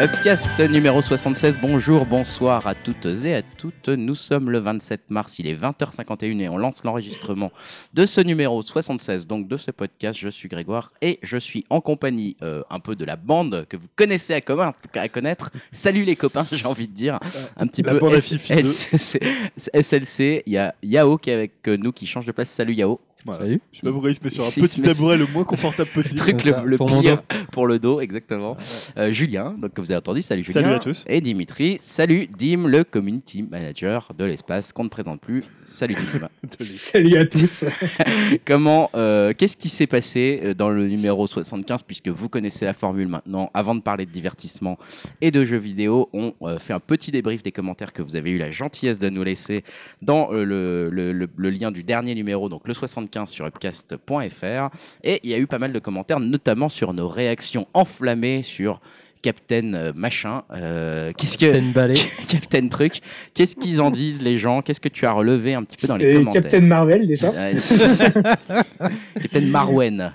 Upcast numéro 76, bonjour, bonsoir à toutes et à toutes. Nous sommes le 27 mars, il est 20h51 et on lance l'enregistrement de ce numéro 76, donc de ce podcast. Je suis Grégoire et je suis en compagnie euh, un peu de la bande que vous connaissez à, commun- à connaître. Salut les copains, j'ai envie de dire. Un petit La peu bande à S- Fifi deux. SLC, SLC, il y a Yao qui est avec euh, nous qui change de place. Salut Yao. Voilà. Salut. Je sais pas pourquoi il se met sur un Si, petit mais c'est- tabouret le moins confortable Le possible. truc le, ça, le pour mon pire dos. pour le dos, exactement. Euh, Julien, donc que vous avez entendu, salut Julien. Salut à tous. Et Dimitri, salut Dim, le community manager de l'espace qu'on ne présente plus. Salut Dim. Salut à tous. Comment, euh, qu'est-ce qui s'est passé euh, dans le numéro 75 puisque vous connaissez la formule maintenant. Avant de parler de divertissement et de jeux vidéo, on euh, fait un petit débrief des commentaires que vous avez eu la gentillesse de nous laisser dans euh, le, le- le- le lien du dernier numéro, donc le 75 sur upcast.fr. Et il y a eu pas mal de commentaires, notamment sur nos réactions enflammées sur Captain euh, Machin. Euh, qu'est-ce que Captain Ballet. Captain Truc Qu'est-ce qu'ils en disent les gens Qu'est-ce que tu as relevé un petit peu dans les C'est commentaires Captain Marvel déjà. Ouais, c'est- Captain Marwen.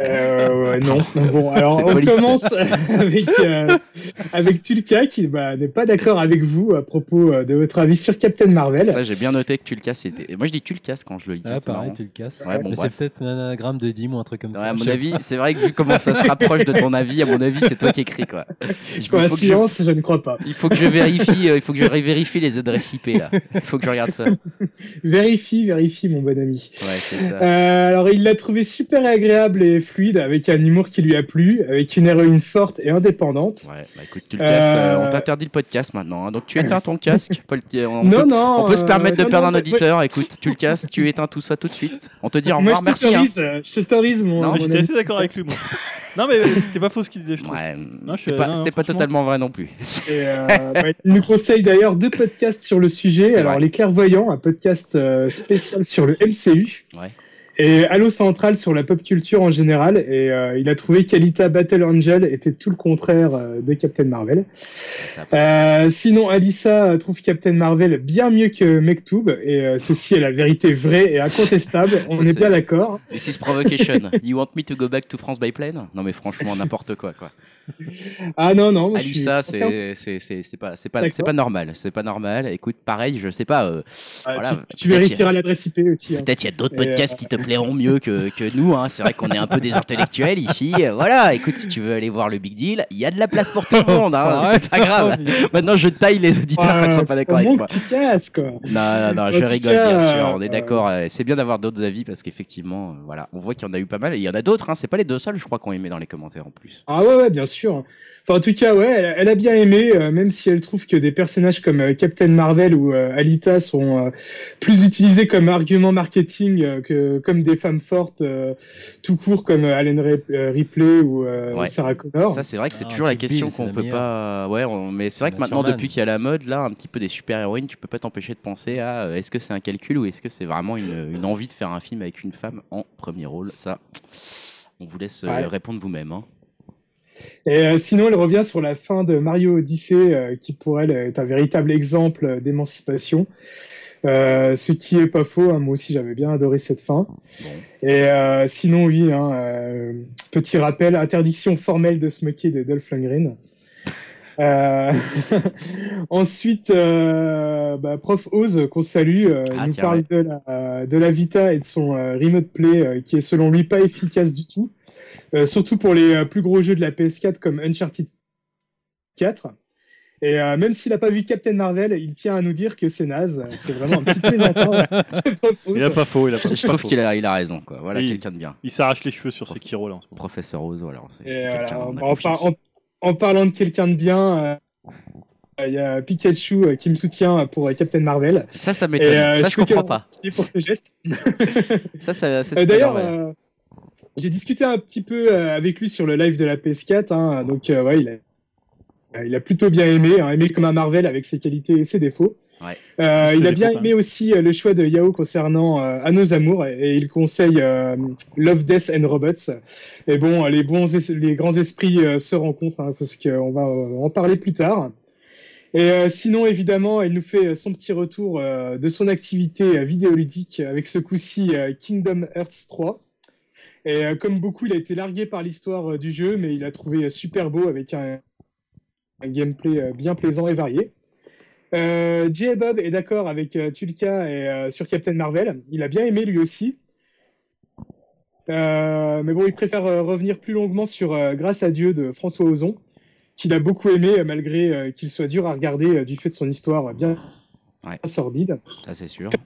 Euh, ouais, non. Bon, alors C'est on police. commence avec euh, avec Tulka qui bah, n'est pas d'accord avec vous à propos euh, de votre avis sur Captain Marvel. Ça, j'ai bien noté que tu le casses. c'était- et Moi, je dis tu le casses quand je le lis. Ah, c'est marrant. pareil, tu le casses. Ouais, bon, Mais c'est bref. peut-être un anagramme de Dim ou un truc comme Ouais, ça. à mon je- avis, c'est vrai que vu comment ça se rapproche de ton avis, à mon avis, c'est toi qui écris quoi. Je- il, faut que je, Coïncidence, je... ne crois pas. il faut que je vérifie, euh, il faut que je vérifie les adresses IP là. Il faut que je regarde ça. Ouais, Vérifie, vérifie, mon bon ami. c'est ça. Euh, alors, il l'a trouvé super agréable et fluide, avec un humour qui lui a plu, avec une héroïne forte et indépendante. Ouais, bah écoute, tu le casses. euh, Euh, on t'interdit le podcast maintenant. hein. donc tu éteins ton casque. Paul- euh, on, non, peut, non. on peut se euh, permettre de non, perdre non, un moi- auditeur. Écoute, tu le casses, tu éteins tout ça tout de suite. On te dit au Moi, revoir, je merci. hein. t'autorise, euh, je t'autorise, mon. Non, mon Non, j'étais ami. assez d'accord avec lui, moi. Non, mais euh, c'était pas faux ce qu'il disait, je trouve. Ouais, je suis- c'était pas- non, c'était pas franchement. totalement vrai non plus. Et, euh, bah, il nous conseille d'ailleurs deux podcasts sur le C'est sujet. Alors, vrai. Les Clairvoyants, un podcast euh, spécial sur le MCU. Ouais. Et Halo Central sur la pop culture en général. Et euh, il a trouvé qu'Alita Battle Angel était tout le contraire euh, de Captain Marvel. ça Euh, sinon, Alissa euh, trouve Captain Marvel bien mieux que Mektoub. Et euh, ceci est la vérité vraie et incontestable. Ça, On est c'est- bien d'accord. This is provocation. You want me to go back to France by plane Non mais franchement n'importe quoi quoi. Ah non, non. moi, je suis Alissa contraire. c'est c'est c'est c'est pas c'est pas D'accord. c'est pas normal, c'est pas normal. Écoute pareil, je sais pas euh, Ah, voilà, tu- peut-être il tu y a- vérifieras l'adresse IP aussi. hein. peut-être il y a d'autres Et, euh, podcasts qui te plairont mieux que que nous hein. c'est vrai qu'on est un peu des intellectuels ici. Voilà, écoute si tu veux aller voir le Big Deal, il y a de la place pour tout le monde hein. C'est pas grave. Maintenant je taille les auditeurs quand ils sont pas d'accord Au avec moins moi. que tu casses, quoi. Non, non, non, je En tout rigole, bien cas, sûr, on est euh, d'accord. euh, C'est bien d'avoir d'autres avis parce qu'effectivement, euh, voilà, on voit qu'il y en a eu pas mal et il y en a d'autres, hein, c'est pas les deux seuls, je crois, qu'on aimait dans les commentaires en plus. Ah ouais, ouais, bien sûr. Enfin, en tout cas, ouais, elle, a- elle a bien aimé, euh, même si elle trouve que des personnages comme euh, Captain Marvel ou euh, Alita sont euh, plus utilisés comme argument marketing euh, que comme des femmes fortes, euh, tout court, comme euh, Allen Rip- euh, Ripley ou euh, Ouais. Sarah Connor. Ça, c'est vrai que c'est Ah, toujours la Kill Bill, question c'est qu'on la peut meilleure. pas. Ouais, on- mais c'est vrai que maintenant, Naturman. depuis qu'il y a la mode, là, un petit peu des super-héroïnes, tu peux pas t'empêcher de penser à euh, est-ce que c'est un calcul ou est-ce que c'est vraiment une, une envie de faire un film avec une femme en premier rôle Ça, on vous laisse euh, Ouais. répondre vous-même. hein. Et euh, sinon, elle revient sur la fin de Mario Odyssey, euh, qui pour elle est un véritable exemple euh, d'émancipation. Euh, ce qui est pas faux, hein, moi aussi j'avais bien adoré cette fin. Et euh, sinon, oui, hein, euh, petit rappel, interdiction formelle de se moquer de Dolph Lundgren. Euh, ensuite, euh, bah, Prof Oz, qu'on salue, euh, Ah, nous tiens, parle de, la, de la Vita et de son euh, Remote Play, euh, qui est selon lui pas efficace du tout, euh, surtout pour les euh, plus gros jeux de la PS4 comme Uncharted 4. Et euh, même s'il n'a pas vu Captain Marvel, il tient à nous dire que c'est naze. C'est vraiment un petit plaisantin. ce Prof Oz. Il a pas faux, il a pas, Je pas trouve faux. qu'il a, il a raison, quoi. Voilà, Oui. quelqu'un de bien. Il s'arrache les cheveux sur Sekiro là en ce moment. Professeur Ozo, alors. c'est- Et euh, bah, c'est voilà, quelqu'un, on a en, en confiance. par- en- en parlant de quelqu'un de bien, euh, il y a Pikachu euh, qui me soutient euh, pour euh, Captain Marvel. Ça, ça m'étonne. euh, ça, je trouve que- comprends pas. Merci pour ce geste. Ça, ça, ça, Euh, c'est pas D'ailleurs, normal. euh, j'ai discuté un petit peu euh, avec lui sur le live de la PS4. hein, donc, euh, ouais, il a, euh, il a plutôt bien aimé, hein, aimé comme un Marvel avec ses qualités et ses défauts. Ouais. Euh, Ses il a défauts, bien quand aimé aussi euh, le choix de Yao concernant euh, À nos amours et, et il conseille euh, Love, Death and Robots. Et bon, euh, les, bons es- les grands esprits euh, se rencontrent hein, parce qu'on va euh, en parler plus tard. Et euh, sinon, évidemment, elle nous fait euh, son petit retour euh, de son activité euh, vidéoludique avec ce coup-ci euh, Kingdom Hearts 3. Et euh, comme beaucoup, il a été largué par l'histoire euh, du jeu, mais il a trouvé euh, super beau avec un, un gameplay euh, bien plaisant et varié. Euh, J.A. Bob est d'accord avec euh, Tulka et, euh, sur Captain Marvel. Il a bien aimé lui aussi. Euh, mais bon, il préfère euh, revenir plus longuement sur euh, Grâce à Dieu de François Ozon, qu'il a beaucoup aimé euh, malgré euh, qu'il soit dur à regarder euh, du fait de son histoire euh, bien Ouais. sordide. Ça, c'est sûr.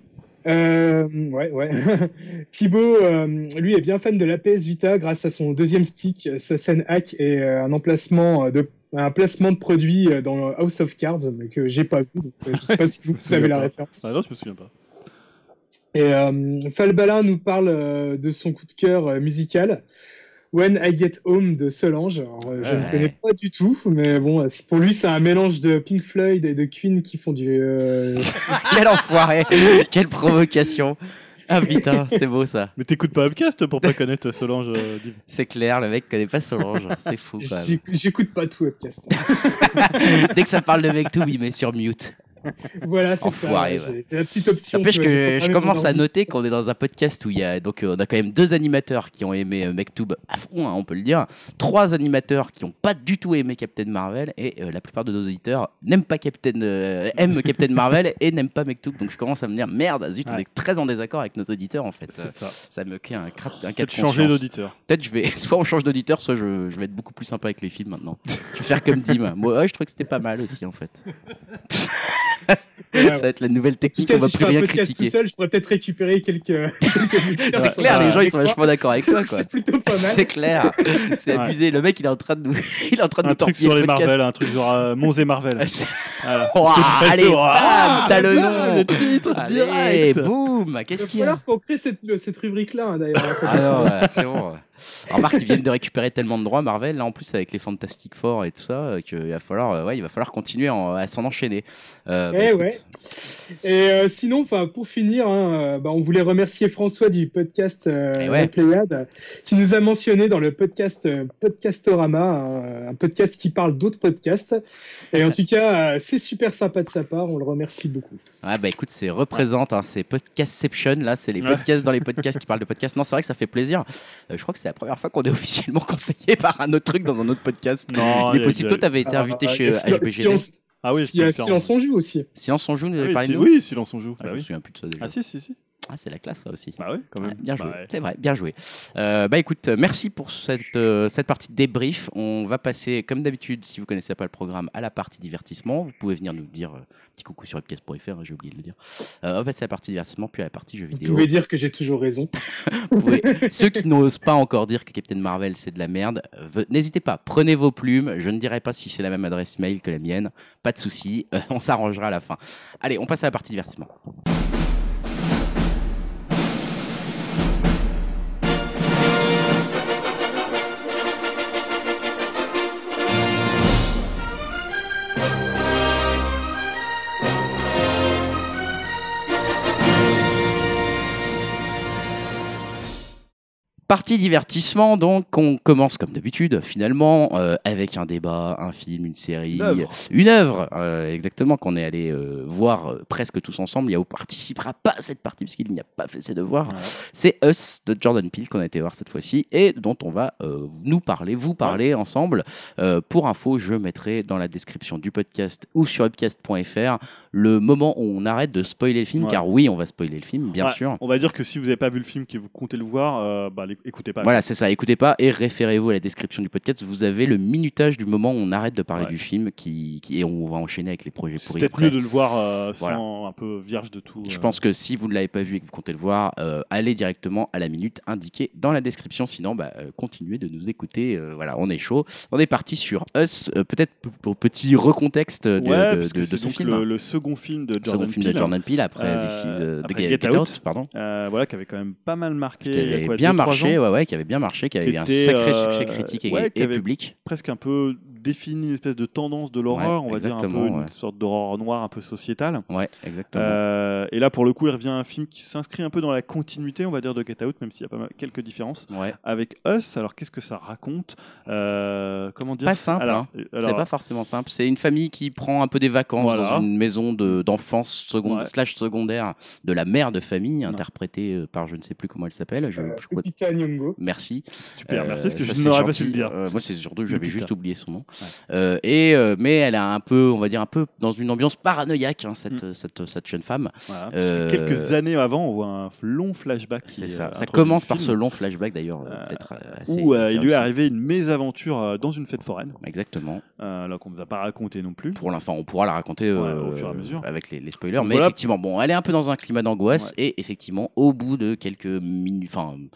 Euh, ouais, ouais. Thibaut, euh, lui, est bien fan de la PS Vita grâce à son deuxième stick, sa scène hack et euh, un emplacement euh, de un placement de produit euh, dans House of Cards mais que j'ai pas vu. Donc, euh, je sais pas si vous me savez la souviens référence. Ah non, je me souviens pas. Et euh, Falbala nous parle euh, de son coup de cœur euh, musical. When I Get Home de Solange. Alors, euh, je Ouais. ne connais pas du tout, mais bon, euh, c'est- pour lui, c'est un mélange de Pink Floyd et de Queen qui font du. euh, Quel enfoiré Quelle provocation Ah putain, c'est beau ça. Mais t'écoutes pas Upcast pour pas connaître Solange euh, Div. C'est clair, le mec connaît pas Solange. C'est fou quand même. J'éc- J'écoute pas tout, Upcast. Dès que ça parle de Mektoub, il met sur mute. Voilà, c'est ça. Enfoiré, j'ai- ouais. C'est la petite option. N'empêche que je, j'ai je programmée commence pour à l'ordi. noter qu'on est dans un podcast où il y a donc euh, on a quand même deux animateurs qui ont aimé euh, Mektoub à fond, hein, on peut le dire, trois animateurs qui n'ont pas du tout aimé Captain Marvel et euh, la plupart de nos auditeurs n'aiment pas Captain euh, aiment Captain Marvel et n'aiment pas Mektoub. Donc je commence à me dire merde, zut, on Ouais. est très en désaccord avec nos auditeurs en fait. Euh, C'est ça. Ça me crée un crap un cas de Peut-être changer conscience. Ah, d'auditeur. Peut-être je vais soit on change d'auditeur, soit je, je vais être beaucoup plus sympa avec les films maintenant. je vais faire comme Dim. Moi, ouais, je trouve que c'était pas mal aussi en fait. Ouais, Ça va être la nouvelle En tout technique, cas, on va si je plus fais un rien podcast critiquer. tout seul, je pourrais peut-être récupérer quelques. quelques C'est clair, les gens ils sont vachement d'accord avec toi quoi. C'est plutôt pas mal. C'est clair, c'est Ouais. abusé. Le mec, il est en train de nous, il est en train de Un nous truc torpiller sur le les podcast. Marvel, un truc genre euh, Mons et Marvel. Ah C'est- Voilà. Ouah, allez, Ouah, bam, t'as le putain, nom, Ah, le titre allez, direct. boum, Il qu'est-ce va qu'il y a falloir qu'on crée cette, le- cette rubrique-là, hein, d'ailleurs. Ah non, ouais, c'est bon. Remarque, ils viennent de récupérer tellement de droits Marvel là en plus avec les Fantastic Four et tout ça euh, qu'il va falloir, euh, ouais, il va falloir continuer en- à s'en enchaîner. Euh, bah, Eh écoute, ouais. Et euh, sinon, enfin, pour finir, hein, euh, bah, on voulait remercier François du podcast euh, Eh ouais. La Pléiade, euh, qui nous a mentionné dans le podcast euh, Podcastorama, un, un podcast qui parle d'autres podcasts. Et en tout cas, euh, c'est super sympa de sa part. On le remercie beaucoup. Ah bah écoute, c'est représente, hein, c'est podcastception, là, c'est les Ouais. podcasts dans les podcasts qui parlent de podcasts. Non, c'est vrai que ça fait plaisir. Euh, je crois que c'est la première fois qu'on est officiellement conseillé par un autre truc dans un autre podcast. Non, il est possible, toi, totalement. t'avais été invité Ah, chez et euh, si- HBGD. si on- Ah oui, si- c'est Silence on joue aussi. Silence on joue, nous Ah avez oui, parlé si- de nous oui, silence on joue. Ah, Bah Je me oui. souviens plus de ça déjà. Ah si, si, si. Ah, c'est la classe, ça aussi. Bah oui, quand Ouais, même. bien joué, Bah ouais. c'est vrai, bien joué. Euh, bah écoute, euh, merci pour cette, euh, cette partie débrief. On va passer, comme d'habitude, si vous connaissez pas le programme, à la partie divertissement. Vous pouvez venir nous dire euh, petit coucou sur webcast.fr, hein, j'ai oublié de le dire. Euh, on va passer à la partie divertissement, puis à la partie jeux Vous vidéo. pouvez dire que j'ai toujours raison. Vous pouvez- Ceux qui n'osent pas encore dire que Captain Marvel c'est de la merde, ve- n'hésitez pas, prenez vos plumes. Je ne dirai pas si c'est la même adresse mail que la mienne, pas de souci, euh, on s'arrangera à la fin. Allez, on passe à la partie divertissement. Partie divertissement, donc on commence comme d'habitude finalement euh, avec un débat, un film, une série, Une œuvre. une œuvre, euh, exactement, qu'on est allé euh, voir euh, presque tous ensemble. Yao participera pas à cette partie puisqu'il n'y a pas fait ses devoirs. Voilà. C'est Us de Jordan Peele qu'on a été voir cette fois-ci et dont on va euh, nous parler, vous parler ensemble. Euh, pour info, je mettrai dans la description du podcast ou sur upcast.fr le moment où on arrête de spoiler le film, Ouais. car oui, on va spoiler le film, bien Ouais, sûr. On va dire que si vous n'avez pas vu le film et que vous comptez le voir, euh, bah, l'éc- écoutez pas. Voilà, c'est ça. Écoutez pas et référez-vous à la description du podcast. Vous avez le minutage du moment où on arrête de parler Ouais. du film qui, qui- et on va enchaîner avec les projets C'est pourris. peut-être après. mieux de le voir euh, sans Voilà. un peu vierge de tout. Je euh. pense que si vous ne l'avez pas vu et que vous comptez le voir, euh, allez directement à la minute indiquée dans la description. Sinon, bah, euh, continuez de nous écouter. Euh, voilà, on est chaud. On est parti sur Us. Euh, Peut-être p- pour petit recontexte de, Ouais, de, parce que de- de c'est ce donc film. hein. le, le second film de Second Jordan film Peele, de Jordan Peele après, Euh, This is, euh, The après Get, Get Get Out, Out, pardon, euh, voilà, qui avait quand même pas mal marqué. qui il y a avait quoi, bien deux, trois ans marché, ouais, ouais, qui avait bien marché, qui avait Qui eu un était, sacré euh, succès critique et, ouais, qui et avait- public. presque un peu défini une espèce de tendance de l'horreur, Ouais, on va dire un peu exactement, ouais. une sorte d'horreur noire un peu sociétale. Ouais, exactement. Euh, et là, pour le coup, il revient à un film qui s'inscrit un peu dans la continuité, on va dire, de Get Out, même s'il y a pas mal, quelques différences. Ouais. Avec Us, alors qu'est-ce que ça raconte Euh, Comment dire Pas simple, Alors, hein. euh, C'est alors, pas forcément simple. C'est une famille qui prend un peu des vacances Voilà. dans une maison de- d'enfance seconde, Ouais. slash secondaire de la mère de famille, Ouais. interprétée euh, par je ne sais plus comment elle s'appelle. Je, Euh, je crois- Lupita Nyong'o. Merci. super, Euh, merci, parce que ça, je c'est n'aurais pas gentil. su le dire. Euh, moi, c'est surtout, j'avais Lupita. juste oublié son nom. Euh, et euh, mais elle a un peu, on va dire un peu dans une ambiance paranoïaque hein, cette, Mm. cette, cette jeune femme. Voilà, parce que Euh, Quelques années avant, on voit un long flashback. qui, C'est euh, ça. Ça introduit commence le par ce film, long flashback d'ailleurs. Euh, peut-être, euh, assez- Où euh, assez il lui est réussi. arrivé une mésaventure euh, dans une fête foraine, Exactement. euh, alors qu'on ne nous a pas raconté non plus. Pour l'instant, on pourra la raconter Ouais, euh, au fur et à mesure. avec les, les spoilers. Donc mais voilà. effectivement, bon, elle est un peu dans un climat d'angoisse et effectivement, au bout de quelques minutes, enfin une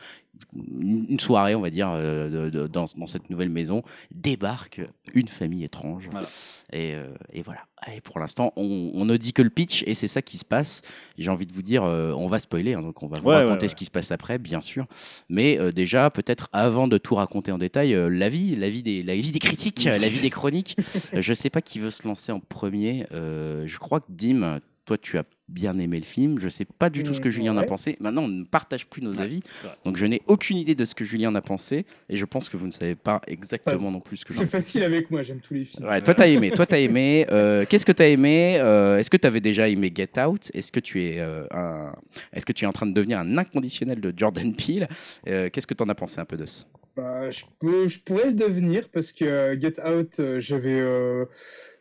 une soirée, on va dire, euh, de- de- dans, dans cette nouvelle maison, débarque une famille étrange. Voilà. Et, euh, et voilà. Et pour l'instant, on, on ne dit que le pitch et c'est ça qui se passe. J'ai envie de vous dire, euh, on va spoiler, hein, donc on va vous Ouais, raconter ouais, ouais. ce qui se passe après, bien sûr. Mais euh, déjà, peut-être avant de tout raconter en détail, euh, l'avis, l'avis des, l'avis des critiques, euh, l'avis des chroniques. Euh, je sais pas qui veut se lancer en premier. Euh, je crois que Dim, toi, tu as bien aimé le film. Je sais pas du tout ce que Mm, Julien en a ouais. pensé. Maintenant, on ne partage plus nos Ouais, avis, c'est vrai. donc je n'ai aucune idée de ce que Julien en a pensé, et je pense que vous ne savez pas exactement non plus ce que j'en C'est facile avec moi, j'aime tous les films. Ouais, toi t'as aimé, toi t'as aimé. Euh, Qu'est-ce que t'as aimé Euh, Est-ce que t'avais déjà aimé Get Out Est-ce que tu es euh, un, est-ce que tu es en train de devenir un inconditionnel de Jordan Peele Euh, Qu'est-ce que t'en as pensé un peu de ça Bah, je, peux- je pourrais le devenir parce que euh, Get Out, euh, j'avais euh,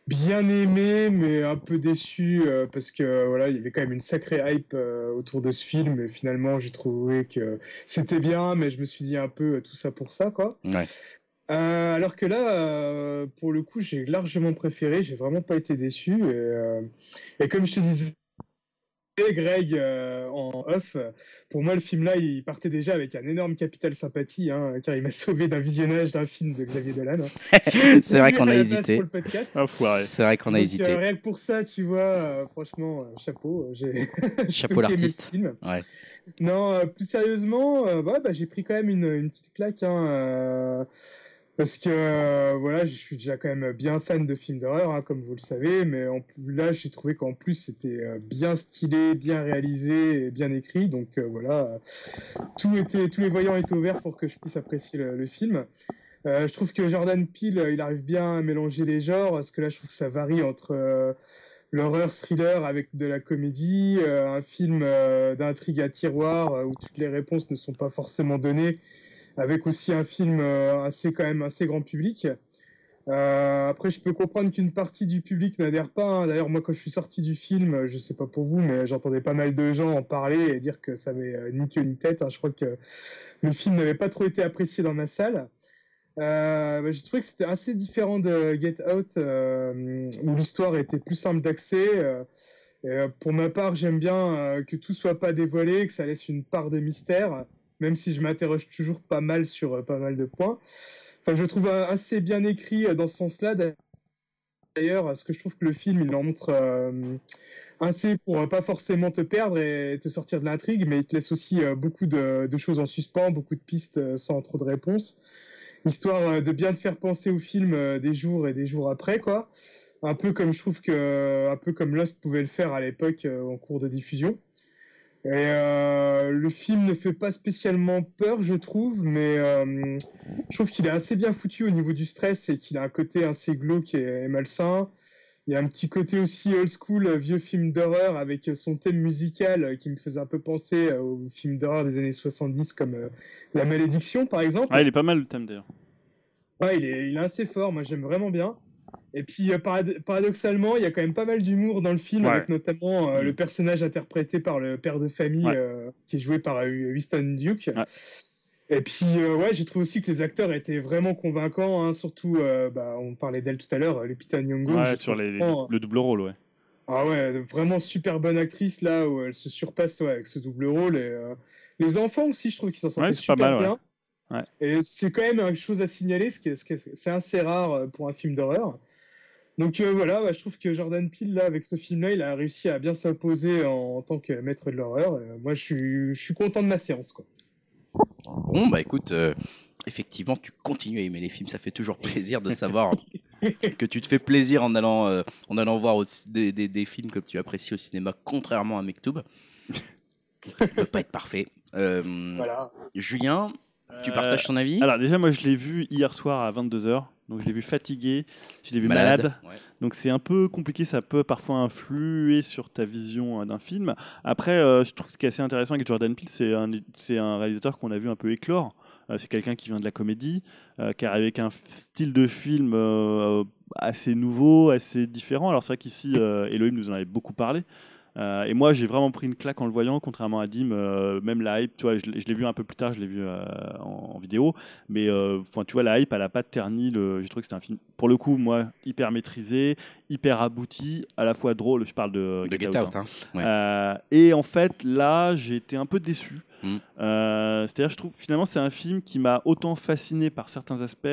bien aimé, mais un peu déçu euh, parce que euh, voilà, il y avait quand même une sacrée hype euh, autour de ce film. Et finalement, j'ai trouvé que c'était bien, mais je me suis dit un peu euh, tout ça pour ça, quoi. Ouais. Euh, alors que là, euh, pour le coup, j'ai largement préféré. J'ai vraiment pas été déçu. Et, euh, et comme je te disais, Greg euh, en off, euh, pour moi, le film-là, il partait déjà avec un énorme capital sympathie, hein, car il m'a sauvé d'un visionnage d'un film de Xavier Dolan. hein. C'est vrai qu'on a hésité. Pour le podcast. Ah, Enfoiré. C'est vrai qu'on a Donc, hésité. euh, rien que pour ça, tu vois, euh, franchement, euh, chapeau. euh, J'ai Chapeau j'ai aimé l'artiste. ce film. Ouais. Non, euh, plus sérieusement, euh, ouais, bah, j'ai pris quand même une, une petite claque. Hein, euh, parce que euh, voilà, je suis déjà quand même bien fan de films d'horreur, hein, comme vous le savez, mais en, plus- là j'ai trouvé qu'en plus c'était euh, bien stylé, bien réalisé, et bien écrit, donc euh, voilà, euh, tout était, tous les voyants étaient ouverts pour que je puisse apprécier le, le film. Euh, je trouve que Jordan Peele, euh, il arrive bien à mélanger les genres, parce que là je trouve que ça varie entre euh, l'horreur thriller avec de la comédie, euh, un film euh, d'intrigue à tiroir euh, où toutes les réponses ne sont pas forcément données, avec aussi un film euh, assez quand même assez grand public. Euh, après, je peux comprendre qu'une partie du public n'adhère pas. hein. D'ailleurs, moi, quand je suis sorti du film, euh, je sais pas pour vous, mais j'entendais pas mal de gens en parler et dire que ça avait euh, ni queue ni tête. hein. Je crois que le film n'avait pas trop été apprécié dans ma salle. Euh, bah, j'ai trouvé que c'était assez différent de Get Out, euh, où l'histoire était plus simple d'accès. euh, et, euh, pour ma part, j'aime bien euh, que tout soit pas dévoilé, que ça laisse une part de mystère, même si je m'interroge toujours pas mal sur euh, pas mal de points. Enfin, je le trouve euh, assez bien écrit euh, dans ce sens-là. d'a- D'ailleurs, parce que je trouve que le film, il en montre euh, assez pour euh, pas forcément te perdre et te sortir de l'intrigue, mais il te laisse aussi euh, beaucoup de, de choses en suspens, beaucoup de pistes euh, sans trop de réponses, histoire euh, de bien te faire penser au film euh, des jours et des jours après, quoi. Un peu comme je trouve que, un peu comme Lost pouvait le faire à l'époque euh, en cours de diffusion. Et euh, le film ne fait pas spécialement peur, je trouve, mais euh, je trouve qu'il est assez bien foutu au niveau du stress et qu'il a un côté assez glauque et, et malsain. Il y a un petit côté aussi old school, euh, vieux film d'horreur avec euh, son thème musical euh, qui me faisait un peu penser euh, aux films d'horreur des années 70 comme euh, La Malédiction par exemple. Ah, il est pas mal le thème d'ailleurs. Ouais, il est, il est assez fort, moi j'aime vraiment bien. Et puis euh, parad- paradoxalement, il y a quand même pas mal d'humour dans le film, Ouais. avec notamment euh, Mhm. le personnage interprété par le père de famille Ouais. euh, qui est joué par euh, Winston Duke. Ouais. Et puis euh, ouais, j'ai trouvé aussi que les acteurs étaient vraiment convaincants, hein, surtout euh, bah, on parlait d'elle tout à l'heure, euh, Lupita Nyong'o. Ouais, je sur trouve les, les- vraiment- le double rôle, ouais. ah ouais, vraiment super bonne actrice là où elle se surpasse ouais, avec ce double rôle. Et, euh, les enfants aussi, je trouve qu'ils s'en sortaient Ouais, c'est pas super mal, ouais. bien. Ouais. Et c'est quand même quelque chose à signaler, ce qui est- ce qui est- c'est assez rare euh, pour un film d'horreur. Donc euh, voilà, ouais, je trouve que Jordan Peele là avec ce film-là, il a réussi à bien s'imposer en, en tant que maître de l'horreur. Euh, moi, je suis, je suis content de ma séance quoi. Bon bah écoute, euh, effectivement, tu continues à aimer les films. Ça fait toujours plaisir de savoir que tu te fais plaisir en allant, euh, en allant voir au- des, des- des films que tu apprécies au cinéma, contrairement à Mektoub. Ça peut pas être parfait. Euh, Voilà. Julien, tu Euh, partages ton avis Alors déjà, moi je l'ai vu hier soir à 22h, donc je l'ai vu fatigué, je l'ai vu malade. Ouais. Donc c'est un peu compliqué, ça peut parfois influer sur ta vision euh, d'un film. Après, euh, je trouve que ce qui est assez intéressant avec Jordan Peele, c'est un, c'est un réalisateur qu'on a vu un peu éclore. Euh, c'est quelqu'un qui vient de la comédie, euh, qui arrive avec un f- style de film euh, assez nouveau, assez différent. Alors c'est vrai qu'ici, euh, Elohim nous en avait beaucoup parlé. Euh, et moi, j'ai vraiment pris une claque en le voyant, contrairement à Dim, euh, même la hype, tu vois, je, l'ai- je l'ai vu un peu plus tard, je l'ai vu euh, en, en vidéo, mais euh, enfin, tu vois, la hype, elle a pas terni, le, je trouve que c'était un film, pour le coup, moi, hyper maîtrisé, hyper abouti, à la fois drôle, je parle de, de Get Out, hein. hein. Ouais. Euh, et en fait, là, j'ai été un peu déçu. Mm. Euh, C'est-à-dire, je trouve finalement, c'est un film qui m'a autant fasciné par certains aspects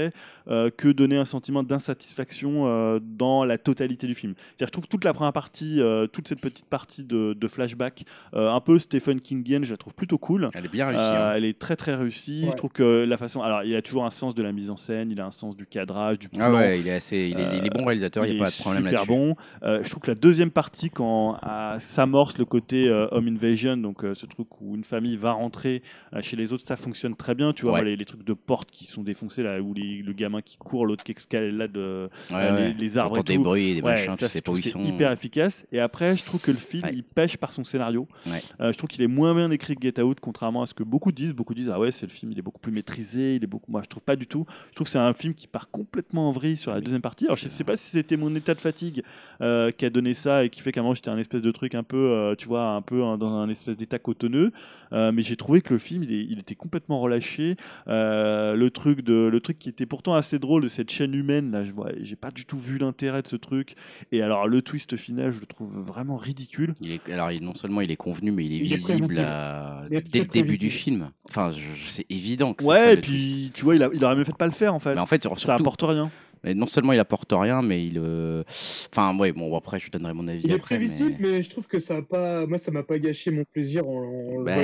euh, que donné un sentiment d'insatisfaction euh, dans la totalité du film. C'est-à-dire, je trouve toute la première partie, euh, toute cette petite partie de, de flashback, euh, un peu Stephen Kingienne, je la trouve plutôt cool. Elle est bien réussie. Euh, hein. Elle est très très réussie. Ouais. Je trouve que la façon. Alors, il a toujours un sens de la mise en scène, il a un sens du cadrage, du plan. Ah ouais, il est assez, il est, il est euh, bon réalisateur, il n'y a pas de problème super là-dessus. bon. Euh, je trouve que la deuxième partie, quand ah, s'amorce le côté euh, home invasion, donc euh, ce truc où une famille va rentrer euh, chez les autres, ça fonctionne très bien. Tu vois, Ouais. moi, les, les trucs de portes qui sont défoncés, là, où les- le gamin qui court, l'autre qui escalade euh, Ouais, euh, ouais. Les, les arbres T'entends et tout. des bruits, des Ouais, machins, tu ça, sais c'est- pas où ils c'est sont. hyper efficace. Et après, je trouve que le film, Ouais. il pêche par son scénario. Ouais. Euh, je trouve qu'il est moins bien écrit que Get Out, contrairement à ce que beaucoup disent. Beaucoup disent, ah ouais, c'est le film, il est beaucoup plus maîtrisé. Il est beaucoup... Moi, je trouve pas du tout. Je trouve que c'est un film qui part complètement en vrille sur la Mais- deuxième partie. Alors, je sais pas si c'était mon état de fatigue euh, qui a donné ça et qui fait qu'à un moment, j'étais un espèce de truc un peu, euh, tu vois, un peu hein, dans un espèce d'état cotonneux. Euh, mais j'ai trouvé que le film, il, est- il était complètement relâché. Euh, le truc de le truc qui était pourtant assez drôle de cette chaîne humaine là je vois j'ai pas du tout vu l'intérêt de ce truc et alors le twist final je le trouve vraiment ridicule Il est, alors, il- non seulement il est convenu, mais il est Il est visible prévisible. à- Il est dès le très début du prévisible. film. Enfin, je- je- c'est évident que c'est ça, ouais et le puis twist. tu vois il, a- il aurait mieux fait de pas le faire en fait Mais en fait, ça surtout, apporte rien mais non seulement il apporte rien, mais il. euh, Enfin, ouais, bon, après, je donnerai mon avis Il est après. prévisible, mais... mais... je trouve que ça a pas, moi, ça m'a pas gâché mon plaisir en, en Bah, le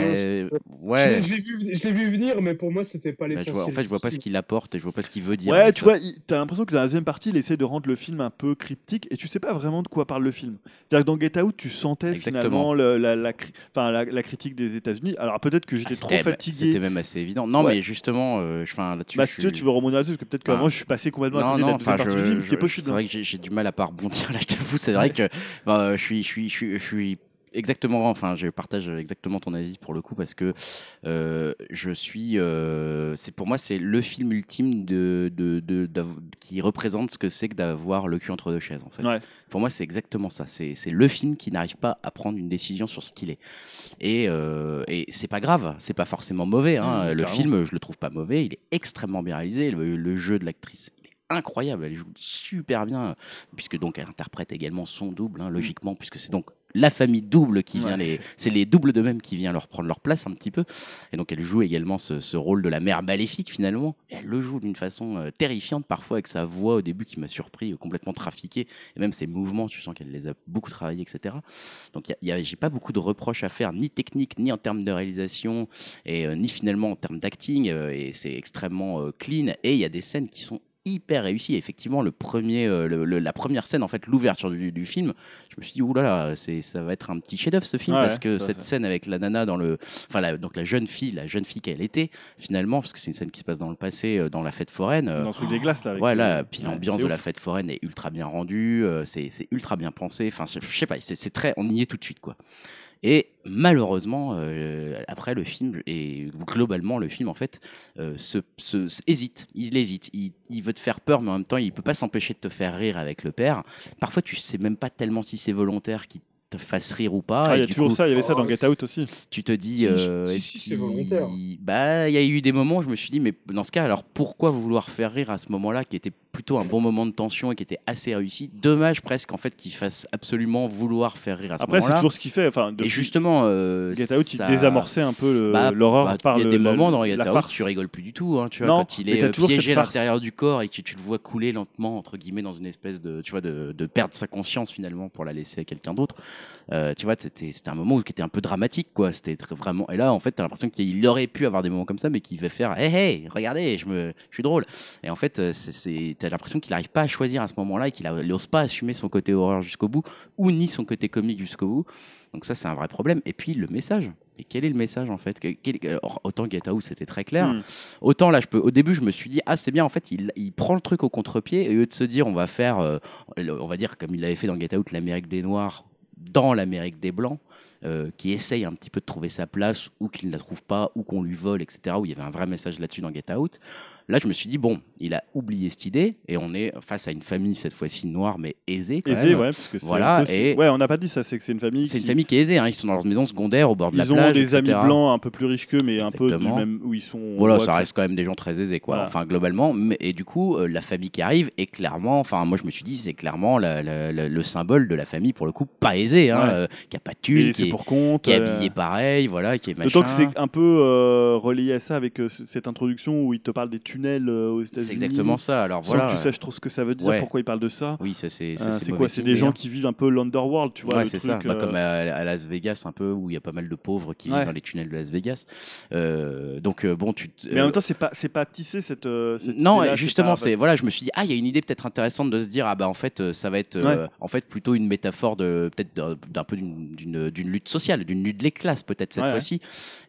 voyant. ouais. Je, l'ai- je l'ai vu, je l'ai vu venir, mais pour moi, c'était pas Bah, je l'essentiel. vois- en fait, je vois pas ce qu'il apporte et je vois pas ce qu'il veut dire. ouais avec tu ça. vois il- t'as l'impression que dans la deuxième partie il essaie de rendre le film un peu cryptique et tu sais pas vraiment de quoi parle le film c'est à dire que dans Get Out tu sentais Exactement. finalement le- la, la, cri- enfin, la, la critique des États-Unis alors peut-être que Ah, j'étais trop c'était- fatigué C'était même assez évident. Non, Ouais. mais justement, euh, je- enfin, là-dessus. bah, je si tu veux, suis- tu veux rebondir là-dessus, parce que peut-être que Ah. moi je suis passé complètement à Non, côté de non, la deuxième enfin, partie je- du film, ce qui est je- possible. hein. C'est vrai que j'ai- j'ai du mal à pas rebondir là, je t'avoue. C'est vrai que bah, euh, je suis, je suis, je suis, je suis exactement, enfin, je partage exactement ton avis pour le coup parce que euh, je suis, euh, c'est pour moi, c'est le film ultime de, de, de- d'av- qui représente ce que c'est que d'avoir le cul entre deux chaises en fait. Ouais. Pour moi, c'est exactement ça. C'est c'est le film qui n'arrive pas à prendre une décision sur ce qu'il est. Et, euh, et c'est pas grave, c'est pas forcément mauvais. hein. Mmh, le carrément. film, je le trouve pas mauvais, il est extrêmement bien réalisé. Le, le jeu de l'actrice, il est incroyable, elle joue super bien, puisque donc elle interprète également son double, hein, logiquement, puisque c'est donc la famille double qui vient Mmh. Ouais. les c'est les doubles de même qui vient leur prendre leur place un petit peu et donc elle joue également ce, ce rôle de la mère maléfique finalement Et elle le joue d'une façon euh, terrifiante parfois avec sa voix au début qui m'a surpris euh, complètement trafiqué et même ses mouvements tu sens qu'elle les a beaucoup travaillés etc donc y a- y a- j'ai pas beaucoup de reproches à faire ni technique ni en termes de réalisation et euh, ni finalement en termes d'acting euh, et c'est extrêmement euh, clean et il y a des scènes qui sont hyper réussies effectivement le premier euh, le- le- la première scène en fait l'ouverture du, du film je me suis dit oulala c'est ça va être un petit chef d'œuvre ce film Ouais, parce que tout à cette fait. scène avec la nana dans le enfin la- donc la jeune fille la jeune fille qu'elle était finalement parce que c'est une scène qui se passe dans le passé euh, dans la fête foraine euh, Dans le truc des glaces là. avec, Ouais, là, euh, puis ouais, l'ambiance c'est de ouf. la fête foraine est ultra bien rendue, euh, c'est c'est ultra bien pensé. Enfin, je je sais pas, c'est c'est très, on y est tout de suite, quoi. Et malheureusement, euh, après le film et globalement le film en fait euh, se, se- se- hésite, il hésite, il, il veut te faire peur, mais en même temps il peut pas s'empêcher de te faire rire avec le père. Parfois tu sais même pas tellement si c'est volontaire qu'il te fasse rire ou pas. Ah, et il y a du toujours coup, ça, il y avait ça dans Oh, Get Out aussi. tu te dis. Si, euh, si, est-ce si, c'est qu'il- volontaire. Bah, il y a eu des moments où je me suis dit, mais dans ce cas, alors pourquoi vouloir faire rire à ce moment-là, qui était plutôt un bon moment de tension et qui était assez réussi Dommage presque en fait qu'il fasse absolument vouloir faire rire à ce Après, c'est moment-là. toujours ce qu'il fait. Enfin, Et depuis justement, euh, Get Out, il ça- désamorçait un peu le- Bah, l'horreur bah, par il y a le- des la- moments dans Get la Out, farce. tu rigoles plus du tout. hein, tu vois, Non, quand il mais est t'as euh, toujours cette piégé à farce. l'intérieur du corps et que tu le vois couler lentement, entre guillemets, dans une espèce de, tu vois, de, de perdre sa conscience finalement pour la laisser à quelqu'un d'autre. Euh, tu vois, c'était c'était un moment où- qui était un peu dramatique, quoi. C'était très- vraiment. Et là, en fait, t'as l'impression qu'il aurait pu avoir des moments comme ça, mais qu'il va faire, hey, hey, regardez, je me, je suis drôle. Et en fait, euh, c'est- c'est- t'as l'impression qu'il n'arrive pas à choisir à ce moment-là et qu'il a- il n'ose pas assumer son côté horreur jusqu'au bout ou ni son côté comique jusqu'au bout. Donc ça, c'est un vrai problème. Et puis le message. Et quel est le message en fait Que- quel- alors, Autant Get Out, c'était très clair. Hmm. Autant là, je peux. Au début, je me suis dit ah c'est bien. En fait, il, il prend le truc au contre-pied et au lieu de se dire on va faire, euh, le- on va dire comme il l'avait fait dans Get Out, l'Amérique des Noirs dans l'Amérique des Blancs. euh, qui essaye un petit peu de trouver sa place ou qu'il ne la trouve pas ou qu'on lui vole, etc. Où il y avait un vrai message là-dessus dans Get Out. Là, je me suis dit, bon, il a oublié cette idée et on est face à une famille cette fois-ci noire mais aisée. Quand Aisé, même. ouais, parce que c'est Voilà, un peu- et- ouais, on n'a pas dit ça, c'est que c'est une famille. C'est une qui- famille qui est aisée, hein, ils sont dans leur maison secondaire au bord de la Ils ont plage. etc. des amis blancs un peu plus riches qu'eux, mais un peu du Exactement. même où ils sont. on Voilà, voit ça que- reste quand même des gens très aisés, quoi. Voilà. Enfin, globalement. Mais, et du coup, euh, la famille qui arrive est clairement, enfin, moi je me suis dit, c'est clairement la- la- la- le symbole de la famille, pour le coup, pas aisée, hein, Ouais. euh, qui a pas de Et thune, c'est qui est, pour compte. qui est euh, habillé pareil, voilà, qui est machin. D'autant que c'est un peu euh, relié à ça avec euh, c- cette introduction où il te parle des tunnels euh, aux États-Unis. C'est exactement ça. Alors Sans voilà. que tu saches trop ce que ça veut dire, Ouais. pourquoi il parle de ça. Oui, ça c'est. ça, Euh, c'est C'est mauvais quoi C'est signe, des gens d'ailleurs. qui vivent un peu l'underworld, tu vois. Ouais, le c'est ça. truc, Bah, euh, Comme à, à Las Vegas, un peu, où il y a pas mal de pauvres qui Ouais. vivent dans les tunnels de Las Vegas. Euh, donc, euh, bon, tu. te- Mais en même temps, c'est pas, c'est pas tissé cette. euh, cette non, idée-là, et justement, pas- c'est voilà, je me suis dit ah, il y a une idée peut-être intéressante de se dire ah bah en fait euh, ça va être euh, en fait plutôt une métaphore de peut-être d'un d'un peu d'une- d'une d'une lutte sociale, d'une lutte des classes peut-être cette Ouais, ouais. fois-ci.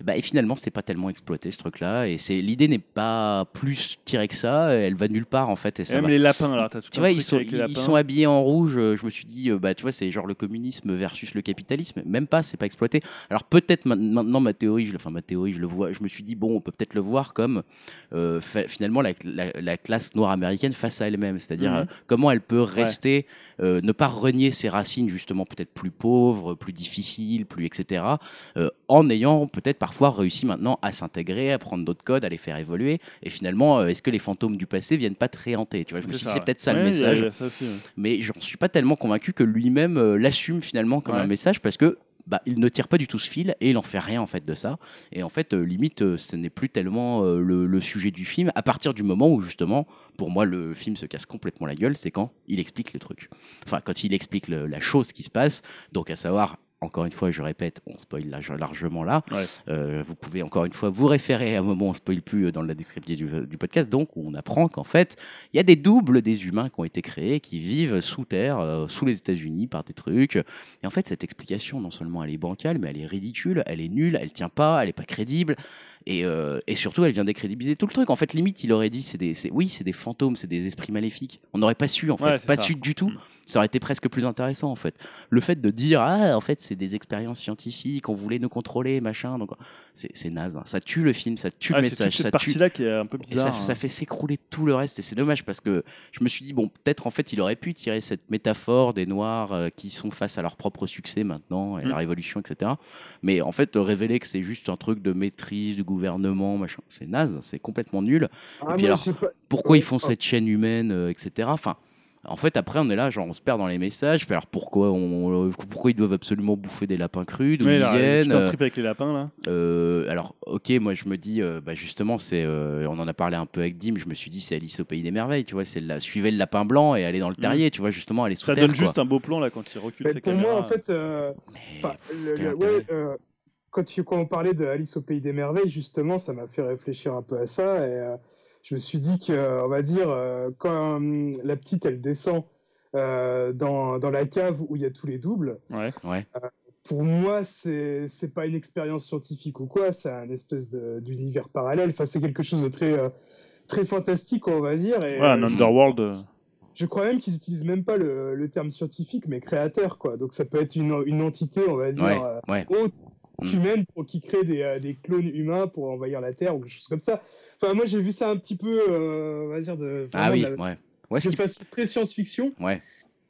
Bah, et finalement, c'est pas tellement exploité ce truc-là et c'est l'idée n'est pas plus tirée que ça, elle va nulle part en fait et Et ça même va les lapins, alors t'as tout tu un vois, truc ils sont, avec les ils- ils lapins. sont habillés en rouge. euh, Je me suis dit, euh, bah, tu vois, c'est genre le communisme versus le capitalisme. Même pas, c'est pas exploité. Alors peut-être ma- maintenant ma théorie, je, le- enfin ma théorie, je le vois. Je me suis dit, bon, on peut peut-être le voir comme euh, fa- finalement la, la- la classe noire américaine face à elle-même, c'est-à-dire Mhm. euh, comment elle peut rester, euh, ne pas renier ses racines justement peut-être plus pauvres, plus difficiles, plus etc. euh, en ayant peut-être parfois réussi maintenant à s'intégrer, à prendre d'autres codes, à les faire évoluer. Et finalement, euh, est-ce que les fantômes du passé viennent pas te réhanter Tu vois, je me suis dit, c'est ouais. peut-être ça le Ouais, il y a- message il y a ça aussi, ouais. mais j'en suis pas tellement convaincu que lui-même euh, l'assume finalement comme Ouais. un message parce que bah, il ne tire pas du tout ce fil et il en fait rien en fait de ça. Et en fait, euh, limite, euh, ce n'est plus tellement euh, le, le sujet du film à partir du moment où justement, pour moi, le film se casse complètement la gueule, c'est quand il explique le truc. Enfin, quand il explique le- la chose qui se passe, donc à savoir. Encore une fois, je répète, on spoil large- largement là. Ouais. Euh, vous pouvez encore une fois vous référer à un moment où on spoil plus euh, dans la description du, du podcast. Donc, on apprend qu'en fait, il y a des doubles des humains qui ont été créés, qui vivent sous terre, euh, sous les États-Unis, par des trucs. Et en fait, cette explication, non seulement elle est bancale, mais elle est ridicule, elle est nulle, elle tient pas, elle est pas crédible. Et, euh, et surtout, elle vient décrédibiliser tout le truc. En fait, limite, il aurait dit, c'est des, c'est- oui, c'est des fantômes, c'est des esprits maléfiques. On n'aurait pas su, en fait, Ouais, c'est pas ça. su du tout. Mm. Ça aurait été presque plus intéressant, en fait. Le fait de dire, ah, en fait, c'est des expériences scientifiques, on voulait nous contrôler, machin. Donc, c'est c'est naze. hein. Ça tue le film, ça tue Ah, le c'est toute message, ça cette tue partie-là qui est un peu et ça, bizarre. ça hein. fait s'écrouler tout le reste et c'est dommage parce que je me suis dit bon peut-être en fait il aurait pu tirer cette métaphore des noirs euh, qui sont face à leur propre succès maintenant et Mm. la révolution etc mais en fait euh, révéler que c'est juste un truc de maîtrise du gouvernement machin c'est naze c'est complètement nul Ah, puis moi, alors, je sais pas- pourquoi Ouais, ils font oh. cette chaîne humaine euh, etc enfin en fait après on est là genre on se perd dans les messages Puis alors pourquoi on euh, pourquoi ils doivent absolument bouffer des lapins crus d'où Ouais, ils là, il y a viennent tout un trip avec les lapins là. euh, alors, ok, moi je me dis, euh, bah, justement, c'est, euh, on en a parlé un peu avec Dim, je me suis dit, c'est Alice au pays des merveilles, tu vois, c'est la, suivez le lapin blanc et aller dans le terrier, tu vois, justement, aller sous Mm. Ça terre. donne quoi. juste un beau plan là quand il recule Mais sa pour caméra. moi, en fait, euh, Mais, enfin, le- quel le- intérêt ouais, euh, quand, tu- quand on parlait de Alice au pays des merveilles, justement, ça m'a fait réfléchir un peu à ça. Et euh, je me suis dit que, euh, on va dire, euh, quand hum, la petite elle descend euh, dans, dans la cave où il y a tous les doubles, Ouais. Ouais. euh, pour moi, c'est c'est pas une expérience scientifique ou quoi, c'est un espèce de- d'univers parallèle. Enfin, c'est quelque chose de très euh, très fantastique, on va dire. Et, Ouais, un euh, underworld. euh, je crois même qu'ils utilisent même pas le, le terme scientifique, mais créateur, quoi. Donc ça peut être une, une entité, on va dire, Ouais, euh, ouais. haute, Mm. humaine, pour, qui crée des, euh, des clones humains pour envahir la Terre ou quelque chose comme ça. Enfin, moi j'ai vu ça un petit peu, euh, on va dire, de, Ah vraiment oui, de la- ouais. Ouais, ce de qui- façon très science-fiction. ouais.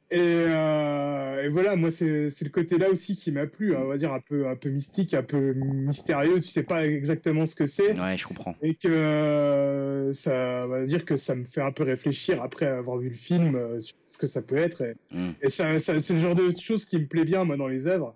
Et, euh, et voilà, moi c'est c'est le côté là aussi qui m'a plu, hein, on va dire un peu, un peu mystique, un peu mystérieux, tu sais pas exactement ce que c'est ouais, je comprends. et que euh, ça on va dire que ça me fait un peu réfléchir après avoir vu le film euh, sur ce que ça peut être et, Mm. et ça, ça- c'est le genre de choses qui me plaît bien moi dans les œuvres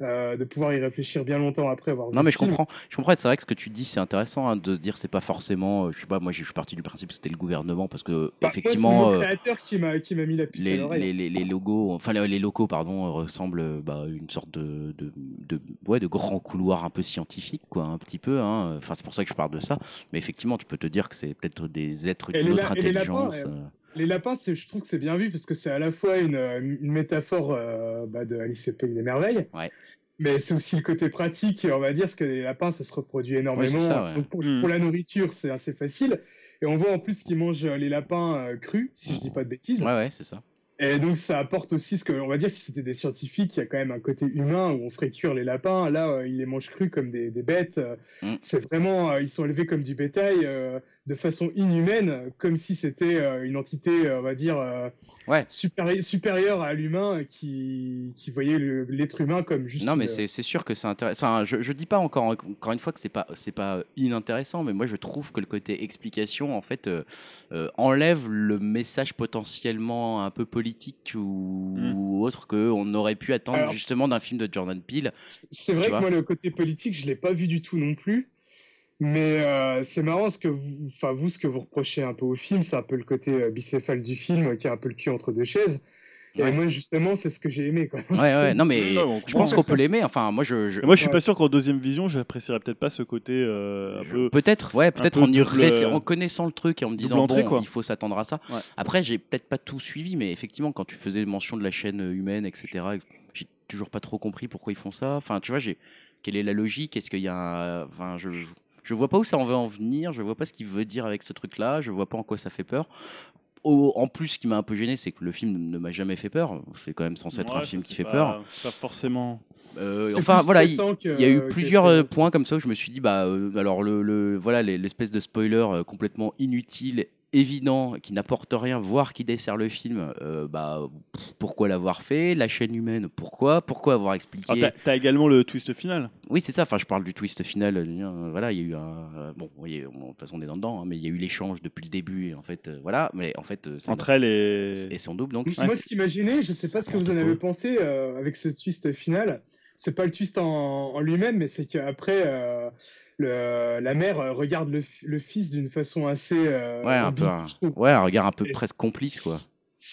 euh, de pouvoir y réfléchir bien longtemps après avoir vu Non mais le je film. comprends, je comprends. C'est vrai que ce que tu dis c'est intéressant hein, de dire c'est pas forcément, euh, je sais pas, moi je suis parti du principe que c'était le gouvernement parce que Bah, moi, effectivement, c'est le euh, créateur qui m'a qui m'a mis la puce à les, l'oreille les, les, les logos, enfin les, les locaux, pardon, euh, ressemblent euh, bah, à une sorte de, de, de, ouais, de grand couloir un peu scientifique, quoi, un petit peu. Hein. Enfin, c'est pour ça que je parle de ça. Mais effectivement, tu peux te dire que c'est peut-être des êtres Et d'une les autre la- et les lapins, intelligence. ouais. euh. Les lapins, c'est- je trouve que c'est bien vu parce que c'est à la fois une, euh, une métaphore euh, bah, de Alice au Pays des Merveilles, Ouais. mais c'est aussi le côté pratique, on va dire, parce que les lapins, ça se reproduit énormément. ça, ouais. Donc, pour, Mm. pour la nourriture, c'est assez facile. Et on voit en plus qu'ils mangent euh, les lapins euh, crus, si je dis pas de bêtises. Ouais, ouais, c'est ça. Et donc ça apporte aussi ce que, on va dire, si c'était des scientifiques, il y a quand même un côté humain où on ferait cuire les lapins. Là, euh, ils les mangent crus comme des, des bêtes. Euh, Mm. C'est vraiment, euh, ils sont élevés comme du bétail, euh, de façon inhumaine, comme si c'était euh, une entité, euh, on va dire, euh, Ouais. supérie- supérieure à l'humain euh, qui, qui voyait le- l'être humain comme juste. euh, Non, mais une- c'est c'est sûr que c'est intéressant. Enfin, je, je dis pas encore, hein, encore une fois que c'est pas, c'est pas euh, inintéressant, mais moi je trouve que le côté explication en fait euh, euh, enlève le message potentiellement un peu politique ou, Mm. ou autre que on aurait pu attendre Mmh. Alors, justement d'un c'est- film de Jordan Peele. C'est vrai Tu que vois moi, le côté politique, je l'ai pas vu du tout non plus. Mais euh, c'est marrant ce que vous, enfin vous, ce que vous reprochez un peu au film, c'est un peu le côté euh, bicéphale du film euh, qui a un peu le cul entre deux chaises. Ouais. Et moi, justement, c'est ce que j'ai aimé. Quoi. Ouais, ouais. Non, mais euh, Non, on je comprend. pense qu'on peut l'aimer. Enfin, moi je, je- Et moi, je suis pas sûr qu'en deuxième vision, j'apprécierais peut-être pas ce côté euh, un peu. Peut-être, ouais, peut-être peu en, y double, réfé- euh, en connaissant le truc et en me disant double entrée, bon, quoi. il faut s'attendre à ça. Ouais. Après, j'ai peut-être pas tout suivi, mais effectivement, quand tu faisais mention de la chaîne euh, humaine, etc., j'ai toujours pas trop compris pourquoi ils font ça. Enfin, tu vois, j'ai quelle est la logique Est-ce qu'il y a, un... euh, enfin, je je vois pas où ça en veut en venir. Je vois pas ce qu'il veut dire avec ce truc-là. Je vois pas en quoi ça fait peur. Au- En plus, ce qui m'a un peu gêné, c'est que le film ne m'a jamais fait peur. C'est quand même censé être un Ouais, film ça, qui c'est fait pas- peur. c'est Pas forcément. Euh, C'est enfin, plus voilà, il- stressant que- il y a eu que- plusieurs euh, points comme ça où je me suis dit bah euh, alors le, le- voilà les- l'espèce de spoiler euh, complètement inutile évident qui n'apporte rien voire qui dessert le film euh, bah pff, pourquoi l'avoir fait la chaîne humaine pourquoi pourquoi avoir expliqué Alors, Ah, t'as- T'as également le twist final. oui, c'est ça. Enfin, je parle du twist final. euh, voilà, il y a eu un. euh, Bon, vous voyez, on- de toute façon, on est dans le dedans, hein, mais il y a eu l'échange depuis le début. Et en fait, euh, voilà. Mais en fait, euh, ça Entre elle et. et son double. Donc, Moi, ce qui m'a gêné, je sais pas ce que vous en avez pensé euh, avec ce twist final. C'est pas le twist en, en lui-même, mais c'est qu'après, euh, le- la mère euh, regarde le, fi- le fils d'une façon assez. euh, ouais, un peu. hein. ambiguë, Un... je trouve. Ouais, un regard un peu Et presque complice, quoi.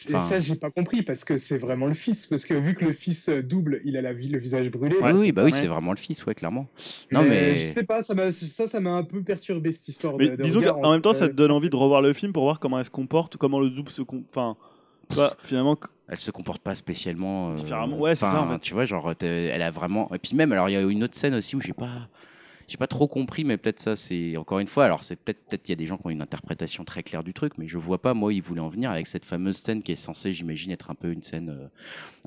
Et Enfin- ça, j'ai pas compris parce que c'est vraiment le fils. Parce que vu que le fils euh, double, il a la, vi- le visage brûlé. oui, oui, bah oui, Ouais. c'est vraiment le fils, ouais, clairement. ben, Non, mais. Je sais pas, ça m'a ça, ça m'a un peu perturbé cette histoire. Mais de, de disons regard qu'en même temps, entre- euh, ça te donne envie de revoir le film pour voir comment elle se comporte, comment le double se comporte. Enfin, tu vois, finalement, que- elle se comporte pas spécialement euh, Différemment, ouais, c'est ça, en enfin, fait. tu vois genre t'es- elle a vraiment et puis même alors il y a une autre scène aussi où j'ai pas j'ai pas trop compris mais peut-être ça c'est encore une fois alors c'est peut-être peut-être il y a des gens qui ont une interprétation très claire du truc mais je vois pas moi où ils voulaient en venir avec cette fameuse scène qui est censée j'imagine être un peu une scène euh,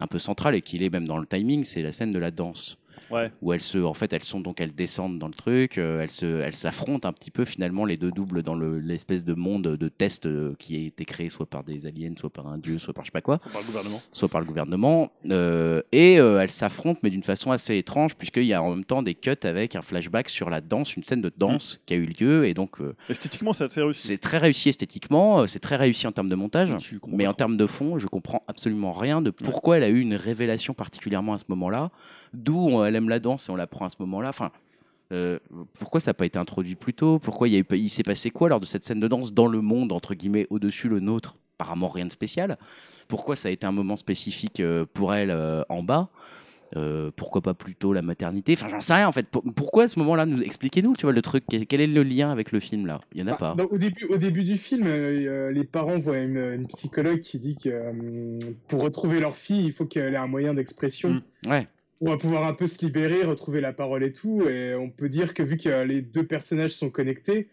un peu centrale et qu'il est même dans le timing c'est la scène de la danse Ouais. où elles se en fait elles sont donc elles descendent dans le truc euh, elles se elles s'affrontent un petit peu finalement les deux doubles dans le- l'espèce de monde de test euh, qui a été créé soit par des aliens soit par un dieu soit par je sais pas quoi par le gouvernement. soit par le gouvernement, euh, et euh, elles s'affrontent, mais d'une façon assez étrange, puisqu'il y a en même temps des cuts avec un flashback sur la danse, une scène de danse qui a eu lieu, et donc euh, Esthétiquement, c'est assez réussi. c'est très réussi esthétiquement, euh, c'est très réussi en termes de montage, Tu comprends mais pas en termes de fond, je comprends absolument rien de pourquoi elle a eu une révélation particulièrement à ce moment-là, d'où euh, elle aime la danse et on la prend à ce moment-là, enfin... euh, pourquoi ça n'a pas été introduit plus tôt Pourquoi il, y a eu, il s'est passé quoi lors de cette scène de danse dans le monde, entre guillemets, au-dessus le nôtre Apparemment rien de spécial. Pourquoi ça a été un moment spécifique euh, pour elle euh, en bas Euh, pourquoi pas plutôt la maternité Enfin, j'en sais rien en fait. Pour- Pourquoi à ce moment-là nous expliquez-nous, tu vois le truc Quel quel est le lien avec le film là Il y en a Bah, pas. hein. dans- au, début, au début du film, euh, euh, les parents voient une, une psychologue qui dit que euh, pour retrouver leur fille, il faut qu'elle ait un moyen d'expression. Mm. Ouais. On va pouvoir un peu se libérer, retrouver la parole et tout. Et on peut dire que vu que euh, les deux personnages sont connectés,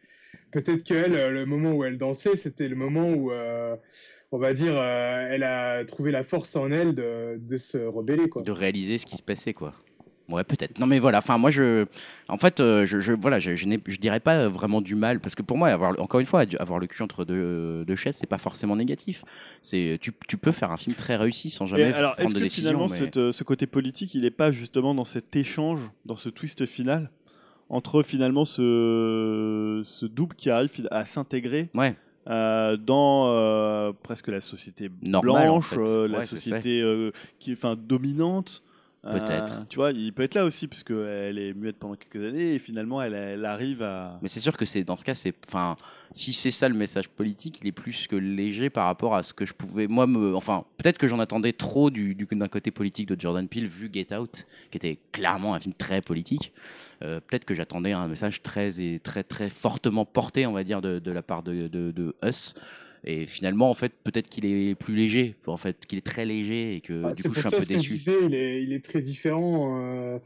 peut-être qu'elle, euh, le moment où elle dansait, c'était le moment où, euh, on va dire, euh, elle a trouvé la force en elle de, de se rebeller. Quoi. de réaliser ce qui se passait quoi. Ouais, peut-être. Non, mais voilà. Enfin, moi, je, en fait, euh, je, je- voilà, je, je, n'ai- je dirais pas vraiment du mal parce que pour moi, avoir, encore une fois, avoir le cul entre deux, deux chaises, c'est pas forcément négatif. C'est, tu, tu peux faire un film très réussi sans Et jamais alors, prendre est-ce de que décision. finalement, mais- cette, euh, ce côté politique, il n'est pas justement dans cet échange, dans ce twist final, entre finalement ce, ce double qui arrive fi- à s'intégrer Ouais. euh, dans euh, presque la société Normal, en blanche, fait. euh, la Ouais, c'est ça. société euh, qui est enfin dominante. Euh, Peut-être. tu vois, il peut être là aussi, parce qu'elle est muette pendant quelques années, et finalement, elle, elle arrive à... Mais c'est sûr que c'est dans ce cas, c'est, enfin, si c'est ça le message politique, il est plus que léger par rapport à ce que je pouvais, moi, me, enfin, peut-être que j'en attendais trop du, du- d'un côté politique de Jordan Peele vu Get Out, qui était clairement un film très politique. Euh, peut-être que j'attendais un message très et très très fortement porté, on va dire, de, de la part de, de, de Us. Et finalement, en fait, peut-être qu'il est plus léger, en fait, qu'il est très léger et que Ah, Euh, du c'est coup, je suis pour un ça peu ce que je déçu. disais, il est, il est très différent. euh,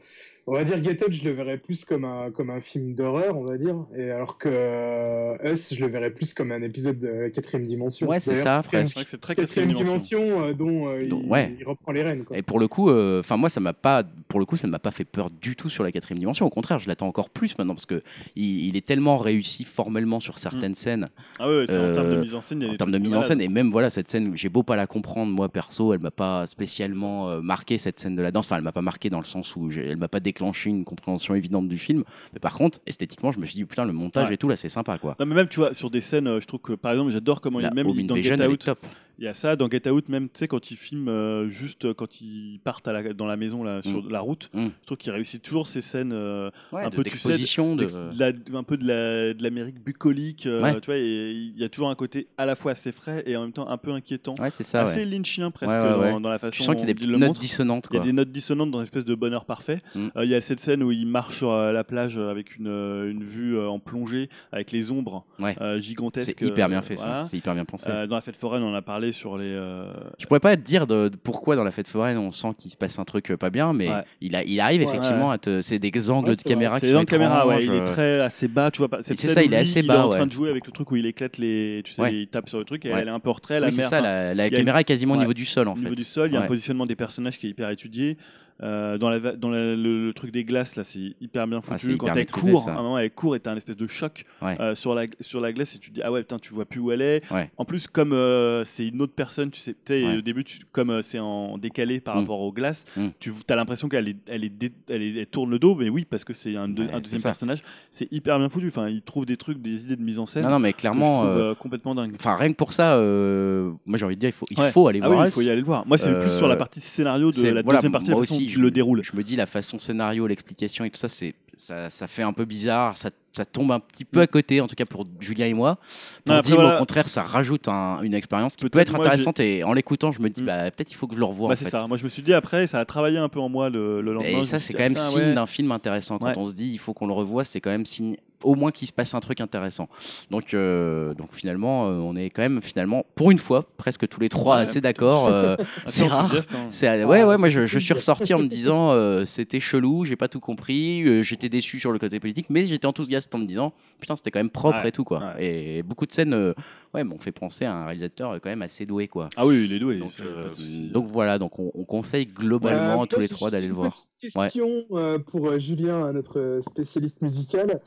on va dire Get Out, je le verrais plus comme un, comme un film d'horreur, on va dire, et alors que euh, Us, je le verrais plus comme un épisode de la quatrième dimension. Ouais, c'est D'ailleurs, ça, C'est presque. vrai que c'est très Quatrième quatrième dimension. dimension, euh, dont, euh, Donc, il, ouais. il reprend les rênes. Quoi. Et pour le coup, euh, enfin moi ça m'a pas, pour le coup ça ne m'a pas fait peur du tout sur la quatrième dimension. Au contraire, je l'attends encore plus maintenant parce que il, il est tellement réussi formellement sur certaines scènes Ah ouais, c'est en termes de Euh, mise en scène. il y a en des termes de trucs mise en malades. scène et même voilà cette scène j'ai beau pas la comprendre moi perso elle m'a pas spécialement euh, marqué cette scène de la danse enfin elle m'a pas marqué dans le sens où j'ai- elle m'a pas déclenché une compréhension évidente du film mais par contre esthétiquement je me suis dit putain le montage Ouais. et tout là c'est sympa quoi Non, mais même, tu vois, sur des scènes, euh, je trouve que, par exemple, j'adore comment la il même Home dans Invasion, Get elle est Out. top Il y a ça dans Get Out, même, tu sais, quand ils filment euh, juste euh, quand ils partent à la- dans la maison, là, sur la route, Mm. je trouve qu'il réussit toujours ces scènes euh, Ouais, un de- peu, tu sais, d'exposition de, d'ex- de la- un peu de la- de l'Amérique bucolique, euh, Ouais. tu vois, et il y a toujours un côté à la fois assez frais et en même temps un peu inquiétant. ouais c'est ça assez ouais. lynchien presque Ouais, ouais, dans- Dans, ouais. la façon tu sens qu'il y a des dont il petites le notes montre. dissonantes Il y a quoi des notes dissonantes dans l'espèce de bonheur parfait. Euh, Mm. Il y a cette scène où il marche sur euh, la plage euh, avec une, euh, une vue euh, en plongée, avec les ombres Ouais. euh, gigantesques. c'est hyper bien euh, fait voilà. ça c'est hyper bien pensé Euh, dans la fête foraine, on en a parlé sur les. euh, Je pourrais pas te dire de, de pourquoi dans la fête foraine on sent qu'il se passe un truc euh, pas bien, mais Ouais. il, a, il arrive Ouais, effectivement à te. C'est des angles Ouais, de c'est vrai. caméra qui C'est sont dans le caméra, ouais. étranges, Il est euh, très assez bas, tu vois. pas- Et c'est scène ça, où il est lui, assez Il est bas, en train ouais. de jouer avec le truc où il éclate les. Tu sais, Ouais. il tape sur le truc et Ouais. elle est un peu en retrait. La Oui, c'est mer, ça, la, la il y a- caméra est quasiment au ouais. niveau du sol en au niveau fait. du sol, il y a un Ouais. positionnement des personnages qui est hyper étudié. Euh, dans la, va- dans la- le, le truc des glaces, là, c'est hyper bien Ah, foutu. c'est hyper Quand elle maîtrisé, court, ça. à un moment, elle court et t'as un espèce de choc Ouais. euh, sur, la, sur la glace et tu te dis, ah ouais, putain, tu vois plus où elle est. Ouais. En plus, comme euh, c'est une autre personne, tu sais, tu sais, Ouais. au début, tu- comme euh, c'est en décalé par Mm. rapport aux glaces, Mm. tu as l'impression qu'elle est, elle est, dé- elle est- elle tourne le dos, mais oui, parce que c'est un, deux- Ouais, un c'est deuxième ça. personnage. C'est hyper bien foutu. Enfin, il trouve des trucs, des idées de mise en scène. Non, non, mais que je clairement, trouve, euh, euh, complètement dingue. enfin rien que pour ça, euh, moi j'ai envie de dire il faut, il Ouais. faut aller Ah oui, voir. il faut y aller le voir. Moi, c'est plus Euh, sur la partie scénario de C'est- la voilà, deuxième partie, la moi façon aussi, dont je il le me- déroule. Je me dis la façon scénario, l'explication et tout ça, c'est ça, ça fait un peu bizarre, ça, ça tombe un petit peu à côté, en tout cas pour Julien et moi. Pour Ouais, Mm. après, Dim, voilà. au contraire, ça rajoute un- une expérience qui peut Peut-être, être moi, intéressante et en l'écoutant, je me dis Mm. bah, peut-être il faut que je le revoie Bah, en c'est fait. ça. Moi, je me suis dit après, ça a travaillé un peu en moi le, le lendemain. Et Je me ça, suis c'est dit, quand même ah, signe hein. ouais. d'un film intéressant. Quand Ouais. on se dit il faut qu'on le revoie, c'est quand même signe au moins qu'il se passe un truc intéressant. Donc, euh, donc finalement, euh, on est quand même finalement pour une fois presque tous les trois Ouais. assez d'accord. euh, Attends, c'est rare. enthousiaste, hein. c'est- ouais, ouais, moi je, je cool. suis ressorti en me disant euh, c'était chelou, j'ai pas tout compris, euh, j'étais déçu sur le côté politique, mais j'étais enthousiaste en me disant putain c'était quand même propre Ouais, et tout quoi. Et beaucoup de scènes, euh, ouais, m'ont fait penser à un réalisateur euh, quand même assez doué quoi. Ah oui, il est doué. Donc, ça, y a euh, pas de souci. donc voilà, donc on, on conseille globalement Euh, tous moi, les j'ai trois juste d'aller le une voir. petite Ouais. question euh, pour euh, Julien, notre euh, spécialiste musical.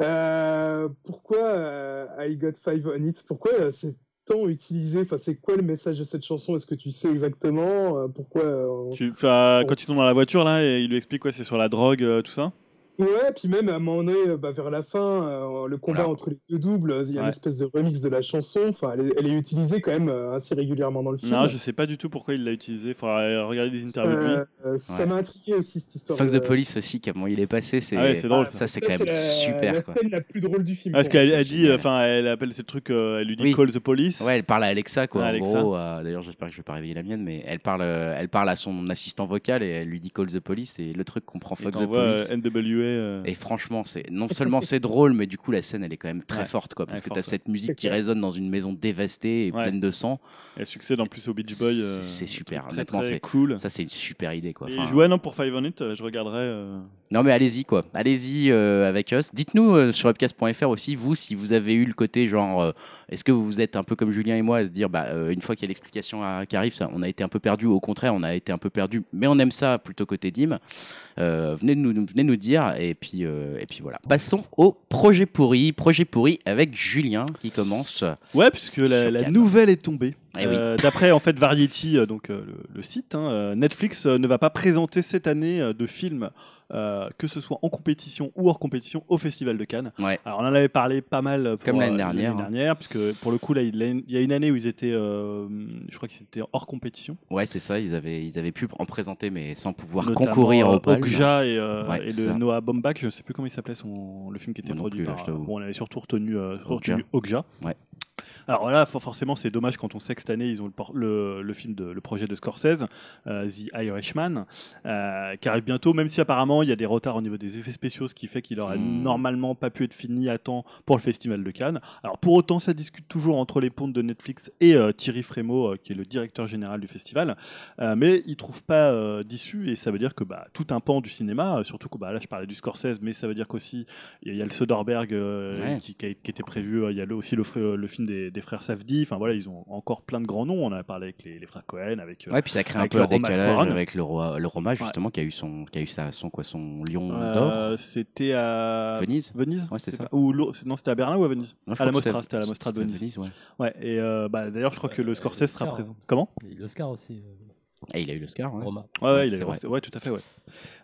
Euh, pourquoi euh, I Got Five on It Pourquoi euh, c'est tant utilisé Enfin, c'est quoi le message de cette chanson Est-ce que tu sais exactement euh, pourquoi euh, Tu- enfin, quand ils sont dans la voiture là, et il lui explique quoi, c'est sur la drogue, euh, tout ça. Ouais, puis même à un moment donné, euh, bah, vers la fin, euh, le combat Voilà. entre les deux doubles, euh, il y Ouais. a une espèce de remix de la chanson. Enfin, elle, est- elle est utilisée quand même euh, assez régulièrement dans Hmm. le film. Non, je sais pas du tout pourquoi il l'a utilisé. Faudra euh, regarder des ça, interviews de lui. euh, ça Ouais. m'a intrigué aussi cette histoire. Fox de police aussi, comment il est passé, c'est Ah ouais, c'est drôle. Ça. ça c'est quand même la- La super. Quoi. scène la plus drôle du film. Parce pour moi. qu'elle c'est elle dit, génial. enfin, elle appelle ce truc, euh, elle lui dit Oui. call the police. Ouais, elle parle à Alexa quoi. Ah, en Alexa. gros, euh, d'ailleurs j'espère que je vais pas réveiller la mienne, mais elle parle, euh, elle parle à son assistant vocal et elle lui dit call the police et le truc qu'on prend Et Fox the t'envoies euh, police. NWA. euh, Et franchement, c'est non seulement c'est drôle, mais du coup la scène elle est quand même très Ouais. forte quoi, parce Ouais, que forte, t'as ouais. cette musique C'est qui clair. résonne dans une maison dévastée et Ouais. pleine de sang. Elle succède en plus au Beach C'est Boy. euh, c'est super, Très, honnêtement très c'est cool. ça c'est une super idée quoi. Et Enfin, je- ouais, non, pour Five Minutes, je regarderai. euh, Non mais allez-y quoi, allez-y euh, avec us. Dites-nous euh, sur upcast.fr aussi vous si vous avez eu le côté genre euh, est-ce que vous êtes un peu comme Julien et moi à se dire bah euh, une fois qu'il y a l'explication à- qui arrive ça on a été un peu perdu au contraire on a été un peu perdu mais on aime ça plutôt côté Dim. Euh, venez nous nous- venez nous dire et puis euh, et puis voilà. Passons au projet pourri, projet pourri avec Julien qui commence. Ouais, puisque la, Sur la quatre. nouvelle est tombée. Eh oui. Euh, D'après en fait Variety, euh, donc euh, le, le site, hein, euh, Netflix euh, ne va pas présenter cette année euh, de films, euh, que ce soit en compétition ou hors compétition, au Festival de Cannes. Ouais. Alors on en avait parlé pas mal euh, pour, Comme l'année euh, dernière, hein. dernière, puisque pour le coup là, il y a une- il y a une année où ils étaient, euh, je crois qu'ils étaient hors compétition. Ouais c'est ça ils avaient ils avaient pu en présenter mais sans pouvoir Notamment, concourir euh, au palme. Okja et, euh, Ouais, et c'est le ça. Noah Baumbach, je sais plus comment il s'appelait son le film qui était Moi non produit plus, là, je par- t'avoue. bon, on avait surtout retenu, euh, Okja. retenu Okja. Ouais. Alors là, for- forcément, c'est dommage quand on sait que cette année, ils ont le, por- le, le film, de, le projet de Scorsese, euh, The Irishman, euh, qui arrive bientôt, même si apparemment il y a des retards au niveau des effets spéciaux, ce qui fait qu'il aurait Mm. normalement pas pu être fini à temps pour le Festival de Cannes. Alors pour autant, ça discute toujours entre les pontes de Netflix et euh, Thierry Frémaux, euh, qui est le directeur général du festival, Euh, mais ils trouvent pas euh, d'issue, et ça veut dire que bah, tout un pan du cinéma, euh, surtout que bah, là je parlais du Scorsese, mais ça veut dire qu'aussi il y a le Soderbergh euh, Ouais. qui, qui a- qui était prévu. euh, Il y a le- aussi le, fr- le film des, des frères Safdie. Enfin voilà, ils ont encore plein de grands noms. On en a parlé avec les, les frères Cohen, avec. euh, Ouais, puis ça crée un Avec peu le un Roma décalage Corona. avec le roi, le Roma justement qui a eu son, qui a eu sa, son quoi, son lion d'or, euh, c'était à Venise. Venise. Ouais, c'est ça. pas- Ou l'au- non, c'était à Berlin ou à Venise. Non, je à la crois que Mostra, c'était à la Mostra de c'était Venise. ouais. Ouais. Et euh, bah, d'ailleurs, je crois que Euh, le Scorsese sera l'Oscar. présent. Comment Et l'Oscar aussi, euh, Et il a eu l'Oscar. Ouais. Roma. Ouais, ouais, il c'est est- vrai. c'est- ouais, tout à fait, ouais.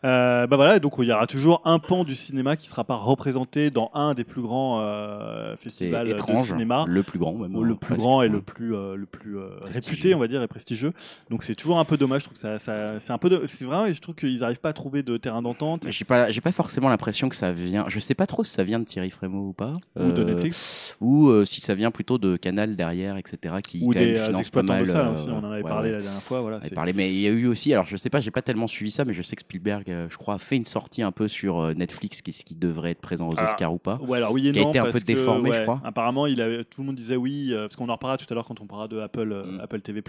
Euh, bah voilà, donc il y aura toujours un pan du cinéma qui sera pas représenté dans un des plus grands euh, C'est festivals de étrange. cinéma. Le plus grand, même. Ou le hein, plus presque, grand et ouais. le plus, euh, le plus euh, Prestigieux. réputé, on va dire, et prestigieux. Donc c'est toujours un peu dommage. Je trouve que ça, ça- c'est un peu, de- c'est vrai. et Je trouve qu'ils n'arrivent pas à trouver de terrain d'entente. J'ai pas, j'ai pas forcément l'impression que ça vient. Je sais pas trop si ça vient de Thierry Frémaux ou pas. Ou euh, de Netflix, Ou euh, si ça vient plutôt de Canal derrière, etc. Qui ou quand même, des euh, finance exploitants pas mal, de salles. euh, aussi, on en avait ouais, parlé ouais, la dernière fois. Voilà, on avait c'est- parlé, mais il y a eu aussi, alors je sais pas, j'ai pas tellement suivi ça, mais je sais que Spielberg, euh, je crois, a fait une sortie un peu sur euh, Netflix, qu'est-ce qui devrait être présent aux Ah. Oscars ou pas. Ouais, alors oui et qui a non, été un peu parce que, déformé, je ouais, crois. Apparemment, il avait, tout le monde disait oui, euh, parce qu'on en reparlera tout à l'heure quand on parlera de Apple, euh, Mm. Apple TV+.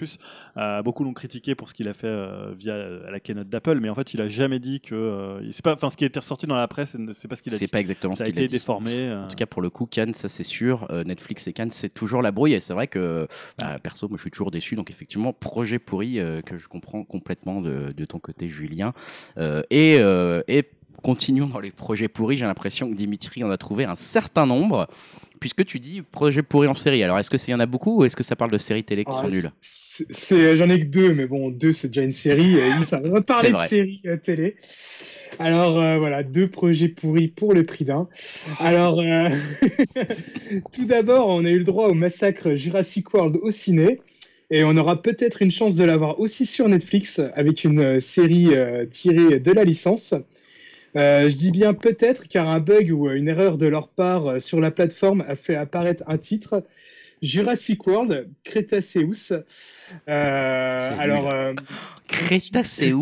Euh, beaucoup l'ont critiqué pour ce qu'il a fait euh, via euh, la keynote d'Apple, mais en fait, il a jamais dit que. euh, il- c'est pas, enfin, ce qui était ressorti dans la presse, c'est pas ce qu'il a C'est dit. pas exactement ça ce a qu'il a été dit. déformé. euh, En tout cas, pour le coup, Cannes, ça c'est sûr. euh, Netflix et Cannes, c'est toujours la brouille. Et c'est vrai que, bah, perso, moi je suis toujours déçu. Donc, effectivement, projet pourri euh, que je comprends complètement de, de ton côté, Julien. Euh, et. euh, et Continuons dans les projets pourris. J'ai l'impression que Dimitri en a trouvé un certain nombre, puisque tu dis projet pourri en série. Alors, est-ce que c'est y en a beaucoup ou est-ce que ça parle de séries télé qui Ah, sont nulles c'est- c'est- euh, J'en ai que deux, mais bon, deux, c'est déjà une série. Et il s'en va parler C'est de vrai. séries euh, télé. Alors, euh, voilà, deux projets pourris pour le prix d'un. Alors, euh, tout d'abord, on a eu le droit au massacre Jurassic World au ciné. Et on aura peut-être une chance de l'avoir aussi sur Netflix avec une euh, série euh, tirée de la licence. Euh, je dis bien peut-être car un bug ou euh, une erreur de leur part euh, sur la plateforme a fait apparaître un titre Jurassic World Cretaceous. Euh, alors, euh, Crétaceus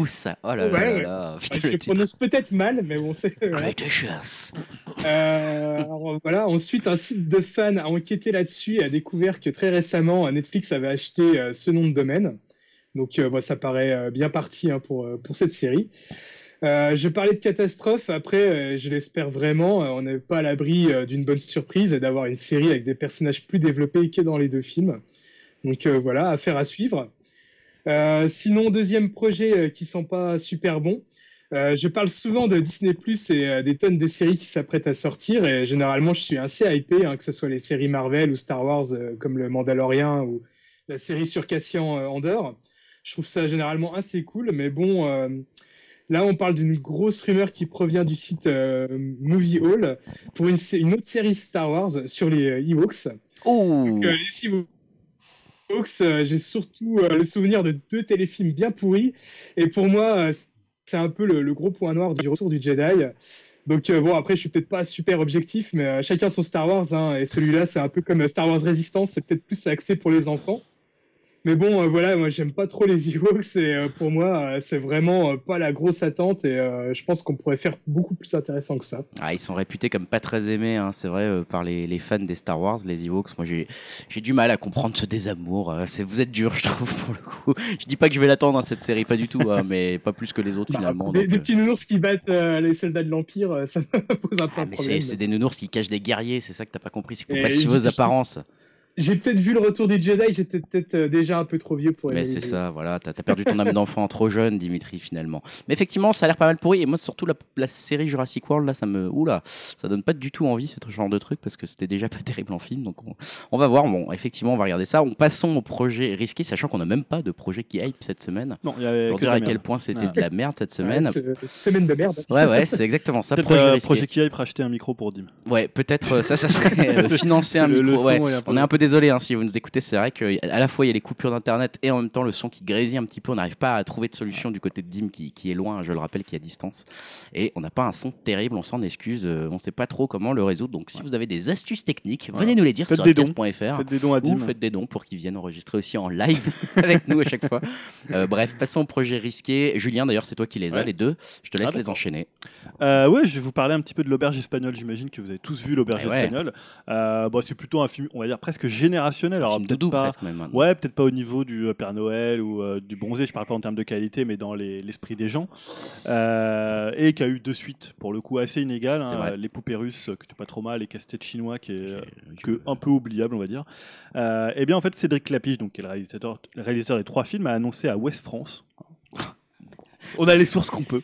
Oh là là là Ouais, ouais. là Putain, je le le titre. prononce peut-être mal, mais bon, c'est. Ah euh, voilà. Cretaceous. Euh, alors, voilà. Ensuite, un site de fans a enquêté là-dessus et a découvert que très récemment, euh, Netflix avait acheté euh, ce nom de domaine. Donc, euh, bon, ça paraît euh, bien parti hein, pour, euh, pour cette série. Euh, je parlais de catastrophe. Après, euh, je l'espère vraiment, euh, on n'est pas à l'abri euh, d'une bonne surprise et d'avoir une série avec des personnages plus développés que dans les deux films. Donc euh, voilà, affaire à suivre. Euh, sinon, deuxième projet euh, qui sent pas super bon. Euh, je parle souvent de Disney Plus et euh, des tonnes de séries qui s'apprêtent à sortir. Et généralement, je suis assez hypé, hein, que ce soit les séries Marvel ou Star Wars, euh, comme le Mandalorian ou la série sur Cassian euh, Andor. Je trouve ça généralement assez cool, mais bon, euh, là, on parle d'une grosse rumeur qui provient du site euh, Movie Hall pour une, sé- une autre série Star Wars sur les euh, Ewoks. Oh Euh, les Sea Hawks, euh, j'ai surtout euh, le souvenir de deux téléfilms bien pourris. Et pour moi, euh, c'est un peu le, le gros point noir du retour du Jedi. Donc euh, bon, après, je suis peut-être pas super objectif, mais euh, chacun son Star Wars. hein, et celui-là, c'est un peu comme euh, Star Wars Resistance, c'est peut-être plus axé pour les enfants. Mais bon, euh, voilà, moi j'aime pas trop les Ewoks et euh, pour moi euh, c'est vraiment euh, pas la grosse attente et euh, je pense qu'on pourrait faire beaucoup plus intéressant que ça. Ah, ils sont réputés comme pas très aimés, hein, c'est vrai, euh, par les, les fans des Star Wars, les Ewoks. Moi, j'ai j'ai du mal à comprendre ce désamour. euh, c'est- vous êtes dur, je trouve, pour le coup. Je dis pas que je vais l'attendre, hein, cette série, pas du tout, hein, mais pas plus que les autres, Bah, finalement. des, donc, des euh, petits nounours qui battent euh, les soldats de l'Empire, euh, ça me pose un peu ah, un mais c'est problème. c'est des nounours qui cachent des guerriers, c'est ça que t'as pas compris, c'est pour Et pas si ils- vos ils- apparences. J'ai peut-être vu le retour des Jedi, j'étais peut-être euh, déjà un peu trop vieux pour Mais aimer c'est les- ça, voilà, t'as t'as perdu ton âme d'enfant trop jeune, Dimitri, finalement. Mais effectivement, ça a l'air pas mal pourri. Et moi, surtout, la, la série Jurassic World, là, ça me. Oula, ça donne pas du tout envie, ce genre de truc, parce que c'était déjà pas terrible en film. Donc, on, on va voir. Bon, effectivement, on va regarder ça. On passons au projet risqué, sachant qu'on a même pas de projet qui hype cette semaine. Non, il y avait Pour que de dire la à merde. quel point c'était Euh, Ah. Ouais. de la merde cette Ouais, semaine. ce- semaine de merde. Ouais, ouais, c'est exactement ça. Peut-être Projet euh, risqué. Projet Kia pour acheter un micro pour Dim. Ouais, peut-être euh, ça, ça serait euh, financer un Le- le micro. ouais. son est un peu- On est un peu désolé hein, si vous nous écoutez, c'est vrai qu'à la fois il y a les coupures d'internet et en même temps le son qui grésille un petit peu. On n'arrive pas à trouver de solution du côté de Dim qui, qui est loin, je le rappelle, qui est à distance. Et on n'a pas un son terrible, on s'en excuse. euh, on ne sait pas trop comment le résoudre. Donc si vous avez des astuces techniques, venez Voilà. nous les dire Faites sur des dons. podcast.fr. Faites des dons à Ou Dim. faites des dons pour qu'ils viennent enregistrer aussi en live avec nous à chaque fois. Euh, bref, passons au projet risqué. Julien, d'ailleurs, c'est toi qui les as, Ouais. Ah, les deux. Je te laisse les d'accord. enchaîner. Euh, ouais, je vais vous parler un petit peu de l'auberge espagnole. J'imagine que vous avez tous vu l'auberge Eh ouais. espagnole. Euh, bon, c'est plutôt un film, on va dire presque générationnel. Alors Film peut-être doudou, pas. presque, même. Ouais, peut-être pas au niveau du euh, Père Noël ou euh, du bronzé, je parle pas en termes de qualité, mais dans les- l'esprit des gens. Euh, et qui a eu deux suites, pour le coup, assez inégales. C'est hein. vrai. les poupées russes, euh, que tu pas trop mal, les casse-têtes chinois, qui est euh, J'ai- que un peu oubliable, on va dire. Euh, eh bien, en fait, Cédric Clapiche, donc, qui est le réalisateur, le réalisateur des trois films, a annoncé à West France. On a les sources qu'on peut.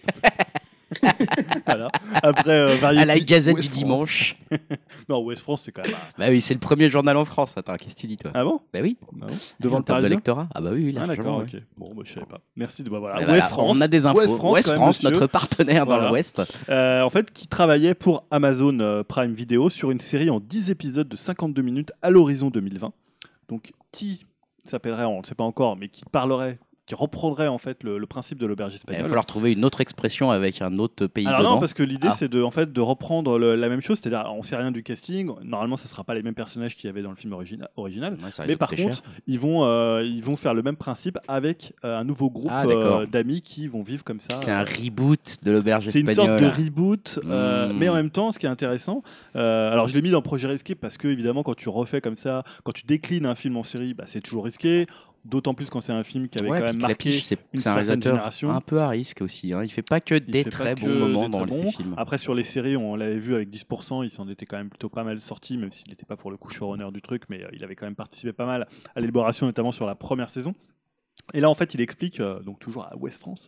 voilà. Après, euh, à Variety, la Gazette Ouest du France. dimanche. Non, West France, c'est quand même. un- Bah oui, c'est le premier journal en France. Attends, qu'est-ce que tu dis toi Ah bon Bah oui, Devant en termes de le Parisien lectorat. Ah bah oui, oui, Ah largement. d'accord, ouais. ok. Bon, bah, je savais pas. Merci de bah, voilà. Bah West voilà, France. on a des infos. West France, quand même, monsieur. notre partenaire dans Voilà. l'Ouest. Euh, en fait, qui travaillait pour Amazon euh, Prime Video sur une série en 10 épisodes de 52 minutes à l'horizon 2020. Donc, qui s'appellerait, on ne sait pas encore, mais qui parlerait, qui reprendrait en fait le, le principe de l'auberge Il va espagnole. falloir trouver une autre expression avec un autre pays Alors non, dedans. parce que l'idée Ah. c'est de en fait de reprendre le- la même chose, c'est-à-dire on sait rien du casting. Normalement, ça sera pas les mêmes personnages qu'il y avait dans le film origina- original. Ouais, ça risque Mais de par coûter contre, cher. ils vont euh, ils vont faire le même principe avec euh, un nouveau groupe Ah, d'accord. euh, d'amis qui vont vivre comme ça. c'est un euh, reboot de l'auberge c'est une espagnole. sorte de reboot, euh, Mm. mais en même temps, ce qui est intéressant, euh, alors je l'ai mis dans Projet Risqué parce que, évidemment, quand tu refais comme ça, quand tu déclines un film en série, bah, c'est toujours risqué, d'autant plus quand c'est un film qui avait Ouais, quand même puis Clapiche, marqué. c'est une c'est un certaine réalisateur génération. un peu à risque aussi. hein. Il fait pas que Il des fait pas très que bons moments des dans très ses bons. Ah. films. Après, sur les séries, on l'avait vu avec 10%, il s'en était quand même plutôt pas mal sorti, même s'il n'était pas pour le coup showrunner du truc, mais euh, il avait quand même participé pas mal à l'élaboration, notamment sur la première saison. Et là, en fait, il explique, euh, donc toujours à West France,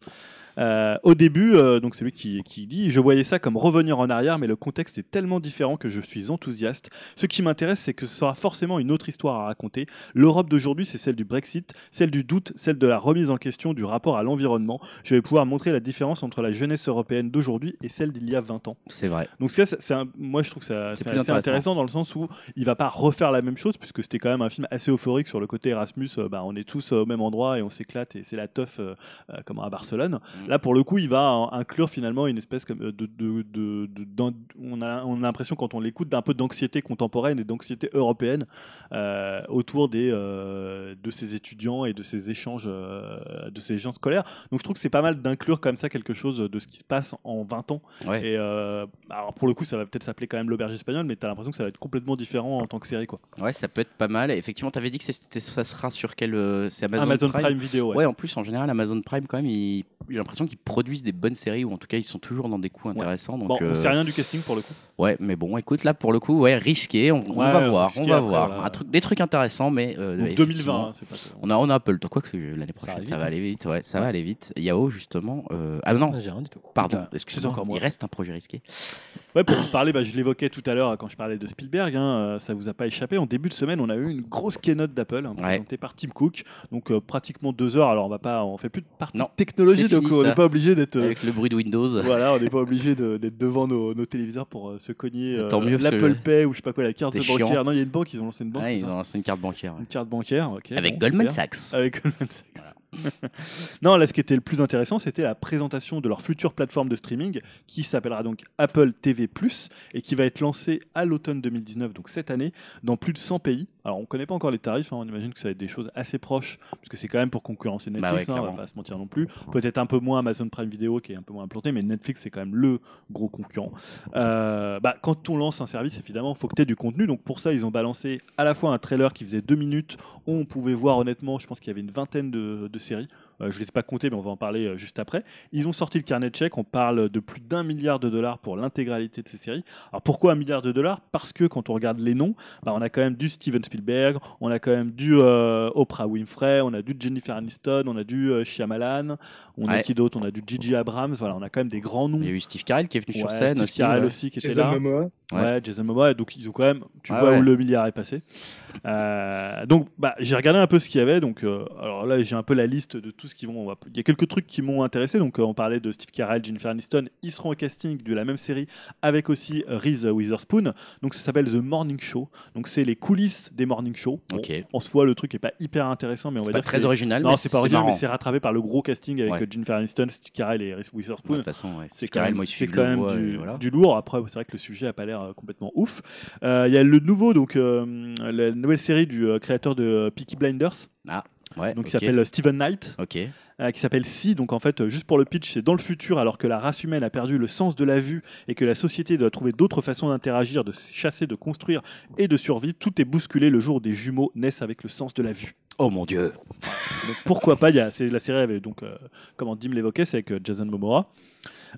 euh, au début, euh, donc c'est lui qui, qui dit Je voyais ça comme revenir en arrière, mais le contexte est tellement différent que je suis enthousiaste. Ce qui m'intéresse, c'est que ce sera forcément une autre histoire à raconter. L'Europe d'aujourd'hui, c'est celle du Brexit, celle du doute, celle de la remise en question du rapport à l'environnement. Je vais pouvoir montrer la différence entre la jeunesse européenne d'aujourd'hui et celle d'il y a 20 ans. C'est vrai. Donc, ça, c'est- c'est un- moi, je trouve que ça- C'est c'est plus assez intéressant. intéressant dans le sens où il va pas refaire la même chose, puisque c'était quand même un film assez euphorique sur le côté Erasmus. euh, bah, on est tous euh, au même endroit et on s'éclate et c'est la teuf euh, euh, comme à Barcelone. Mm. Là, pour le coup, il va en- inclure finalement une espèce comme, euh, de. de- de- de- d'en- on a, on a l'impression, quand on l'écoute, d'un peu d'anxiété contemporaine et d'anxiété européenne euh, autour des, euh, de ces étudiants et de ces échanges, euh, de ces gens scolaires. Donc, je trouve que c'est pas mal d'inclure comme ça quelque chose de ce qui se passe en 20 ans. Ouais. Et euh, alors pour le coup, ça va peut-être s'appeler quand même l'auberge espagnole, mais t'as l'impression que ça va être complètement différent en tant que série, quoi. ouais, ça peut être pas mal. Et effectivement, tu avais dit que c'était- ça sera sur quel. euh, C'est Amazon, Amazon, Prime, Vidéo, ouais. Ouais. en plus, en général, Amazon Prime, quand même, ils- j'ai l'impression qu'ils produisent des bonnes séries ou en tout cas, ils sont toujours dans des coups intéressants. Donc, bon, euh, on sait rien du casting pour le coup. ouais, mais bon, écoute, là pour le coup, ouais, risqué, on, on Ouais, va voir, risqué, on va après, voir. voilà. Un truc, des trucs intéressants, mais. euh, Donc effectivement, 2020, hein, c'est pas. On a, on a Apple, quoi que l'année Ça prochaine, ça, va arrive vite, hein. aller vite, ouais, ça va aller vite. Yao, justement. euh, Ah non, Ah, J'ai rien du tout. pardon, putain, c'est excusez-moi, encore il moi. reste un projet risqué. Ouais, pour vous parler, bah, je l'évoquais tout à l'heure euh, quand je parlais de Spielberg, hein, euh, ça vous a pas échappé. En début de semaine, on a eu une grosse keynote d'Apple hein, Ouais. présentée par Tim Cook, donc euh, pratiquement deux heures. Alors on va pas, on fait plus de partie Non, de technologie, c'est donc fini, on ça. n'est pas obligé d'être. euh, Avec le bruit de Windows. voilà, on n'est pas obligé de- d'être devant nos, nos téléviseurs pour euh, se cogner euh, Tant mieux, parce que l'Apple Pay ou je sais pas quoi, la carte de c'était bancaire. chiant. Non, il y a une banque, ils ont lancé une banque. Ouais, c'est ils ça ont lancé une carte bancaire. ouais. Une carte bancaire, ok. Avec bon, Goldman super. Sachs. Avec Goldman Sachs. non, là, ce qui était le plus intéressant, c'était la présentation de leur future plateforme de streaming qui s'appellera donc Apple TV et qui va être lancée à l'automne 2019, donc cette année, dans plus de 100 pays. Alors, on ne connaît pas encore les tarifs, hein, on imagine que ça va être des choses assez proches, parce que c'est quand même pour concurrencer Bah Netflix, ouais, hein, on clairement. va pas se mentir non plus. Peut-être un peu moins Amazon Prime Video qui est un peu moins implanté, mais Netflix, c'est quand même le gros concurrent. Euh, bah, quand on lance un service, évidemment, il faut que tu aies du contenu. Donc pour ça, ils ont balancé à la fois un trailer qui faisait deux minutes, où on pouvait voir honnêtement, je pense qu'il y avait une vingtaine de, de séries. Euh, je ne les ai pas comptées, mais on va en parler euh, juste après. Ils ont sorti le carnet de chèques, on parle de plus d'un milliard de dollars pour l'intégralité de ces séries. Alors pourquoi un milliard de dollars Parce que quand on regarde les noms, bah, on a quand même du Steven Spielberg, on a quand même du euh, Oprah Winfrey, on a du Jennifer Aniston, on a du euh, Shyamalan, On a Ouais. qui d'autre On a du Gigi Abrams. Voilà, on a quand même des grands noms. Il y a eu Steve Carell qui est venu sur Euh, Ouais, scène Steve aussi. euh, Carell ouais. aussi qui était Jason là. Momoa. Ouais. Ouais. Jason Momoa, donc ils ont quand même, tu Ah vois ouais. où le milliard est passé. Euh, donc bah, j'ai regardé un peu ce qu'il y avait, donc euh, alors là j'ai un peu la liste de tout ce qui vont. on va- Il y a quelques trucs qui m'ont intéressé, donc euh, on parlait de Steve Carell, Jennifer Aniston, ils seront au casting de la même série avec aussi euh, Reese Witherspoon, donc ça s'appelle The Morning Show, donc c'est les coulisses des morning shows. Bon, Ok. En soi le truc est pas hyper intéressant, mais on va C'est dire pas que très c'est- original. non mais c'est pas original, mais marrant. c'est rattrapé par le gros casting avec Ouais. euh, Jennifer Aniston, Steve Carell et Ouais, Reese De Witherspoon. toute façon, ouais. C'est Steve quand Carell, même, moi, il c'est suffit de quand le même voir, du, et voilà. du lourd. Après, c'est vrai que le sujet a pas l'air euh, complètement ouf. Euh, Il y a le nouveau, donc euh, la nouvelle série du euh, créateur de euh, Peaky Blinders, Ouais, donc ok. qui s'appelle euh, Steven Knight, Ok. euh, qui s'appelle Si. Donc en fait, euh, juste pour le pitch, c'est dans le futur, alors que la race humaine a perdu le sens de la vue et que la société doit trouver d'autres façons d'interagir, de chasser, de construire et de survivre. Tout est bousculé le jour où des jumeaux naissent avec le sens de la vue. Oh mon dieu. Donc, pourquoi pas il y a- c'est- La série avait donc, euh, comment Dim l'évoquait, c'est avec euh, Jason Momoa.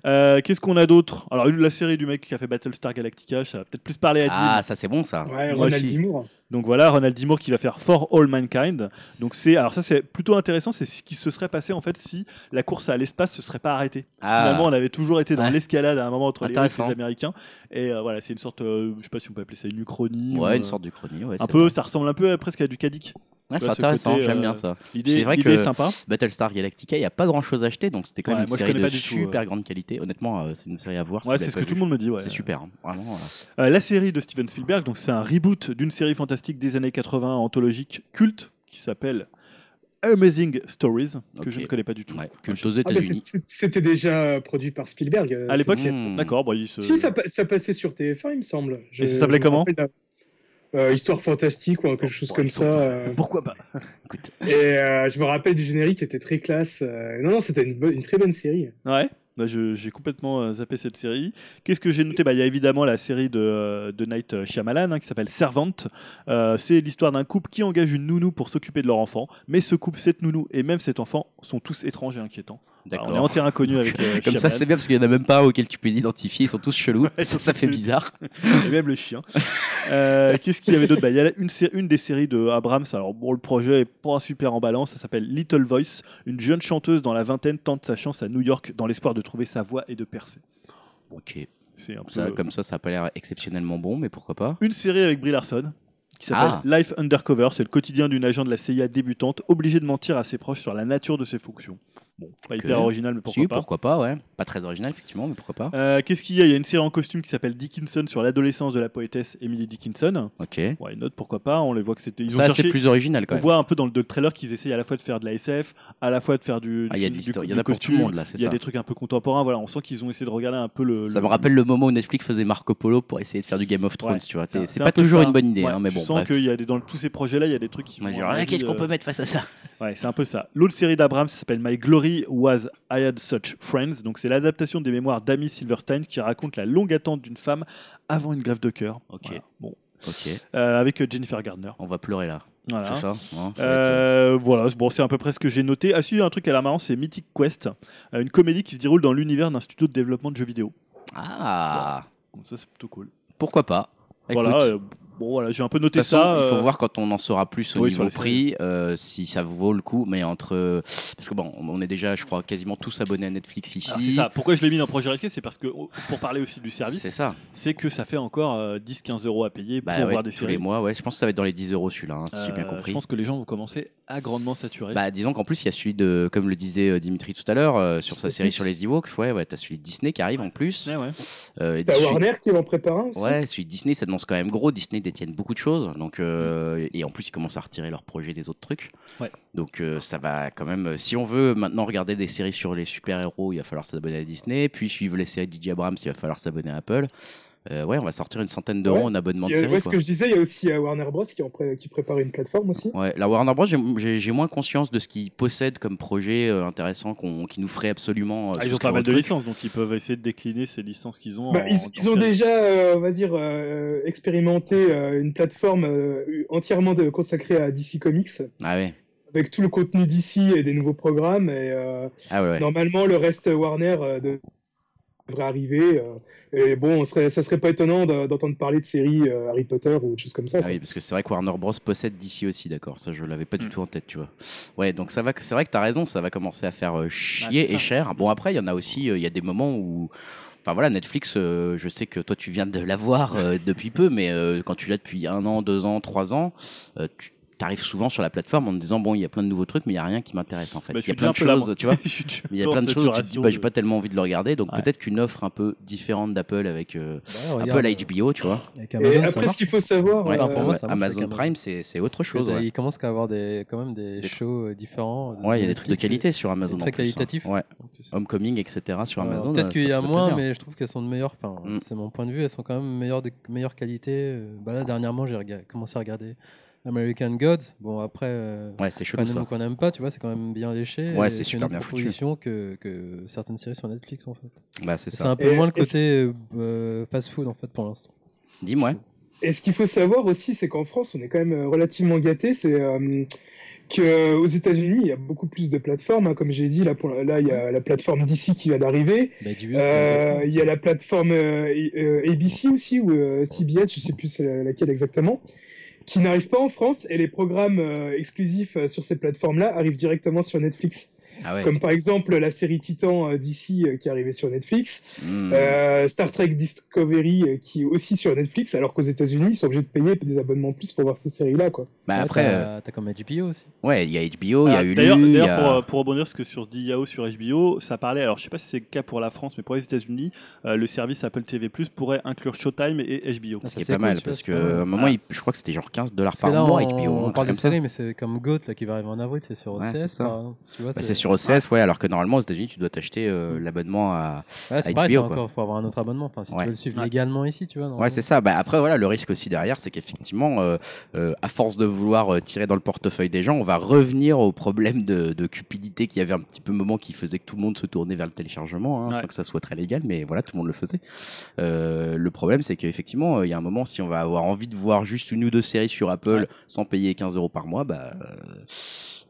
Euh, Qu'est-ce qu'on a d'autre Alors, une- la série du mec qui a fait Battlestar Galactica, ça va peut-être plus parler à Dim. Ah, ça c'est bon ça. Ouais, Moi Ronald aussi. Dimour. Donc voilà, Ronald Dimour qui va faire For All Mankind. Donc c'est, alors ça c'est plutôt intéressant, c'est ce qui se serait passé en fait si la course à l'espace se serait pas arrêtée. Parce que Ah. Finalement, on avait toujours été dans Ouais. l'escalade à un moment entre les Russes et Intéressant. les Américains. Et euh, voilà, c'est une sorte, euh, je sais pas si on peut appeler ça une uchronie. ou, Ouais, une euh, sorte de chronique. Un peu, ça ressemble un peu à- presque à du Kadik. Ouais, tu c'est vois, ce intéressant, côté, j'aime euh, bien ça. L'idée C'est vrai l'idée que- est sympa. Battlestar Galactica, il n'y a pas grand chose à acheter, donc c'était quand même Ouais, une moi, je série connais de pas du tout, super euh. grande qualité. Honnêtement, euh, c'est une série à voir. si Ouais, vous c'est ce que l'avez pas tout le vue. monde me dit. Ouais. C'est super, hein. vraiment. voilà. Euh, la série de Steven Spielberg, donc c'est un reboot d'une série fantastique des années 80 anthologique culte qui s'appelle Amazing Stories, Ok. que je ne connais pas du tout. Ouais, Moi, culte je- aux Ah, mais États-Unis. c'est- C'était déjà produit par Spielberg. euh, À c'est- l'époque, c'est- Hmm. d'accord, bon, il se- Si, ça, pa- ça passait sur TF1, il me semble. Je- ça s'appelait je me comment rappelle d'un- euh, Histoire fantastique ou quelque Oh, chose Bon, comme ils sont ça. pas- euh, Pourquoi pas et euh, je me rappelle du générique qui était très classe. euh, Non, non, c'était une, bo- une très bonne série. Ouais. Bah, je- j'ai complètement euh, zappé cette série. Qu'est-ce que j'ai noté Bah, Il y a évidemment la série de, euh, de Night Shyamalan hein, qui s'appelle Servante. Euh, c'est l'histoire d'un couple qui engage une nounou pour s'occuper de leur enfant. Mais ce couple, cette nounou et même cet enfant sont tous étranges et inquiétants. Alors, on est en D'accord. terrain inconnu avec euh, Comme ça, Shyamalan. c'est bien parce qu'il n'y en a même pas auquel tu peux identifier. Ils sont tous chelous. Ouais, ça, ils ça sont fait tous- bizarre. et même le chien. Euh, Qu'est-ce qu'il y avait d'autre Bah, Il y a une, sé- une des séries de Abrams. Alors, bon, le projet est pas super en balance. Ça s'appelle Little Voice. Une jeune chanteuse dans la vingtaine tente sa chance à New York dans l'espoir de trouver sa voix et de percer. Ok. C'est un peu. Ça, comme ça, ça n'a pas l'air exceptionnellement bon, mais pourquoi pas Une série avec Brie Larson qui s'appelle Ah. Life Undercover. C'est le quotidien d'une agent de la CIA débutante obligée de mentir à ses proches sur la nature de ses fonctions. Bon, pas Ok. hyper original, mais pourquoi Si, pas. pourquoi pas, ouais. Pas très original, effectivement, mais pourquoi pas Euh, Qu'est-ce qu'il y a Il y a une série en costume qui s'appelle Dickinson sur l'adolescence de la poétesse Emily Dickinson. Ok. Ouais, note pourquoi pas. On les voit que c'était. Ils ont Ça, cherché- c'est plus original quand On même. voit un peu dans le, dans le trailer qu'ils essayent à la fois de faire de la SF, à la fois de faire du, du, Ah, Il y a de du- l'histoire. du Il y en a pour tout costume. le monde là, c'est Il y a ça. des trucs un peu contemporains. Voilà, on sent qu'ils ont essayé de regarder un peu le. Ça le- me rappelle le moment où Netflix faisait Marco Polo pour essayer de faire du Game of Thrones, Ouais, tu vois. un- C'est c'est un pas peu toujours ça. une bonne idée, Ouais, hein, mais tu bon. sens bref. qu'il y a des, dans tous ces projets-là, il y a des trucs qui. Moi, font, je à mon dirais, ah, avis, Qu'est-ce qu'on euh, peut mettre face à ça Ouais, c'est un peu ça. L'autre série d'Abrams s'appelle My Glory Was I Had Such Friends. Donc c'est l'adaptation des mémoires d'Amy Silverstein qui raconte la longue attente d'une femme avant une grève de cœur. Ok. Voilà. Bon, Ok, Euh, avec euh, Jennifer Gardner. on va pleurer là. Voilà. C'est ça, hein, ça va être, euh, Euh, voilà, c'est- bon, c'est à peu près ce que j'ai noté. Ah si, un truc à la marrant, c'est Mythic Quest, euh, une comédie qui se déroule dans l'univers d'un studio de développement de jeux vidéo. Ah Donc ça, c'est plutôt cool. Pourquoi pas Écoute, voilà, de euh, bon, voilà, j'ai un peu noté toute façon, ça. il faut euh, voir quand on en saura plus au oui, sur niveau les séries. prix, euh, si ça vaut le coup. Mais entre. Parce que bon, on est déjà, je crois, quasiment tous abonnés à Netflix ici. alors, c'est ça. Pourquoi je l'ai mis dans Projet Risqué C'est parce que, oh, pour parler aussi du C'est service, ça. c'est que ça fait encore euh, 10-15 euros à payer Bah pour ouais, voir des tous les séries. mois, ouais. Je pense que ça va être dans les 10 euros celui-là, hein, si j'ai bien Euh, je compris. pense que les gens vont commencer à grandement saturer. Bah, disons qu'en plus, il y a celui de, comme le disait euh, Dimitri tout à l'heure, euh, sur sa Disney+. série sur les Ewoks, ouais, ouais, t'as celui de Disney qui arrive en plus. Eh Ouais, Ah, ouais. Euh, et T'as celui- Warner qui en prépare un aussi. Ouais, celui de Disney, ça demande quand même gros. Disney détiennent beaucoup de choses, donc euh, et en plus ils commencent à retirer leurs projets des autres trucs. Ouais. Donc euh, ça va quand même. Si on veut maintenant regarder des séries sur les super héros, il va falloir s'abonner à Disney. Puis suivre les séries de DJ Abrams, il va falloir s'abonner à Apple. Euh, ouais, on va sortir une centaine d'euros Ouais. en abonnement Il de y euh, a- série. ouais, ce quoi. que je disais, il y a aussi euh, Warner Bros qui, en pré- qui prépare une plateforme aussi. Ouais, la Warner Bros, j'ai- j'ai j'ai moins conscience de ce qu'ils possèdent comme projet euh, intéressant qu'on qui nous ferait absolument. euh, Ah, ils ont souscrire pas mal au de truc. licences, donc ils peuvent essayer de décliner ces licences qu'ils ont. Bah, en- ils, en ils ont séries. déjà, euh, on va dire, euh, expérimenté euh, une plateforme euh, entièrement de- consacrée à DC Comics, Ah ouais. avec tout le contenu DC et des nouveaux programmes. Et euh, Ah ouais. ouais. normalement, le reste Warner euh, de- devrait arriver. et bon, on serait, ça serait pas étonnant d'entendre parler de séries euh, Harry Potter ou des choses comme ça. Ah oui, parce que c'est vrai que Warner Bros possède DC aussi, d'accord. Ça, je l'avais pas Hmm. du tout en tête, tu vois. Ouais, donc ça va. C'est vrai que t'as raison, ça va commencer à faire euh, chier Bah, c'est et ça. cher. Bon après, il y en a aussi. euh, Il y a des moments où. Enfin voilà, Netflix, euh, je sais que toi tu viens de l'avoir euh, depuis peu, mais euh, quand tu l'as depuis un an, deux ans, trois ans, euh, tu arrives souvent sur la plateforme en te disant bon, il y a plein de nouveaux trucs, mais il y a rien qui m'intéresse en fait. Bah, je Il y suis a plein de déjà un peu là, choses, moi. tu vois. Je suis déjà Mais il y a en plein de choses où tu te dis, saturation bah, de- j'ai pas tellement envie de le regarder, donc Ouais. peut-être qu'une offre un peu différente d'Apple avec euh, Bah, regarde, Apple HBO, tu vois. euh, Avec Et Amazon, ça après, ce marche. qu'il faut savoir, Ouais, non, euh, pour moi, ça marche Amazon avec Amazon. Prime, c'est c'est autre chose. Ils Ouais, commencent bah, à avoir des, quand même des Des shows euh, différents. de Ouais, il y a des trucs de Netflix, qualité sur Amazon. en très plus, hein. qualitatif. Ouais, en plus. Homecoming, etc. sur Alors, Amazon. Peut-être euh, qu'il y ça a fait moins, plaisir. mais je trouve qu'elles sont de meilleures. Enfin, Mm. c'est mon point de vue. Elles sont quand même meilleures de meilleure qualité. euh, Bah là, dernièrement, j'ai rega- commencé à regarder American Gods. Bon, après, euh, Ouais, c'est qu'on chelou aime ou ça. qu'on n'aime pas, tu vois, c'est quand même bien léché. Ouais, et c'est super une bien foutu. proposition que, que certaines séries sur Netflix en fait. Bah, c'est C'est ça. un peu Et- moins le et c'est- côté euh, fast-food en fait pour l'instant. Dis-moi. Et ce qu'il faut savoir aussi, c'est qu'en France, on est quand même euh, relativement gâté. C'est euh, que euh, aux États-Unis, il y a beaucoup plus de plateformes. hein. comme j'ai dit, là, pour, là, il y a la plateforme DC qui vient d'arriver. Bah, du Euh, Il y a la plateforme euh, I- euh, ABC aussi ou euh, CBS, je sais plus c'est la- laquelle exactement, qui n'arrive pas en France. Et les programmes euh, exclusifs euh, sur ces plateformes-là arrivent directement sur Netflix. Ah ouais. Comme par exemple la série Titan euh, DC euh, qui est arrivée sur Netflix. Hmm. Euh, Star Trek Discovery euh, qui est aussi sur Netflix, alors qu'aux États-Unis, ils sont obligés de payer des abonnements en plus pour voir ces séries-là, quoi. bah, après, après, euh, t'as t'as comme HBO aussi. ouais, il y a HBO, Oh, il y Alors, a Hulu. Ah, D'ailleurs, il y d'ailleurs, a- pour, euh, pour rebondir sur ce que sur Yahoo sur HBO, ça parlait. Alors, je sais pas si c'est le cas pour la France, mais pour les États-Unis, euh, le service Apple TV+ pourrait inclure Showtime et HBO. Ah, Ce qui ça, est c'est pas cool, mal, tu vois, parce c'est que pas mal. à un moment, Ah. il- je crois que c'était genre 15 dollars par Parce que là, mois, on, HBO. on un truc parle de comme ça. séries, mais c'est comme Goat là, qui va arriver en avril, c'est sur Ouais, c'est OCS. ça. par exemple. Tu vois, Bah, c'est sur OCS, ouais, alors que normalement, aux États-Unis, tu dois t'acheter euh, l'abonnement à, Ouais, c'est HBO, pareil, c'est quoi. encore, faut avoir un autre abonnement. Enfin, si Ouais. tu veux le suivre Ouais. légalement ici, tu vois. Ouais, normalement. c'est ça. Bah, après, voilà, le risque aussi derrière, c'est qu'effectivement, euh, euh, à force de vouloir euh, tirer dans le portefeuille des gens, on va revenir au problème de, de cupidité qu'il y avait un petit peu moment qui faisait que tout le monde se tournait vers le téléchargement, hein, Ouais. sans que ça soit très légal, mais voilà, tout le monde le faisait. Euh, le problème, c'est qu'effectivement, euh, il y a un moment, si on va avoir envie de voir juste une ou deux séries sur Apple Ouais. sans payer 15 euros par mois, bah. euh,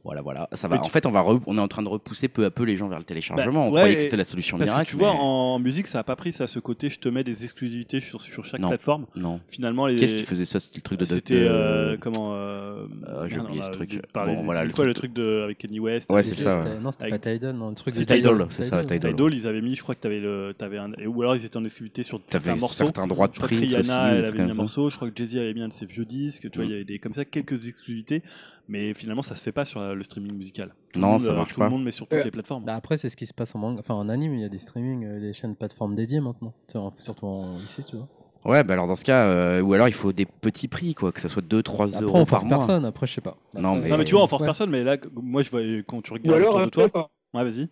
Voilà, voilà. Ça va. Mais tu- Bah, En fait, on va, re- on est en train de repousser peu à peu les gens vers le téléchargement. on ouais, croyait que et- c'était la solution Parce miracle. que tu vois, mais en musique, ça a pas pris ça, ce côté. Je te mets des exclusivités sur, sur chaque Non. plateforme. non. Finalement, les. Qu'est-ce qui faisait ça, c'était le truc de euh, C'était de- euh, comment euh, Euh, j'ai merde, oublié on ce a truc. dû parler Bon, de- voilà, de le quoi, truc le truc de avec Kanye West. Ouais, avec- c'est C'était- ça, ouais. Non, c'était Avec- pas Tidal, non, le truc C'est de Tidal, Tidal, c'est ça, Tidal. Tidal, ils avaient mis, je crois que t'avais le, t'avais un, ou alors ils étaient en exclusivité sur T'avais certains morceaux. certains droits de Je crois que print aussi, Rihanna, des elle trucs avait mis un comme ça. morceau. Je crois que Jay-Z avait mis un de ses vieux disques. Tu vois, Mm. il y avait des, comme ça quelques exclusivités. Mais finalement, ça se fait pas sur la- le streaming musical. Tout Non, le monde, ça euh, marche Tout pas. le monde, mais sur toutes Euh, les plateformes. Bah, après, c'est ce qui se passe en manga, enfin en anime, il y a des streamings, euh, des chaînes plateformes dédiées maintenant, tu vois, surtout en lycée, tu vois. Ouais, bah alors dans ce cas, euh, ou alors il faut des petits prix, quoi, que ça soit 2-3 Après, euros on par force mois. personne, après, je sais pas. Après, Non, mais- non, mais tu vois, on force ouais. personne. Mais là, que- moi, je vois quand tu Ou regardes alors, autour de toi. après, par- Ouais, vas-y.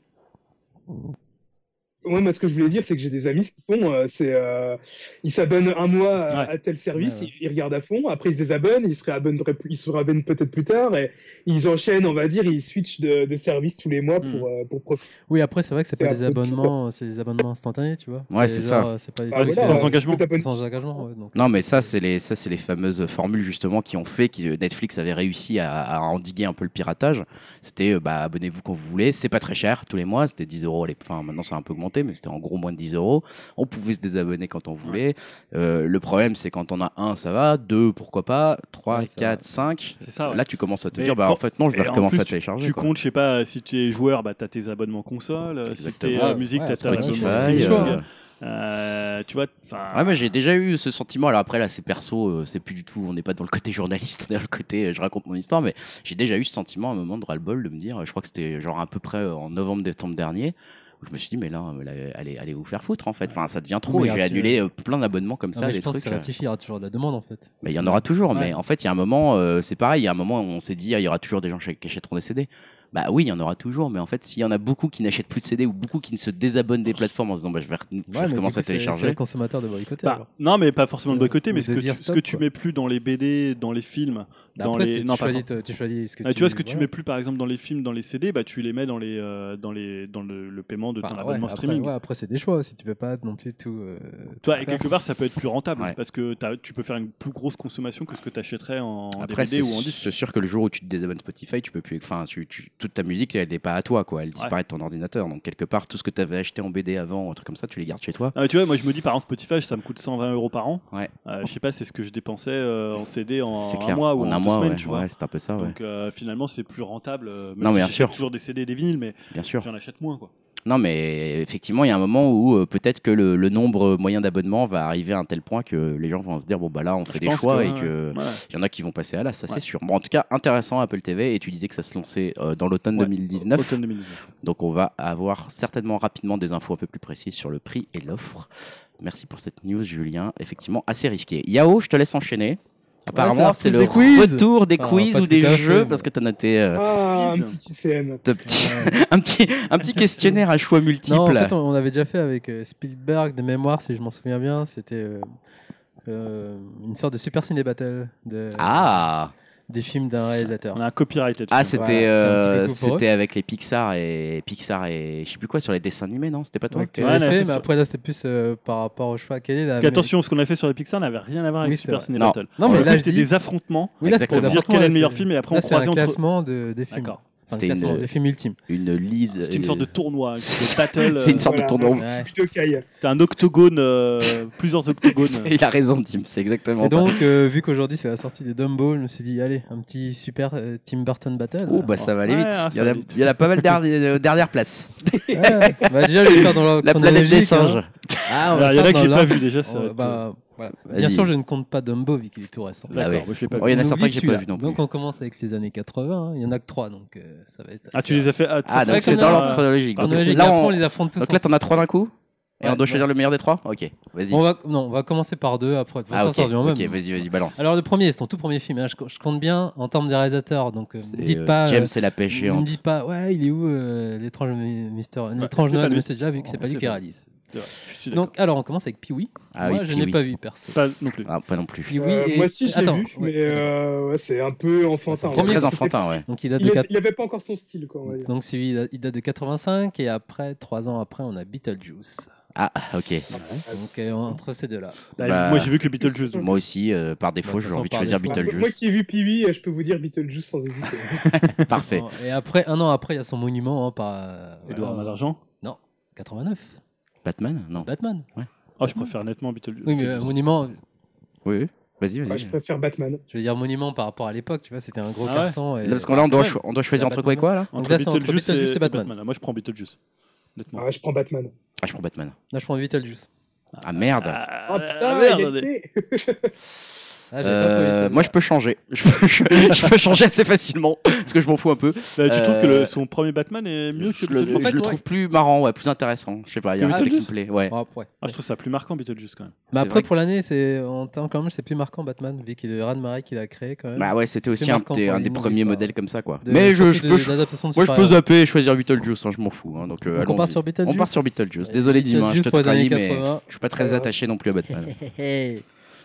ouais, moi, ce que je voulais dire, c'est que j'ai des amis, ce qu'ils font, euh, c'est, euh, ils s'abonnent un mois à, Ouais. à tel service, Ouais, ouais. Ils, ils regardent à fond, après ils se désabonnent, ils se réabonneraient, plus- ils se réabonnent peut-être plus tard, et ils enchaînent, on va dire, ils switchent de, de service tous les mois Hmm. pour, euh, pour profiter. Oui, après, c'est vrai que c'est C'est pas un des peu de tout, abonnements, euh, c'est des abonnements instantanés, tu vois. Ouais, c'est genre, ça. euh, C'est pas des Ah, trucs voilà, sans euh, engagement. tu t'abonnes- sans engagement, ouais, donc. Non, mais ça, c'est les, ça, c'est les fameuses formules justement qui ont fait que Netflix avait réussi à, à endiguer un peu le piratage. C'était, euh, bah, abonnez-vous quand vous voulez. C'est pas très cher tous les mois. C'était 10 euros. Les... Enfin, maintenant, ça a un peu augmenté, mais c'était en gros moins de 10 euros. On pouvait se désabonner quand on voulait. Euh, le problème, c'est quand on a un, ça va. Deux, pourquoi pas. Trois, Ouais, ça quatre, cinq. C'est ça. Ah ouais. Là, tu commences à te Mais dire, bah, quand- en fait, non, je vais et en recommencer plus, à télécharger. Tu quoi. comptes, je sais pas, si tu es joueur, bah, t'as tes abonnements console, euh, si Exactement. t'es euh, musique, Ouais, t'as ta Spotify, abonnement euh, streaming. ouais. Euh, tu vois, enfin. Ouais, moi Ah, j'ai déjà eu ce sentiment. Alors après, là, c'est perso, euh, c'est plus du tout. On n'est pas dans le côté journaliste, on est dans le côté euh, je raconte mon histoire, mais j'ai déjà eu ce sentiment à un moment de ras-le-bol de me dire, euh, je crois que c'était genre à peu près euh, en novembre-décembre dernier, où je me suis dit, mais là, euh, là, euh, allez, allez vous faire foutre en fait. Enfin, ça devient trop Oui, et j'ai alors, tu- annulé euh, plein d'abonnements comme Non, ça, mais des je pense que trucs. c'est euh, réfléchi, il y aura toujours de la demande en fait. mais il y en aura toujours, Ouais. mais en fait, il y a un moment, euh, c'est pareil, il y a un moment où on s'est dit, ah, il y aura toujours des gens qui achèteront des CD. Bah oui, il y en aura toujours, mais en fait, s'il y en a beaucoup qui n'achètent plus de CD ou beaucoup qui ne se désabonnent des plateformes en se disant, bah, je vais, re- je vais Ouais, mais du coup, recommencer à c'est- C'est télécharger. le consommateur de boycotter. Bah, alors. non, mais pas forcément de Euh, boycotter, mais ou ce de que, dire tu, ce stop, que tu quoi. Bah, mets plus dans les BD, dans les films, dans Après, les. c'est- non, tu pas choisis, te- tu choisis ce que Ah, tu vois ce que tu voilà. mets plus par exemple dans les films, dans les CD, bah tu les mets dans les euh, dans les dans le, le paiement de ton Bah, Enfin, ouais, abonnement après, streaming. ouais, après, c'est des choix aussi. Tu peux pas non plus tout. euh, Toi, tout et faire. quelque part, ça peut être plus rentable Ouais. parce que t'as- tu peux faire une plus grosse consommation que ce que tu achèterais en Après, DVD c'est ou en disque. c'est sûr que le jour où tu te désabonnes Spotify, tu peux plus. Enfin, tu, tu, toute ta musique, elle n'est pas à toi, quoi. Elle disparaît Ouais. de ton ordinateur. Donc, quelque part, tout ce que tu avais acheté en BD avant, un truc comme ça, tu les gardes chez toi. Ah, mais tu vois, moi je me dis par exemple Spotify, ça me coûte 120 euros par an. Ouais. Euh, je sais pas, c'est ce que je dépensais euh, en CD en c'est un clair. mois ou en, un deux mois, semaines, ouais, tu vois. ouais, c'est un peu ça, ouais. Donc euh, finalement, c'est plus rentable. euh, Non, même mais si bien j'achète sûr. Toujours des CD et des vinyles, mais bien sûr. j'en achète moins, quoi. Non, mais effectivement, il y a un moment où euh, peut-être que le, le nombre moyen d'abonnements va arriver à un tel point que les gens vont se dire bon, bah là, on fait Je des pense choix que, et ouais, que. ouais. Il y en a qui vont passer à là, ça Ouais. c'est sûr. Bon, en tout cas, intéressant Apple TV. Et tu disais que ça se lançait euh, dans l'automne Ouais, 2019. Automne 2019. Donc on va avoir certainement rapidement des infos un peu plus précises sur le prix et l'offre. Merci pour cette news, Julien. Effectivement, assez risqué. Yao, je te laisse enchaîner. Apparemment, la c'est reprise le des quiz. retour des Enfin, quiz pas ou tout des à fait, jeux, mais- parce que tu as noté euh, Ah, un Quiz. petit QCM. de petits- un, petit, un petit questionnaire à choix multiples. Non, en fait, on on avait déjà fait avec euh, Spielberg de mémoire, si je m'en souviens bien. C'était euh, euh, une sorte de super ciné battle de, Ah, des films d'un réalisateur. On a un copyright là-dessus. ah c'était Voilà, c'est un petit peu euh, tout pour eux. c'était avec les Pixar et Pixar et je sais plus quoi sur les dessins animés, non C'était pas toi Ouais, que que tu tu- Ouais, avais là, fait, c'est mais sûr. après là c'était plus euh, par rapport au choix quelle est la. Parce qu'attention, ce qu'on a fait sur les Pixar n'avait rien à voir avec Oui, c'est Super vrai. Ciné Non. Battle. Non, mais Pour le là, coup, je c'était dis- des affrontements Oui, là, c'est pour pour Exactement. dire l'affrontement, quel est là, le meilleur c'est- film et après on Là, c'est un croisait entre. classement de, des films. D'accord. Enfin, C'était classement une- des films ultimes. Une lise. euh, C'est une sorte de tournoi, une C'est- sorte de battle. c'est une euh, sorte de Voilà. tournoi. Ouais. Budokai. C'était un octogone, euh, plusieurs octogones. Il a raison, Tim. C'est exactement Et ça. donc, euh, vu qu'aujourd'hui c'est la sortie de Dumbo, je me suis dit, allez, un petit super euh, Tim Burton Battle. Oh, bah ça va aller Ouais, vite. hein, il, y en ça a, va vite. il y en a pas mal dernière, dernière place. Ouais, bah, déjà, je vais le faire dans l'ordre La planète des chronologique, hein. singes. Ah, on va Alors, il y en le a faire qui dans l'ont pas l'ordre- vu déjà. ça on- va être- bah, voilà. Bien Vas-y. sûr, je ne compte pas Dumbo vu qu'il est tout récent. Bah oui. D'accord, moi, je l'ai pas Oh, il y en a On certains oublie que j'ai pas celui-là. vu non plus. Donc on commence avec les années 80, hein. il y en a que 3 donc euh, ça va être Ah, tu les as Ah, bah, fait. Ah, C'est donc vrai c'est qu'on dans a- l'ordre chronologique. Donc, euh, chronologique. là, Après, on on... les affronte tous. donc là, t'en as trois d'un coup Et Ouais, on doit non. choisir le meilleur des trois Ok, vas-y. ensemble. on, va... Non, on va commencer par deux après. pour ah, ça, ok, ça revient au ok, même. vas-y, vas-y, balance. Alors le premier, c'est son tout premier film. hein. Je, co- je compte bien en termes de réalisateur, donc euh, C'est, me dites euh, pas. euh, James et la pêche ne me géante. dites pas, ouais, il est où euh, l'étrange mi- Mister, Bah, je l'étrange l'ai pas Noël de vu. Monsieur déjà vu que c'est Oh, pas lui c'est qui vrai. réalise. Je suis d'accord. Donc alors on commence avec Pee-wee. Ah Moi oui, je Pee-wee. n'ai pas vu perso. Pas non plus. Ah, pas non plus. Pee-wee Euh, est- Moi aussi, je l'ai Attends, vu, ouais, mais attends. euh, ouais, c'est un peu enfantin. C'est ouais. très C'était- enfantin, ouais. Donc il date de Il 4 est- il avait pas encore son style, quoi. on va dire. Donc celui il, il date de 85 et après, trois ans après, on a Beetlejuice. Ah, ok. Donc euh, entre ces deux-là. Bah, Bah, Moi, j'ai vu que le Beetlejuice. donc. Moi aussi, euh, par défaut, Bah, j'ai de envie de toute choisir façon, par Moi- Moi Beetlejuice. qui ai vu Pee-Wee, je peux vous dire Beetlejuice sans hésiter. Parfait. Et après, un an après, il y a son monument hein, par euh, Edouard voilà, Malargent. 89, Batman Non. Batman. Oh, je préfère nettement Beetlejuice. Oui, mais euh, monument, Oui, oui. Vas-y, Ouais, je vas-y. préfère Batman. Bah, je veux dire monument par rapport à l'époque, tu vois, c'était un gros Ah ouais. carton. et- euh, Là, parce que là, on doit, Ouais. cho- on doit choisir y a entre quoi et quoi, là Entre là, c'est entre Beetlejuice Beetlejuice et et Batman. Batman. Moi, je prends Beetlejuice. Nettement. Ouais, je prends Euh, Batman. Ah, je prends Batman. Là, je prends Beetlejuice. Ah, merde. Ah, Ah putain, merde, allez. égalité Ah, j'avais pas trouvé Euh, celle-là. moi, je peux changer. Je peux, je- je peux changer assez facilement parce que je m'en fous un peu. Bah, tu Euh, trouves que le- son premier Batman est mieux que Je le, Beetlejuice je le ouais. trouve plus marrant, ouais, plus intéressant. Je sais pas, il y a Que un truc qui me Beetlejuice plaît. Ouais. Ah, ouais. Ah, je trouve ça plus marquant Beetlejuice quand même. Mais c'est après, vrai pour l'année, c'est en tant quand même, c'est plus marquant Batman, vu qu'il est Ran Marais qui l'a créé quand même. Bah ouais, c'était aussi plus un, marquant des- pour un les des nouveaux premiers histoires. modèles comme ça, quoi. De- Mais je, surtout je de- peux, l'adaptation de moi, je peux super-héros. zapper et choisir Beetlejuice, hein, je m'en fous. hein, donc, euh, Donc, on part allons-y. sur Beetlejuice. On part sur Beetlejuice. Désolé, Dima, je Beetlejuice te pour les années trahis, mais 80. je suis pas très Euh, attaché non plus à Batman.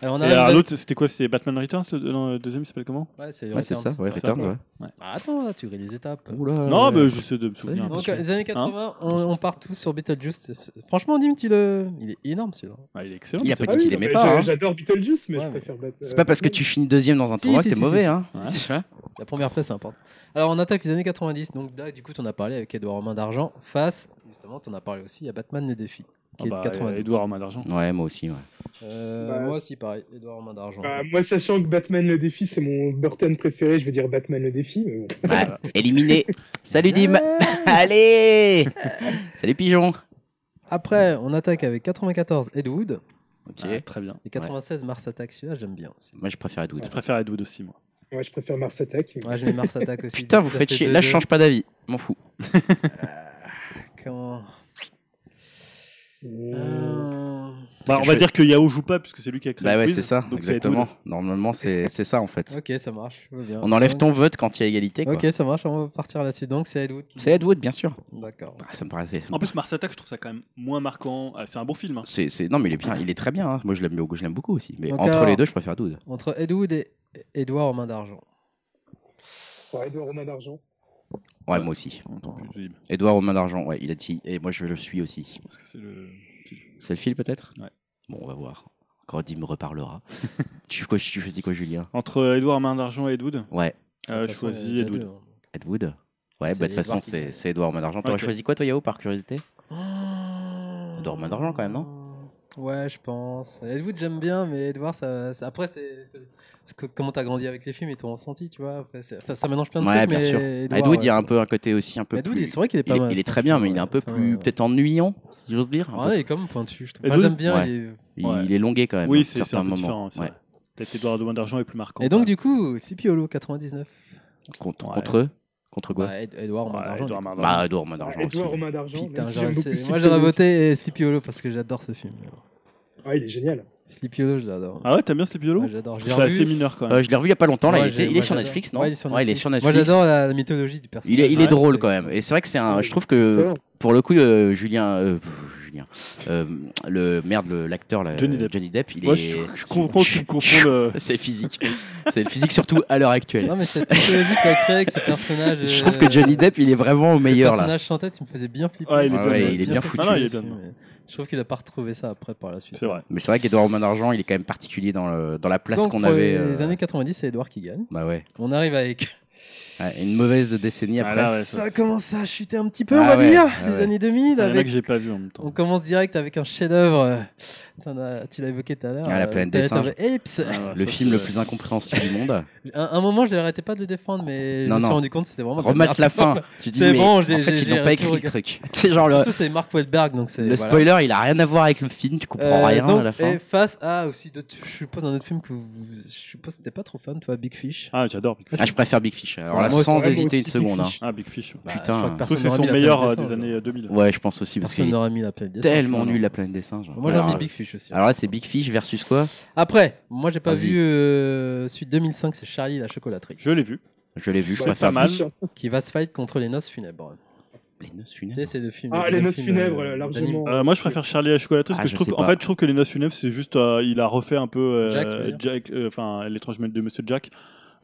Alors on Et alors, un- l'autre, c'était quoi C'est Batman Returns le, non, le deuxième, il s'appelle comment Ouais, c'est Ouais, c'est ça, Returns. ouais, C'est Returns, ça. ouais. Ah, attends, là, tu ris les étapes. Oula, Non, ouais. mais j'essaie de me souvenir. Donc, Parce que- les années 80, on, Hein on part tous sur Beetlejuice. C'est- c'est- Franchement, Dim, tu le... il est énorme celui-là. Ah, il est excellent. Il a pas Ah dit Beetlejuice. qu'il non, aimait mais pas, j'a- hein. J'adore Beetlejuice, mais Ouais, je mais- préfère euh, Batman. C'est pas parce que tu finis deuxième dans un Si, tournoi si, que t'es si, mauvais, si. hein. Ouais. Tu vois La première place, c'est important. Alors, on attaque les années 90. Donc, là, du coup, tu en as parlé avec Edouard Romain d'Argent. Face, justement, tu en as parlé aussi, il y a Batman le défi, Ah qui bah, est de 90. Edouard Romain d'Argent. Ouais, moi aussi, ouais. Euh, Bah, moi c'est- aussi, pareil, Edouard Romain d'Argent. Bah, moi, sachant que Batman le défi, c'est mon Burton préféré, je vais dire Batman le défi. Mais bon. Ouais, éliminé. Salut Dim. Allez Salut Pigeon. Après, on attaque avec 94 Ed Wood Ok. Ah, très bien. et 96 Mars Attack. Celui-là, j'aime bien aussi. Moi, je préfère Edwood. Je préfère Ed Wood aussi, moi. Ouais, je préfère Mars Attack. mais- Ouais, je mets Mars Attack aussi. Putain, donc vous ça faites fait chier. deux, Là, je deux. change pas d'avis. M'en fous. Comment Euh, Euh, Bah, on Je va vais- dire que Yao joue pas, puisque c'est lui qui a créé Bah le ouais, quiz, c'est ça. donc c'est Ed Exactement. Wood. Normalement, c'est c'est ça en fait. Ok, ça marche. je veux bien. On enlève Donc- ton vote quand il y a égalité. quoi. Ok, ça marche, on va partir là-dessus. Donc c'est Edwood. qui- C'est Edwood, bien sûr. D'accord. Ah, ça me paraissait. En plus, Mars Attack, je trouve ça quand même moins marquant. Ah, c'est un bon film. hein. C'est, c'est- Non, mais il est bien, il est très bien. hein. Moi, je l'aime, beaucoup- je l'aime beaucoup aussi. Mais Donc, entre alors- les deux, je préfère Edwood. Entre Edwood et Edouard en main d'argent. Ouais, de Romain d'Argent. Ouais, Ouais. moi aussi. Tant pis, je dis, Edouard aux mains d'argent, ouais, il a dit. Et moi, je le suis aussi. parce que c'est le- C'est le fil peut-être Ouais. Bon, on va voir. Quand il me reparlera. tu, quoi, tu choisis quoi, Julien Entre Edouard Main d'Argent et Ed Wood, Ouais, euh, De toute je façon, choisis il y a Ed déjà Wood. deux, hein. Edwood. Ouais, C'est bah, de toute Edouard façon, qui- c'est c'est Edouard Main d'Argent. T'aurais Ok. choisi quoi, toi, Yao, par curiosité Edouard Dorman d'argent, quand même, Ah. Ouais, je pense. Edward, j'aime bien, mais Edouard, ça, ça- après, c'est c'est- c'est que- comment t'as grandi avec les films et ton ressenti, tu vois. Après, c'est- ça, ça mélange plein de Ouais, trucs, bien mais sûr. Edward, Edwood, il y a ouais. un peu un côté aussi un peu Edward, plus. c'est vrai qu'il est Il pas mal. est, il est très bien, mais il est un peu Enfin, plus, peut-être ennuyant, si j'ose dire. un peu. Ouais, il est quand même pointu, je trouve. Enfin, Edward, j'aime bien. ouais. il est- Il, Ouais. il est longué quand même. à Oui, c'est c'est certains un peu moments. différent. c'est Ouais. vrai. Peut-être Edouard de d'argent est plus marquant. Et donc, du coup, c'est Piolo, 99. Contre, Ouais. contre eux Contre quoi Bah, Ed- Edouard, Ouais, Romain d'argent. Edouard du coup. Main Bah, Edouard Main d'Argent aussi. Edouard Romain d'Argent, Putain, même si j'aurais- j'aime beaucoup c'est- moi Sleepy j'aurais Hollow. voté Sleepy Hollow parce que j'adore ce film. Ouais, Ah, il est génial. Sleepy Hollow, je l'adore. Ah ouais, t'aimes bien Sleepy Hollow Ouais, j'adore. Je Je trouve l'ai ça revu. assez mineur quand même. Euh, je l'ai revu il y a pas longtemps, là. Moi, il, était- j'ai- il est moi, sur j'adore. Netflix, non Ouais, il est sur Ouais, il est Netflix. sur Moi, Netflix. j'adore hein. la, la mythologie du personnage. Il est, il est Ouais, drôle c'est quand excellent. même. Et c'est vrai que c'est un. Je trouve que Excellent. pour le coup, euh, Julien, euh, pff, Julien, euh, le merde, le- l'acteur, là, Johnny Depp. il Moi, est. je, je comprends que tu me confondes. euh, C'est physique. c'est le physique surtout à l'heure actuelle. Non, mais cette mythologie qu'il a créée avec ce personnage. euh, Je trouve que Johnny Depp, il est vraiment au meilleur Ce là. personnage sans tête, il me faisait bien flipper. Ouais, il est Bien bien, fait ouais. il est bien foutu foutu. Ah non, il est là-dessus, bien. mais Je trouve qu'il a pas retrouvé ça après par la suite. C'est vrai. Mais c'est vrai qu'Edouard Romain d'Argent, il est quand même particulier dans, le, dans la place Donc, qu'on pour avait. Les euh, années 90, c'est Edouard qui gagne. Bah ouais. On arrive avec. Ouais, Une mauvaise décennie Ah après. là, ouais, ça- Ça commence à chuter un petit peu, on Ah va ouais, dire, ah des ouais. années 2000. Il y en a Avec que j'ai pas vu en même On temps. commence direct avec un chef-d'œuvre. euh, T'en as- Tu l'as évoqué tout à l'heure. Ah, la euh, planète des of the Apes. Ah, Le ça, film le c'est- plus incompréhensible du monde. Un, un moment, je n'arrêtais pas de le défendre, mais je Non, me suis non. rendu compte que c'était vraiment. de Remettre la merde. fin. Tu dis, Oh, C'est mais bon, en j'ai- fait, j'ai- ils n'ont j'ai pas un écrit tour le regard. truc. C'est genre le, Surtout, c'est Mark Wahlberg, donc c'est. le voilà. spoiler, il a rien à voir avec le film, tu comprends Euh, rien donc, à la fin. Et face à aussi d'autres. Je suppose un autre film que vous. Je suppose que t'es pas trop fan, toi, Big Fish. Ah, j'adore Big Fish. Ah, je préfère Big Fish. Alors Ouais, là, moi, sans c'est vrai, moi hésiter une aussi, seconde. Big hein. Fish. Ah, Big Fish. ouais. Bah, putain. je crois que Je trouve que personne c'est n'aurait son mis la meilleur euh, planète des des singes. années euh, 2000. Ouais, je pense aussi parce Personne qu'il est n'aurait mis la planète des singes, tellement non. nul la planète des singes. Moi, Alors, j'aurais mis Big Fish aussi. Alors là, c'est Big Fish versus quoi Après, moi, j'ai pas Vas-y. vu euh, celui de 2005, c'est Charlie la chocolaterie, Je l'ai vu. Je l'ai vu, je Ouais, Ah, pas préfère. mal. qui va se fight contre les noces funèbres. Les noces Tu funèbres. sais, c'est le film. le Ah, les deuxième noces film, funèbres, euh, d'anime. largement. Euh, moi, je préfère Charlie et la chocolateuse Ah, parce que je je trouve. sais En pas. fait, je trouve que les noces funèbres, c'est juste, euh, il a refait un peu euh, Jack, tu veux dire Jack, euh, enfin, l'étrange maître de Monsieur Jack.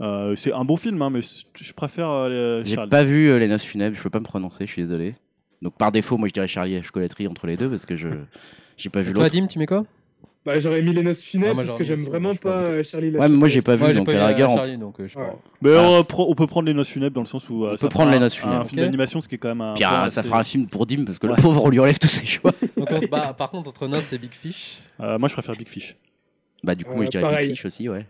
Euh, c'est un bon film, hein, mais c- je préfère euh, J'ai Charlie. pas vu euh, Les Noces Funèbres, je peux pas me prononcer, je suis désolé. Donc par défaut, moi je dirais Charlie et la chocolaterie entre les deux parce que je j'ai pas vu Et Toi, l'autre. Dim, tu mets quoi Bah, j'aurais mis les noces Ah, funèbres moi, parce j'aurais que mis j'aime ça, vraiment je crois. pas euh, Charlie la Ouais, mais moi j'ai chocolaterie. pas vu, Moi, j'ai donc pas à eu la rigueur, on- Charlie, donc euh, je Ouais. crois. Mais Ah. on, prend- on peut prendre les noces funèbres dans le sens où. On euh, peut ça prendre fera Les Noces un- Un Funèbres. film Ok. d'animation, ce qui est quand même un. Puis, point ah, ça assez- fera un film pour Dim parce que le Ouais. pauvre, on lui enlève tous ses choix. Donc, on- bah, par contre, entre Noce et Big Fish. Euh, moi, je préfère Big Fish. Bah du coup, moi je Euh, dirais Big pareil. Fish aussi, ouais.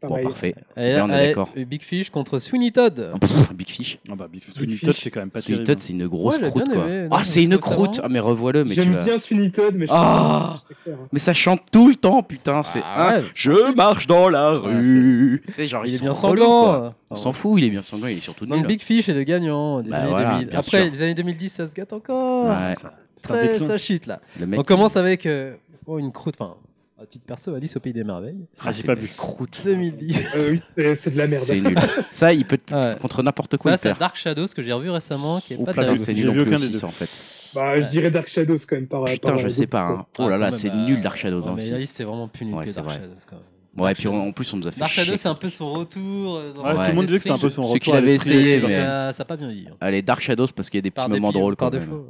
Pareil. Bon, parfait. Et- C'est bien, on et- est d'accord. et eh, Big Fish contre Sweeney Todd. Pff, Big Fish. Ah bah, Big Fish. Sweeney Todd, Todd, c'est quand même pas Sweeney terrible. hein. Todd, c'est une grosse Ouais, j'ai bien croûte, quoi. aimé, non, Ah, c'est je une trouve ça croûte marrant. Ah, mais revois-le, mais tu J'aime vas... bien Sweeney Todd, mais je Ah. c'est clair. hein. Mais ça chante tout le temps, putain, c'est... Ah ouais. un, Je marche dans la Ouais, rue Tu sais, genre, Il ils est bien sont relous, quoi. sanglant. On Ah, s'en fout, il est bien sanglant, il est surtout nul. Donc Big Fish est le gagnant des Bah années voilà, 2000. bien Après, sûr. les années 2010, ça se gâte encore. Ouais, C'est un Très, déclin. ça chute là. le mec, On commence avec euh, oh, une croûte, enfin, à titre perso, Alice au Pays des Merveilles. Ah, j'ai pas vu. Croûte. 2010. Euh, oui, c'est- c'est de la merde. C'est nul. Ça, il peut Ah ouais. contre n'importe quoi Là, le c'est faire. Dark Shadows que j'ai revu récemment, qui est Ou pas Platin, putain, terrible. c'est J'ai nul vu non plus aucun des aussi, deux. ça, en fait. Bah, je dirais Dark Shadows quand même par Putain, je sais pas. hein. Oh là Ah, là, quand c'est même, nul euh, Dark Shadows hein, ouais, mais aussi. Alice, c'est vraiment plus nul Ouais, que c'est Dark vrai. Shadows quand même. Ouais, puis on- en plus, on nous a fait Dark Shadows, chier. c'est un peu son retour. euh, dans Ouais, Tout le Ouais. monde disait que c'était un peu son Ceux retour. qui l'avaient à l'esprit. essayé, Donc, mais- euh, ça a pas bien eu. hein. Allez, Dark Shadows, parce qu'il y a des petits Par moments dépit, drôles par quand même. défaut.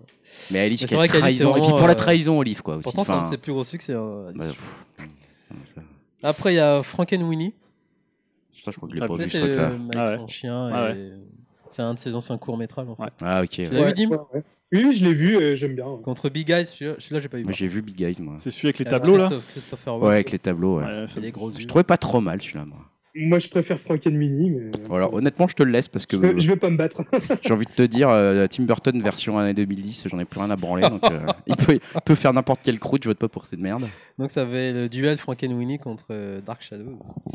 Mais Alice, Mais c'est quelle vrai qu'Alice, c'est trahison. Et puis vraiment, pour la euh, trahison, Olive, quoi. aussi. Pourtant, c'est un de Enfin, ses plus gros succès. euh, Alice. bah, pff, non, ça- Après, il y a Frankenweenie. ça, je crois que je l'ai Ah, pas Tu vu sais, ce c'est truc-là. euh, avec Ah ouais. son chien. Ah et- C'est un de ses anciens courts-métrages. en fait. Ouais. Ah, ok. ouais. Tu l'as vu, Dim Oui, oui, je l'ai vu, euh, j'aime bien. ouais. Contre Big Eyes, celui-là, celui-là, j'ai pas eu. Moi, j'ai vu Big Eyes, moi. C'est celui avec les Euh, tableaux là. Christophe- Christopher Walken, Ouais, avec les tableaux, ouais. Ouais, il a les c'est- gros Je yeux. trouvais pas trop mal celui-là, moi. Moi, je préfère Frankenweenie, mais euh, Voilà, honnêtement, je te le laisse parce que je, vais- je vais pas me battre. j'ai envie de te dire, euh, Tim Burton version année 2010, j'en ai plus rien à branler. Donc, euh, il, peut, il peut faire n'importe quelle croûte, je vote pas pour cette merde. Donc ça avait le duel Frankenweenie contre euh, Dark Shadows.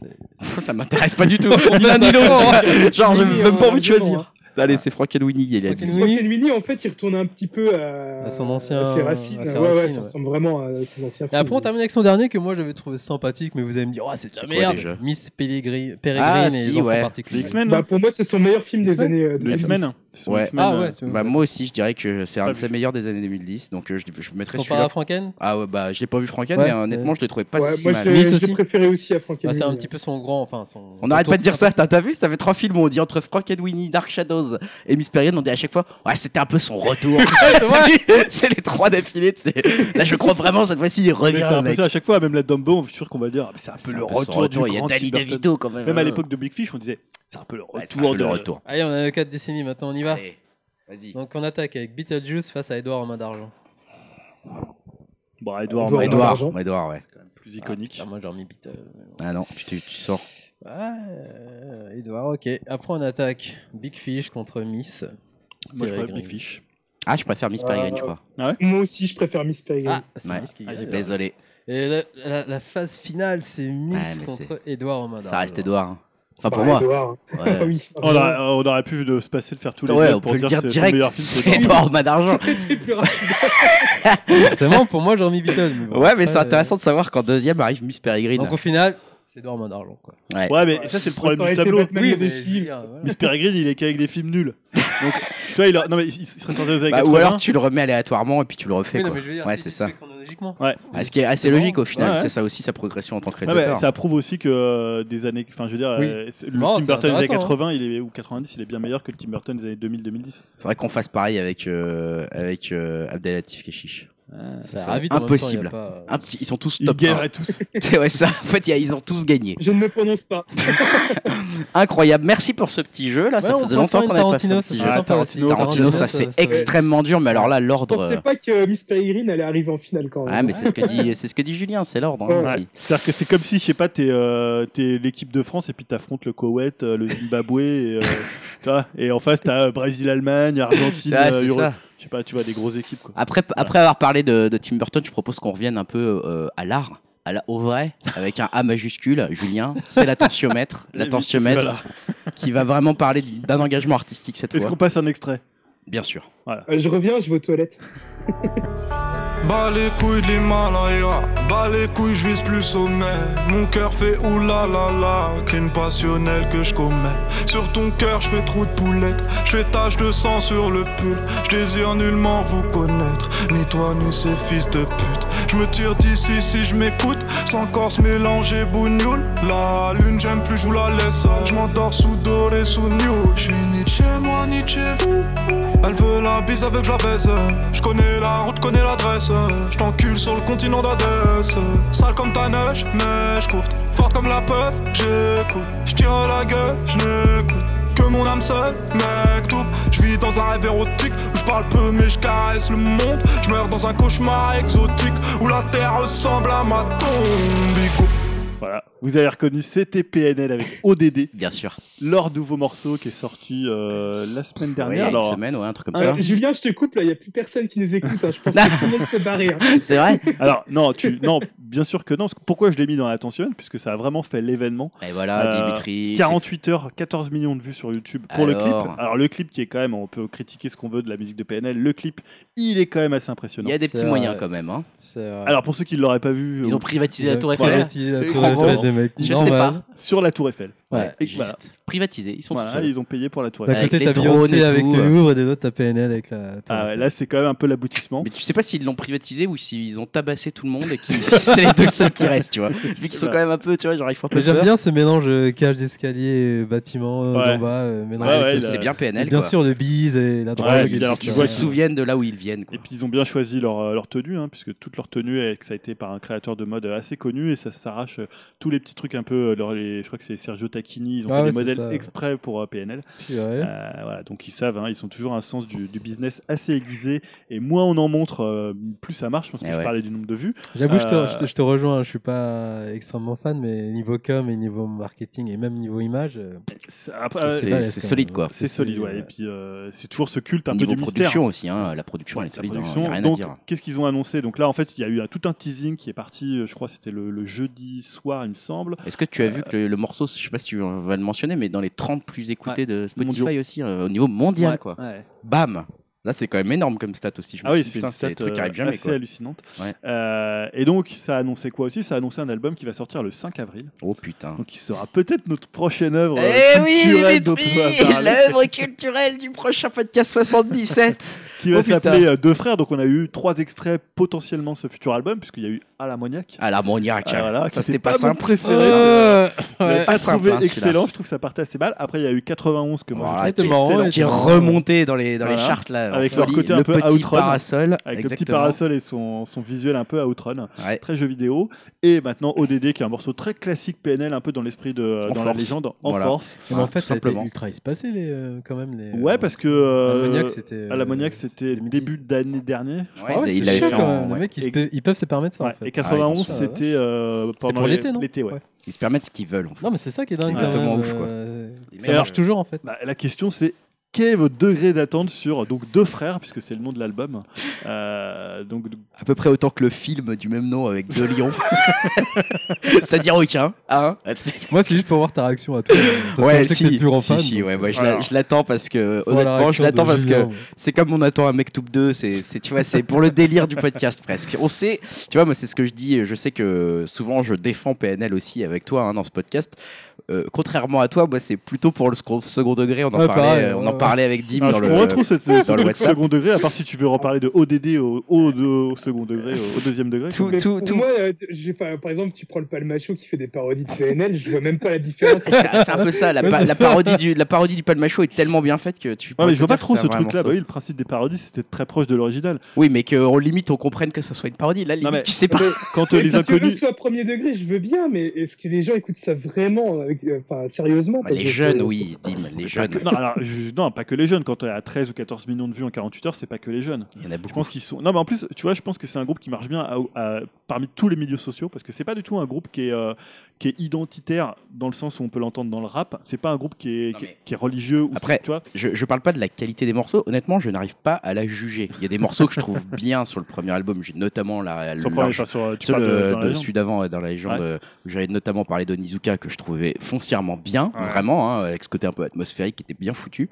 C'est- Ça m'intéresse pas du tout. Ni l'un ni l'autre. Genre, j'ai Winnie, même pas euh, envie de largement, choisir. hein. Allez, c'est Frankenweenie, il a dit. Frankenweenie. Winnie. Frankenweenie, en fait, il retourne un petit peu à, À son ancien- à ses racines. à ses ouais, ouais, racines, ça ouais. ressemble vraiment à ses anciens Et films. après on termine avec son dernier que moi j'avais trouvé sympathique, mais vous allez me dire, oh c'est de C'est la quoi, merde. déjà Miss Pellegrin- Peregrine Ah, et si, les enfants ouais. Les particuliers. X-Men. Bah, non pour moi, c'est son meilleur film des années euh, Les 2010. X-Men. C'est son Ouais. X-Men, Ah euh, ouais, c'est Bah, moi aussi, je dirais que c'est un Pas de ses vu. meilleurs des années 2010, donc euh, je, je mettrais Comparé celui-là. à Franken, Ah ouais, bah j'ai pas vu Franken, Ouais, mais euh, honnêtement, ouais. je l'ai trouvé pas Ouais, si moi, mal. je l'ai- Miss je aussi. l'ai préféré aussi à bah, Frankenweenie. c'est un petit peu son grand, enfin son. On arrête retour pas de dire ça, sympathique. t'as t'as vu Ça fait trois films où on dit entre Frankenweenie, Dark Shadows et Miss Peregrine, on dit à chaque fois Ouais, c'était un peu son retour. T'as vu c'est les trois d'affilée, tu sais. Là, je crois vraiment, cette fois-ci, il Mais revient, c'est un peu mec. ça à chaque fois, même la Dumbo, on est sûr qu'on va dire, Ah, mais c'est un peu C'est le un peu son retour du il y a grand Danny Tim Burton. DeVito quand même. Même à hein. l'époque de Big Fish, on disait, C'est un peu le Ouais, c'est retour un peu de le retour. Allez, on a 4 décennies, maintenant on y va. Allez, vas-y. Donc on attaque avec Beetlejuice face à Edouard en main d'argent. Bon, Edouard, Edouard, Marin, Edouard, Argent. Edouard, ouais. quand même plus iconique. Ah, putain, moi j'ai remis Beetle. Ah non, tu, tu sors. Ah, euh, Edouard, ok. Après on attaque Big Fish contre Miss. Moi, je Peregrine. prends Big Fish. Ah, je préfère Miss Peregrine, je crois. Moi aussi, je préfère Miss Peregrine. Ah, c'est Ouais. Miss qui Ah, j'ai gagne. Désolé, Et la, la- la phase finale, c'est Miss mais contre Edouard en main d'argent. ça reste Edouard. hein. Enfin, Bah, pour moi. Edouard. Ah Ouais. Oh oui, On, aurait- on aurait pu de se passer de faire tous les Ouais, deux on pour peut le dire dire, c'est son direct, meilleur film, c'est Edouard Marin. Edouard Main d'argent. C'était plus rapide. C'est bon, pour moi j'ai remis Beetle. bon, Ouais, mais après, c'est intéressant de savoir qu'en deuxième arrive Miss euh, Peregrine. Donc au final, c'est Edouard en main d'argent. quoi. Ouais, mais Ouais, ça, c'est le ça problème aurait du été tableau. Batman. Même il y a des mais je veux films. dire, voilà. Miss Peregrine, il est qu'avec des films nuls. Donc, tu vois, il, a- non, mais il serait sorti aux années Bah, 80. ou alors tu le remets aléatoirement et puis tu le refais. Oui, non, quoi. mais je veux dire, ouais, si c'est tu ça. fais chronologiquement. Ouais. Ah, ce qui est assez logique au final, Ouais, ouais. c'est ça aussi sa progression en tant que Ah bah, réalisateur. ça prouve aussi que euh, des années. Enfin, je veux dire, Oui. euh, c'est- C'est le marrant, Tim c'est Burton des années intéressant, hein. 80 il est, ou 90, il est bien meilleur que le Tim Burton des années 2000-2010. Faudrait qu'on fasse pareil avec euh, avec euh, Abdelatif Keshish. Ah, Ça C'est ravite, impossible. en même temps, il y a pas, euh, Un petit- ils sont tous Ils top. guerrent à tous. un. C'est ouais ça. En fait, il y a- ils ont tous gagné. Je ne me prononce pas. Incroyable. Merci pour ce petit jeu. Là, ça Ouais, on faisait passe longtemps par qu'on une n'avait pas fait un Tarantino, petit c'est jeu. Ah, sympa aussi. Tarantino, Tarantino, ça c'est extrêmement dur, mais alors là, Je l'ordre. pensais pas que Miss Peregrine allait arriver en finale quand même. euh. Ah, mais c'est ce que dit, c'est ce que dit Julien, c'est l'ordre. hein, Ouais. aussi. C'est-à-dire que c'est comme si, je sais pas, t'es euh, t'es l'équipe de France et puis t'affrontes le Koweït, euh, le Zimbabwe, et, euh, tu vois, et en face t'as euh, Brésil-Allemagne, Argentine, Ah, euh, c'est Euro- ça. je sais pas, tu vois, des grosses équipes quoi. Après, après avoir parlé de, de Tim Burton, je propose qu'on revienne un peu euh, à l'art, à la, au vrai, avec un A majuscule. Julien, c'est l'attentiomètre, l'attentiomètre Voilà. qui va vraiment parler d'un engagement artistique cette Est-ce fois. qu'on passe un extrait Bien sûr. Euh, je reviens, je vais aux toilettes. Bas les couilles de l'Himalaya, bas les couilles, je vise plus le sommet. Mon cœur fait oulala, crime passionnel que je commets. Sur ton cœur, je fais trou de poulette, je fais tache de sang sur le pull. Je désire nullement vous connaître, ni toi ni ces fils de pute. Je me tire d'ici si je m'écoute, sans corse mélanger bougnoule. La lune, j'aime plus, je vous la laisse. Je m'endors sous doré, sous new. Je suis ni de chez moi, ni de chez vous. Elle veut la bise avec je la baise Je connais la route, connais l'adresse Je t'encule sur le continent d'Adès Sale comme ta neige, neige courte Forte comme la peur, j'écoute Je tire la gueule, je n'écoute que mon âme seule, mec tout Je vis dans un rêve érotique Où je parle peu mais je caresse le monde Je meurs dans un cauchemar exotique Où la terre ressemble à ma tombe Bico. Voilà. Vous avez reconnu, c'était PNL avec ODD, Bien sûr. leur nouveau morceau qui est sorti euh, la semaine dernière. Ouais, Alors, une semaine, ouais, un truc comme Euh, ça. Julien, je te coupe là, il n'y a plus personne qui nous écoute. hein. Je pense que tout le monde s'est barré. hein. C'est vrai. alors, non, tu, non, bien sûr que non. Parce que Pourquoi je l'ai mis dans l'attention Puisque ça a vraiment fait l'événement. Et voilà, Euh, Dimitri. 48 heures, 14 millions de vues sur YouTube pour le Alors clip. Alors le clip qui est quand même, on peut critiquer ce qu'on veut de la musique de PNL, le clip, il est quand même assez c'est- Il impressionnant. y a des C'est petits moyens vrai. quand même. hein. C'est vrai. Alors pour ceux qui ne l'auraient pas vu, Ils euh, ont privatisé la Tour Ouais, Eiffel. privatisé la Et Tour Eiffel, vraiment, des mecs. Je sais normal. pas. sur la tour Eiffel. Ouais. Et Juste voilà. privatisé. Ils sont Voilà, tous seuls. ils ont payé pour la tour D'un Eiffel. Avec côté, les t'as drones et Beyoncé avec tout, le euh. Louvre et de l'autre, t'as PNL avec la. Tour Ah ouais, Eiffel. là c'est quand même un peu l'aboutissement. Mais tu sais pas s'ils l'ont privatisé ou s'ils ont tabassé tout le monde et qu'ils c'est les deux seuls qui restent, tu vois. Vu qu'ils sont quand même un peu, tu vois, genre ils font un peu Mais j'aime peur. bien ce mélange euh, cage d'escalier, euh, bâtiment, euh, Ouais. d'en bas, euh, mélange. Ouais, Ouais, ouais, c'est- il a- c'est bien Et PNL. bien quoi. sûr, le bise et la drogue. Ouais, et puis tout alors, ça. Ils tu vois, se souviennent de là où ils viennent. quoi. Et puis ils ont bien choisi leur, euh, leur tenue, hein, puisque toute leur tenue est, que ça a été par un créateur de mode assez connu et ça s'arrache euh, tous les petits trucs un peu. euh, leur- les- je crois que c'est Sergio Tacchini, ils ont Ah fait ouais, des c'est modèles ça, ouais. exprès pour euh, PNL. Purée. Euh, voilà, donc ils savent, hein, ils ont toujours un sens du, du business assez aiguisé. Et moins on en montre, euh, plus ça marche. Parce que Eh je ouais. parlais du nombre de vues. J'avoue, je, euh, te, je te- je te rejoins, hein, je suis pas extrêmement fan, mais niveau com et niveau marketing et même niveau image, euh, C'est- après, euh, C'est- c'est- balèze, c'est quand même. solide, quoi. c'est solide, ouais. Et puis euh, c'est toujours ce culte un Niveau peu du mystère. production aussi, hein, la production elle est La solide, hein, production. y a rien à Donc, dire. qu'est-ce qu'ils ont annoncé Donc là, en fait, il y a eu un- tout un teasing qui est parti, euh, je crois, c'était le, le jeudi soir, il me semble. Est-ce que tu as vu que le, le morceau, je sais pas si tu vas le mentionner, mais dans les 30 plus écoutés de Spotify mondiaux. aussi, euh, au niveau mondial, Ouais, quoi. ouais. Bam Là, c'est quand même énorme comme stat aussi. Je me Ah oui, suis dit, c'est une putain, stat des trucs qui euh, arrivent jamais, assez quoi. hallucinante. Ouais. Euh, et donc, ça a annoncé quoi aussi Ça a annoncé un album qui va sortir le 5 avril. Oh putain. Donc, qui sera peut-être notre prochaine œuvre. euh, Eh oui, culturelle dont Dimitri, on va parler. l'œuvre culturelle du prochain podcast 77. qui va Oh, putain. s'appeler euh, Deux Frères. Donc on a eu trois extraits potentiellement ce futur album, puisqu'il y a eu À la Moniaque. À l'ammoniaque, Ah, hein. voilà, ça qui c'était était pas mon simple. préféré. Euh, J'avais ouais. pas pas simple, trouvé hein, celui-là. excellent. Je trouve que ça partait assez mal. Après, il y a eu 91 que moi j'ai Voilà, trouvé qui- excellent, qui remontait dans les, dans les Voilà. chartes là. en Avec leur folie, côté un le peu petit Outrun, parasol. avec le petit exactement. parasol et son, son visuel un peu outrun, Ouais. très jeu vidéo. Et maintenant ODD, qui est un morceau très classique PNL, un peu dans l'esprit de En dans la force. légende, en Voilà. force. Mais en Voilà, fait, tout ça a été simplement. ultra espacé les, euh, quand même. Les, Ouais, parce que euh, Ammoniac, c'était. euh, Ah à l'ammoniaque, c'était début d'année dernière. je Ouais, crois. c'est- il il l'avait fait en. ouais. Les mecs, ils, se Et- peuvent- ils peuvent se permettre ça. Ouais, en fait. Et Ah, ils 91, ont ça, c'était euh, pendant pour les- l'été, non ouais. Ouais. Ils se permettent ce qu'ils veulent en fait. Non, mais c'est ça qui est dingue. C'est quand complètement même, ouf, quoi. euh, Les Ça mecs, marche euh, toujours en fait. Bah, la question c'est quel est votre degré d'attente sur donc deux frères puisque c'est le nom de l'album. Euh, donc À peu près autant que le film du même nom avec deux lions. C'est-à-dire aucun. Hein C'est- Moi, c'est juste pour voir ta réaction à toi. Parce que Ouais, je sais si, que t'es pur en si, fan, si, donc, ouais, ouais, je voilà. la- je l'attends parce que, voir la honnêtement, je réaction de l'attends parce que Julien. c'est comme on attend un mec Toup 2, c'est, c'est- tu vois, c'est pour le délire du podcast presque. On sait, tu vois, moi c'est ce que je dis, je sais que souvent je défends PNL aussi avec toi hein, dans ce podcast. Euh, contrairement à toi, moi c'est plutôt pour le second, second degré, on en, Ouais, parlait, pareil, euh, on en ouais, parlait avec Dim Ah, dans je le... comprends trop cette, dans ce le truc WhatsApp. second degré, à part si tu veux reparler de ODD au, au, de- au second degré, au, au deuxième degré. Tout- quoi. Mais tout- pour tout- moi, euh, j'ai- enfin, par exemple, tu prends le Palmacho qui fait des parodies de PNL, je vois même pas la différence. entre- Ah, c'est un peu ça, la, Ouais, pa- c'est la ça. parodie du, la parodie du Palmacho est tellement bien faite que tu Ouais, mais je peux vois pas dire que trop c'est ce vraiment truc-là. ça. Bah oui, le principe des parodies, c'était très proche de l'original. Oui, mais qu'on limite, on comprenne que ça soit une parodie. Là, limite, mais- tu sais pas. Quand euh, Mais les que tu veux que ce inconnus, soit premier degré, je veux bien, mais est-ce que les gens écoutent ça vraiment, avec- euh, enfin sérieusement Bah, parce les que jeunes, c'est- oui, Dim, les jeunes. non, alors, je- non, pas que les jeunes. Quand tu à 13 ou 14 millions de vues en 48 heures, c'est pas que les jeunes. Il y en a Je beaucoup. pense qu'ils sont. Non, mais en plus, tu vois, je pense que c'est un groupe qui marche bien à- à- parmi tous les milieux sociaux parce que c'est pas du tout un groupe qui est, euh, qui est identitaire dans le sens où on peut l'entendre dans le rap. C'est pas un groupe qui est, Non, qui, mais- qui est religieux ou Après- tu vois. Je, je parle pas de la qualité des morceaux. Honnêtement, je n'arrive pas à la juger. Il y a des morceaux que je trouve bien sur le premier album. J'ai notamment la, la- Sans problème, large- enfin, sur, euh, tu sur parles de, le, dans la de légende. celui d'avant euh, dans la légende. Ouais. euh, où J'avais notamment parlé d'Onizuka que je trouvais foncièrement bien, Ouais. vraiment, hein, avec ce côté un peu atmosphérique qui était bien foutu.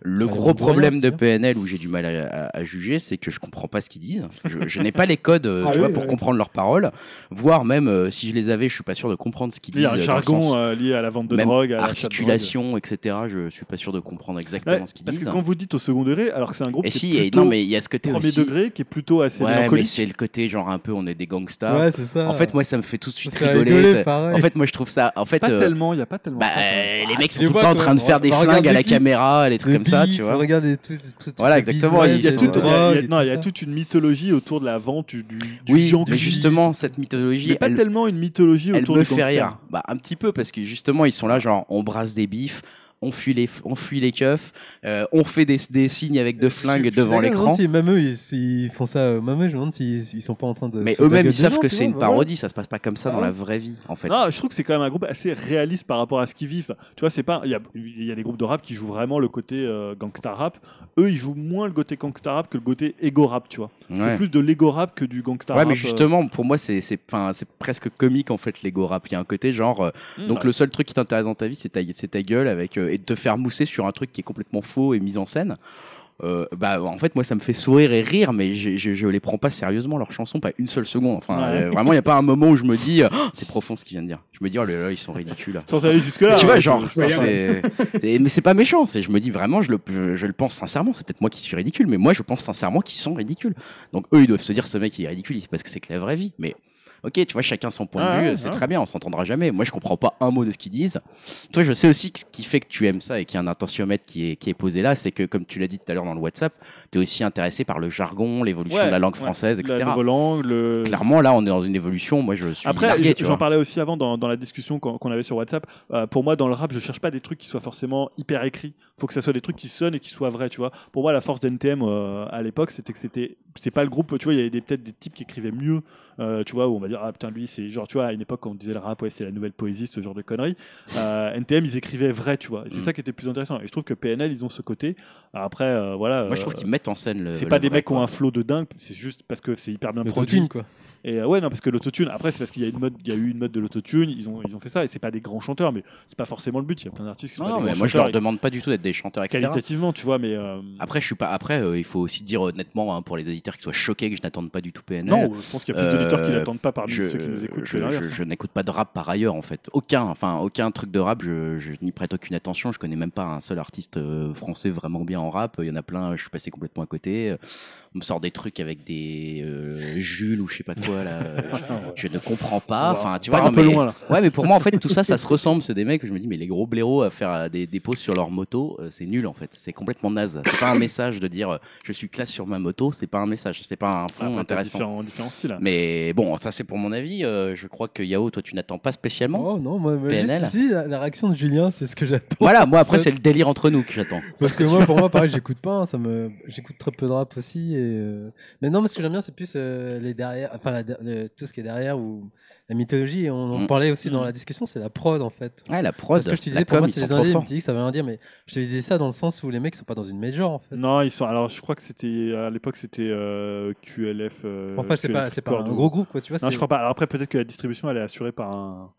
Le Ouais, gros on voit problème rien, de c'est PNL où j'ai du mal à, à- à juger, c'est que je comprends pas ce qu'ils disent. Je, je n'ai pas les codes euh, Ah tu oui, vois, pour ouais. comprendre leurs paroles, voire même euh, si je les avais, je suis pas sûr de comprendre ce qu'ils Il disent. y a euh, un dans le jargon sens euh, lié à la vente de même drogue, à l'achat de drogue. articulation, etc. Je suis pas sûr de comprendre exactement Ouais, ce qu'ils parce disent. hein. que quand vous dites au second degré, alors que c'est un groupe Et qui est si, et plutôt non, mais il y a ce côté premier aussi. degré, qui est plutôt assez ouais, mais mélancolique. c'est le côté genre un peu on est des gangsters. Ouais, c'est ça. Ah, en fait, moi, ça me fait tout de suite Ça fait rigoler. rigoler, pareil. en fait, moi, je trouve ça. En fait, Pas euh, tellement, il n'y a pas tellement. bah, ça, quand même. euh, les mecs sont Tu tout le vois, temps en quoi, train de on faire des va flingues regarder à la les clips, caméra, des trucs comme ça, tu vois. Regardez tout, tout, tout- Voilà, le exactement, business, ils Il y a sont- tout toute- le il y a- il y a- drogue et non, tout il y a ça. toute une mythologie autour de la vente du, du, du Oui, yankee. mais justement, cette Mais mythologie, pas elle, tellement une mythologie elle autour me du fait gangster. rire. Bah, un petit peu, parce que justement, ils sont là, genre, on brasse des bifs, on fuit les, on fuit les keufs, euh, on fait des, des signes avec deux flingues Je- je- je devant me demande l'écran. si Même eux, ils, s'ils font ça. euh, Même eux, je me demande s'ils ils sont pas en train de. Mais se eux-mêmes, baguetter ils savent dedans, que tu c'est vois, une bah ouais. parodie, ça se passe pas comme ça dans Ah ouais. la vraie vie, en fait. Non, je trouve que c'est quand même un groupe assez réaliste par rapport à ce qu'ils vivent. Tu vois, c'est pas. Il y a, il y a des groupes de rap qui jouent vraiment le côté euh, gangsta rap. Eux, ils jouent moins le côté gangsta rap que le côté ego rap, tu vois. C'est Ouais. plus de l'ego rap que du gangsta Ouais, rap. mais euh, justement, pour moi, c'est c'est- 'fin, c'est presque comique en fait, l'ego rap. Il y a un côté genre, euh, hmm, donc le seul truc qui t'intéresse dans ta vie, c'est ta, c'est ta gueule avec, euh, et de te faire mousser sur un truc qui est complètement faux et mis en scène. Euh, bah, en fait, moi, ça me fait sourire et rire, mais je, je, je les prends pas sérieusement, leurs chansons, pas une seule seconde. Enfin, Ouais. euh, vraiment, il n'y a pas un moment où je me dis, euh, Oh, c'est profond ce qu'ils viennent de dire. Je me dis, oh là là, ils sont ridicules. Sans aller jusque-là. tu hein, vois, je- genre, ouais, enfin, c'est- c'est- mais c'est pas méchant. C'est, je me dis vraiment, je le, je, je le pense sincèrement. C'est peut-être moi qui suis ridicule, mais moi, je pense sincèrement qu'ils sont ridicules. Donc eux, ils doivent se dire, ce mec, il est ridicule, c'est parce que c'est que la vraie vie. Mais ok, tu vois, chacun son point Ah, de vue, ouais, c'est ouais. très bien, on s'entendra jamais. Moi, je comprends pas un mot de ce qu'ils disent. Toi, je sais aussi que ce qui fait que tu aimes ça et qu'il y a un intentiomètre qui est, qui est posé là, c'est que comme tu l'as dit tout à l'heure dans le WhatsApp, t'es aussi intéressé par le jargon, l'évolution Ouais, de la langue ouais. française, etc. La nouvelle langue, le- Clairement, là, on est dans une évolution. Moi, je suis Après, largué, j- tu j'en vois. parlais aussi avant dans, dans la discussion qu'on qu'on avait sur WhatsApp. Euh, pour moi, dans le rap, je cherche pas des trucs qui soient forcément hyper écrits. Faut que ça soit des trucs qui sonnent et qui soient vrais, tu vois. Pour moi, la force d'NTM euh, à l'époque, c'était que c'était, c'est pas le groupe, tu vois. Il y avait des- peut-être des types qui écrivaient mieux, euh, tu vois, où on va dire ah putain lui, c'est genre, tu vois, à une époque quand on disait le rap, ouais, c'est la nouvelle poésie, ce genre de conneries. Euh, NTM, ils écrivaient vrai, tu vois. Et c'est Mm. ça qui était plus intéressant. Et je trouve que PNL, ils ont ce côté. Après, euh, voilà. Moi, je trouve euh, qu'ils mettent en scène le. c'est le pas des vrai, mecs qui ont quoi. un flow de dingue, c'est juste parce que c'est hyper bien Le produit. produit, quoi. Et euh, ouais, non, parce que l'autotune, après, c'est parce qu'il y, a une mode- il y a eu une mode de l'autotune, ils ont, ils ont fait ça, et c'est pas des grands chanteurs, mais c'est pas forcément le but. Il y a plein d'artistes qui sont Non, pas non, des mais grands moi je chanteurs, leur demande pas du tout d'être des chanteurs, et etc. Ah, qualitativement, tu vois, mais. euh, Après, je suis pas. Après, euh, il faut aussi dire honnêtement hein, pour les auditeurs qui soient choqués que je n'attende pas du tout PNL. non, je pense qu'il y a plus Euh, d'auditeurs qui l'attendent pas parmi je, ceux qui nous écoutent. je, que l'inverse. je- je n'écoute pas de rap par ailleurs en fait. Aucun, enfin aucun truc de rap, je, je n'y prête aucune attention. Je connais même pas un seul artiste euh, français vraiment bien en rap. Il y en a plein, je suis passé complètement à côté. On me sort des trucs avec des euh, Jules ou je sais pas quoi là. je ne comprends pas. Enfin, tu On vois, non, part un peu mais- loin là. Ouais, mais pour moi, en fait, tout ça, ça se ressemble. C'est des mecs, je me dis, mais les gros blaireaux à faire euh, des, des pauses sur leur moto, euh, c'est nul en fait. C'est complètement naze. C'est pas un message de dire euh, je suis classe sur ma moto, c'est pas un message, c'est pas un Ah, fond Après, t'as intéressant. Différents, différents styles. Mais bon, ça c'est pour mon avis. euh, je crois que Yao, toi, tu n'attends pas spécialement. Oh non, moi, moi, juste PNL. ici, la, la réaction de Julien, c'est ce que j'attends. Voilà, moi après, Euh, c'est le délire entre nous que j'attends. Parce que moi, pour moi, pareil, j'écoute pas, hein, ça me, j'écoute très peu de rap aussi. Et euh, Mais non, mais ce que j'aime bien, c'est plus euh, les derrière, enfin la der- le- tout ce qui est derrière ou la mythologie. Et on en Mm. parlait aussi dans Mm. la discussion, c'est la prod en fait. Ouais, la prod, Parce que je te la disais, pour com, moi, ils c'est sont les trop indés, ils me forts. disaient que ça veut rien dire, mais je te disais ça dans le sens où les mecs sont pas dans une major en fait. Non, ils sont. Alors, je crois que c'était à l'époque, c'était euh, QLF. euh, Enfin, c'est pas, QLF c'est pas un Record ou- gros groupe, quoi, tu vois. Non, c'est- je crois pas. Alors après, peut-être que la distribution, elle est assurée par un.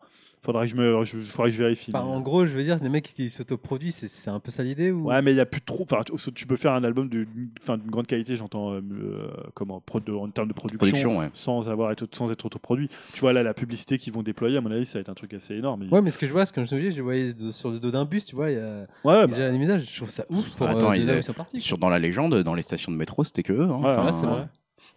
Faudra que je me, je, faudrait que je vérifie. Enfin, mais- euh, en gros, je veux dire, les mecs qui s'autoproduisent, c'est- c'est un peu ça l'idée ou... Ouais, mais il y a plus trop. Enfin, tu- tu peux faire un album d'une enfin, d'une grande qualité, j'entends, euh, euh, comment, pro- de- en termes de production, Production, ouais. sans avoir être, sans être autoproduit. Tu vois là, la publicité qu'ils vont déployer, à mon avis, ça va être un truc assez énorme. Ils- Ouais, mais ce que je vois, ce que je me dis, je voyais de- sur le dos d'un bus, tu vois, il y a Ouais, ouais, bah, déjà la luminage, je trouve ça ouf pour Bah, attends, euh, deux ils- hommes qui sont partis. quoi. Sur, dans la légende, dans les stations de métro, c'était que eux. hein. ouais, Enfin, ouais, c'est ouais. vrai.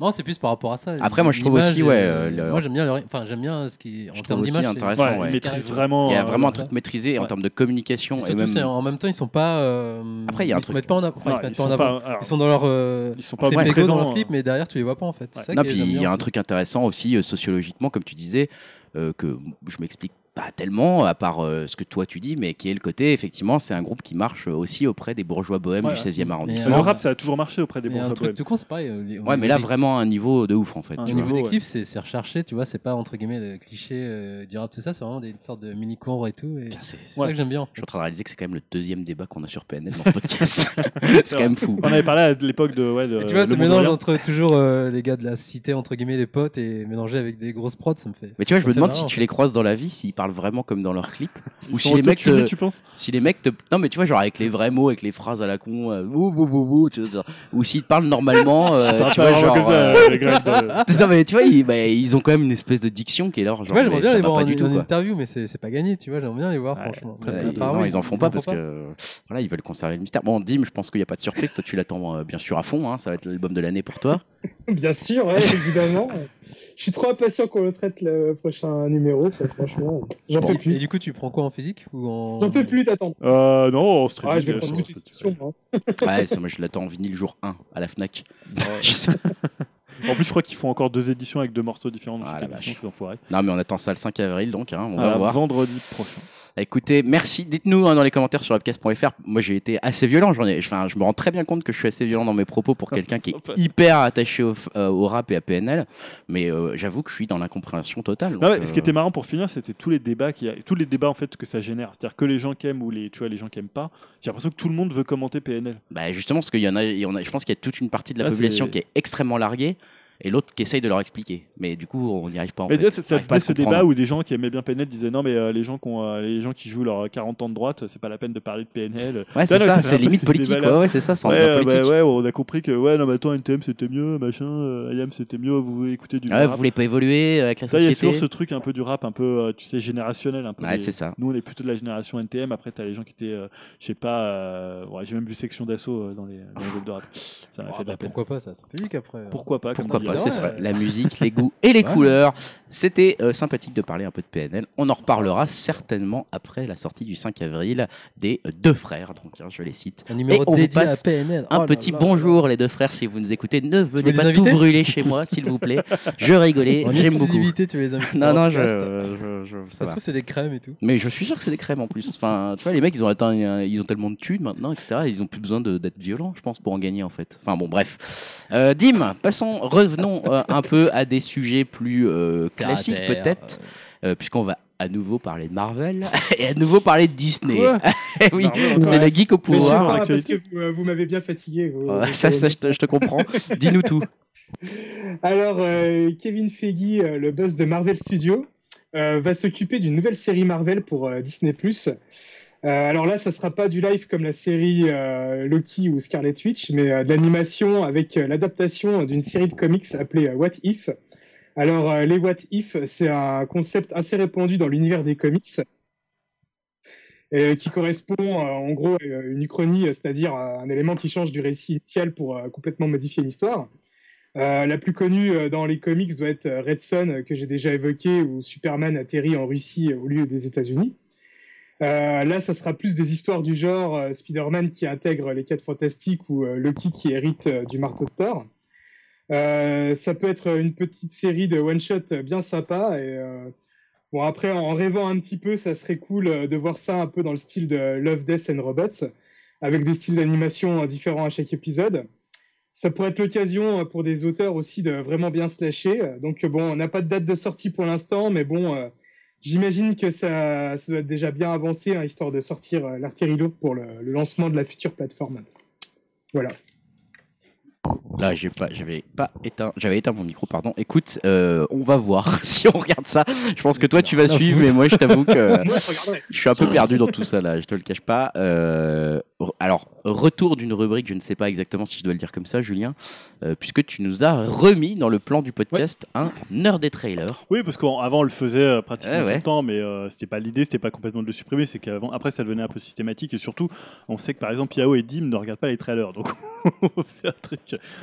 Non, c'est plus par rapport à ça. Après, moi, je trouve L'image, aussi, ouais, euh, euh, le- Moi, j'aime bien, le... enfin, j'aime bien ce qui, en Je trouve termes aussi d'image, intéressant, c'est- ouais. Ils Ils maîtrisent carré- vraiment. Il y a euh, vraiment un ça. truc maîtrisé en Ouais. termes de communication. Et et surtout, même... c'est- en même temps, ils sont pas. euh, Après, il y a un ils se truc- mettent pas en avant. enfin, non, ils se ils mettent pas en sont avant. pas- alors, Ils sont dans leur. euh, Ils sont pas t'es vraiment présent dans présents. hein. le clip, mais derrière, tu les vois pas en fait. Ouais. C'est ça Non, que puis j'aime il y bien a un aussi. truc intéressant aussi euh, sociologiquement, comme tu disais, euh, que je m'explique pas tellement, à part euh, ce que toi tu dis, mais qui est le côté, effectivement, c'est un groupe qui marche euh, aussi auprès des bourgeois bohèmes Ouais. du 16e Mais, euh, arrondissement. Le euh, rap, ça a toujours marché auprès des Il y a bons un truc tout con, c'est pareil. euh, les- Ouais, mais là, les- vraiment à un niveau de ouf, en fait. Un tu Au vois. niveau niveau des ouais. clips, c'est c'est recherché, tu vois, c'est pas entre guillemets le cliché euh, du rap, tout ça, c'est vraiment des sortes de mini cours et tout. Et Putain, c'est- c'est ça que j'aime bien. Je suis en train de réaliser que c'est quand même le deuxième débat qu'on a sur PNL dans ce podcast. c'est quand même fou. On avait parlé à l'époque de. Ouais, de Et tu Euh, vois, Le ce Monde mélange Ouvrier. entre toujours euh, les gars de la cité, entre guillemets, les potes, et mélangé avec des grosses prods, ça me fait. Mais tu vois, je me C'est demande marrant, si en tu les croises dans la vie, s'ils parlent vraiment comme dans leurs clips. Ils ou sont chez les mecs, auto-tunés, euh, tu penses Si les mecs te. Non, mais tu vois, genre avec les vrais mots, avec les phrases à la con, euh, Ouh, bou, bou, bou, tu vois, genre. ou s'ils te parlent normalement, euh, T'as tu pas vois, vraiment genre. comme ça, euh, les Greg, euh, Non, mais tu vois, ils, bah, ils ont quand même une espèce de diction qui est leur. Tu Genre, vois, mais j'aimerais bien ça les va voir en, pas du tout, en quoi. interview, mais c'est c'est pas gagné, tu vois, j'aimerais bien les voir, Ouais, franchement. très Mais Ouais, peu. à ils- part, non, oui, ils en font ils pas parce que voilà, ils veulent conserver le mystère. Bon, Dim, je pense qu'il n'y a pas de surprise. Toi, tu l'attends euh, bien sûr à fond. hein, ça va être l'album de l'année pour toi. Bien sûr, ouais, évidemment. Je suis trop impatient qu'on le traite le prochain numéro, quoi, franchement. J'en Bon. peux Et plus. du coup, tu prends quoi en physique ou en... J'en peux plus d'attendre. Euh, non, on se Ah, je vais prendre toute une session, moi. Ouais, ça, moi, je l'attends en vinyle jour 1 à la Fnac. Je sais pas. En plus, je crois qu'ils font encore deux éditions avec deux morceaux différents dans Ah, chaque la édition, vache. ces enfoirés. non, mais on attend ça le 5 avril, donc hein, on va Ah, voir. vendredi prochain. Écoutez, merci. Dites-nous hein, dans les commentaires sur webcast.fr. Moi, j'ai été assez violent. J'en ai, enfin, je me rends très bien compte que je suis assez violent dans mes propos pour quelqu'un qui est hyper attaché au, f- euh, au rap et à PNL. Mais euh, j'avoue que je suis dans l'incompréhension totale. Non, donc, mais Ah ce euh, qui était marrant pour finir, c'était tous les débats qui tous les débats en fait que ça génère. C'est-à-dire que les gens qui aiment ou les tu vois les gens qui aiment pas. J'ai l'impression que tout le monde veut commenter PNL. Bah justement, parce qu'il y en a, il y en a- je pense qu'il y a toute une partie de la Là, population Ah, c'est- qui est extrêmement larguée et l'autre qui essaye de leur expliquer. Mais du coup, on n'y arrive pas. En Mais fait. déjà, ça, ça On arrive pas à faisait se ce comprendre. débat où des gens qui aimaient bien PNL disaient non mais euh, les gens qui ont, euh, les gens qui jouent leurs 40 ans de droite, c'est pas la peine de parler de PNL. Ouais, c'est Non, non, ça, t'as c'est un peu limite ces politique. débats-là. Ouais, ouais, c'est ça, c'est un Ouais, débat euh, bah politique. ouais, on a compris que ouais non mais attends NTM c'était mieux, machin, euh, IAM c'était mieux, vous écoutez du Ah ouais, rap. vous voulez pas évoluer avec la Ça il y a société toujours ce truc un peu du rap, un peu euh, tu sais générationnel, un peu. Ouais, des- c'est ça. Nous, on est plutôt de la génération NTM. Après, t'as les gens qui étaient, euh, je sais pas, euh, ouais, j'ai même vu section d'assaut euh, dans les dans les groupes de rap. Ça m'a Ah, fait de bah, la peine. pourquoi pas, ça, c'est public après. Pourquoi pas comme Pourquoi dit pas, Yann. ce ouais. serait la musique, les goûts et les Ouais. couleurs. C'était euh, sympathique de parler un peu de PNL. On en reparlera certainement après la sortie du 5 avril des euh, deux frères. Donc, hein, je les cite. Un numéro Et on vous dédié à passe PNL. Un Oh là petit là. bonjour, les deux frères, si vous nous écoutez. Ne veux venez les pas tout inviter brûler chez moi, s'il vous plaît. Je rigolais, En j'aime beaucoup. exclusivité, tu les invites. Non, dans non, le je, podcast. je- je- ça Ça se va. trouve, c'est des crèmes et tout. Mais je suis sûr que c'est des crèmes en plus. Enfin, tu vois, les mecs, ils ont atteint, euh, ils ont tellement de thunes maintenant, etc. Ils ont plus besoin de- d'être violents, je pense, pour en gagner en fait. Enfin bon, bref. Euh, Dim, passons, revenons euh, un peu à des sujets plus euh, classiques Caractère, peut-être, euh, puisqu'on va à nouveau parler de Marvel et à nouveau parler de Disney. Quoi Eh oui, Marvel, c'est ouais. le geek au Mais je sais pouvoir. pas, parce l'actualité. que vous, euh, vous m'avez bien fatigué. vous. Ouais, ça, ça, je te, je te comprends. Dis-nous tout. Alors, euh, Kevin Feige, euh, le boss de Marvel Studios, euh, va s'occuper d'une nouvelle série Marvel pour euh, Disney+. Euh, alors là, ça sera pas du live comme la série euh, Loki ou Scarlet Witch, mais euh, de l'animation avec euh, l'adaptation d'une série de comics appelée euh, What If, Alors, euh, les what if, c'est un concept assez répandu dans l'univers des comics euh, qui correspond euh, en gros à une uchronie, euh, c'est-à-dire à un élément qui change du récit initial pour euh, complètement modifier l'histoire. Euh, la plus connue euh, dans les comics doit être euh, Red Son, euh, que j'ai déjà évoqué, où Superman atterrit en Russie euh, au lieu des États-Unis. Euh, là, ça sera plus des histoires du genre euh, Spider-Man qui intègre les quatre fantastiques ou euh, Loki qui hérite euh, du marteau de Thor. Euh, ça peut être une petite série de one-shot euh, bien sympa. Et, euh, bon, après, en- en rêvant un petit peu, ça serait cool euh, de voir ça un peu dans le style de Love, Death and Robots, avec des styles d'animation euh, différents à chaque épisode. Ça pourrait être l'occasion euh, pour des auteurs aussi de vraiment bien se lâcher. Euh, Donc euh, bon, on n'a pas de date de sortie pour l'instant, mais bon, euh, j'imagine que ça, ça doit être déjà bien avancé, hein, histoire de sortir euh, l'artillerie lourde pour le, le lancement de la future plateforme. Voilà. Là, j'ai pas, j'avais pas éteint, j'avais éteint mon micro, pardon. Écoute, euh, on va voir si on regarde ça. Je pense que toi, tu vas Rien à suivre, foutre. mais moi, je t'avoue que Ah, Moi, je regarderai. je suis un peu perdu dans tout ça là. Je te le cache pas. Euh, re- alors, retour d'une rubrique, je ne sais pas exactement si je dois le dire comme ça, Julien, euh, puisque tu nous as remis dans le plan du podcast un heure des trailers. Oui, parce qu'avant on le faisait euh, pratiquement Ouais, tout ouais. le temps, mais euh, c'était pas l'idée, c'était pas complètement de le supprimer, c'est qu'avant, après ça devenait un peu systématique et surtout, on sait que par exemple Yao et Dim ne regardent pas les trailers, donc c'est un truc.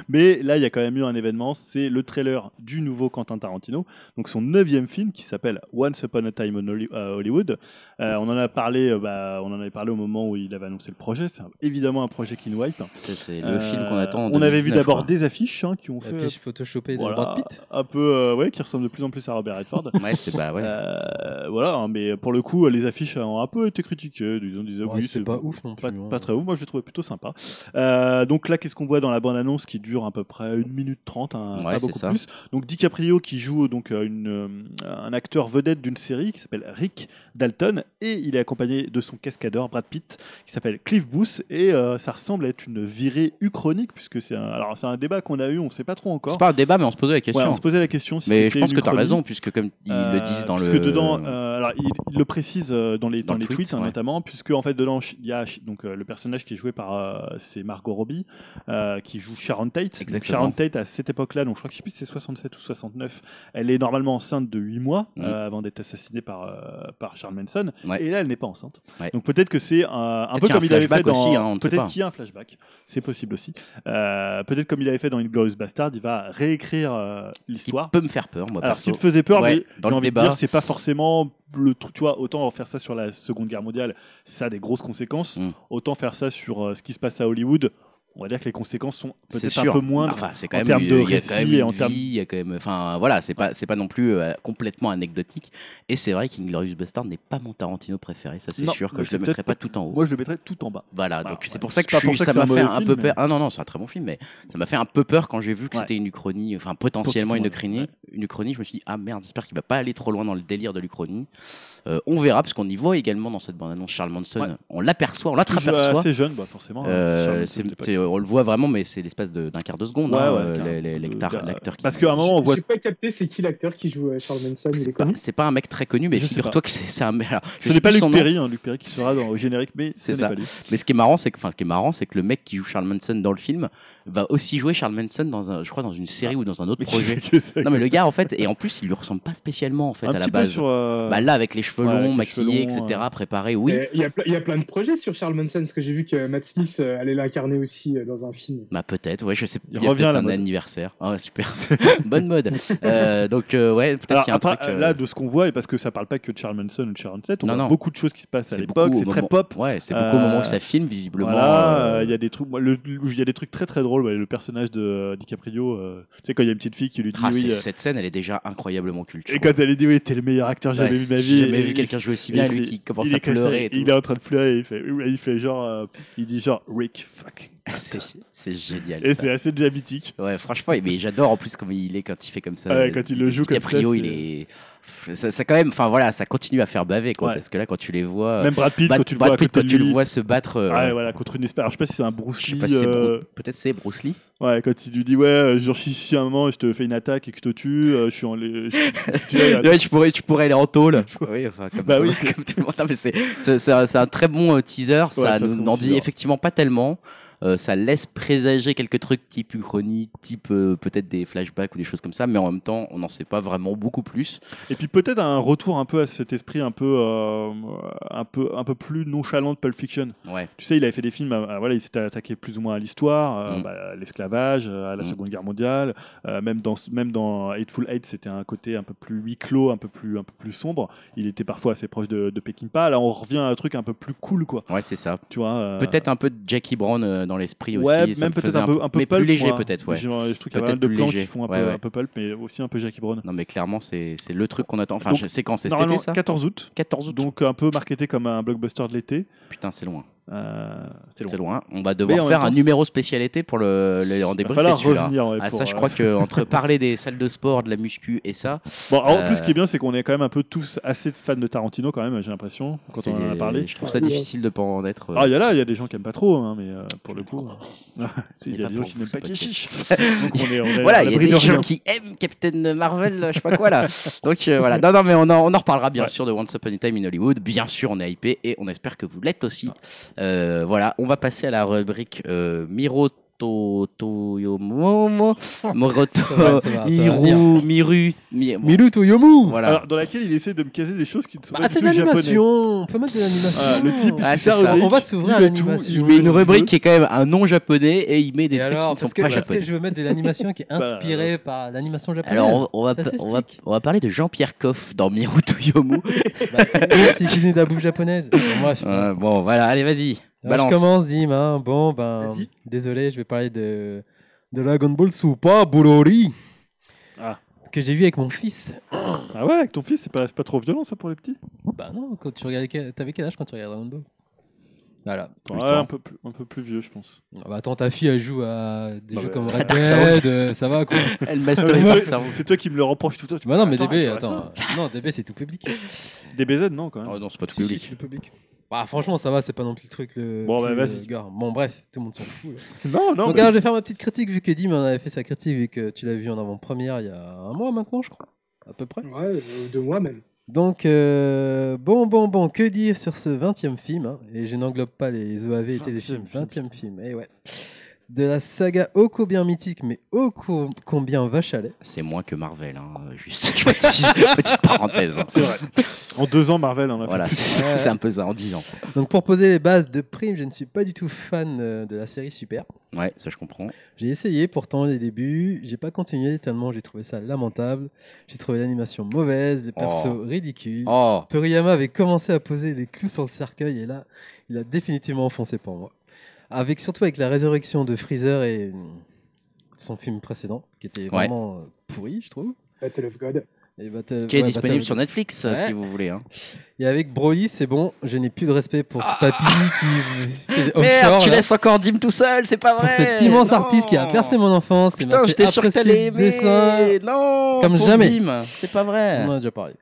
Mais là, il y a quand même eu un événement, c'est le trailer du nouveau Quentin Tarantino, donc son neuvième film qui s'appelle Once Upon a Time in Holly- euh, Hollywood. Euh, on en a parlé, euh, bah, on en avait parlé au moment où il avait annoncé le projet. C'est un- évidemment un projet qui nous hype. Ça, c'est le Euh, film qu'on attend. en On avait vu 2019, d'abord quoi. des affiches hein, qui ont La fait pêche photoshopée voilà, de Brad Pitt. un peu, euh, ouais, qui ressemble de plus en plus à Robert Redford. Ouais, c'est bah ouais. Euh, voilà, hein, mais pour le coup, les affiches ont un peu été critiquées. Ils ont dit, ah Ouais, oui, c'est c'est pas ouf non plus. Pas, hein. pas très ouf, moi je l'ai trouvé plutôt sympa. Euh, donc là, qu'est-ce qu'on voit dans la bande-annonce qui dure à peu près 1 minute 30, hein, Ouais, pas c'est beaucoup ça. plus. Donc DiCaprio qui joue donc euh, une, euh, un acteur vedette d'une série qui s'appelle Rick Dalton et il est accompagné de son cascadeur Brad Pitt qui s'appelle Cliff Booth et euh, ça ressemble être une virée uchronique puisque c'est un, alors c'est un débat qu'on a eu, on sait pas trop encore. C'est pas un débat, mais on se posait la Ouais, question. on se posait la question si mais je c'était pense une que t'as uchronie. raison, puisque comme ils le disent dans Euh, puisque le. dedans, euh, alors il, il le précise euh, dans les, Dans dans le les tweet, tweets hein, ouais. notamment, puisque en fait dedans il y a donc euh, le personnage qui est joué par euh, c'est Margot Robbie euh, qui joue Sharon Tate. Donc, Exactement. Sharon Tate à cette époque-là, donc je crois que je sais plus si c'est 67 ou 69, elle est normalement enceinte de 8 mois Mhm. euh, avant d'être assassinée par euh, par Charles Manson. Ouais. Et là, elle n'est pas enceinte. Ouais. Donc peut-être que c'est euh, un Peut-être peu qu'il y a comme un il avait fait flashback dans aussi, hein, on ne sait peut-être pas. qu'il y a un flashback. C'est possible aussi. Euh, peut-être comme il avait fait dans Inglourious Bastard, il va réécrire euh, ce qui l'histoire. peut me faire peur, moi, Alors, ce perso. qui te faisait peur, Ouais, mais dans j'ai le envie débat. de dire, c'est pas forcément le truc. Tu vois, autant faire ça sur la Seconde Guerre mondiale, ça a des grosses conséquences. Mm. Autant faire ça sur euh, ce qui se passe à Hollywood, on va dire que les conséquences sont C'est peut-être un sûr. peu moindres. Enfin, c'est quand en même termes de il y a quand récit même et une en vie, termes- il y a quand même. Enfin, voilà, c'est pas c'est pas non plus euh, complètement anecdotique. Et c'est vrai qu'Inglorious Bastard n'est pas mon Tarantino préféré, ça c'est Non, sûr que mais je c'est le mettrais peut-être- pas tout en haut. Moi, je le mettrais tout en bas. Voilà, Voilà, donc c'est ouais. pour ça que C'est pas je pour suis- ça ça que m'a c'est fait un mauvais un peu film, peur. Ah non non, c'est un très bon film, mais ça m'a fait un peu peur quand j'ai vu que Ouais. c'était une uchronie, enfin potentiellement une uchronie. Ouais. Une uchronie, je me suis dit ah merde, j'espère qu'il va pas aller trop loin dans le délire de l'uchronie. Euh, on verra parce qu'on y voit également dans cette bande annonce Charles Manson. Ouais. On l'aperçoit, on Toujours l'attraperçoit. assez jeune, bah, forcément. hein, Euh, c'est Charles Manson c'est- de l'époque. c'est- on le voit vraiment, mais c'est l'espace de- d'un quart de seconde. Ouais, hein, ouais, euh, quart- les- les- de- l'acteur- de- l'acteur qui- Parce qu'à un moment, on voit. J'ai pas capté c'est qui l'acteur qui joue euh, Charles Manson. il est C'est pas, connu c'est pas un mec très connu, mais Je sais figure-toi que c'est c'est un. alors, je Ce sais n'est pas plus son Luc nom, Perry, hein, Luc Perry qui sera dans, au générique, mais C'est ce ça. n'est pas lui. Mais ce qui est marrant, c'est que, enfin, ce qui est marrant, c'est que le mec qui joue Charles Manson dans le film va aussi jouer Charles Manson dans un, je crois, dans une série ou dans un autre Mais qui- projet. que c'est- Non, mais le gars, en fait, et en plus, il lui ressemble pas spécialement, en fait, un à la petit base. peu sur. euh, Bah là, avec les cheveux Ouais, avec longs, les maquillés, cheveux longs, etc., euh. préparés, oui. Euh, Il y, a ple- il y a plein de projets sur Charles Manson, parce que j'ai vu que Matt Smith euh, allait l'incarner aussi euh, dans un film. Bah peut-être, ouais, je sais. Il y a revient à peut-être la un mode. anniversaire. Ah ouais, super, bonne mode. Euh, donc euh, ouais, peut-être Alors, qu'il y a un après, truc. euh, là, de ce qu'on voit, et parce que ça parle pas que de Charles Manson ou de Sharon Tate, on Non, voit non. beaucoup de choses qui se passent à l'époque, beaucoup au c'est très moment- pop. Ouais, c'est beaucoup au moment où Euh, ça filme, visiblement. Voilà, euh, euh, il y a des trucs, moi, le- le- il y a des trucs très très drôles. ouais, le personnage de euh, DiCaprio, euh, tu sais quand il y a une petite fille qui lui dit Ah, c'est- oui, euh, cette scène, elle est déjà incroyablement culturelle. et quand elle lui dit oui, t'es le meilleur acteur que Ouais, j'ai jamais vu de ma j'ai vie. jamais et- vu quelqu'un jouer aussi et bien, il lui fait- qui commence il à est comme ça, pleurer et il tout. est en train de pleurer, et il fait, il fait genre, euh, il dit genre Rick, fuck. C'est- C'est génial. Et ça. c'est assez déjà mythique. Ouais, franchement, mais j'adore en plus comment il est quand il fait comme ça. Ouais, quand il le joue comme ça, DiCaprio, c'est- il est. Ça, ça quand même, enfin voilà, ça continue à faire baver quoi, Ouais. parce que là, quand tu les vois. Même Brad Pitt, Brad- quand tu le Brad vois à Pitt, côté quand de tu le lui, vois se battre. euh, ouais, voilà, contre une espèce. Alors, je sais pas si c'est un Bruce je sais Lee. pas si c'est Bru- euh, Peut-être c'est Bruce Lee. Ouais, quand il lui dit ouais, euh, genre si si à un moment je te fais une attaque et que je te tue, euh, je suis en. les- je- tu vois, Ouais, tu pourrais, tu pourrais aller en tôle. oui, enfin, comme, Bah tout, oui. comme tout le monde. Non, mais c'est, c'est, c'est un, c'est un très bon euh, teaser. c'est Ça un nous très bon n'en dit teaser. effectivement pas tellement. Euh, ça laisse présager quelques trucs type uchronie, type euh, peut-être des flashbacks ou des choses comme ça, mais en même temps, on n'en sait pas vraiment beaucoup plus. Et puis peut-être un retour un peu à cet esprit un peu, euh, un peu, un peu plus nonchalant de Pulp Fiction. Ouais. Tu sais, il avait fait des films, euh, voilà, il s'était attaqué plus ou moins à l'histoire, euh, Mm. bah, à l'esclavage, euh, à la Mm. Seconde Guerre mondiale, euh, même dans même dans Hateful Eight, c'était un côté un peu plus huis clos, un peu plus un peu plus sombre. Il était parfois assez proche de, de Peckinpah. Là, on revient à un truc un peu plus cool, quoi. Ouais, c'est ça. Tu vois. euh, Peut-être un peu de Jackie Brown euh, dans l'esprit Ouais, aussi. ça même me peut-être faisait un peu, un peu mais pulp, plus léger moi. peut-être. Ouais. Je, je trouve qu'il y a pas Peut-être mal de plus plans léger. qui font un, Ouais, peu, ouais. un peu pulp, mais aussi un peu Jackie Brown. Non mais clairement, c'est c'est le truc qu'on attend. Enfin, Donc, je sais quand c'est cet été Normalement, ça. 14 août, 14 août. donc un peu marketé comme un blockbuster de l'été. Putain, c'est loin. Euh, c'est long. C'est loin. On va Mais en devoir même faire temps, un c'est- numéro spécialité pour le, le en Il va débrief falloir celui-là. revenir. ouais, Ah, pour, ça, je euh, crois que entre parler des salles de sport, de la muscu et ça, Bon, en plus, Euh, ce qui est bien, c'est qu'on est quand même un peu tous assez fans de Tarantino, quand même, j'ai l'impression, quand on en a c'est- parlé. je trouve ça Ouais. difficile de pas en être. euh, Ah, il y a là, il y a des gens qui aiment pas trop, hein, mais euh, pour le coup. euh, ce Il n'est y a des gens pour qui vous, n'aiment ce pas Kishi. podcast. Donc on est, on est Voilà, à il y a l'abri de des gens rien. qui aiment Captain Marvel, je sais pas quoi là. Donc euh, voilà, non, non, mais on en, on en reparlera bien Ouais. sûr de Once Upon a Time in Hollywood. Bien sûr, on est hypé et on espère que vous l'êtes aussi. Euh, voilà, on va passer à la rubrique euh, Miro. To, Toyomomo, Moroto, va, ça va, ça va Miru, Miru, Mi- bon, Milou Toyomu voilà. Alors, dans laquelle il essaie de me caser des choses qui ne sont Bah, pas c'est du de tout japonaises. l'animation On peut mettre de l'animation Ah, le type, Ah, il c'est s'est ça. rubrique, On va s'ouvrir à il met tout, l'animation. il Il met met une tout. rubrique qui est quand même un nom japonais et il met des Et trucs alors, qui ne parce sont pas que, parce que japonais. je veux mettre de l'animation qui est Bah, inspirée par l'animation japonaise. Alors on, on va, Ça s'explique. on, va, on va parler de Jean-Pierre Coff dans Miruto Yomu. Bah, c'est cuisine de la bouffe japonaise. Pour moi, je, Euh, bon voilà, allez vas-y, Alors, balance. je commence, Dim. hein. Bon, ben, Vas-y. désolé, je vais parler de, de Dragon Ball Super Burori. Ah. Que j'ai vu avec mon fils. Ah ouais, avec ton fils, c'est pas, c'est pas trop violent ça pour les petits Bah non, quand tu regardais, quel- t'avais quel âge quand tu regardais Dragon Ball Voilà. Ouais, Oh, Putain. un peu, plus, un peu plus vieux, je pense. Ah bah attends, ta fille elle joue à des Bah jeux bah, comme Dark Red Dead, euh, ça va quoi. Elle Ah, masterise mais Dark c'est toi- Souls. C'est toi qui me le reproche tout le temps. tu Bah non, mais Attends, DB, elle joue à attends. Non, DB c'est tout public. me dis, Des BZ, non, quand même. Oh non, c'est pas tout Si, si, public. c'est tout public. Bah franchement, ça va, c'est pas non plus le truc le. Bon, bah, plus, vas-y. euh, gars. Bon, bref, tout le monde s'en fout. là. Oh, Non, non, Donc mais- alors, je vais faire ma petite critique vu que Dim en avait fait sa critique vu que tu l'as vu en avant-première il y a un mois maintenant, je crois. À peu près. Ouais, euh, de moi même. Donc, euh, bon, bon, bon, que dire sur ce 20e film hein, Et je n'englobe pas les OAV et 20e téléfilms. film. 20e film, et ouais. De la saga ô combien mythique, mais ô co- combien vache à lait. C'est moins que Marvel, hein. juste je précise, petite parenthèse. hein. C'est vrai. En deux ans, Marvel en a fait Voilà, plus. c'est Ouais. c'est un peu ça en 10 ans. Donc, pour poser les bases de Prime, je ne suis pas du tout fan euh, de la série Super. Ouais, ça je comprends. J'ai essayé pourtant les débuts, j'ai pas continué tellement j'ai trouvé ça lamentable. J'ai trouvé l'animation mauvaise, les persos Oh. ridicules. Oh, Toriyama avait commencé à poser des clous sur le cercueil et là, il a définitivement enfoncé pour moi. Avec surtout avec la résurrection de Freezer et euh, son film précédent, qui était vraiment euh, pourri, je trouve. Battle of God. Et Battle- qui est ouais, disponible Battle- sur Netflix Ouais. si vous voulez. Hein. Et avec Broly, c'est bon, je n'ai plus de respect pour ce papy qui fait offshore, Ah. Merde, tu là, laisses encore Dim tout seul, c'est pas pour vrai. cet immense non. artiste qui a percé mon enfance et Putain, m'a fait j'étais sûr que apprécier t'allais le dessin. aimer. Non, Comme pauvre jamais. Dim, c'est pas vrai. On en a déjà parlé.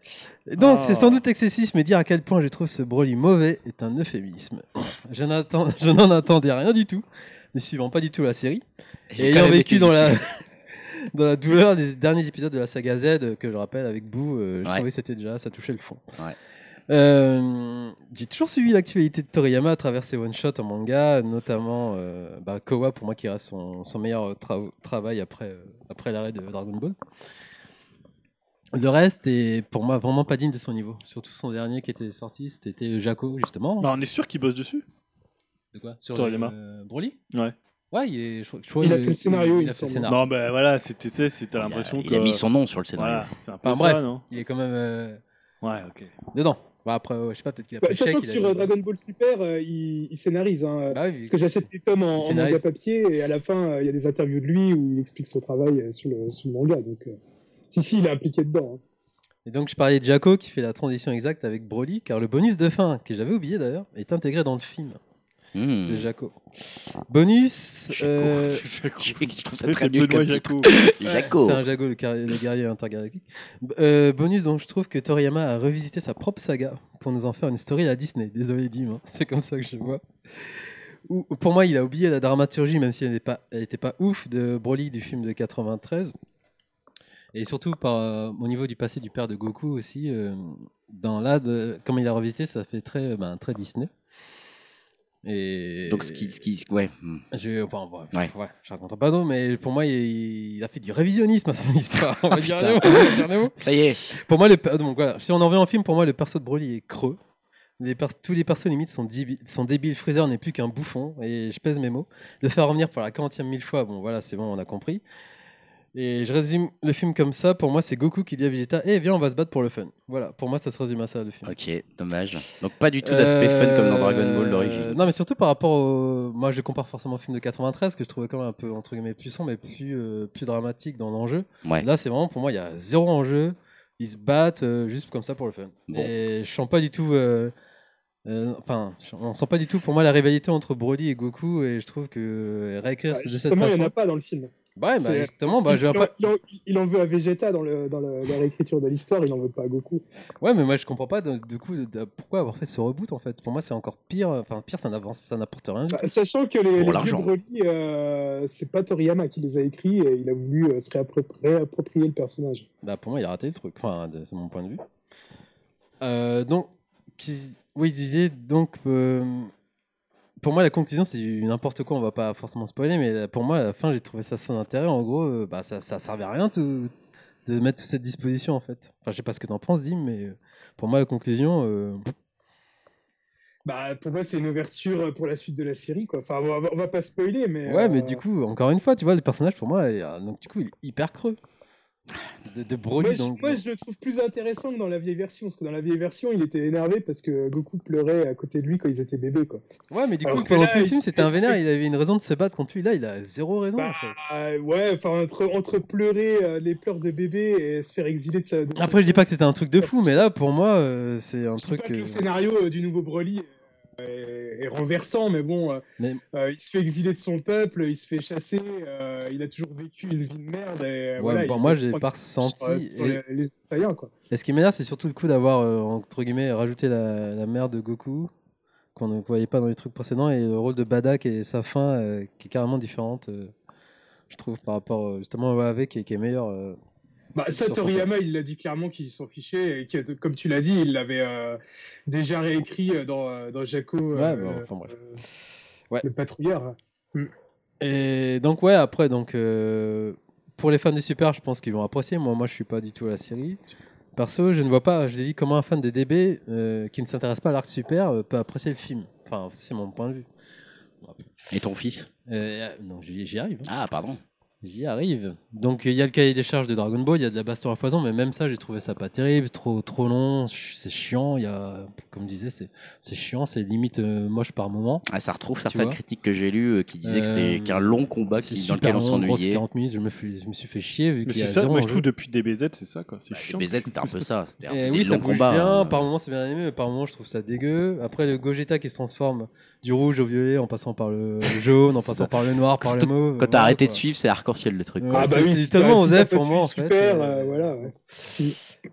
Et Donc, Oh. c'est sans doute excessif, mais dire à quel point je trouve ce Broly mauvais est un euphémisme. Je n'attends- je n'en attendais rien du tout, ne suivant pas du tout la série. Et ayant vécu dans la, dans la douleur des derniers épisodes de la saga Z, euh, que je rappelle avec Boo, euh, je Ouais. trouvais que c'était déjà, ça touchait le fond. Ouais. Euh, J'ai toujours suivi l'actualité de Toriyama à travers ses one-shots en manga, notamment euh, bah, Kowa, pour moi, qui reste son, son meilleur tra- travail après, euh, après l'arrêt de Dragon Ball. Le reste est pour moi vraiment pas digne de son niveau. Surtout son dernier qui était sorti, c'était Jaco, justement. Bah, on est sûr qu'il bosse dessus. De quoi Sur Toriyama. euh, Broly Ouais. Ouais, il est. je crois- je crois Il a que- fait le scénario, il Il a fait me le semble. scénario. Non, mais voilà, c'était, tu sais, c'est- t'as l'impression il que. a mis son nom sur le scénario. Voilà, c'est un peu Enfin, ça, bref. non Il est quand même. euh, Ouais, ok. dedans. Bah, après, ouais, je sais pas, peut-être qu'il a Bah, pris le sachant chèque, que il a sur dit- euh, Dragon Ball Super, euh, il, il scénarise. Hein, Bah oui, Parce que j'achète les tomes Il en, en scénarise. manga papier et à la fin, euh, il y a des interviews de lui où il explique son travail euh, sur, le, sur le manga. Donc, euh, si, si, il est impliqué dedans. hein. Et donc, je parlais de Jaco qui fait la transition exacte avec Broly, car le bonus de fin, que j'avais oublié d'ailleurs, est intégré dans le film Hmm. de Jaco. Bonus. Jaco. euh, Jaco. Je trouve ça C'est très nul Benoît comme titre. Jaco. Jaco. C'est un Jago, le, car- le guerrier intergalactique. B- euh, bonus, donc, je trouve que Toriyama a revisité sa propre saga pour nous en faire une story à la Disney. Désolé, Dim, hein, c'est comme ça que je vois. Ou- pour moi, il a oublié la dramaturgie, même si elle n'était pas, elle était pas ouf, de Broly du film de 93. Et surtout, par, euh, au niveau du passé du père de Goku aussi, euh, dans l'AD, comme il a revisité, ça fait très, ben, très Disney. Et Donc, ce qui. ce qui- ouais. hmm. Je, enfin, bref, Ouais. ouais, je raconte pas non, mais pour moi, il, il a fait du révisionnisme à son histoire. On va dire Ah, putain. non, on va dire non. Ça y est. Pour moi, le, per- donc voilà, si on en revient au film, pour moi, le perso de Broly est creux. Les pers- tous les persos limites sont, dibi- sont débiles. Freezer n'est plus qu'un bouffon, et je pèse mes mots. Le faire revenir pour la 40e mille fois, bon voilà, c'est bon, on a compris. Et je résume le film comme ça. Pour moi, c'est Goku qui dit à Vegeta Eh, viens, on va se battre pour le fun. Voilà, pour moi, ça se résume à ça le film. Ok, dommage. Donc, pas du tout d'aspect fun comme dans Dragon Ball Euh, d'origine. Non, mais surtout par rapport au. Moi, je compare forcément au film de 93 que je trouvais quand même un peu entre guillemets puissant, mais plus, euh, plus dramatique dans l'enjeu. Ouais. Là, c'est vraiment pour moi, il y a zéro enjeu. Ils se battent euh, juste comme ça pour le fun. Bon. Et je sens pas du tout. euh, euh, Enfin, je- on sent pas du tout pour moi la rivalité entre Broly et Goku, et je trouve que euh, réécrire Bah, de cette justement, il n'y façon. en a pas dans le film. Ouais, bah C'est- justement, bah, je vois il, pas- en, il en- il en veut à Vegeta dans, le, dans, le- dans l'écriture de l'histoire, il en veut pas à Goku. Ouais, mais moi je comprends pas de- du coup de- de- pourquoi avoir fait ce reboot en fait. Pour moi, c'est encore pire. Enfin, pire, ça n'avance, ça n'apporte rien. du Bah, sachant que les, Pour les vieux l'argent. Broly, euh, c'est pas Toriyama qui les a écrits et il a voulu euh, se réappro- réapproprier le personnage. Bah, pour moi, il a raté le truc. Enfin, de- c'est mon point de vue. Euh, donc, qui... oui, je disais, donc, euh, pour moi, la conclusion, c'est du n'importe quoi. On va pas forcément spoiler, mais euh, pour moi, à la fin, j'ai trouvé ça sans intérêt. En gros, euh, bah, ça, ça servait à rien tout- de mettre toute cette disposition, en fait. Enfin, je sais pas ce que t'en penses, Dim, mais euh, pour moi, la conclusion, euh, Bah, pour moi, c'est une ouverture euh, pour la suite de la série. Quoi. Enfin, on va, on va pas spoiler, mais. ouais, mais euh, du coup, encore une fois, tu vois, le personnage, pour moi, est, euh, donc, du coup, il est hyper creux. De, de Broly, Moi je, donc. moi, je le trouve plus intéressant que dans la vieille version, parce que dans la vieille version, il était énervé parce que Goku pleurait à côté de lui quand ils étaient bébés. Quoi. Ouais, mais du coup, Alors que pendant là, tout le il film, se c'était un fait vénère. Il avait une raison de se battre contre lui. Là, il a zéro raison, en Bah, fait. Euh, ouais, enfin, entre, entre pleurer euh, les pleurs de bébé et se faire exiler de sa. de- Après, je dis pas que c'était un truc de fou, mais là, pour moi, euh, c'est un Je dis truc. pas que euh, le scénario euh, du nouveau Broly euh, est, est renversant, mais bon, euh, Mais- euh, il se fait exiler de son peuple, il se fait chasser, euh, il a toujours vécu une vie de merde. Et, euh, Ouais, voilà, bon, il moi, faut j'ai prendre pas ses- ressenti, euh, et- sur les- les Saiyans, quoi. Et ce qui m'énerve, c'est surtout le coup d'avoir, euh, entre guillemets, rajouté la, la mère de Goku, qu'on ne voyait pas dans les trucs précédents, et le rôle de Badak et sa fin, euh, qui est carrément différente, euh, je trouve, par rapport euh, justement à avec, et qui est meilleur. euh. Bah, Ils ça, s'en font Toriyama, il l'a dit clairement qu'ils s'en fichaient, et que, comme tu l'as dit, il l'avait euh, déjà réécrit euh, dans, euh, dans Jaco. euh, Ouais, bon, enfin, bref. euh, Ouais. Le patrouilleur. Et donc, ouais, après, donc, euh, pour les fans de Super, je pense qu'ils vont apprécier. Moi, moi, je suis pas du tout à la série. Perso, je ne vois pas, je l'ai dit, comment un fan de DB euh, qui ne s'intéresse pas à l'arc Super euh, peut apprécier le film. Enfin, c'est mon point de vue. Et ton fils Euh, non, j'y j'y arrive. hein. Ah, pardon. J'y arrive. Donc il y a le cahier des charges de Dragon Ball, il y a de la baston à foison, mais même ça j'ai trouvé ça pas terrible, trop trop long, ch- c'est chiant. Il y a, comme je disais, c'est c'est chiant, c'est limite euh, moche par moment. Ah, ça retrouve certaines vois critiques que j'ai lues euh, qui disaient que c'était Euh, qu'un long combat C'est qui, Bah, dans lequel on long, gros, c'est s'ennuyait. 40 minutes, je me, fais- je me suis fait chier vu Mais qu'il y c'est a ça, zéro hein. moi je enjeu. trouve depuis DBZ, c'est ça quoi. C'est chiant. Bah, BZ, c'était un peu ça. C'était un Eh peu oui, des ça longs bouge combats. bien, hein. par moment c'est bien animé, mais par moment je trouve ça dégueu. Après le Gogeta qui se transforme du rouge au violet en passant par le jaune, en C'est passant ça. par le noir, par le Surtout mauve. Quand t'as voilà, arrêté quoi. de suivre, c'est arc-en-ciel le truc. Ouais, quoi. Ah, bah oui, c'est tellement si t'as Osef pas pour suivi moi, en fait, Super, euh, euh, voilà. ouais.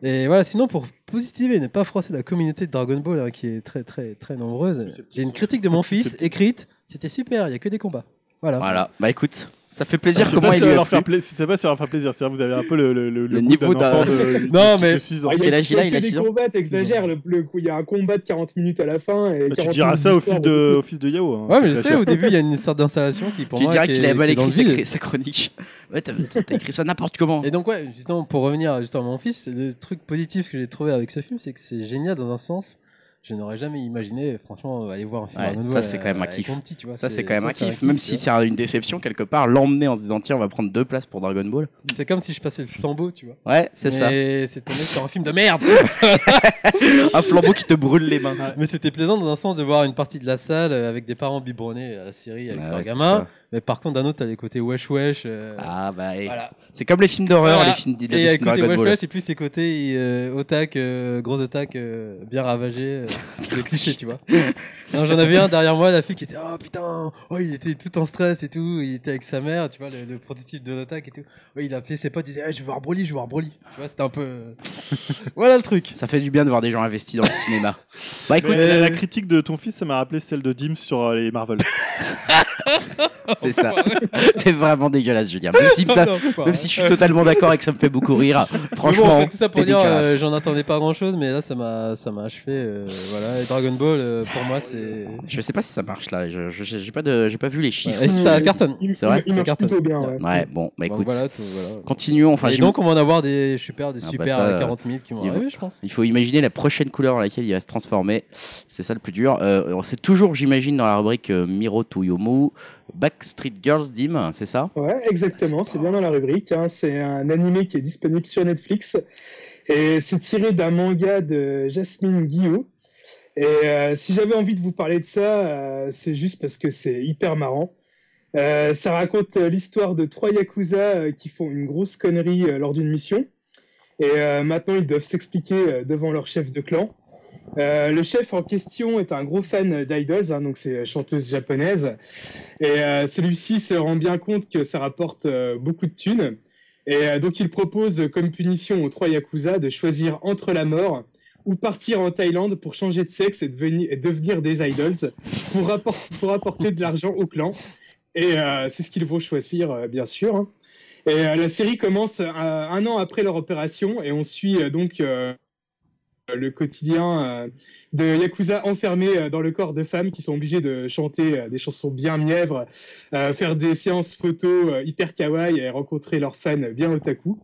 Et voilà, sinon pour positiver et ne pas froisser la communauté de Dragon Ball hein, qui est très très très nombreuse, j'ai une critique de mon fils écrite, c'était super, il y a que des combats. Voilà. Voilà, bah écoute, ça fait Je plaisir sais que pas moi si il ça lui va a leur faire plu. plaisir. C'est pas si ça va leur faire plaisir. C'est-à-dire, vous avez un peu le, le, le, Le goût niveau d'un d'un- enfant de, Non, mais- 6 ans. Ah, Quel âge il a Il a que des 6 ans combats, t'exagères. Le, le- il y a un combat de 40 minutes à la fin. Et Bah, tu 40 diras minutes ça au fils d'histoire, de, au fils de Yao. hein. Ouais, mais je T'as sais, cher- au début il y a une sorte d'installation qui pour Tu moi. dirais qui qu'il est- avait mal qui est dans écrit le sa, vide. cré- sa chronique. Ouais, t'as t'as écrit ça n'importe comment. Et donc, ouais, justement, pour revenir justement à mon fils, le truc positif que j'ai trouvé avec ce film, c'est que c'est génial dans un sens. Je n'aurais jamais imaginé, franchement, aller voir un film Ouais, Dragon ça, Ball, c'est euh, quand même un avec kiff. mon petit, tu vois, Ça, c'est quand même un ça, c'est kiff. Même kiff, si tu c'est une déception quelque part, l'emmener en se disant tiens, on va prendre deux places pour Dragon Ball. vois. C'est comme si je passais le flambeau, tu vois. Ouais, c'est ça. Mais c'était sur un film de merde Un flambeau qui te brûle les mains. Mais c'était plaisant dans un sens de voir une partie de la salle euh, avec des parents biberonnés à la série avec Ah, leurs ouais, c'est gamins. ça. Mais par contre, d'un autre, t'as les côtés wesh wesh. euh, Ah, bah, eh. voilà. c'est comme les films d'horreur, Voilà. les films Et de les les films côtés Dragon wesh Ball. wesh, et plus les côtés euh, otak, euh, gros otak, euh, bien ravagé, le cliché, tu vois. Non, J'en avais un derrière moi, la fille qui était Oh putain, oh, il était tout en stress et tout, il était avec sa mère, tu vois, le, le prototype de l'otak et tout. Ouais, il appelait ses potes, il disait Eh, Je vais voir Broly, je vais voir Broly. Tu vois, c'était un peu. euh, voilà le truc. Ça fait du bien de voir des gens investis dans le cinéma. Bah, écoute, Mais euh, la critique de ton fils, ça m'a rappelé celle de Dim sur euh, les Marvel. C'est ça. T'es vraiment dégueulasse, Julien. Même si, ça- même si je suis totalement d'accord et que ça me fait beaucoup rire. Franchement, Mais bon, en fait, tout ça pour t'es dire, euh, dégueulasse. j'en attendais pas grand chose, mais là, ça m'a, ça m'a achevé. euh, voilà, et Dragon Ball, euh, pour moi, c'est. Je sais pas si ça marche là. Je je- j'ai pas de, j'ai pas vu les Et chiffres. ça cartonne. Il, C'est vrai, il marche ça cartonne. plutôt bien. ouais. Ouais, bon, bah Donc écoute, voilà, tout, voilà. continuons. Enfin, et j'im- donc, on va en avoir des super, des Ah bah super ça, à 40 000 qui vont il va- arriver, je pense. il faut imaginer la prochaine couleur dans laquelle il va se transformer. C'est ça le plus dur. Euh, c'est toujours, j'imagine, dans la rubrique euh, Miro to Yomu, Backstreet Girls Dim, c'est ça Ouais, exactement, c'est bien dans la rubrique. hein. C'est un animé qui est disponible sur Netflix. Et c'est tiré d'un manga de Jasmine Guillot. Et euh, si j'avais envie de vous parler de ça, euh, c'est juste parce que c'est hyper marrant. Euh, ça raconte euh, l'histoire de trois yakuza euh, qui font une grosse connerie euh, lors d'une mission. Et euh, maintenant, ils doivent s'expliquer euh, devant leur chef de clan. Euh, le chef en question est un gros fan d'idols, hein, donc c'est euh, chanteuse japonaise. Et euh, celui-ci se rend bien compte que ça rapporte euh, beaucoup de thunes. Et euh, donc il propose euh, comme punition aux trois Yakuza de choisir entre la mort ou partir en Thaïlande pour changer de sexe et, deveni- et devenir des idols pour, rappor- pour apporter de l'argent au clan. Et euh, c'est ce qu'ils vont choisir, euh, bien sûr. hein. Et euh, la série commence euh, un an après leur opération et on suit euh, donc euh, le quotidien euh, de Yakuza enfermés euh, dans le corps de femmes qui sont obligées de chanter euh, des chansons bien mièvres, euh, faire des séances photos euh, hyper kawaii et rencontrer leurs fans bien otaku.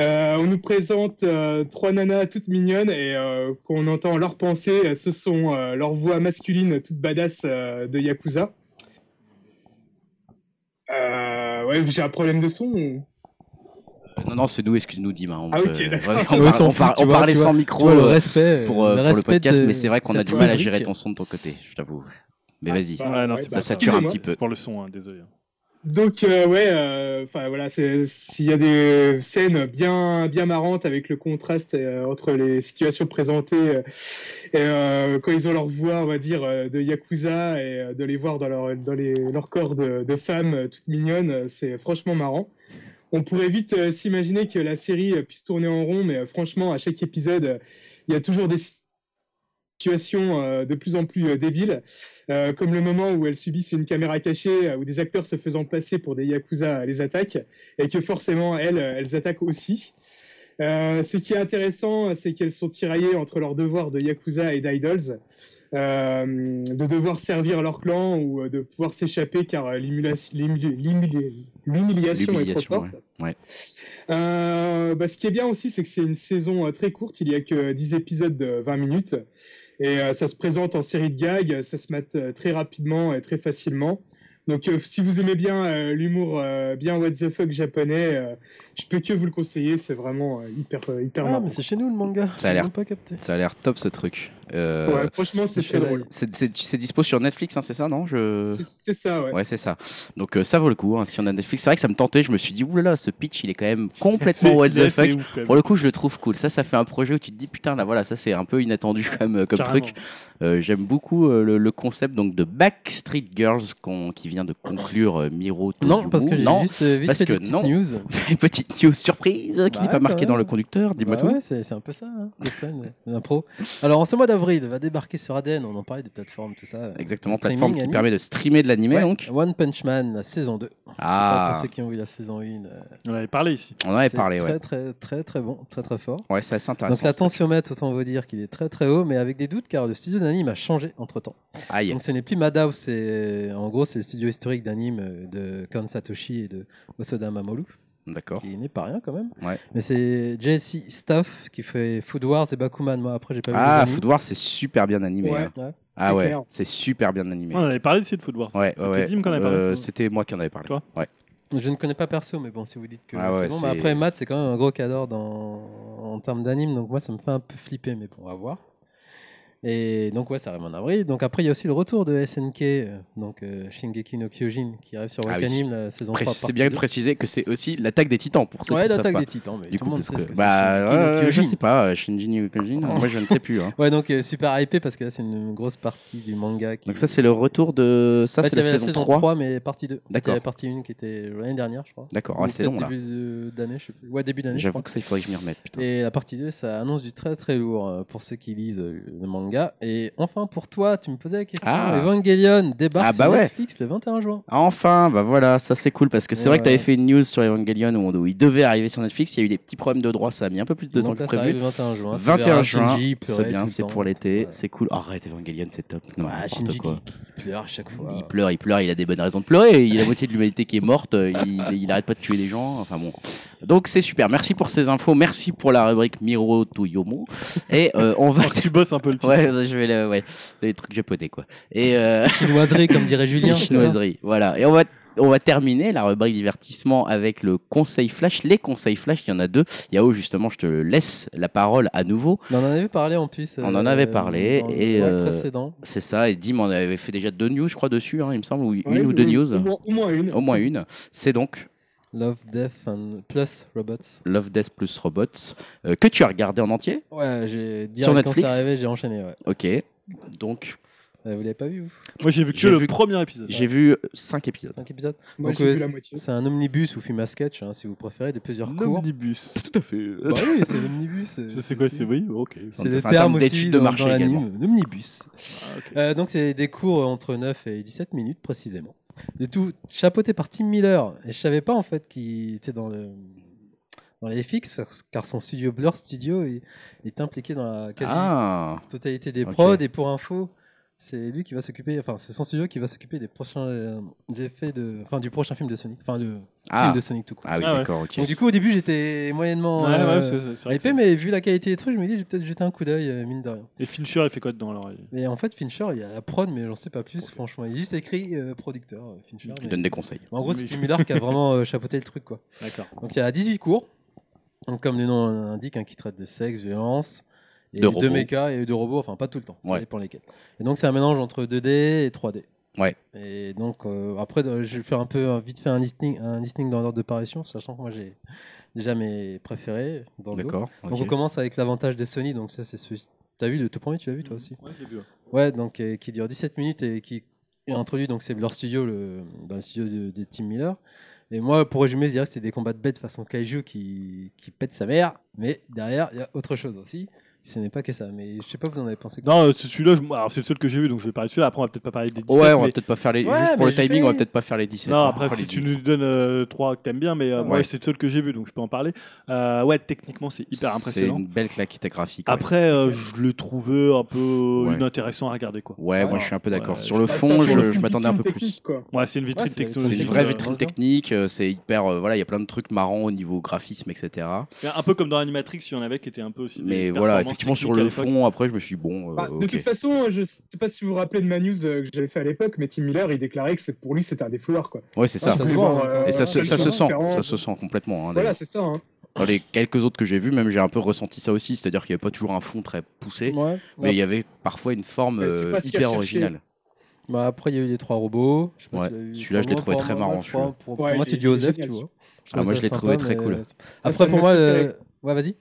Euh, on nous présente euh, trois nanas toutes mignonnes et euh, qu'on entend leurs pensées, euh, ce sont euh, leurs voix masculines toutes badass euh, de Yakuza. Euh, ouais, j'ai un problème de son. ou- Euh, Non, non, c'est nous, excuse-nous, Dim. hein, On, Ah, peut- ok, d'accord. ouais, Eux, on, ils par- s'en on par- foutent, tu on vois, parlait tu vois. sans Tu micro vois, le euh, respect, pour, euh, le, pour le respect podcast, de mais c'est vrai qu'on a cette du mal à rubrique. gérer ton son de ton côté, je t'avoue. Mais Ah, vas-y. bah, Ouais, non, ouais, c'est bah, ça sature un excusez-moi. petit peu. C'est pour le son, hein, désolé. Donc euh, ouais, euh, enfin voilà, c'est- s'il y a des scènes bien bien marrantes avec le contraste euh, entre les situations présentées euh, et euh, quand ils ont leur voix, on va dire euh, de yakuza et euh, de les voir dans leur dans les leur corps de, de femmes euh, toutes mignonnes, euh, c'est franchement marrant. On pourrait vite euh, s'imaginer que la série euh, puisse tourner en rond, mais euh, franchement à chaque épisode, euh, il y a toujours des situations euh, de plus en plus euh, débiles. Euh, comme le moment où elles subissent une caméra cachée euh, ou des acteurs se faisant passer pour des yakuza euh, les attaquent et que forcément elles euh, elles attaquent aussi. Euh, ce qui est intéressant, c'est qu'elles sont tiraillées entre leur devoir de yakuza et d'idols, euh, de devoir servir leur clan ou euh, de pouvoir s'échapper car euh, l'humiliation l'humili- l'humili- l'humiliation est trop L'humiliation, forte. ouais. Ouais. Euh, bah, ce qui est bien aussi, c'est que c'est une saison euh, très courte, il y a que 10 épisodes de 20 minutes. Et euh, ça se présente en série de gags, ça se mate euh, très rapidement et très facilement. Donc euh, si vous aimez bien euh, l'humour euh, bien what the fuck japonais, euh, je peux que vous le conseiller, c'est vraiment euh, hyper euh, hyper Ah, marrant. mais c'est chez nous le manga. Ça a l'air- J'ai même pas capté. Ça a l'air top ce truc. Euh, ouais, franchement, c'est c'est très drôle. c'est- C'est c'est dispo sur Netflix, hein, c'est ça, non Je... C'est c'est ça, ouais. Ouais, c'est ça. Donc euh, ça vaut le coup. hein, Si on a Netflix, c'est vrai que ça me tentait. Je me suis dit, oulala, ce pitch, il est quand même complètement what the fuck. Pour le coup, je le trouve cool. Ça, ça fait un projet où tu te dis, putain, là, voilà, ça, c'est un peu inattendu comme, comme truc. Euh, J'aime beaucoup euh, le, le concept donc de Backstreet Girls qu'on- qui vient de conclure euh, Miro. to Non, You. parce que j'ai non. juste euh, vite parce fait que des petites non. news. Petite news surprise euh, qui Bah n'est pas ouais, marquée quand dans même. le conducteur. Dis-moi Bah tout. ouais, c'est c'est un peu ça, hein, le fun, l'impro. Alors, en ce mois d'avril, va débarquer sur ADN, on en parlait des plateformes, tout ça. Exactement, Streaming, plateforme qui anime. permet de streamer de l'animé Ouais, donc. One Punch Man, la saison 2. Ah. Pour ceux qui ont vu la saison 1. euh, On en avait parlé ici. On en avait c'est parlé, très, ouais. Très, très, très bon, très, très fort. Ouais, c'est assez intéressant. Donc la tensiomètre, autant vous dire qu'il est très très haut, mais avec des doutes car le studio d'anime a changé entre temps. Aïe. Donc ce n'est plus Madhouse, c'est en gros c'est le studio historique d'anime euh, de Kan Satoshi et de Osoda Mamoru, D'accord. qui n'est pas rien quand même. Ouais. Mais c'est JC Staff qui fait Food Wars et Bakuman, moi après j'ai pas Ah, vu. les Food Wars, c'est super bien animé. Ouais. hein. animes. Ouais. Ah C'est ouais, clair. c'est super bien animé. On en avait parlé ici de Food Wars. Ouais, ouais, C'était ouais. Dim qu'on avait parlé. Euh, C'était moi qui en avais parlé. Toi ouais. Je ne connais pas perso, mais bon si vous dites que Ah c'est ouais, bon, c'est- mais après Matt c'est quand même un gros cador dans... en termes d'anime, donc moi ça me fait un peu flipper, mais bon on va voir. Et donc ouais, ça arrive en avril. Donc après, il y a aussi le retour de SNK, euh, donc euh, Shingeki no Kyojin, qui arrive sur Ah oui. Wakanim la saison Pré- 3. C'est bien de préciser que c'est aussi l'attaque des titans pour ceux Ouais, qui savent l'attaque pas. des titans, mais Du tout coup, le monde parce sait que- ce que c'est bah, Shingeki no euh, je Kyojin. sais pas, euh, Shinji no Kyojin, Oh. moi je ne sais plus. hein. Ouais, donc euh, super hypé parce que là, c'est une grosse partie du manga. Qui... Donc ça c'est le retour de ça En fait, c'est il y la avait Bah, la saison, 3. mais partie 2. D'accord. Il y avait partie 1 qui était l'année dernière, je crois. D'accord, Ou ouais, c'est peut-être long là. début de- d'année, je sais plus. Ouais, début d'année. je J'avoue crois. que ça il faudrait que je m'y remette. Putain. Et la partie 2, ça annonce du très très lourd euh, pour ceux qui lisent euh, le manga. manga. Et enfin, pour toi, tu me posais la question. Ah. Evangelion débarque Ah, bah sur ouais. Netflix le 21 juin. Enfin, bah voilà, ça c'est cool parce que c'est Et vrai que tu avais ouais. fait une news sur Evangelion où, où il devait arriver sur Netflix. Il y a eu des petits problèmes de droit, ça a mis un peu plus de temps Donc que là, ça prévu. arrive le 21 juin. Tu 21 verras juin, Shinji pleurer c'est bien, tout le c'est temps. pour l'été, Ouais. c'est cool. Arrête Evangelion, c'est top. Non, Ah, n'importe Shinji quoi. qui, qui pleure à chaque fois. Il pleure, il pleure, il a des bonnes raisons de pleurer. Il y a la moitié de l'humanité qui est morte, euh, il, il arrête pas de tuer des gens. Enfin bon. Donc c'est super. Merci pour ces infos, merci pour la rubrique Miro to Yomo. Et euh, on va. Alors que tu bosses un peu le titre. Ouais, bah, je vais le, ouais, les trucs japonais quoi. Et euh, Chinoiserie, comme dirait Julien. c'est ça chinoiserie, voilà. Et on va on va terminer la rubrique divertissement avec le conseil flash. Les conseils flash, il y en a deux. Yao, justement, je te laisse la parole à nouveau. Mais On en avait parlé en plus. euh, On en avait parlé, dans le et, mois euh, précédent. C'est ça. Et Dim en avait fait déjà deux news, je crois, dessus, hein, il me semble, ou Ouais, une ou deux au- news. Au moins, au moins une. Au moins une. C'est donc Love, Death and Plus Robots. Love, Death plus Robots, euh, que tu as regardé en entier. Ouais, j'ai Sur direct quand c'est Netflix arrivé, j'ai enchaîné. Ouais. Ok. Donc, Euh, vous l'avez pas vu, vous Moi j'ai vu que J'ai le vu- premier épisode. j'ai vu 5 épisodes. 5 épisodes Moi, Donc, j'ai ouais, vu la moitié. C'est un omnibus ou film à sketch, hein, si vous préférez, de plusieurs cours. L'omnibus. Tout à fait. Bah oui, c'est l'omnibus. euh, Ça, C'est quoi C'est oui, ok. C'est le C'est un terme terme aussi d'étude de dans, marché dans l'anime, également. l'omnibus. Ah, ok. Euh, donc c'est des cours entre 9 et 17 minutes précisément. De tout chapeauté par Tim Miller. Et je savais pas en fait qu'il était dans le dans les FX car son studio Blur Studio est, est impliqué dans la quasi Ah, totalité des Ok. prods et pour info c'est lui qui va s'occuper enfin c'est son studio qui va s'occuper des prochains euh, effets de enfin du prochain film de Sonic enfin de ah. film de Sonic tout court. Ah oui, Ah ouais. d'accord, ok. Donc du coup au début j'étais moyennement Ouais, euh, ouais, c'est- c'est- c'est vrai que hypé, c'est- mais vu la qualité des trucs je me dis j'ai peut-être jeté un coup d'œil euh, mine de rien. Et Fincher, il fait quoi dedans alors il- Mais en fait, Fincher, il y a la prod, mais j'en sais pas plus, Ok. franchement. Il est juste écrit euh, producteur, euh, Fincher. Il mais- donne des conseils. En gros, Mais- c'est Tim Miller qui a vraiment euh, chapeauté le truc, quoi. D'accord. Donc, il y a 18 cours, donc, comme le nom l'indique, hein, qui traite de sexe, violence, et De de, robots. méca et de robots, enfin, pas tout le temps, ça Ouais. dépend lesquels. Et donc, c'est un mélange entre 2D et 3D. Ouais. Et donc, euh, après, euh, je vais faire un peu euh, vite fait un listing, un listing dans l'ordre de parution, sachant que moi, j'ai déjà mes préférés dans le dos. D'accord. ok. Donc, on commence avec l'avantage de Sony, donc ça, c'est celui. T'as vu le tout premier, tu l'as vu toi aussi Ouais, je l'ai vu, ouais. Ouais, donc euh, qui dure 17 minutes et qui est introduit, donc c'est leur studio, le, dans le studio de, de Tim Miller. Et moi, pour résumer, je dirais que c'est des combats de bêtes façon kaiju qui, qui pète sa mère, mais derrière, il y a autre chose aussi. Ce n'est pas que ça, mais je sais pas, vous en avez pensé quoi Non, euh, c'est celui-là, je- alors c'est le seul que j'ai vu, donc je vais parler de celui-là. Après, on va peut-être pas parler des 17. Ouais, on va mais- peut-être pas faire les. Ouais, juste pour mais le j'ai timing, on va fait- peut-être pas faire les 17. Non, on après, fera les si tu 18. nous donnes 3 que t'aimes bien, mais euh, moi, Ouais. c'est le seul que j'ai vu, donc je peux en parler. Euh, ouais, techniquement, c'est hyper C'est impressionnant. une belle claquette graphique. ouais. Après, euh, je le trouvais un peu Ouais. inintéressant à regarder, quoi. Ouais, moi je suis un peu d'accord. Ouais, Sur le Bah, fond, ça, c'est je, une je m'attendais un peu vitrine plus. technique, quoi. Ouais, c'est une vitrine Ouais, c'est- C'est technologique. une Technique, vraie euh, vitrine bonjour. technique, euh, c'est hyper. euh, voilà, il y a plein de trucs marrants au niveau graphisme, etc. euh, Un peu comme dans Animatrix, il y en avait qui étaient un peu aussi. des Mais voilà, performances effectivement, sur techniques à le l'époque. fond, après, je me suis dit, bon. euh, Bah, De ok. toute façon, je sais pas si vous vous rappelez de ma news euh, que j'avais fait à l'époque, mais Tim Miller, il déclarait que c'est- pour lui, c'était un des foulards, quoi. Ouais, c'est ça. se voulait voit, en voir, même temps. Et ça euh, se, plein de ça se choses sent, différentes. ça se sent complètement. hein, Voilà, d'ailleurs. c'est ça. hein. Dans les quelques autres que j'ai vus, même j'ai un peu ressenti ça aussi, c'est-à-dire qu'il n'y avait pas toujours un fond très poussé, Ouais. mais il y avait parfois une forme Ouais, c'est euh, pas ce qu'il hyper recherchait. originale. Bah, après, il y a eu les trois robots. Je sais pas Ouais, si vous avez vu. celui-là, je l'ai Pour trouvé moi, très pour moi, marrant, je crois, celui-là. Pour, pour Ouais, moi, il c'est est du Osef, tu génial, vois. Ah, moi, trouvais je ça l'ai trouvé sympa, très mais- euh, cool. c'est un Après, de pour mes moi, préférés. le- ouais, vas-y.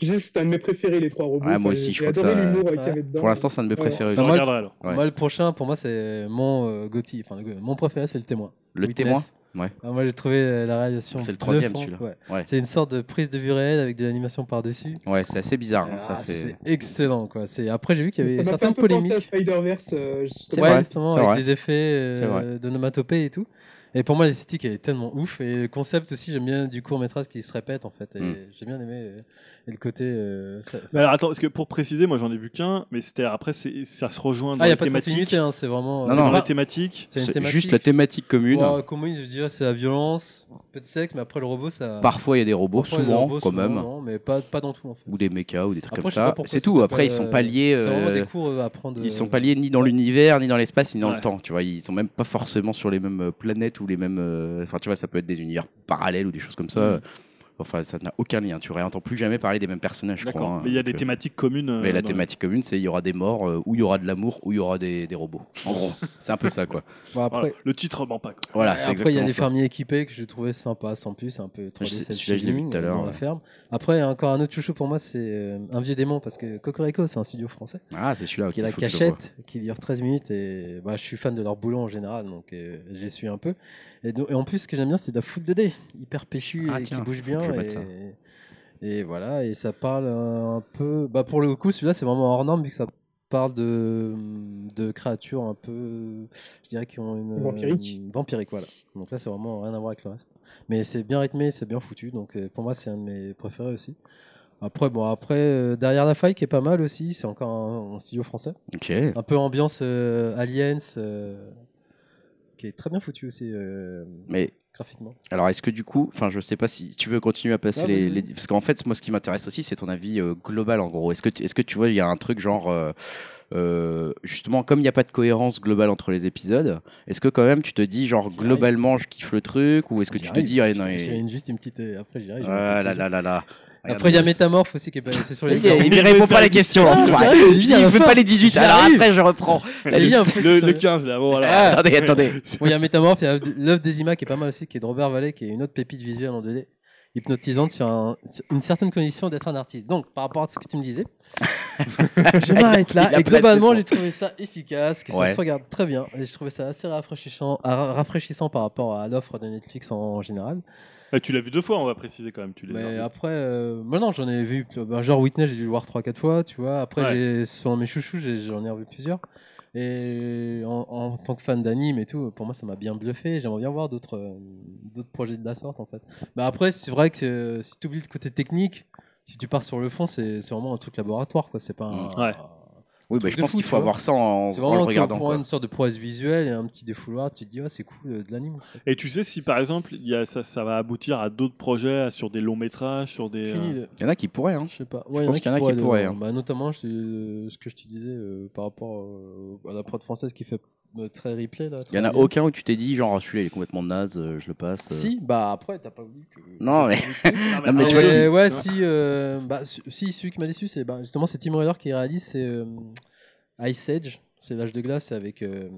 Je dis, C'est un de mes préférés, les trois robots. Ouais, moi Enfin, aussi, je crois J'ai que adoré ça- l'humour euh, qu'il y Ouais. avait dedans. Pour l'instant, euh, c'est un de mes Ouais. préférés. Je aussi. moi- regarderai alors. Ouais. Moi, le prochain, pour moi, c'est mon euh, Gotti. Enfin, le- mon préféré, c'est le témoin. Le Witness. témoin Ouais. Ah, moi, j'ai trouvé euh, la réalisation. C'est le troisième, bluffante, celui-là. ouais. Ouais. C'est une sorte de prise de vue réelle avec de l'animation par-dessus. Ouais, c'est assez bizarre. hein, Ah, ça fait... C'est excellent, quoi. C'est après j'ai vu qu'il y avait Ça m'a fait un certaines peu penser à polémiques. Spider-Verse. C'est euh, justement. Ouais, vrai, justement, c'est avec vrai. des effets C'est vrai. euh, d'onomatopée et tout. Et pour moi, l'esthétique elle est tellement ouf. Et le concept aussi, j'aime bien du court métrage qui se répète en fait. Et Mm. j'ai bien aimé euh, et le côté. euh, ça- Mais alors, attends, parce que pour préciser, moi, j'en ai vu qu'un, mais c'était après, c'est- ça se rejoint dans Ah, il n'y les a pas de thématiques. continuité, hein, c'est vraiment. Non, C'est c'est non, dans pas- les thématiques. c'est une C'est thématique. juste la thématique commune. Ouais, commune, je dirais, ah, c'est la violence, peu de sexe, mais après le robot, ça. Parfois, il y a des robots, Parfois, les souvent, robots, quand souvent, même. non, mais pas, pas dans tout en fait. Ou des mechas, ou des trucs Après, comme je sais pas ça. pourquoi C'est ça tout. s'appelle, Après, ils sont euh, pas liés. C'est vraiment euh, des cours euh, à prendre. Ils sont euh, pas liés ni dans l'univers, ni dans l'espace, ni dans Ouais. le temps. Tu vois, ils sont même pas forcément sur les mêmes euh, planètes ou les mêmes. euh, Enfin, tu vois, ça peut être des univers parallèles ou des choses comme ça. Euh, Enfin, ça n'a aucun lien. Tu réentends plus jamais parler des mêmes personnages. je crois, D'accord. hein. Mais il y a des Donc, euh, thématiques communes. euh, Mais la dans- thématique commune, c'est il y aura des morts, euh, ou il y aura de l'amour, ou il y aura des, des robots. En gros, c'est un peu ça, quoi. Bon, après, Voilà. Le titre ment pas. quoi. Voilà, Ouais, c'est après, il y a exactement les ça. fermiers équipés que je trouvais sympa sans plus, c'est un peu 3D Je sais- cel celui-là, je l'ai vu shading tout à l'heure, euh, dans ouais. la ferme. Après, encore un autre chouchou pour moi, c'est euh, Un vieux démon parce que Cocorico, c'est un studio français Ah, c'est celui-là. qui est ok, la faut que je le cachette qui dure 13 minutes et bah, je suis fan de leur boulot en général donc euh, j'y suis un peu. Et, donc- et en plus, ce que j'aime bien, c'est de la foot 2D hyper péchu Ah, et tiens, qui bouge faut que je bien. mette Et, ça. et voilà, et ça parle un peu. Bah, pour le coup, celui-là, c'est vraiment hors norme vu que ça parle de, de créatures un peu, je dirais, qui ont une. Vampirique. une- vampirique, voilà. Donc là, c'est vraiment rien à voir avec le reste. Mais c'est bien rythmé, c'est bien foutu. Donc euh, pour moi, c'est un de mes préférés aussi. Après, bon, après, euh, derrière la faille qui est pas mal aussi, c'est encore un, un studio français. Ok. Un peu ambiance euh, Aliens, euh, qui est très bien foutu aussi euh, Mais graphiquement. alors, est-ce que du coup, enfin, je sais pas si tu veux continuer à passer Ah, les, vas-y, les- vas-y. parce qu'en fait, moi, ce qui m'intéresse aussi, c'est ton avis euh, global en gros. Est-ce que, tu- est-ce que tu vois, il y a un truc genre, euh, euh, justement, comme il n'y a pas de cohérence globale entre les épisodes, est-ce que quand même tu te dis genre globalement, je kiffe le truc, ou est-ce que J'y tu te arrive, dis, ah, putain, non, j'y et- arrive juste une petite. euh, Après, j'y arrive, j'ai ah une là petite- là là là. Après, il y a Métamorphe aussi qui est basé sur les. Il ne répond pas à la question. Ah, l'enfoiré. j'arrive, Il j'y dit, arrive il veut pas. pas les 18. J'y Alors arrive. après, je reprends. la J'ai dit liste. un truc, Le, ça- le 15 là, bon voilà. Ah, attendez, attendez. Bon, il y a Métamorphe, il y a l'œuvre des images qui est pas mal aussi, qui est de Robert Valley, qui est une autre pépite visuelle en 2D, hypnotisante sur un- une certaine condition d'être un artiste. Donc, par rapport à ce que tu me disais, je m'arrête Il là. a placé Et globalement, son- j'ai trouvé ça efficace, que Ouais. ça se regarde très bien. Et je trouvais ça assez rafraîchissant, ra- rafraîchissant par rapport à l'offre de Netflix en général. Ah, tu l'as vu deux fois, on va préciser quand même. Tu l'as Mais vu. après, euh, moi non, j'en ai vu, ben, genre Whitney, j'ai dû le voir 3-4 fois, tu vois. Après, Ouais. j'ai- sur mes chouchous, j'ai- j'en ai revu plusieurs. Et en, en tant que fan d'anime et tout, pour moi, ça m'a bien bluffé. J'aimerais bien voir d'autres euh, d'autres projets de la sorte, en fait. Mais après, c'est vrai que euh, si tu oublies le côté technique, si tu pars sur le fond, c'est c'est vraiment un truc laboratoire, quoi. C'est pas un- Ouais. Oui, bah, Truc je de pense fou, qu'il tu faut vois. avoir ça en, C'est en le vraiment regardant. pour quoi. une sorte de prouesse visuelle et un petit défouloir. Tu te dis, ouais, c'est cool, euh, de l'anime. Et tu sais si par exemple, il y a, ça, ça va aboutir à d'autres projets, à- sur des longs métrages, sur des. Fini euh, de- Il y en a qui pourraient. Hein. Je sais pas. Je pense qu'il y en a qui pourraient, dedans. hein. Bah, notamment je- euh, ce que je te disais euh, par rapport euh, à la prod française qui fait euh, très replay là. Il y en a très bien. aucun où tu t'es dit, genre, ah, celui-là il est complètement naze, euh, je le passe. euh. Si, bah après t'as pas voulu que. Non, mais- Ah, Non, mais Mais tu vois, ouais, si- ouais, si, euh, bah, su- si celui qui m'a déçu c'est bah, justement c'est Tim Raider qui réalise c'est euh, Ice Age. C'est l'âge de glace avec euh,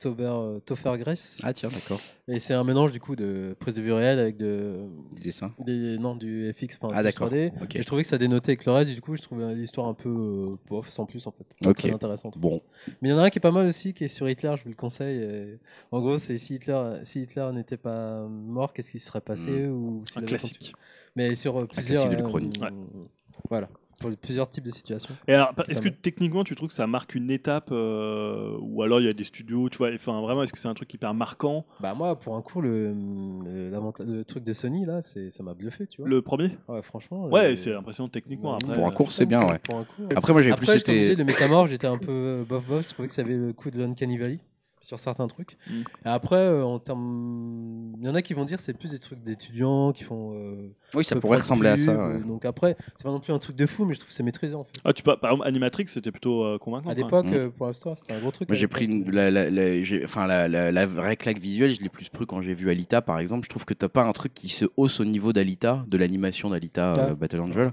Topher, euh, Topher Grace. Ah, tiens, d'accord. Et c'est un mélange du coup de prise de vue réelle avec de, Du dessin. des, non, du FX, enfin Ah, du d'accord. 3D. Ok. Et je trouvais que ça dénotait avec le reste, du coup, je trouvais l'histoire un peu euh, bof, sans plus en fait. Pas Ok. Très intéressante. Bon, Mais il y en a un qui est pas mal aussi, qui est sur Hitler, je vous le conseille. euh, En gros, c'est si Hitler, si Hitler n'était pas mort, qu'est-ce qui se serait passé ou s'il Un avait classique. continué. Mais sur euh, plusieurs. Hmm. classique de euh, Lucroni. Ouais. Voilà. Pour plusieurs types de situations. Et alors, Tout est-ce à que fait. techniquement tu trouves que ça marque une étape euh, ou alors il y a des studios, tu vois, enfin vraiment est-ce que c'est un truc hyper marquant Bah, moi, pour un coup, le, le, l'avanta- le truc de Sony, là, c'est, ça m'a bluffé, tu vois. le premier Ouais, franchement. Ouais, euh, c'est impressionnant techniquement ouais, après. euh. Pour un cours, c'est bien, ouais. Ah, Pour un cours, après, moi j'ai Après, plus je comme été. disais, le Métamorph, j'étais un peu euh, bof bof. Je trouvais que ça avait le coup de l'Uncanny Valley sur certains trucs. Mm. Et après, euh, en termes, il y en a qui vont dire c'est plus des trucs d'étudiants qui font. euh, Oui, ça peu pourrait près ressembler à pub, ça. euh, ouais. Donc après, c'est pas non plus un truc de fou, mais je trouve que c'est maîtrisé en fait. Ah, tu peux, par exemple Animatrix, c'était plutôt euh, convaincant. À quoi. l'époque, Mm. euh, pour l'histoire, c'était un gros truc. Moi, à j'ai pris l'époque. une- la, la- la- j'ai- enfin, la, la- la vraie claque visuelle, je l'ai plus pris quand j'ai vu Alita par exemple. Je trouve que t'as pas un truc qui se hausse au niveau d'Alita, de l'animation d'Alita euh, Ouais. Battle Angel,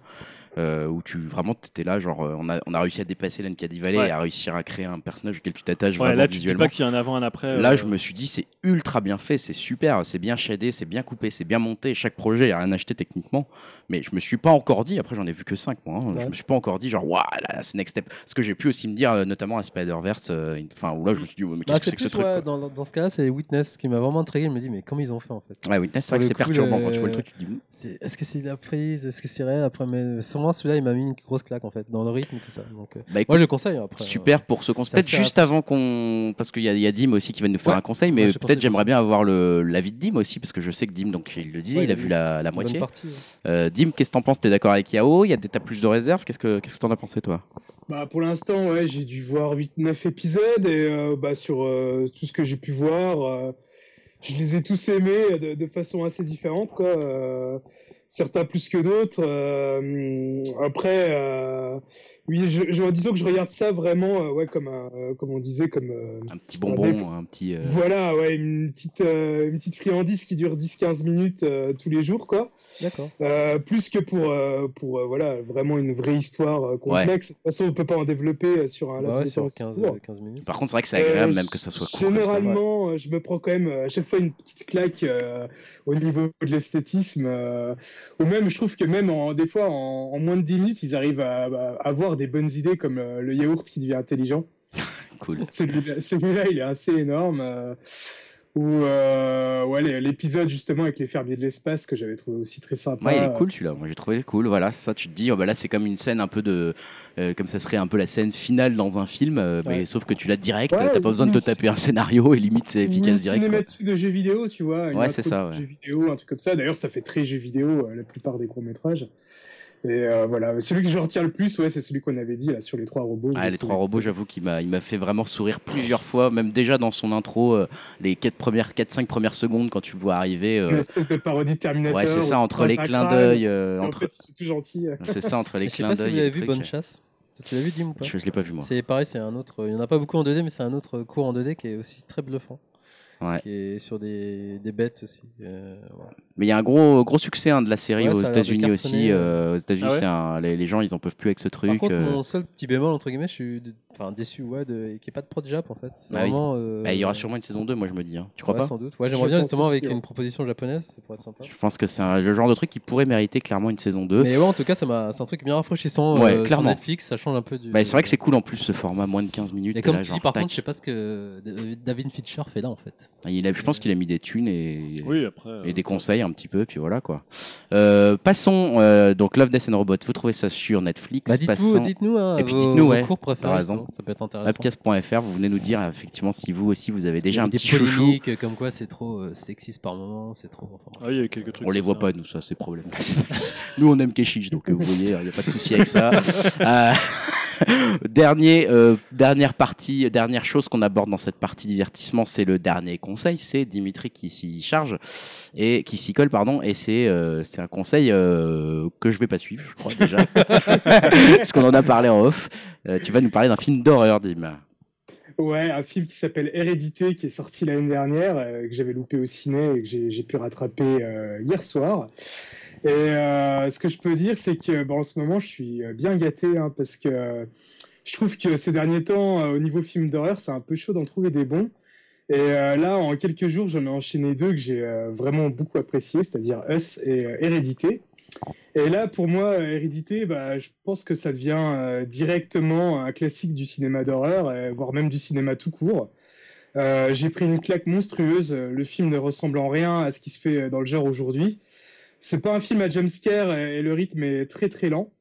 euh, où tu vraiment t'étais là, genre euh, on a, on a réussi à dépasser l'Uncanny Valley Ouais. et à réussir à créer un personnage auquel tu t'attaches Ouais, vraiment là tu dis visuellement. pas qu'il y a un avant un après. Là, euh, je me suis dit, c'est ultra bien fait, c'est super, c'est bien shadé, c'est bien coupé, c'est bien monté. Chaque projet, il n'y a rien acheté techniquement. Mais je me suis pas encore dit, après j'en ai vu que 5 moi, hein, je Ouais. me suis pas encore dit, genre, waouh, là, là, c'est next step. Ce que j'ai pu aussi me dire, euh, notamment à Spider-Verse, euh, une- enfin, où là, je me suis dit, ouais, mais Bah, qu'est-ce que c'est c'est que ce plus truc ouais, quoi dans, dans ce cas-là, c'est Witness qui m'a vraiment intrigué. Il me dit mais comment ils ont fait en fait Ouais, Witness, c'est vrai Pour que c'est le coup, perturbant le- quand tu vois le truc, tu te dis, bah, C'est- Est-ce que c'est de la prise Est-ce que c'est réel après Mais sûrement celui-là, il m'a mis une grosse claque en fait dans le rythme et tout ça. Donc euh, bah écoute, moi, je le conseille après. euh, Super pour ce conseil. c'est Peut-être assez juste avant qu'on. Parce qu'il y, a- il y a Dim aussi qui va nous faire Ouais. un conseil, Ouais, mais j'ai pensé peut-être de j'aimerais bien avoir le- l'avis de Dim aussi, parce que je sais que Dim, donc il le dit, Ouais, il a il vu la, la Une bonne moitié. partie, ouais. Euh, Dim, qu'est-ce que t'en penses T'es d'accord avec Yao Il y a des tas plus de réserves Qu'est-ce que qu'est-ce que t'en as pensé toi Bah, pour l'instant, ouais, j'ai dû voir 8-9 épisodes et euh, bah, sur euh, tout ce que j'ai pu voir, euh, je les ai tous aimés de, de façon assez différente. Quoi. euh, certains plus que d'autres. euh, hum, après, euh, oui, je, je, disons que je regarde ça vraiment euh, ouais, comme, un, euh, comme on disait, comme, euh, Un petit Un défaut. bonbon, un petit. euh, Voilà, ouais, une petite, euh, une petite friandise qui dure 10-15 minutes euh, tous les jours, quoi. D'accord. Euh, plus que pour, euh, pour euh, voilà, vraiment une vraie histoire euh, complexe. De toute façon, on peut pas en développer euh, sur un Bah laps ouais, de sur temps 15, aussi court. euh, 15 minutes. Par contre, c'est vrai que c'est agréable, Euh, même que ça soit court. comme ça. Généralement, euh, je me prends quand même euh, à chaque fois une petite claque euh, au niveau de l'esthétisme. euh, ou même, je trouve que même en, des fois, en, en moins de 10 minutes, ils arrivent à, à avoir des bonnes idées comme euh, le yaourt qui devient intelligent. Cool. Celui-là, celui-là, il est assez énorme. euh, Ou euh, ouais, les- l'épisode justement avec les fermiers de l'espace que j'avais trouvé aussi très sympa. Ouais, il est cool celui-là. Moi, j'ai trouvé cool. Voilà, ça, tu te dis, oh, bah, là, c'est comme une scène un peu de. euh, comme ça serait un peu la scène finale dans un film, euh, mais Ouais. sauf que tu l'as direct, Ouais, t'as pas besoin de te c'est- taper un scénario et limite, c'est Ou efficace une direct. quoi. cinématique de jeux vidéo, tu vois. une Ouais, c'est intro ça, de ouais. Jeux vidéo, un truc comme ça. D'ailleurs, ça fait très jeux vidéo euh, la plupart des courts métrages. Et euh, voilà, celui que je retiens le plus, ouais, c'est celui qu'on avait dit là sur les trois robots. Ah, J'ai les trouvé trois robots, j'avoue qu'il m'a, il m'a fait vraiment sourire plusieurs fois, même déjà dans son intro, euh, les 4 premières, 4, 5 premières secondes quand tu le vois arriver. euh, Une espèce de parodie de Terminator. ouais, c'est ça, où entre tu les prends un clins crâne, d'œil, euh, et En entre, fait, c'est tout euh, gentil. c'est ça, entre les Je sais clins pas si d'œil. vous et l'avez le vu, truc. Bonne Chasse. Tu l'as vu, Dim ou pas Je, je l'ai pas vu moi. C'est pareil, c'est un autre. Il n'y en a pas beaucoup en 2D, mais c'est un autre cours en 2D qui est aussi très bluffant. Ouais. Qui est sur des, des bêtes aussi. Euh, voilà. Mais il y a un gros, gros succès hein, de la série Ouais, ça a aux l'air de États-Unis cartonner, aussi. euh, aux États-Unis, Ah ouais c'est un- les, les gens, ils en peuvent plus avec ce truc. Par contre, euh. mon seul petit bémol, entre guillemets, je suis de- enfin, déçu ouais, de... qu'il n'y ait pas de prod Jap en fait. C'est Bah oui. vraiment, euh, Bah, il y aura sûrement une saison 2, moi je me dis. hein. Tu crois ouais, pas sans doute. Ouais, Je J'aimerais bien pense justement aussi, hein. avec ouais. une proposition japonaise, ça pourrait être sympa. Je pense que c'est un- le genre de truc qui pourrait mériter clairement une saison 2. Mais ouais, en tout cas, ça m'a- c'est un truc bien rafraîchissant Ouais, euh, sur clairement. Netflix, ça change un peu du. Bah, c'est vrai que c'est cool en plus ce format moins de 15 minutes. Et t'es comme là, tu dis, genre, par tac. contre, je sais pas ce que David- David Fincher fait là en fait. Il a- je pense qu'il a mis des thunes et, Oui, après. euh, et des conseils un petit peu, puis voilà quoi. Euh, passons euh, donc Love, Death and Robot. Vous trouvez ça sur Netflix. Bah, passons dites-nous, dites-nous, hein, Et puis vos, dites-nous, vos ouais, cours préférés. t'as raison. justement, Ça peut être intéressant. upcast.fr. Vous venez nous dire euh, effectivement si vous aussi vous avez Parce qu'il y déjà a un eu des petit chouchou. polémiques, euh, Comme quoi, c'est trop euh, sexiste par moment, c'est trop. enfin, Ah, il y a eu quelques trucs. On les comme voit ça. pas, nous, ça, c'est le problème. nous, on aime Keshish, donc euh, vous voyez, il n'y a pas de souci avec ça. Euh, dernier, euh, dernière partie, dernière chose qu'on aborde dans cette partie divertissement, c'est le dernier conseil. C'est Dimitri qui s'y charge et qui s'y colle, pardon. Et c'est euh, c'est un conseil euh, que je vais pas suivre, je crois déjà, parce qu'on en a parlé en off. Euh, tu vas nous parler d'un film d'horreur, Dim. Ouais, un film qui s'appelle Hérédité, qui est sorti l'année dernière, euh, que j'avais loupé au ciné et que j'ai j'ai pu rattraper euh, hier soir. Et euh, ce que je peux dire, c'est que bon, en ce moment, je suis euh, bien gâté, hein, parce que euh, je trouve que ces derniers temps, euh, au niveau film d'horreur, c'est un peu chaud d'en trouver des bons. Et euh, là, en quelques jours, j'en ai enchaîné deux que j'ai euh, vraiment beaucoup appréciés, c'est-à-dire Us et euh, Hérédité. Et là, pour moi, euh, Hérédité, bah, je pense que ça devient euh, directement un classique du cinéma d'horreur, euh, voire même du cinéma tout court. Euh, J'ai pris une claque monstrueuse. euh, Le film ne ressemble en rien à ce qui se fait euh, dans le genre aujourd'hui. C'est pas un film à jumpscare euh, et le rythme est très très lent.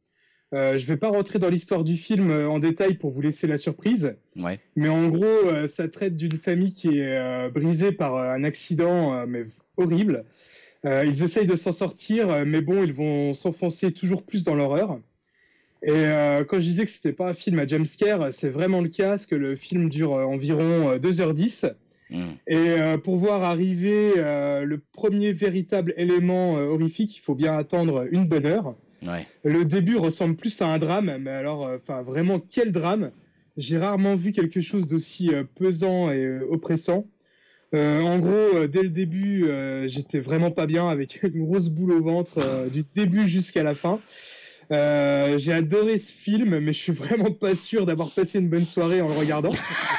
Euh, je vais pas rentrer dans l'histoire du film euh, en détail pour vous laisser la surprise. Ouais. Mais en gros, euh, ça traite d'une famille qui est euh, brisée par euh, un accident, euh, mais horrible. Euh, ils essayent de s'en sortir, euh, mais bon, ils vont s'enfoncer toujours plus dans l'horreur. Et euh, quand je disais que c'était pas un film à jumpscare, c'est vraiment le cas, parce que le film dure euh, environ euh, 2h10. Mm. Et euh, pour voir arriver euh, le premier véritable élément euh, horrifique, il faut bien attendre une bonne heure. Ouais. Le début ressemble plus à un drame, mais alors, euh, enfin, vraiment, quel drame J'ai rarement vu quelque chose d'aussi euh, pesant et euh, oppressant. Euh, en gros, euh, dès le début, euh, j'étais vraiment pas bien avec une grosse boule au ventre euh, du début jusqu'à la fin. Euh, j'ai adoré ce film, mais je suis vraiment pas sûr d'avoir passé une bonne soirée en le regardant.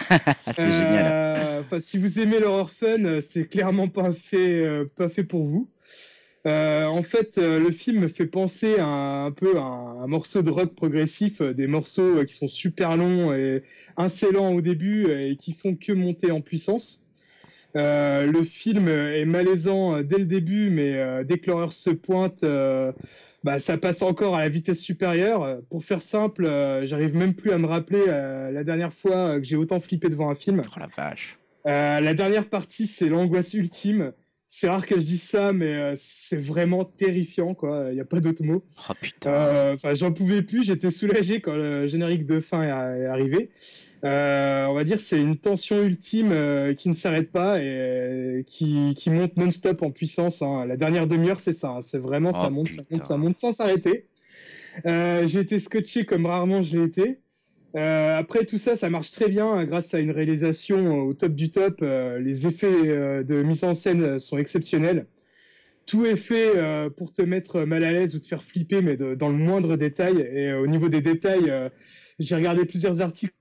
Ah, c'est génial. Euh, enfin, si vous aimez l'horreur fun, euh, c'est clairement pas fait, euh, pas fait pour vous. Euh, en fait, euh, le film me fait penser à un, un peu à un, un morceau de rock progressif, euh, des morceaux euh, qui sont super longs et insolents au début euh, et qui font que monter en puissance. Euh, le film euh, est malaisant euh, dès le début, mais euh, dès que l'horreur se pointe, euh, bah, ça passe encore à la vitesse supérieure. Euh, Pour faire simple, euh, j'arrive même plus à me rappeler euh, la dernière fois euh, que j'ai autant flippé devant un film. Oh la vache. Euh, la dernière partie, c'est l'angoisse ultime. C'est rare que je dise ça, mais euh, c'est vraiment terrifiant, quoi. Il n'y a pas d'autre mot. Oh Ah. putain. Euh, Enfin, j'en pouvais plus. J'étais soulagé quand le générique de fin est est arrivé. Euh, on va dire, c'est une tension ultime euh, qui ne s'arrête pas et euh, qui, qui monte non-stop en puissance. hein. La dernière demi-heure, c'est ça. hein. C'est vraiment Oh, ça monte, ça putain. monte, ça monte sans s'arrêter. Euh, j'ai été scotché comme rarement je l'ai été. Euh, après tout ça, ça marche très bien hein, grâce à une réalisation euh, au top du top. Euh, les effets euh, de mise en scène euh, sont exceptionnels. Tout est fait euh, pour te mettre mal à l'aise ou te faire flipper, mais de- dans le moindre détail. Et euh, au niveau des détails, euh, j'ai regardé plusieurs articles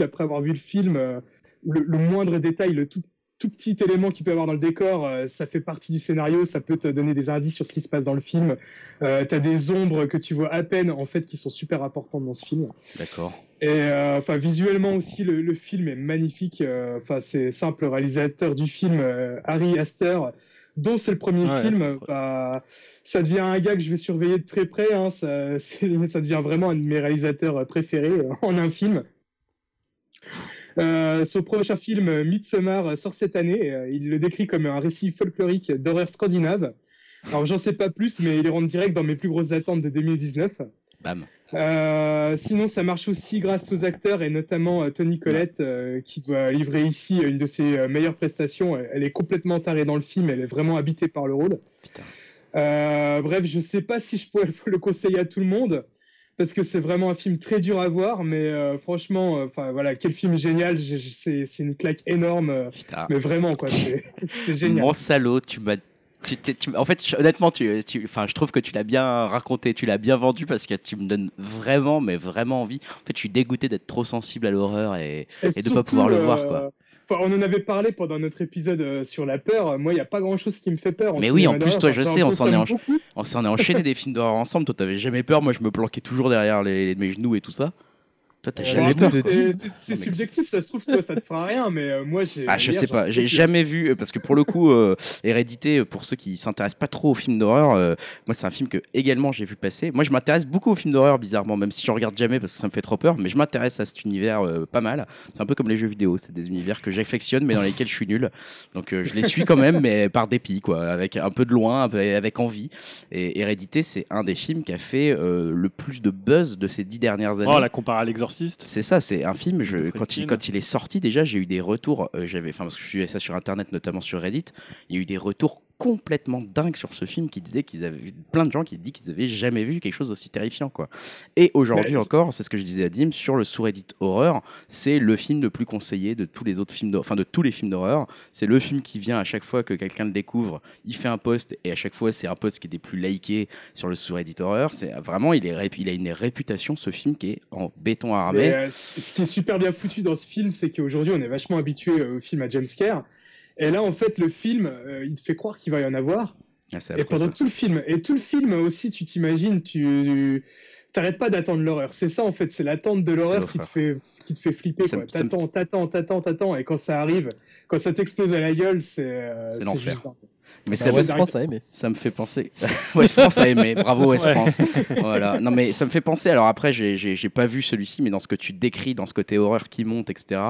après avoir vu le film. euh, le, le moindre détail, le tout, tout petit élément qu'il peut y avoir dans le décor, euh, ça fait partie du scénario, ça peut te donner des indices sur ce qui se passe dans le film. Euh, T'as des ombres que tu vois à peine, en fait, qui sont super importantes dans ce film. D'accord. Et euh, enfin visuellement aussi le, le film est magnifique. Euh, Enfin c'est simple réalisateur du film euh, Harry Astor dont c'est le premier Ouais. film. Bah, ça devient un gars que je vais surveiller de très près. Hein, ça, c'est- ça devient vraiment un de mes réalisateurs préférés euh, en un film. Euh, son prochain film euh, Midsommar euh, sort cette année. et, euh, il le décrit comme un récit folklorique d'horreur scandinave. Alors j'en sais pas plus, mais il rentre direct dans mes plus grosses attentes de 2019. Bam. Euh, sinon, ça marche aussi grâce aux acteurs et notamment euh, Tony Collette euh, qui doit livrer ici une de ses euh, meilleures prestations. Elle, elle est complètement tarée dans le film, elle est vraiment habitée par le rôle. Euh, bref, je sais pas si je pourrais le conseiller à tout le monde parce que c'est vraiment un film très dur à voir, mais euh, franchement, euh, enfin voilà, quel film génial. j'ai- j'ai- C'est c'est une claque énorme, euh, Putain. mais vraiment quoi, c'est c'est génial. Mon salaud, tu m'as. tu t'es- tu- en fait, je- honnêtement, tu, tu, enfin, je trouve que tu l'as bien raconté, tu l'as bien vendu parce que tu me donnes vraiment, mais vraiment envie. En fait, je suis dégoûté d'être trop sensible à l'horreur et et de pas pouvoir le voir, quoi. euh, Enfin, on en avait parlé pendant notre épisode euh, sur la peur. Moi, il n'y a pas grand chose qui me fait peur. Mais oui, cinéma en plus, d'horreur, toi, je j'en sais, on s'en est consomme beaucoup. on s'en est enchaîné des films d'horreur ensemble. Toi, t'avais jamais peur. Moi, je me planquais toujours derrière les, mes genoux et tout ça. Toi, t'as Euh, Bon, jamais J'avais après, peur. peur. c'est- c'est- C'est Non, mais- subjectif, ça se trouve, toi, ça te fera rien, mais euh, moi, j'ai. Ah, je hier, sais j'en pas, j'ai peux plus. jamais vu, euh, parce que pour le coup, euh, Hérédité, pour ceux qui s'intéressent pas trop aux films d'horreur, euh, moi c'est un film que également j'ai vu passer. Moi je m'intéresse beaucoup aux films d'horreur, bizarrement, même si je regarde jamais parce que ça me fait trop peur, mais je m'intéresse à cet univers euh, pas mal. C'est un peu comme les jeux vidéo, c'est des univers que j'affectionne mais dans lesquels je suis nul. Donc euh, je les suis quand même, mais par dépit, quoi, avec un peu de loin, un peu- avec envie. Et Hérédité, c'est un des films qui a fait euh, le plus de buzz de ces dix dernières années. Oh, la compare à l'exorciste. C'est ça, c'est un film. Je, De Fred quand, il, Keane. quand il est sorti, déjà, j'ai eu des retours. euh, J'avais, enfin, parce que je suivais ça sur Internet, notamment sur Reddit. Il y a eu des retours complètement dingues sur ce film qui disaient qu'ils avaient plein de gens qui disaient qu'ils avaient jamais vu quelque chose d'aussi terrifiant quoi. Et aujourd'hui Mais- encore, c'est ce que je disais à Dim sur le sous Reddit horreur, c'est le film le plus conseillé de tous les autres films, d'hor- enfin de tous les films d'horreur. C'est le film qui vient à chaque fois que quelqu'un le découvre, il fait un post et à chaque fois c'est un post qui est des plus likés sur le sous Reddit horreur. C'est vraiment il est rép- il a une réputation ce film qui est en béton Mais, armé. euh, ce ce qui est super bien foutu dans ce film, c'est qu'aujourd'hui, on est vachement habitué euh, au film à jumpscare. Et là, en fait, le film, euh, il te fait croire qu'il va y en avoir. Ah, c'est Et affreux, pendant ça. tout le film. Et tout le film aussi, tu t'imagines, tu. T'arrêtes pas d'attendre l'horreur. C'est ça, en fait. C'est l'attente de l'horreur qui te l'horreur. fait, qui te fait flipper, Ça me- quoi. ça me- T'attends, t'attends, t'attends, t'attends. Et quand ça arrive, quand ça t'explose à la gueule, c'est, euh, C'est c'est l'enfer. juste dingue. Mais Bah, ça, Wes c'est- France a aimé. ça me fait penser. West France a aimé. Bravo West Ouais. France. Voilà. Non mais ça me fait penser. Alors après, j'ai- j'ai j'ai pas vu celui-ci, mais dans ce que tu décris, dans ce côté horreur qui monte, etc.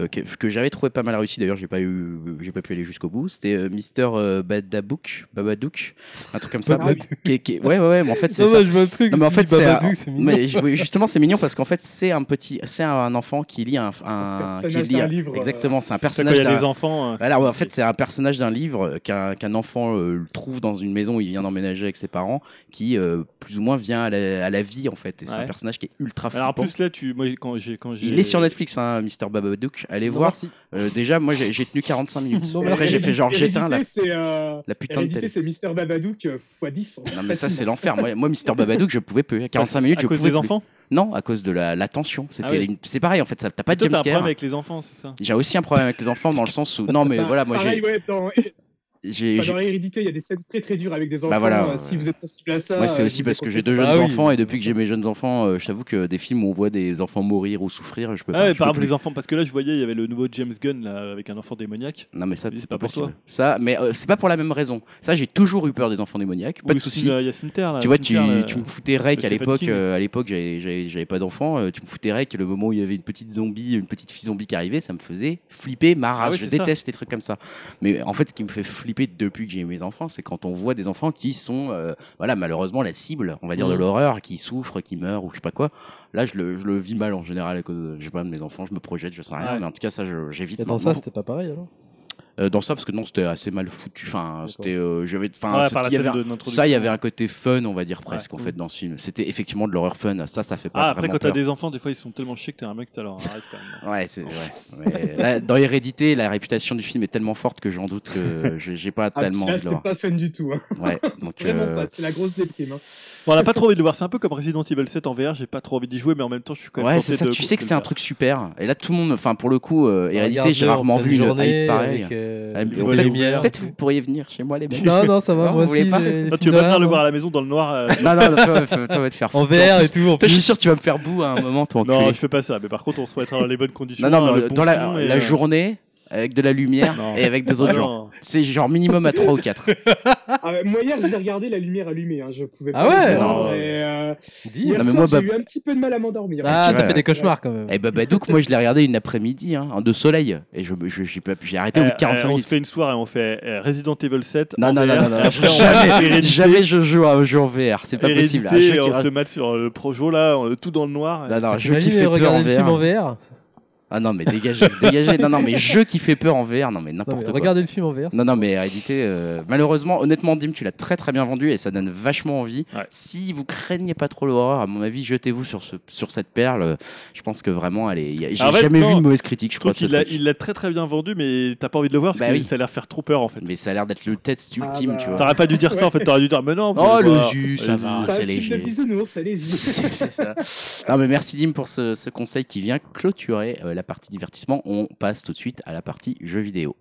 euh, que, que j'avais trouvé pas mal réussi. D'ailleurs, j'ai pas eu, j'ai pas pu aller jusqu'au bout. C'était euh, Mister euh, Badabouk, Babadook, un truc comme ça. Babadook. Qui est- qui est- Ouais, ouais, ouais. Mais en fait, c'est Non, ça. mais je vois le truc. Non, mais en tu dis fait, c'est Babadook, un- c'est mignon. Mais ju- oui, justement, c'est mignon parce qu'en fait, c'est un petit, c'est un enfant qui lit un, un- qui personnage lit d'un livre, euh, Exactement, c'est un C'est quand il personnage y a d'un des enfants. euh, voilà, ouais, en fait, c'est un personnage d'un livre euh, qu'un qu'un enfant euh, le trouve dans une maison où il vient d'emménager avec ses parents, qui euh, plus ou moins vient à la, à la vie en fait. Et c'est un Ouais. personnage qui est ultra Ah, flippant. Alors en plus là, tu, moi quand j'ai quand j'ai. il est sur Netflix, hein, Mr Babadook. Allez Non, voir. merci. Euh, déjà, moi, j'ai j'ai tenu 45 minutes. Non, Et mais Après, j'ai Hérédité, fait genre j'éteins la, c'est, euh, la putain de Hérédité, télé. c'est Mister Babadook euh, x 10. Non mais ça c'est l'enfer. Moi, moi Mister Babadook, je pouvais plus. À 45 minutes, à je cause pouvais des plus. enfants. Non, à cause de la, la tension. C'était Ah oui. une- c'est pareil en fait. ça- T'as pas de Toi, t'as un problème jumpscare. avec les enfants, c'est ça J'ai aussi un problème avec les enfants dans le sens où non mais Bah, voilà, moi pareil, j'ai ouais, dans, bah, j'ai- Bah, dans Hérédité, il y a des scènes très très dures avec des enfants. voilà, euh, ouais. Si vous êtes sensible à ça. Moi, c'est euh, aussi je vous parce que j'ai déconseille. deux Ah jeunes oui, enfants et c'est depuis que ça. j'ai mes jeunes enfants, euh, je t'avoue que des films où on voit des enfants mourir ou souffrir, je peux Ah pas. ouais, Bah, je par peux exemple plus. les enfants, parce que là je voyais il y avait le nouveau James Gunn là, avec un enfant démoniaque. Non mais ça Mais c'est c'est pas pas pour possible. toi. Ça, mais euh, c'est pas pour la même raison. Ça j'ai toujours eu peur des enfants démoniaques. Pas Ou de Sin- souci. euh, Il y a Cimetière là. Tu vois, tu, Cimetière, là. tu me foutais Rec à Stephen l'époque. King. euh, à l'époque, j'avais- j'avais j'avais pas d'enfant. euh, tu me foutais Rec le moment où il y avait une petite zombie, une petite fille zombie qui arrivait, ça me faisait flipper ma race. Ah oui, je c'est ça. déteste les trucs comme ça. Mais en fait, ce qui me fait flipper depuis que j'ai mes enfants, c'est quand on voit des enfants qui sont, euh, voilà, malheureusement la cible, on va dire de Mhm. l'horreur, qui souffrent, qui meurent ou je sais pas quoi. Là, je le, je le vis mal en général à cause, je sais pas, de mes enfants. Je me projette, je sais rien. Ouais. Mais en tout cas, ça, je- j'évite. Et dans maintenant. ça, c'était pas pareil alors. Euh, dans ça, parce que non, c'était assez mal foutu. Enfin, D'accord. c'était, euh, j'avais, enfin, Ouais, c'était- par la il y avait scène un- de l'introduction. ça, il y avait un côté fun, on va dire presque, en Ouais. fait, dans ce film. C'était effectivement de l'horreur fun. Ça, ça fait pas Ah, après, vraiment quand t'as peur. des enfants, des fois ils sont tellement chiés que t'es un mec, t'as leur arrête quand même. Ouais, c'est ouais. Mais euh, là, dans Hérédité, la réputation du film est tellement forte que j'en doute que j'ai j'ai pas Ah, tellement envie de Là, le c'est voir. pas fun du tout. hein. Ouais, donc Vraiment euh, pas. C'est la grosse déprime. hein. Bon, on a pas trop envie de le voir, c'est un peu comme Resident Evil 7 en VR, j'ai pas trop envie d'y jouer, mais en même temps, je suis quand même. ouais, tenté c'est ça. de- Tu sais que de c'est un le faire. truc super. Et là, tout le monde, enfin, pour le coup, euh, Hérédité, j'ai Regardez, rarement en pleine vu une journée, hype pareille. avec, euh, euh, Ah, mais les en fait, lumières. Peut-être vous pourriez venir chez moi, les mecs. Non, non, ça va, Non, moi vous voulez aussi. pas j'ai- Non, tu vas pas venir le voir à la maison dans le noir. euh, non, non, non, toi, toi, toi, va te faire En foutre. VR En et plus, tout. en Toi, je plus. suis sûr que tu vas me faire boue à un moment, toi, enculé. Non, je fais pas ça, mais par contre, on se mettra dans les bonnes conditions. Non, non, dans mais le bon dans la, son et, la euh, journée, avec de la lumière Non. et avec des ah autres gens. non. C'est genre minimum à 3 ou 4. Ah, ouais, moi, hier, j'ai regardé la lumière allumée. Hein, je pouvais Ah pas. ouais, le voir, non. et, euh, Dis. hier mais soir, moi, j'ai bah- eu un petit peu de mal à m'endormir. Ah, tu t'as vois, fait ouais. des cauchemars quand même. Et bah, donc, moi, je l'ai regardé une après-midi, hein, de soleil. Et je, je- j'ai pas- j'ai arrêté au bout de Eh, 45 eh, on se minutes. fait une soirée et on fait eh, Resident Evil 7. Non, en non, VR, non, non, non, et après, on va jamais, Hérédité, jamais je joue à un jeu en VR, c'est pas possible. Hérédité, À et chaque- on se le mate sur euh, le projo là, on- tout dans le noir. Non, non, jeu qui J'imagine fait peur en regarder le film en VR. VR. Ah non, mais dégagez, dégagez. Non, non, mais jeu qui fait peur en VR, non, mais Non, n'importe mais quoi. regarder le film en VR. Non, non, mais Hérédité, euh, malheureusement, honnêtement, Dim, tu l'as très très bien vendu et ça donne vachement envie. Ouais. Si vous craignez pas trop l'horreur, à mon avis, jetez-vous sur, ce, sur cette perle. Je pense que vraiment, elle est. y a- J'ai En fait, jamais non, vu une mauvaise critique, je Je crois. trouve de ce qu'il l'a- truc. il l'a très très bien vendu, mais t'as pas envie de le voir parce Bah que oui. ça a l'air faire trop peur en fait. Mais ça a l'air d'être le test Ah ultime, bah. tu vois. T'aurais pas dû dire ça en fait, t'aurais dû dire mais non. Oh, le jus, jus, ça va. Ça, c'est un film de léger. bisounours, allez-y. C'est c'est ça. Non, mais merci Dim pour ce, ce conseil qui vient clôturer euh, la partie divertissement. On passe tout de suite à la partie jeux vidéo.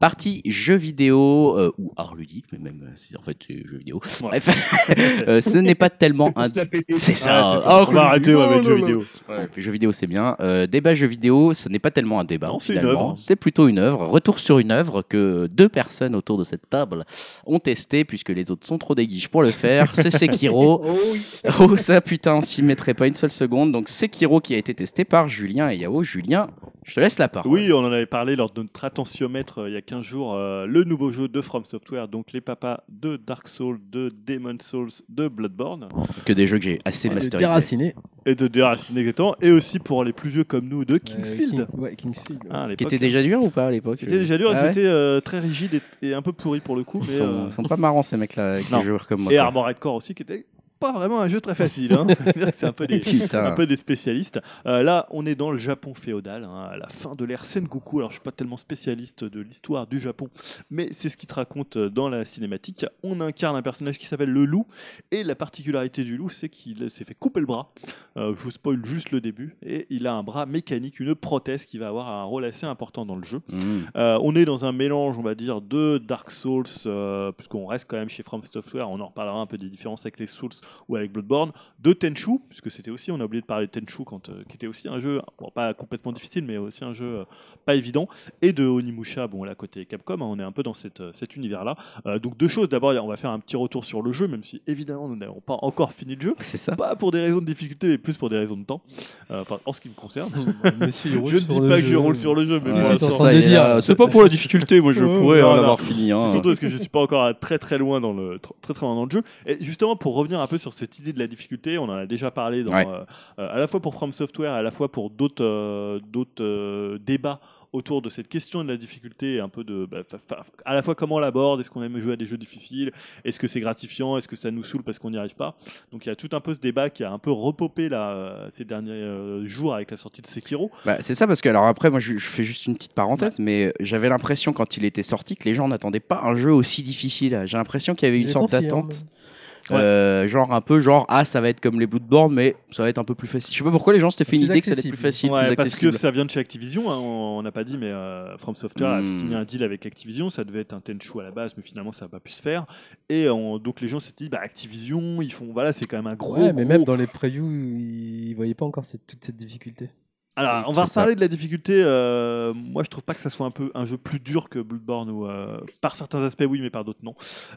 Partie jeux vidéo euh, ou art ludique, mais même euh, c'est en fait euh, jeux vidéo. Voilà. Bref, euh, ce n'est pas tellement un. On se la péter. C'est ça. Ah, c'est ça. art on va ludique. arrêter ouais, Oh avec là jeux là. vidéo. Ouais, puis jeux vidéo, c'est bien. Euh, débat jeux vidéo, ce n'est pas tellement un débat. Non, c'est une finalement. œuvre. C'est plutôt une œuvre. Retour sur une œuvre que deux personnes autour de cette table ont testé, puisque les autres sont trop déguiches pour le faire. C'est Sekiro. Oh oui. oh, ça, putain, on s'y mettrait pas une seule seconde. Donc, Sekiro qui a été testé par Julien et Yao. Julien, je te laisse la parole. Oui, on en avait parlé lors de notre attentiomètre euh, il y a 15 jours, euh, le nouveau jeu de From Software, donc les papas de Dark Souls, de Demon Souls, de Bloodborne, Que des jeux que j'ai assez Le masterisés. Déraciné. et de Deracine exactement, et aussi pour les plus vieux comme nous, de Kingsfield. Euh, King- Ouais, Kingsfield. ouais. Ah, à Qui l'époque, étaient déjà durs ou pas à l'époque qui était déjà dur, et Ah ouais c'était euh, très rigide et, et un peu pourri pour le coup, Ils mais... sont, euh, ils sont pas marrants ces mecs-là, avec Non. les joueurs comme moi. et quoi. Armored Core aussi, qui était pas vraiment un jeu très facile. hein. C'est-à-dire que C'est un peu des, un Putain. peu des spécialistes. Euh, là, on est dans le Japon féodal, hein, à la fin de l'ère Sengoku. Alors, je suis pas tellement spécialiste de l'histoire du Japon, mais c'est ce qu'il te raconte euh, dans la cinématique. On incarne un personnage qui s'appelle le loup, et la particularité du loup, c'est qu'il s'est fait couper le bras. Euh, je vous spoil juste le début, et il a un bras mécanique, une prothèse qui va avoir un rôle assez important dans le jeu. Mmh. Euh, on est dans un mélange, on va dire, de Dark Souls, euh, puisqu'on reste quand même chez From Software, on en reparlera un peu des différences avec les Souls ou avec Bloodborne, de Tenchu, puisque c'était aussi, on a oublié de parler de Tenchu, quand, euh, qui était aussi un jeu, bon, pas complètement difficile, mais aussi un jeu euh, pas évident, et de Onimusha, bon là côté Capcom, hein, on est un peu dans cette, euh, cet univers-là. Euh, donc deux choses, d'abord on va faire un petit retour sur le jeu, même si évidemment nous n'avons pas encore fini le jeu, C'est ça. pas pour des raisons de difficulté, mais plus pour des raisons de temps, Euh, enfin en ce qui me concerne. Monsieur, il roule Je ne dis sur pas le que jeu. je roule sur le jeu, mais Ouais, pour c'est l'instant, en train de il est dire. là. C'est pas pour la difficulté, moi je Ouais, pourrais non, en non. avoir fini. hein. C'est surtout parce que je suis pas encore à très très loin dans le tr- très très loin dans le jeu. Et justement pour revenir un peu sur cette idée de la difficulté, on en a déjà parlé dans, Ouais. euh, euh, à la fois pour From Software, à la fois pour d'autres euh, d'autres euh, débats autour de cette question de la difficulté, et un peu de bah, fa- fa- à la fois comment on l'aborde, est-ce qu'on aime jouer à des jeux difficiles, est-ce que c'est gratifiant, est-ce que ça nous saoule parce qu'on n'y arrive pas. Donc il y a tout un peu ce débat qui a un peu repopé là euh, ces derniers euh, jours avec la sortie de Sekiro. Bah, c'est ça parce que alors après moi je, je fais juste une petite parenthèse mais euh, j'avais l'impression quand il était sorti que les gens n'attendaient pas un jeu aussi difficile. J'ai l'impression qu'il y avait une Je sorte confirme. d'attente Ouais. euh, genre un peu genre ah ça va être comme les Bloodborne mais ça va être un peu plus facile. Je sais pas pourquoi les gens s'étaient fait une Plus idée que ça allait être accessible. plus facile, Ouais, plus parce que accessible. ça vient de chez Activision, hein, on on n'a pas dit, mais euh, From Software Hmm. a signé un deal avec Activision, ça devait être un Tenchu à la base, mais finalement ça n'a pas pu se faire. Et on- donc les gens s'étaient dit, bah Activision, ils font, voilà, c'est quand même un gros. Ouais, mais gros- même dans les previews, ils voyaient pas encore cette- toute cette difficulté. Alors on va C'est ça. reparler de la difficulté. euh, moi je trouve pas que ça soit un peu un jeu plus dur que Bloodborne, ou euh, par certains aspects oui, mais par d'autres non.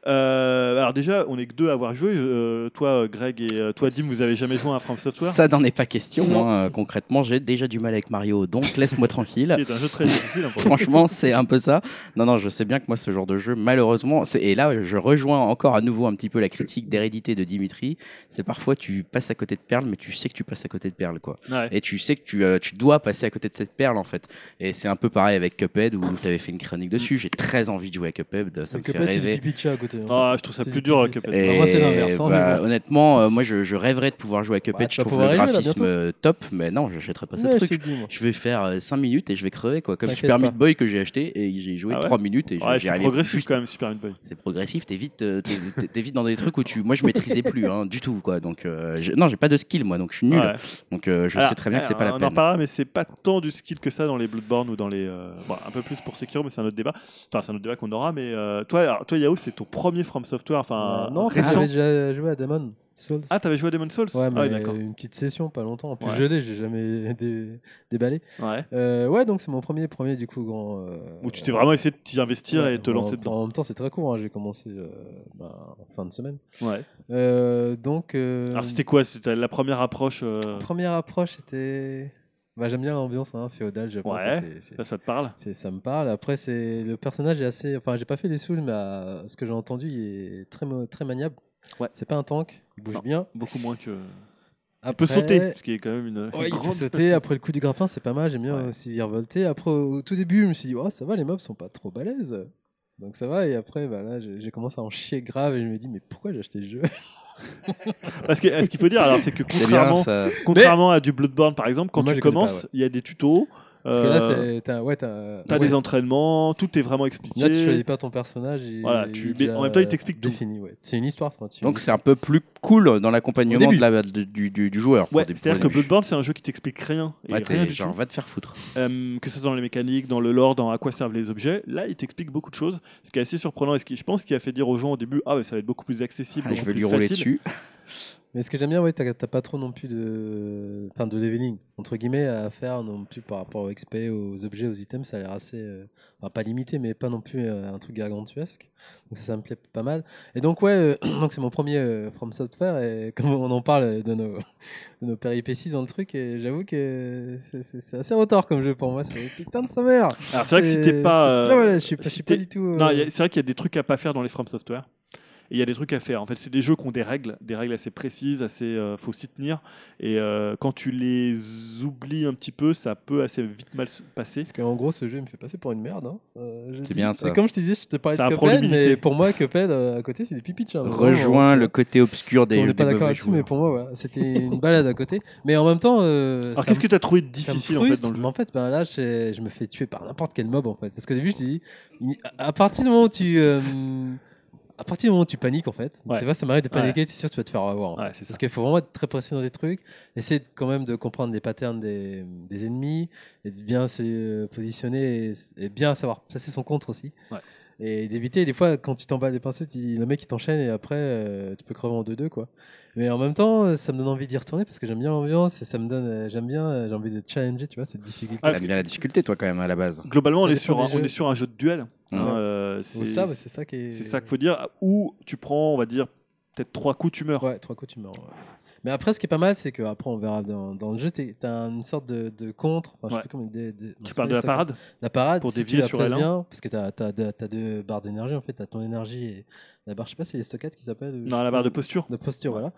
Euh, alors déjà, on est que deux à avoir joué. euh, toi euh, Greg et euh, toi Dim, vous avez jamais joué à From Software Ça n'en est pas question Non. hein. Euh, concrètement, j'ai déjà du mal avec Mario donc laisse-moi tranquille. qui est un jeu très difficile. hein, pour le coup. Franchement, c'est un peu ça. Non, non, je sais bien que moi, ce genre de jeu, malheureusement, c'est- et là, je rejoins encore à nouveau un petit peu la critique d'hérédité de Dimitri. C'est parfois tu passes à côté de perles, mais tu sais que tu passes à côté de perles, quoi. Ouais. Et tu sais que tu, euh, tu dois passer à côté de cette perle, en fait. Et c'est un peu pareil avec Cuphead où tu avais fait une chronique dessus. J'ai très envie de jouer à Cuphead, ça Le me fait Cuphead, c'est du rêver. pipi de chat à côté. hein. Ah, je trouve ça C'est plus du dur euh, que pipi. Paper Et moi, c'est l'inverse, hein, bah, mais bon. honnêtement, euh, moi, je, je rêverais de pouvoir jouer à Cuphead. Bah, tu je vas trouve le pouvoir y jouer, là, graphisme bientôt. euh, top, mais non, j'achèterai pas Ouais, ce je truc. te le dis, moi. Je vais faire 5 minutes et je vais crever quoi. Comme T'inquiète Super pas. Meat Boy que j'ai acheté et j'ai joué Ah ouais 3 minutes et j'ai Ouais, Eh, j'y c'est arrivais progressif juste- quand même, Super Meat Boy. C'est progressif, t'es vite, euh, t'es- t'es- t'es vite dans des trucs où tu. Moi je maîtrisais plus hein, du tout quoi. Donc euh, j'ai- non, j'ai pas de skill moi donc je suis nul. Ouais. Donc euh, je Alors, sais très bien que c'est euh, pas la on en peine. reparlera, mais c'est pas tant du skill que ça dans les Bloodborne ou dans les. euh, bon, un peu plus pour Sekiro, mais c'est un autre débat. Enfin, c'est un autre débat qu'on aura. Mais euh, toi, alors, toi, Yahoo, c'est ton premier From Software. Enfin, Euh, non, parce que Ah, récent. j'avais déjà joué à Demon Souls. Ah, t'avais joué à Demon's Souls ouais, mais Ah, oui, d'accord. une petite session, pas longtemps. En plus, Ouais. je l'ai, j'ai jamais dé- déballé. Ouais. Euh, ouais, donc c'est mon premier, premier du coup grand. euh, Où tu t'es vraiment essayé de t'y investir ouais, et te en- lancer dedans. En même temps, c'est très court. hein, J'ai commencé euh, ben, en fin de semaine. Ouais. Euh, donc. euh, Alors, c'était quoi C'était la première approche euh, Première approche, c'était. Bah, j'aime bien l'ambiance hein, féodale, je pense. Ouais. ça, c'est- c'est- Ça, ça te parle c'est- ça me parle. Après, c'est le personnage est assez. Enfin, j'ai pas fait les souls, mais euh, ce que j'ai entendu, il est très, mo- très maniable. Ouais. C'est pas un tank, il bouge Non. bien. Beaucoup moins que. Après... Il peut sauter, ce qui est quand même une. Ouais, une il peut grande- sauter. Après le coup du grappin, c'est pas mal. J'aime bien Ouais. aussi y revolter. Après, au tout début, je me suis dit, oh, ça va, les mobs sont pas trop balèzes. Donc ça va. Et après, bah, là, j'ai j'ai commencé à en chier grave. Et je me dis, mais pourquoi j'ai acheté le jeu Parce que euh, ce qu'il faut dire, alors, c'est que C'est bien contrairement, ça. contrairement à du Bloodborne, par exemple, quand Moi, tu je connais pas, commences, ouais. il y a des tutos. Parce que là, euh, c'est. T'as ouais, t'as- T'as ouais. des entraînements, tout est vraiment expliqué. Là, tu choisis pas ton personnage. Et Voilà, il tu- est mais déjà en même temps, il t'explique tout. défini, ouais. C'est une histoire. enfin, tu- Donc c'est un peu plus cool dans Au l'accompagnement début. de la- de- du, du- du joueur. pour Ouais, des- c'est-à-dire pour des- que Bloodborne, c'est un jeu qui t'explique rien. Et Ouais, rien t'es du genre tout. va te faire foutre. Euh, que ce soit dans les mécaniques, dans le lore, dans à quoi servent les objets. Là, il t'explique beaucoup de choses. Ce qui est assez surprenant et ce qui, je pense, qui a fait dire aux gens au début Ah, mais ça va être beaucoup plus accessible. Ah, je beaucoup vais lui plus rouler facile. dessus. Mais ce que j'aime bien, ouais, t'as t'as pas trop non plus de, enfin, de leveling entre guillemets à faire non plus par rapport aux XP, aux objets, aux items. Ça a l'air assez, euh, enfin, pas limité, mais pas non plus euh, un truc gargantuesque. Donc ça, ça me plaît pas mal. Et donc ouais, euh, donc c'est mon premier euh, From Software et comme on en parle de nos, de nos péripéties dans le truc, et j'avoue que c'est- c'est c'est assez retard comme jeu pour moi. C'est putain de sa mère. Alors, c'est vrai que si t'es pas. c'est- euh, voilà, je suis pas, je si suis pas t'es- du tout. Non, euh, il y a- c'est vrai qu'il y a des trucs à pas faire dans les From Software. Et il y a des trucs à faire. En fait, c'est des jeux qui ont des règles, des règles assez précises, assez euh, faut s'y tenir. Et euh, quand tu les oublies un petit peu, ça peut assez vite mal se passer. Parce qu'en gros, ce jeu me fait passer pour une merde. hein. Euh, je C'est dis- bien, ça. Et comme je te disais, je te parlais Ça de apprend Cuphead, l'humilité. mais pour moi, Cuphead euh, à côté, c'est des pipiches. hein. Vraiment, Rejoins tu le vois. côté obscur des On des n'est pas d'accord mauvais là-dessus, mais joueurs. pour moi, voilà, c'était une balade à côté. Mais en même temps, euh, Alors, ça qu'est-ce me- que tu as trouvé de ça me difficile en fait frustre, dans le jeu mais en fait, ben là, je, je me fais tuer par n'importe quel mob en fait. Parce qu'au début, je te dis, il- à à partir du moment où tu, euh, à partir du moment où tu paniques en fait, Ouais. c'est vrai, ça m'arrive de paniquer, c'est sûr, tu vas te faire avoir. en fait. Ouais, c'est ça. Parce qu'il faut vraiment être très précis dans des trucs, essayer de- quand même de comprendre les patterns des, des ennemis, et de bien se euh, positionner, et, et bien savoir placer son contre aussi. Ouais. Et d'éviter, des fois, quand tu t'en bats des pinceaux, tu- le mec il t'enchaîne et après euh, tu peux crever en 2-2 quoi. Mais en même temps, euh, ça me donne envie d'y retourner parce que j'aime bien l'ambiance et ça me donne, euh, j'aime bien, euh, j'ai envie de challenger, tu vois, cette difficulté. Ah, T'aimes bien la difficulté, toi, quand même, à la base. Globalement, on Ça est, dépend sur un, des on jeux. est sur un jeu de duel. hein, Ouais. euh, Ou c'est ça, bah, c'est ça qui est. c'est ça qu'il faut dire. Ou tu prends, on va dire, peut-être trois coups, tu meurs. Ouais, trois coups, tu meurs. ouais. Mais après, ce qui est pas mal, c'est que après, on verra dans, dans le jeu, t'es- t'as une sorte de, de contre. Enfin, je sais Ouais. plus comment il est- de- non, Tu c'est parles pas de la ça, quoi. parade La parade, Pour si tu dévier la sur places L1. bien, parce que t'as as, deux barres d'énergie en fait, t'as ton énergie et la barre, je sais pas, c'est les stockades qui s'appellent. ou- Non, la barre de posture. de posture, voilà.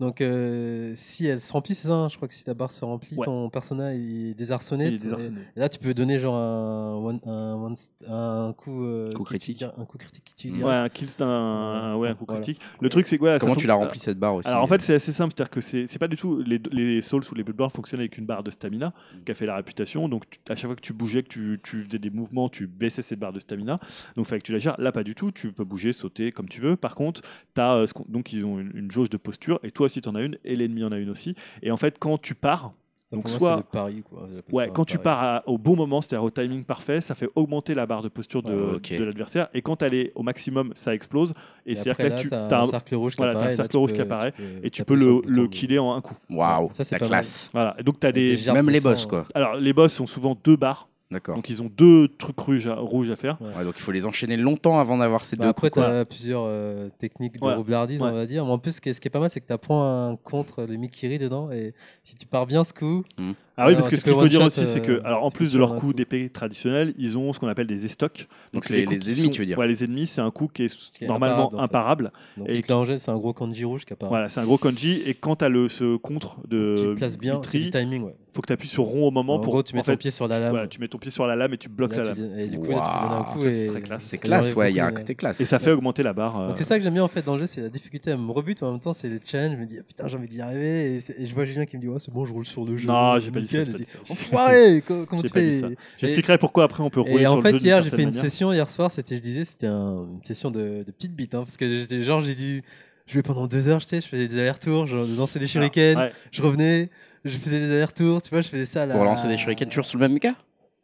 Donc euh, si elle se remplit, c'est ça, hein, je crois que si ta barre se remplit, Ouais. ton personnage il est désarçonné. Il est t'es- désarçonné. et là, tu peux donner genre un, one- un, one st- un coup, euh, Coup qui tue critique. dir- un coup critique qui tue Mm. direct. Ouais, un kill, c'est un, ouais, un coup Voilà. critique. Le truc, c'est que voilà, ça Comment tombe- tu l'as rempli cette barre aussi Alors en fait, c'est assez simple, c'est-à-dire que c'est c'est pas du tout les, les Souls ou les Bloodborne fonctionnent avec une barre de stamina Mm. qui a fait la réputation. Donc tu- à chaque fois que tu bougeais, que tu, tu faisais des mouvements, tu baissais cette barre de stamina. Donc il fallait que tu la gères. Là, pas du tout. Tu peux bouger, sauter comme tu veux. Par contre, as, donc ils ont une, une jauge de posture et toi aussi t'en as une et l'ennemi en a une aussi. Et en fait, quand tu pars, Ça, donc pour moi, soit- c'est le pari, quoi. j'appelle ouais, ça un quand tu pari. pars à- au bon moment, c'est-à-dire au timing parfait, ça fait augmenter la barre de posture de, Ah, ok. de l'adversaire. Et quand elle est au maximum, ça explose. Et, Et c'est-à-dire que après, là, là, tu t'as t'as un un- cercle rouge qui voilà, t'as un apparaît. et là, cercle tu rouge peux- qui apparaît, et tu taper peux sur le, bouton le de- killer en un coup. Waouh, ça, c'est la pas classe. Voilà. Et donc t'as T'as des, des Même les Genre boss, pour quoi. Alors, les boss ont souvent deux barres, D'accord. donc ils ont deux trucs rouges à, rouges à faire. Ouais, donc il faut les enchaîner longtemps avant d'avoir ces Bah, deux après, tu coups. quoi. as plusieurs euh, techniques de Ouais, roublardise, ouais. on va dire. Mais en plus, ce qui est, ce qui est pas mal, c'est que tu apprends un contre le Mikiri dedans. Et si tu pars bien ce coup, Ah oui, Alors, parce que tu ce qu'il peux faut dire one-shot, aussi, c'est que, euh, alors en tu plus peux de leur faire un coup coup. d'épée traditionnel, ils ont ce qu'on appelle des estocs. Donc c'est les- des coups les qui ennemis, tu veux dire. Ouais, les ennemis, c'est un coup qui est, Qui est normalement imparable. imparable, donc Et et l'Angèle, c'est un gros kanji rouge qui apparaît. Voilà, c'est un gros kanji, et quand t'as le, ce contre de tu le places bien, c'est Mitri, du timing. Ouais. faut que t'appuies sur rond au moment en pour. gros, tu en mets fait, ton pied sur la lame. voilà, tu mets ton pied sur la lame et tu bloques et, la là, tu lame. donnes- et du coup, là, tu peux donner un Waouh, coup. ça, c'est et très classe. C'est ça classe, enlève ouais, il y a un beaucoup de- côté classe. Et ça c'est fait ça. augmenter la barre. euh, Donc c'est ça que j'aime bien en fait dans le jeu, c'est la difficulté, elle me rebute, mais en même temps c'est les challenges, je me dis ah, putain j'ai envie d'y arriver, et, c'est- et je vois Julien qui me dit ouais c'est bon je roule sur le jeu. Non, c'est j'ai pas dit ça, nickel. j'ai pas Je dis, dit ça. Enfoiré, co- comment J'ai tu pas dit fais ça. J'expliquerai pourquoi après on peut rouler Et sur en le fait, jeu d'une hier, j'ai fait certaine une manière. session. Hier soir, c'était, je disais, c'était un- une session de, de petites bites. hein, parce que j'étais Ah, genre, j'ai dû. Je jouais pendant deux heures, je, sais, je faisais des allers-retours, je je lançais des Alors, shurikens, ouais. je revenais, je faisais des allers-retours, tu vois, je faisais ça à la... Pour lancer des shurikens toujours sous le même cas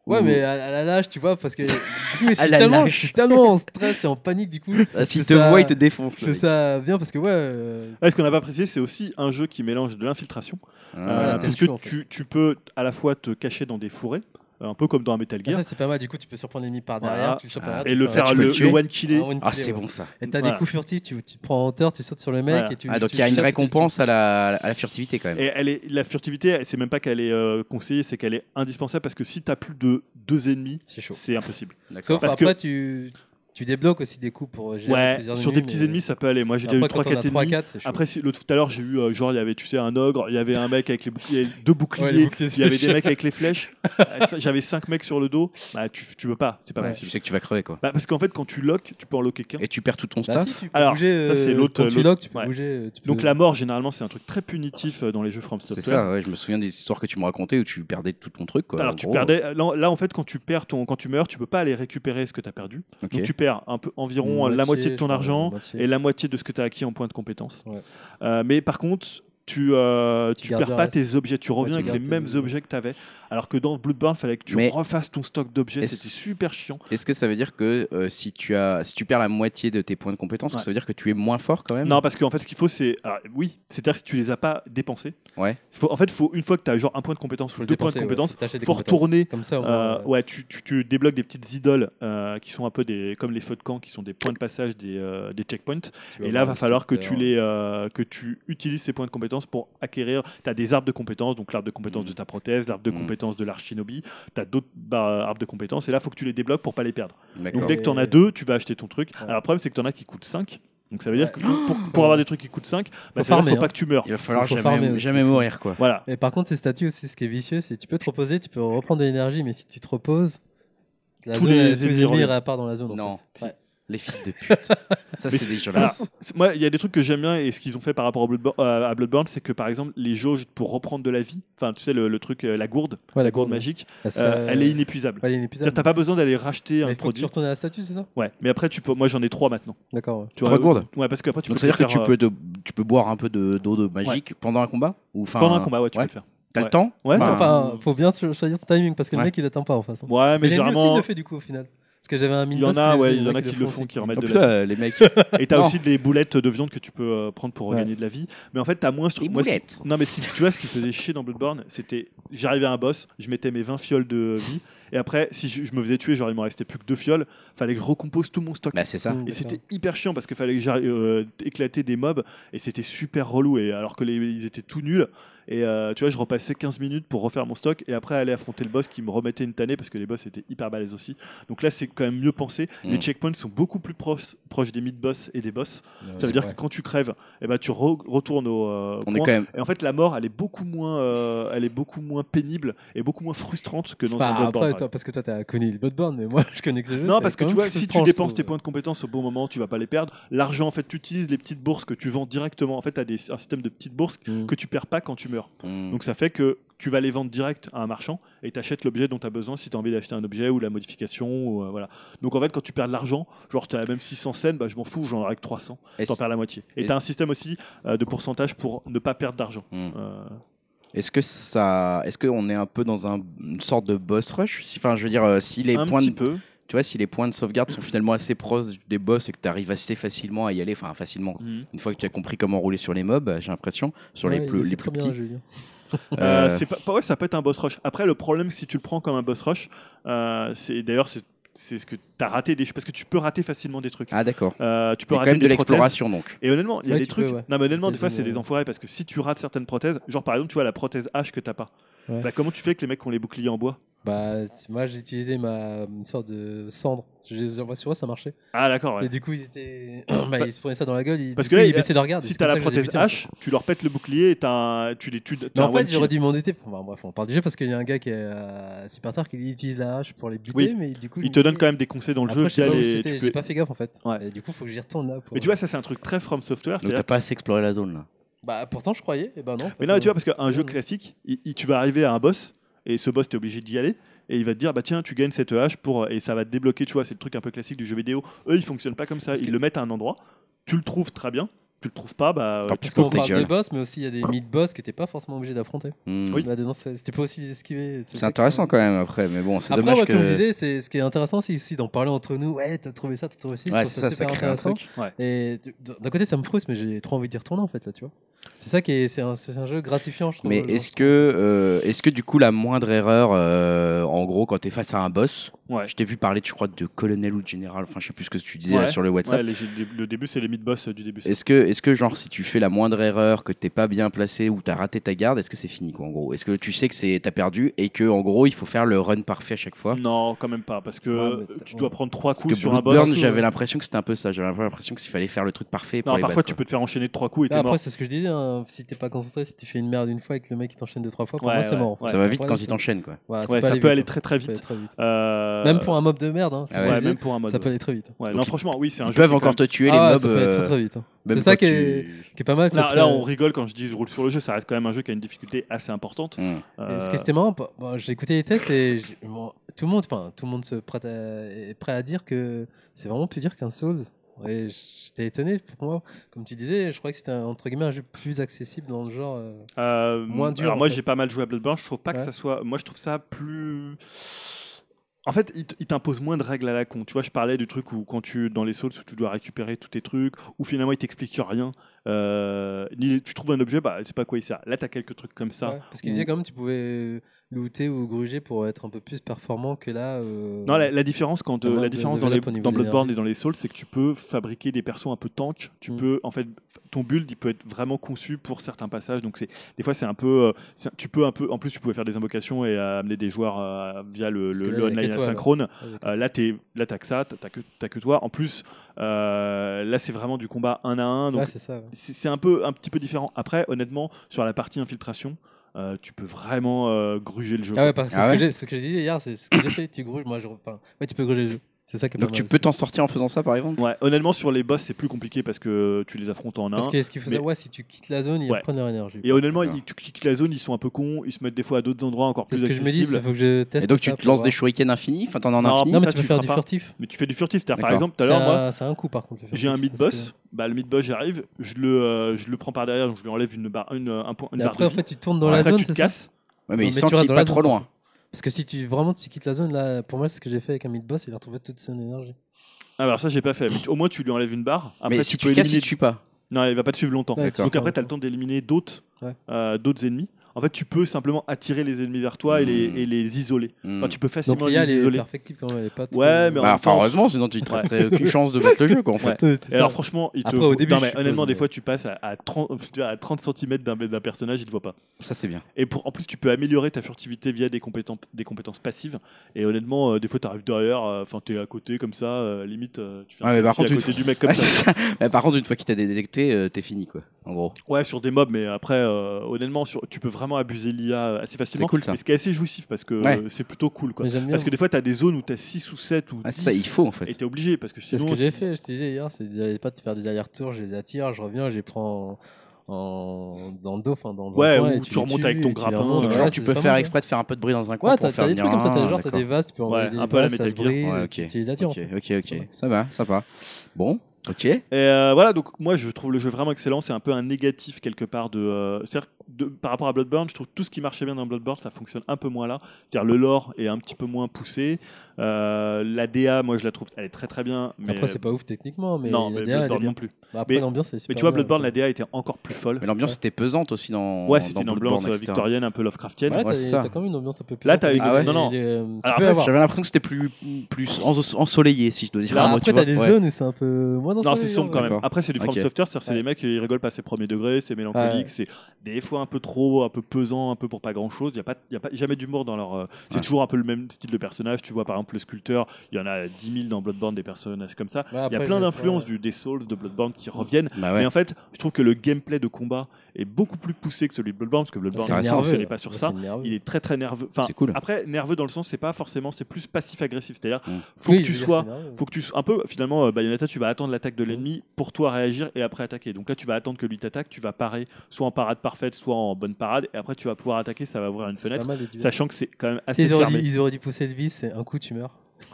Ouais, Ou- mais à, à la lâche, tu vois, parce que du coup, je À suis, la tellement, lâche. je suis tellement en stress et en panique, du coup, Ah, S'il Je te fais ça- voit, il te défonce. je le fais mec. ça bien parce que, ouais, euh, Ah, ce qu'on n'a pas précisé, c'est aussi un jeu qui mélange de l'infiltration. Ah. euh, t'es le parce que chou, en fait. tu, tu peux à la fois te cacher dans des fourrés, un peu comme dans un Metal Gear, ça c'est pas mal, du coup, tu peux surprendre l'ennemi par derrière, Voilà. tu le surprends Ah, par et derrière, le tu faire tu peux le, le tuer. le one killer. Ah, one Ah, kill, c'est ouais. bon ça. Et t'as Voilà. des coups furtifs, tu, tu te prends en hauteur, tu sautes sur le mec Voilà. et tu. Ah, donc tu il y a une shootes, tu- récompense à la, à la furtivité quand même. Et elle est, la furtivité, c'est même pas qu'elle est euh, conseillée, c'est qu'elle est indispensable parce que si t'as plus de deux ennemis, C'est chaud. c'est impossible. Sauf Parce que- après, tu, tu débloques aussi des coups pour gérer Ouais, plusieurs sur des petits mais- ennemis, ça peut aller. Moi, j'ai déjà eu Après, quand on a 3-4 ennemis. 3-4, c'est chaud. Après, si- l'autre tout à l'heure, j'ai vu euh, genre il y avait tu sais un ogre, il y avait un mec avec les boucliers, deux boucliers, Ouais, les boucliers, il y avait c'est des mecs avec les flèches. Euh, ça, J'avais cinq mecs sur le dos. Bah tu, tu peux pas, c'est pas Ouais. Tu possible. sais que tu vas crever quoi. Bah, parce qu'en fait, quand tu lock, tu peux en loquer qu'un. Et tu perds tout ton Bah, staff. si, tu peux Alors, bouger, ça, c'est euh, l'autre- quand tu l'autre- lock, tu peux ouais. bouger. euh, tu peux- Donc la mort, généralement, c'est un truc très punitif euh, dans les jeux From Mm. C'est Software. ça, ouais, je me souviens des histoires que tu me racontais où tu perdais tout ton truc. Quoi, Alors en tu gros. perdais euh, là, là, en fait quand tu perds ton quand tu meurs tu peux pas aller récupérer ce que tu as perdu Ok. donc tu perds un peu environ euh, la moitié de je ton crois, argent moitié. et la moitié de ce que tu as acquis en points de compétence. Ouais. Euh, mais par contre, tu, euh, Tu tu gardes perds le pas reste. tes objets, tu reviens tu avec les gardes tes mêmes objets. objets que tu avais. Alors que dans Bloodborne, il fallait que tu Mais- refasses ton stock d'objets, Est-ce- c'était super chiant. Est-ce que ça veut dire que euh, si, tu as, si tu perds la moitié de tes points de compétence, Ouais. ça veut dire que tu es moins fort quand même Non, parce qu'en fait, ce qu'il faut, c'est. alors, Oui, c'est-à-dire que si tu les as pas dépensés, Ouais. faut, en fait, faut, une fois que tu as genre un point de compétence Faut ou le deux points de dépenser, ouais, compétence, faut t'acheter des faut compétences. retourner Comme ça, au Euh, moins, ouais, tu, tu, tu débloques des petites idoles euh, qui sont un peu des, comme les feux de camp, qui sont des points de passage des, euh, des checkpoints. tu vas Et là, voir va le falloir que tu secteur. les, euh, que tu utilises ces points de compétence pour acquérir. Tu as des arbres de compétences, donc l'arbre de compétence Mm. Mhm. de ta prothèse, l'arbre de Mhm. compétence de l'archinobi. Tu as d'autres bah, arbres de compétences, et là, faut que tu les débloques pour pas les perdre. D'accord. Donc dès que tu en as Et- deux, tu vas acheter ton truc. Ouais. Alors le problème, c'est que tu en as qui coûtent 5 Donc ça veut dire Ouais. que pour, pour- pour avoir des trucs qui coûtent 5 bah, ça Faut veut dire farmer, faut pas hein. que tu meurs. Il va falloir Faut jamais, farmer aussi. jamais mourir quoi. Voilà. Et par contre, ces statuts aussi, ce qui est vicieux, c'est que tu peux te reposer, tu peux reprendre de l'énergie, mais si tu te reposes, la Tous zone, les tous ennemis les ennemis reviennent. réapparent dans la zone. en Non. fait. Ouais. Les fils de pute. ça, c'est Mais Voilà. dégueulasse. C'est- Moi, il y a des trucs que j'aime bien et ce qu'ils ont fait par rapport au Bloodbor- euh, à Bloodborne, c'est que par exemple, les jauges pour reprendre de la vie, enfin, tu sais, le, le truc, euh, la gourde, Ouais, la la gourde gourde magique, parce que, euh, euh, elle est inépuisable. ouais, elle est inépuisable. C'est-à-dire, t'as pas besoin d'aller racheter Mais un faut que tu produit. retournes à la statue, c'est ça Ouais, mais après, tu peux... moi j'en ai trois maintenant. D'accord. ouais. Tu euh, Trois gourdes Ouais, parce qu'après, tu euh, Donc ça peux. veut dire que te tu faire, peux, te- tu peux boire un peu de- d'eau de, magique pendant un combat Ou, euh, enfin, Pendant un combat, ouais, tu ouais. peux le faire. T'as le temps Ouais, Enfin, t'as Faut Ah. pas- Faut bien cho- choisir ton timing parce que Ouais. le mec il attend pas en face. hein. Ouais, mais Mais l'ennemi aussi il généralement. le fait du coup au final. Parce que j'avais un Il mini y en a, ouais, il y en a qui le font, qui remettent oh, de putain, la vie. euh, les mecs. Et t'as Non. aussi des boulettes de viande que tu peux euh, prendre pour Ouais. regagner de la vie. Mais en fait, t'as moins ce les truc. Moi, ce qui- boulettes. Non, mais ce qui- tu vois, ce qui faisait chier dans Bloodborne, c'était j'arrivais à un boss, je mettais mes 20 fioles de vie, et après, si je, je me faisais tuer, genre il m'en restait plus que 2 fioles, fallait que je recompose tout mon stock. Bah, c'est ça. et c'était hyper chiant parce qu'il fallait que j'arrive éclater des mobs, et c'était super relou, et alors que les, ils étaient tout nuls. Et euh, tu vois, je repassais 15 minutes pour refaire mon stock et après aller affronter le boss qui me remettait une tannée parce que les boss étaient hyper balèzes aussi. Donc là, c'est quand même mieux pensé. Les Mm. checkpoints sont beaucoup plus proches, proches des mid-boss et des boss. Ça veut dire vrai. que quand tu crèves, eh ben, tu re- retournes au euh, On est point quand même. et en fait, la mort, elle est beaucoup moins, euh, elle est beaucoup moins pénible et beaucoup moins frustrante que dans un Bah, Bloodborne, après, par toi, parce que toi t'as connu les Bloodborne, mais moi je connais que ce jeu. exemple. Non, c'est parce que quand tu même vois, si tu frustrant, je dépenses trouve. tes points de compétence au bon moment, tu vas pas les perdre. L'argent, en fait, tu utilises les petites bourses que tu vends directement. En fait, tu as des, un système de petites bourses Mm. que tu perds pas quand tu meurs. Mm. Donc ça fait que tu vas les vendre direct à un marchand et tu achètes l'objet dont tu as besoin si tu as envie d'acheter un objet ou la modification. Ou, euh, voilà. Donc en fait, quand tu perds de l'argent, genre tu as même 600 cents, bah, je m'en fous, j'en aurai que 300. Est-ce T'en perds la moitié. Et Et- tu as un système aussi euh, de pourcentage pour ne pas perdre d'argent. Mm. Euh, est-ce que ça, est-ce qu'on est un peu dans un- une sorte de boss rush Si- Enfin, je veux dire, euh, si les un points, petit de, peu. tu vois, si les points de sauvegarde sont finalement assez proches des boss et que tu arrives assez facilement à y aller, enfin facilement. Mm. Une fois que tu as compris comment rouler sur les mobs, euh, j'ai l'impression, sur les Ouais, plus, c'est les trop plus bien, petits. je veux dire. Euh, euh, c'est pas, pas- ouais, ça peut être un boss rush. Après, le problème, si tu le prends comme un boss rush, euh, c'est d'ailleurs c'est c'est ce que t'as raté des parce que tu peux rater facilement des trucs. Ah d'accord. Euh, tu Il peux y a quand rater même de des prothèses. l'exploration donc. Et honnêtement, il y a Ouais, des tu peux, trucs. ouais. Non, mais honnêtement, des fois, Quelques- c'est des enfoirés parce que si tu rates certaines prothèses, genre par exemple, tu vois la prothèse H que t'as pas. Ouais. Bah, comment tu fais avec les mecs qui ont les boucliers en bois Bah, c'est- moi j'ai utilisé ma une sorte de cendre. Je les envoie sur eux, ça marchait. Ah, d'accord. ouais. Et du coup, ils étaient. bah, ils se prenaient ça dans la gueule. Ils... Parce du que coup, là, ils il- baissaient leur garde. et Si c'est t'as la comme ça que je les ai prothèse butés, en fait. H, tu leur pètes le bouclier et t'as un- tu les tu Mais t'as un en one fait, kill. j'aurais dû m'en douter. Enfin, bref, on parle du jeu parce qu'il y a un gars qui est euh, si par terre qui utilise la hache pour les buter, Oui. mais du coup. Il te donne quand même des conseils dans le jeu. Après, je sais via pas où les- c'était, tu J'ai peux- pas fait gaffe en fait. Ouais. Et du coup, faut que j'y retourne là. Pour... Mais tu vois, ça c'est un truc très from software. Donc c'est-à-dire t'as pas assez exploré la zone là. Bah, pourtant, je croyais. Et bah non. en fait, Mais non, tu euh, vois, parce qu'un jeu classique, il- il- tu vas arriver à un boss, et ce boss, t'es obligé d'y aller, et il va te dire, bah tiens, tu gagnes cette hache, pour, et ça va te débloquer, tu vois, c'est le truc un peu classique du jeu vidéo. Eux, ils fonctionnent pas comme ça, Parce ils que- le mettent à un endroit, tu le trouves très bien, tu le trouves pas, bah, Tant euh, pis tu pour tes peux On parle gueules. des boss, mais aussi il y a des mid-boss que t'es pas forcément obligé d'affronter. Hmm. Oui. Là-dedans, c'est- tu peux aussi les esquiver. C'est intéressant quand même après, mais bon, c'est Après, dommage ouais, que. comme je disais, c'est- ce qui est intéressant, c'est aussi d'en parler entre nous. Ouais, t'as trouvé ça, t'as trouvé ci, je ouais, trouve c'est ça, ça super crée un intéressant. truc. Et d- d'un côté, ça me frustre, mais j'ai trop envie d'y retourner en fait là, tu vois. C'est ça qui est, c'est un, c'est un jeu gratifiant, je trouve. Mais genre. est-ce que, euh, est-ce que du coup la moindre erreur, euh, en gros, quand t'es face à un boss, Ouais. je t'ai vu parler, je crois, de colonel ou de général, enfin, je sais plus ce que tu disais là, Ouais. sur le WhatsApp. Ouais, les- le dé- le début, c'est les mid-boss euh, du début. Est-ce que, est-ce que genre si tu fais la moindre erreur, que t'es pas bien placé ou t'as raté ta garde, est-ce que c'est fini quoi en gros Est-ce que tu sais que c'est t'as perdu et que en gros il faut faire le run parfait à chaque fois Non, quand même pas, parce que Ouais, mais t'as- tu dois prendre trois Parce que coups sur un boss. Bloodborne, j'avais l'impression que c'était un peu ça. J'avais un peu l'impression que s'il fallait faire le truc parfait pour Non, les parfois battre, tu quoi. peux te faire enchaîner de trois coups et Ah, t'es mort. après, c'est ce que je disais. hein, Si t'es pas concentré, si tu fais une merde une fois et que le mec il t'enchaîne deux trois fois, pour Ouais, moi c'est ouais, mort. ouais. Ça va vite Après, quand c'est- il t'enchaîne quoi. Ouais, Ouais, ça aller peut vite, aller hein. très très vite. Ça peut aller très vite. Euh, Même pour un mob de merde, hein, c'est Ah ce ouais, que je disais, même pour un mode. ça peut aller très vite. hein. Ouais, Donc, non, ils- franchement, oui, c'est un Ils jeu. peuvent qui est encore quand te tuer Ah ouais, les mobs. ça peut aller euh, très très vite. hein. même C'est ça quand qui tu- est, qui est pas mal. même- c'est Là, là, que- on rigole quand je dis je roule sur le jeu, ça reste quand même un jeu qui a une difficulté assez importante. Hmm. Et Ce Euh, qui était marrant, pa- bon, j'ai écouté les tests et j'ai- bon, tout le monde, enfin, tout le monde se prête à- est prêt à dire que c'est vraiment plus dur qu'un Souls. Et j'étais étonné pour moi, comme tu disais, je crois que c'était un- entre guillemets un jeu plus accessible dans le genre. euh, Euh, Moins dur, Alors en moi fait. j'ai pas mal joué à Bloodborne, je trouve pas que Ouais. ça soit. Moi je trouve ça plus. En fait, il t- il t'impose moins de règles à la con. Tu vois, je parlais du truc où quand tu dans les souls où tu dois récupérer tous tes trucs, où finalement il t'explique rien. Euh, ni les- tu trouves un objet, bah c'est pas à quoi il sert. Là t'as quelques trucs comme ça. ouais, parce qu'il Ou- Mm. disait quand même tu pouvais euh, looter ou gruger pour être un peu plus performant que là. euh, Non, la, la différence quand Avant euh, la de différence dans, level les, up au niveau dans des Bloodborne armes. et dans les Souls, c'est que tu peux fabriquer des persos un peu tank. Tu Mm. peux en fait ton build, il peut être vraiment conçu pour certains passages. Donc c'est des fois c'est un peu, euh, c'est- tu peux un peu. En plus, tu pouvais faire des invocations et euh, amener des joueurs euh, via le, Parce le- que là, le il y a online qu'à toi, asynchrone. avec- Euh, là, t'es, là t'as que ça, t'as- t'as que, t'as que toi. En plus, euh, là c'est vraiment du combat un à un. Donc ouais, c'est ça. ouais. c'est c'est un peu un petit peu différent. Après, honnêtement, sur la partie infiltration, euh, tu peux vraiment euh, gruger le jeu. Ah ouais, parce que Ah c'est ce, ouais que j'ai- ce que j'ai dit hier, c'est ce que j'ai fait. Tu gruges, moi je. Enfin, ouais, tu peux gruger le jeu. C'est ça qui est Donc pas tu mal peux aussi. t'en sortir en faisant ça par exemple Ouais, honnêtement, sur les boss, c'est plus compliqué parce que tu les affrontes en un. Parce que ce qu'il faut mais- savoir, ouais, si tu quittes la zone, ils Ouais. reprennent leur énergie. Et honnêtement, D'accord. ils, tu quittes la zone, ils sont un peu cons, ils se mettent des fois à d'autres endroits encore C'est plus ce que je me dis, il accessibles. faut que je teste. Et donc tu ça te pour lances des voir. shuriken infinis Enfin t'en as un Non, infini Non, mais Ça, tu peux Ah, tu faire feras du pas. furtif. mais tu fais du furtif. C'est-à-dire, par D'accord. exemple, tout à l'heure, C'est moi, un- C'est un coup par contre. le j'ai un furtif, ça, c'est- mid-boss. Bah, le mid-boss, j'arrive, je le, euh, je le prends par derrière, donc je lui enlève une barre, une, euh, un point, une Et barre après, de en vie. fait, tu tournes dans Après, la zone. tu te c'est ça casses. Ouais, mais Non, il mais sent tu qu'il restes est dans pas la trop zone, loin. Parce que si tu vraiment tu quittes la zone, là, pour moi, c'est ce que j'ai fait avec un mid-boss, il a retrouvé toute son énergie. Ah, alors ça, j'ai pas fait. Mais tu- au moins, tu lui enlèves une barre. Après, Mais tu si peux tu casses, il éliminer. tue pas. Non, il va pas te suivre longtemps. Ouais, D'accord. Donc après, tu tu as le temps d'éliminer d'autres Ouais. euh, d'autres ennemis. En fait, tu peux simplement attirer les ennemis vers toi et, les, Hmm. et les isoler. Hmm. Enfin, tu peux facilement Donc l'IA, les elle est isoler. perfectible quand même, elle est pas trop- Ouais, mais en Bah, même enfin, temps- heureusement, sinon tu te Ouais. resterais aucune chance de battre le jeu quoi en fait. Ouais, c'est Et alors ça. franchement, il te Après, au faut- début, non, je mais suppose, honnêtement, des mais- fois tu passes à, à 30, à 30 cm d'un d'un personnage, il te voit pas. Ça c'est bien. Et pour, en plus, tu peux améliorer ta furtivité via des compétences, des compétences passives. Et honnêtement, euh, des fois, tu arrives derrière, euh, enfin, t'es à côté comme ça, euh, limite, euh, tu fais un Ouais, mais par selfie contre, à côté du mec comme Ouais, ça. Ah, c'est ça. Mais Par contre, une fois qu'il t'a détecté, euh, t'es fini quoi. En gros. Ouais, sur des mobs, mais après, euh, honnêtement, sur, tu peux vraiment abuser l'IA assez facilement. cool, ça. Mais ce qui est assez jouissif parce que Ouais. euh, c'est plutôt cool, quoi. Mais j'aime bien. Parce que des fois, t'as des zones où t'as 6 ou 7 ou Ah, 10 ça il faut en fait. et t'es obligé parce que C'est ce sinon. que j'ai si- fait, je te disais hier, c'est d'aller pas de faire des allers-retours, je les attire, je reviens, je les prends en- en- dans le dos, enfin dans un Ouais, coin, ou et tu les remontes tues, avec ton et tu les grappin, remontes. Donc, euh, genre, Ouais, tu c'est peux pas faire mal. exprès de faire un peu de bruit dans un coin Ouais, pour en t'as faire t'as des trucs comme ça, venir t'as un, genre t'as des d'accord. vases, tu peux envoyer hein, Ouais, des un peu à la vases, ça Metal se Gear. brise, Ouais, ok. tu tu les attires. en Ok, fait. ok, ok. Ça va, ça va. Bon, ok. Et euh, voilà, donc moi je trouve le jeu vraiment excellent. C'est un peu un négatif quelque part de, euh, c'est-à-dire de- par rapport à Bloodborne. Je trouve tout ce qui marchait bien dans Bloodborne, ça fonctionne un peu moins là. C'est-à-dire le lore est un petit peu moins poussé. Euh, la DA, moi je la trouve, elle est très très bien. Mais Après, c'est pas ouf techniquement, mais non, la mais DA, elle est Bloodborne bien. non plus. Bah, après, Mais- l'ambiance est super. Mais tu vois, bien, Bloodborne, quoi. la DA était encore plus folle. Mais l'ambiance Ouais. était pesante aussi dans. Ouais, c'était dans une Bloodborne, ambiance euh, etc. victorienne, un peu Lovecraftienne. Ouais, Ouais, c'est t'as ça. t'as quand même une ambiance un peu plus. Là, t'as une- Ah ouais. non, non. Tu Alors peux après, avoir. J'avais l'impression que c'était plus, plus enso- ensoleillé, si je dois dire. Là, un mot, après, tu vois. t'as des Ouais. zones où c'est un peu moins dans Non, c'est sombre quand même. D'accord. Après, c'est du From Ok. Software, c'est-à-dire c'est Ouais. les mecs qui rigolent pas ses premiers degrés, c'est mélancolique, Ouais. c'est des fois un peu trop, un peu pesant, un peu pour pas grand-chose. Il y a pas, y a pas jamais d'humour dans leur. euh, c'est Ouais. toujours un peu le même style de personnage. Tu vois par exemple le sculpteur, il y en a 10 000 dans Bloodborne des personnages comme ça. Il y a plein d'influences du des Souls de Bloodborne qui reviennent. Bah euh, ouais. Mais en fait, je trouve que le gameplay de combat est beaucoup plus poussé que celui de Bloodborne parce que Bloodborne C'est ne nerveux, fonctionnait pas sur ça. Il Il est très très nerveux. Enfin, C'est cool. après nerveux dans le sens, c'est pas forcément, c'est plus passif-agressif. C'est-à-dire, Mm. faut que tu sois faut que tu sois un peu finalement euh, Bayonetta tu vas attendre l'attaque de l'ennemi pour toi réagir et après attaquer donc là tu vas attendre que lui t'attaque tu vas parer soit en parade parfaite soit en bonne parade et après tu vas pouvoir attaquer ça va ouvrir une fenêtre sachant que c'est quand même assez Ils auraient, fermé dû, ils auraient dû pousser le vice, c'est un coup tu meurs.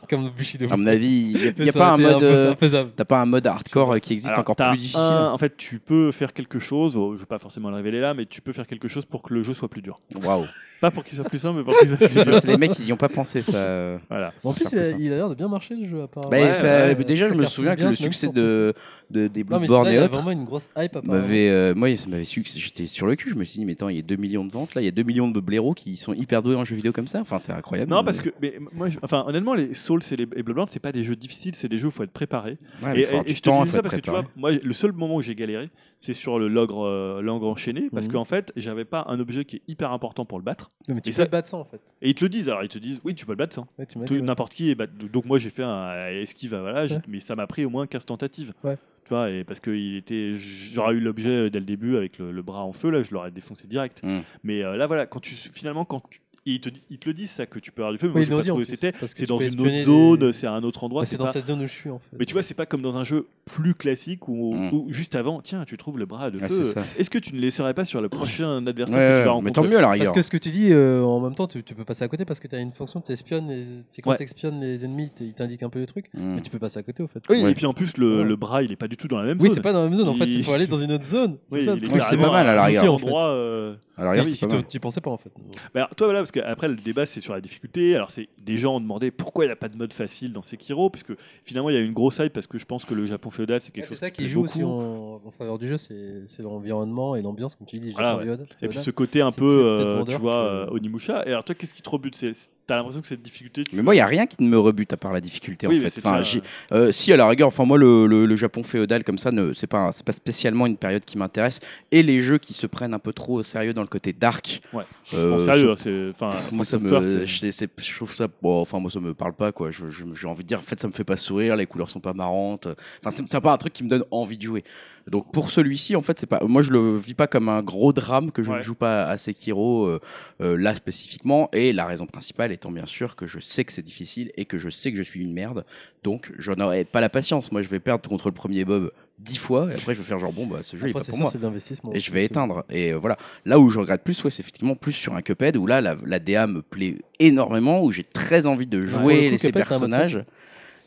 Comme Bushi de À mon avis, il n'y a, Ça pas un aurait été mode. peu- euh, infaisable. T'as pas un mode hardcore euh, qui existe Alors, encore t'as plus hein. difficile. un- en fait, tu peux faire quelque chose, oh, je vais pas forcément le révéler là, mais tu peux faire quelque chose pour que le jeu soit plus dur. Waouh. Pas pour qu'il soit plus simple, mais pour qu'il soit plus Putain, dur. c'est les mecs, ils y ont pas pensé ça. euh. Voilà. En plus, Faire il a, plus simple. il a l'air de bien marcher le jeu, apparemment. Bah, Ouais, ça- ouais, mais déjà, ça je me cartonne souviens que bien, le c'est même succès sur de, de- des Non, mais Bloodborne celui-là, il et y a autres vraiment hein. une grosse hype, apparemment. m'avait, euh, moi, ça m'avait su que j'étais sur le cul. Je me suis dit, mais attends, il y a 2 millions de ventes là, il y a 2 millions de blaireaux qui sont hyper doués en jeux vidéo comme ça. Enfin, c'est incroyable. Non, parce que, mais moi, je- enfin, honnêtement, les Souls et les et Bloodborne, c'est pas des jeux difficiles, c'est des jeux où il faut être préparé. Ouais, Et, Ah, mais faut avoir et- et du je te temps, dis faut ça être parce que tu préparé. vois, moi, le seul moment où j'ai galéré, c'est sur le logre, euh, langre enchaîné, parce Mhm. qu'en fait, j'avais pas un objet qui est hyper important pour le battre. Non, mais tu Et peux ça- te battre sans, en fait. Et ils te le disent, alors ils te disent, oui, tu peux le battre, ça. Ouais, tu m'as Tout- dit, ouais. n'importe qui. est bat- donc moi j'ai fait un esquive, voilà, j'ai- Ouais. mais ça m'a pris au moins 15 tentatives. Ouais. Tu vois, et parce que il était, j'aurais eu l'objet dès le début avec le, le bras en feu, là je l'aurais défoncé direct. Mm. Mais euh, là voilà, quand tu, finalement quand tu- ils te, di- ils te le disent ça que tu peux avoir du feu, mais moi, Oui, j'ai ils l'ont pas dit en trouvé où plus, c'était. parce que C'est tu dans peux une autre espionner zone, des- c'est à un autre endroit. Bah, c'est c'est dans pas- cette zone où je suis, en fait. Mais tu vois, c'est pas comme dans un jeu plus classique où, Mm. où juste avant, tiens, tu trouves le bras de Ouais, feu. c'est ça. Est-ce que tu ne laisserais pas sur le prochain adversaire Ouais, que tu vas ouais, mais tant rencontrer mieux à la Parce rigueur. que ce que tu dis, euh, en même temps, tu, tu peux passer à côté parce que tu as une fonction, tu espionnes, les... c'est quand Ouais. tu espionnes les ennemis, t'es- ils t'indiquent un peu le truc, Mm. mais tu peux passer à côté, au fait. Oui, Ouais. et puis en plus, le, Ouais. le bras, il est pas du tout dans la même Oui, zone. c'est pas dans la même zone, en fait, Il- il faut aller dans une autre zone. c'est Oui, ça, il est le Ouais, truc. c'est pas mal, à la carrément rigueur, un en fait. endroit, euh, À la rigueur, Si c'est pas tu- mal. tu pensais pas, en fait. Bah alors, toi, voilà, parce qu'après, le débat, c'est sur la difficulté. Alors, c'est des gens ont demandé pourquoi il n'y a pas de mode facile dans Sekiro, parce que finalement, il y a eu une grosse hype, parce que je pense que le Japon féodal, c'est quelque Ouais, C'est chose ça plaît qui joue aussi hein. beaucoup. en, en faveur du jeu, c'est c'est l'environnement et l'ambiance, comme tu dis. Voilà, Japon ouais. féodal, Et puis féodal. ce côté un C'est peu, plus euh, peut-être vendeur tu vois, que- euh, Onimusha. Et alors, toi, qu'est-ce qui te rebute C'est- c'est- T'as l'impression que cette difficulté. tu- Mais moi, il n'y a rien qui ne me rebute à part la difficulté Oui, en mais fait. c'est Enfin, ça, j'ai- euh, Euh, si à la rigueur, enfin moi le, le- le Japon féodal comme ça, ne, c'est pas un- c'est pas spécialement une période qui m'intéresse. Et les jeux qui se prennent un peu trop au sérieux dans le côté dark. Ouais. euh, en je- sérieux, hein, c'est. Enfin, moi From ça Software, me, c'est- je, c'est- je trouve ça, bon, enfin moi ça me parle pas quoi. Je- je- j'ai envie de dire, en fait ça me fait pas sourire, les couleurs sont pas marrantes. Enfin c'est, c'est pas un truc qui me donne envie de jouer. Donc pour celui-ci en fait c'est pas, moi je le vis pas comme un gros drame que je Ouais. ne joue pas à Sekiro euh, euh, là spécifiquement. Et la raison principale étant bien sûr que je sais que c'est difficile et que je sais que je suis une merde. Donc j'en aurais pas la patience. Moi je vais perdre contre le premier Bob dix fois et après je vais faire genre bon bah ce jeu il est Après, pas c'est pour ça, moi c'est de l'investissement. et je vais éteindre. Et euh, voilà. Là où je regrette plus, ouais, c'est effectivement plus sur un Cuphead où là, la, la DA me plaît énormément, où j'ai très envie de Pour le jouer coup, les- ces Cuphead, t'as un mode personnages.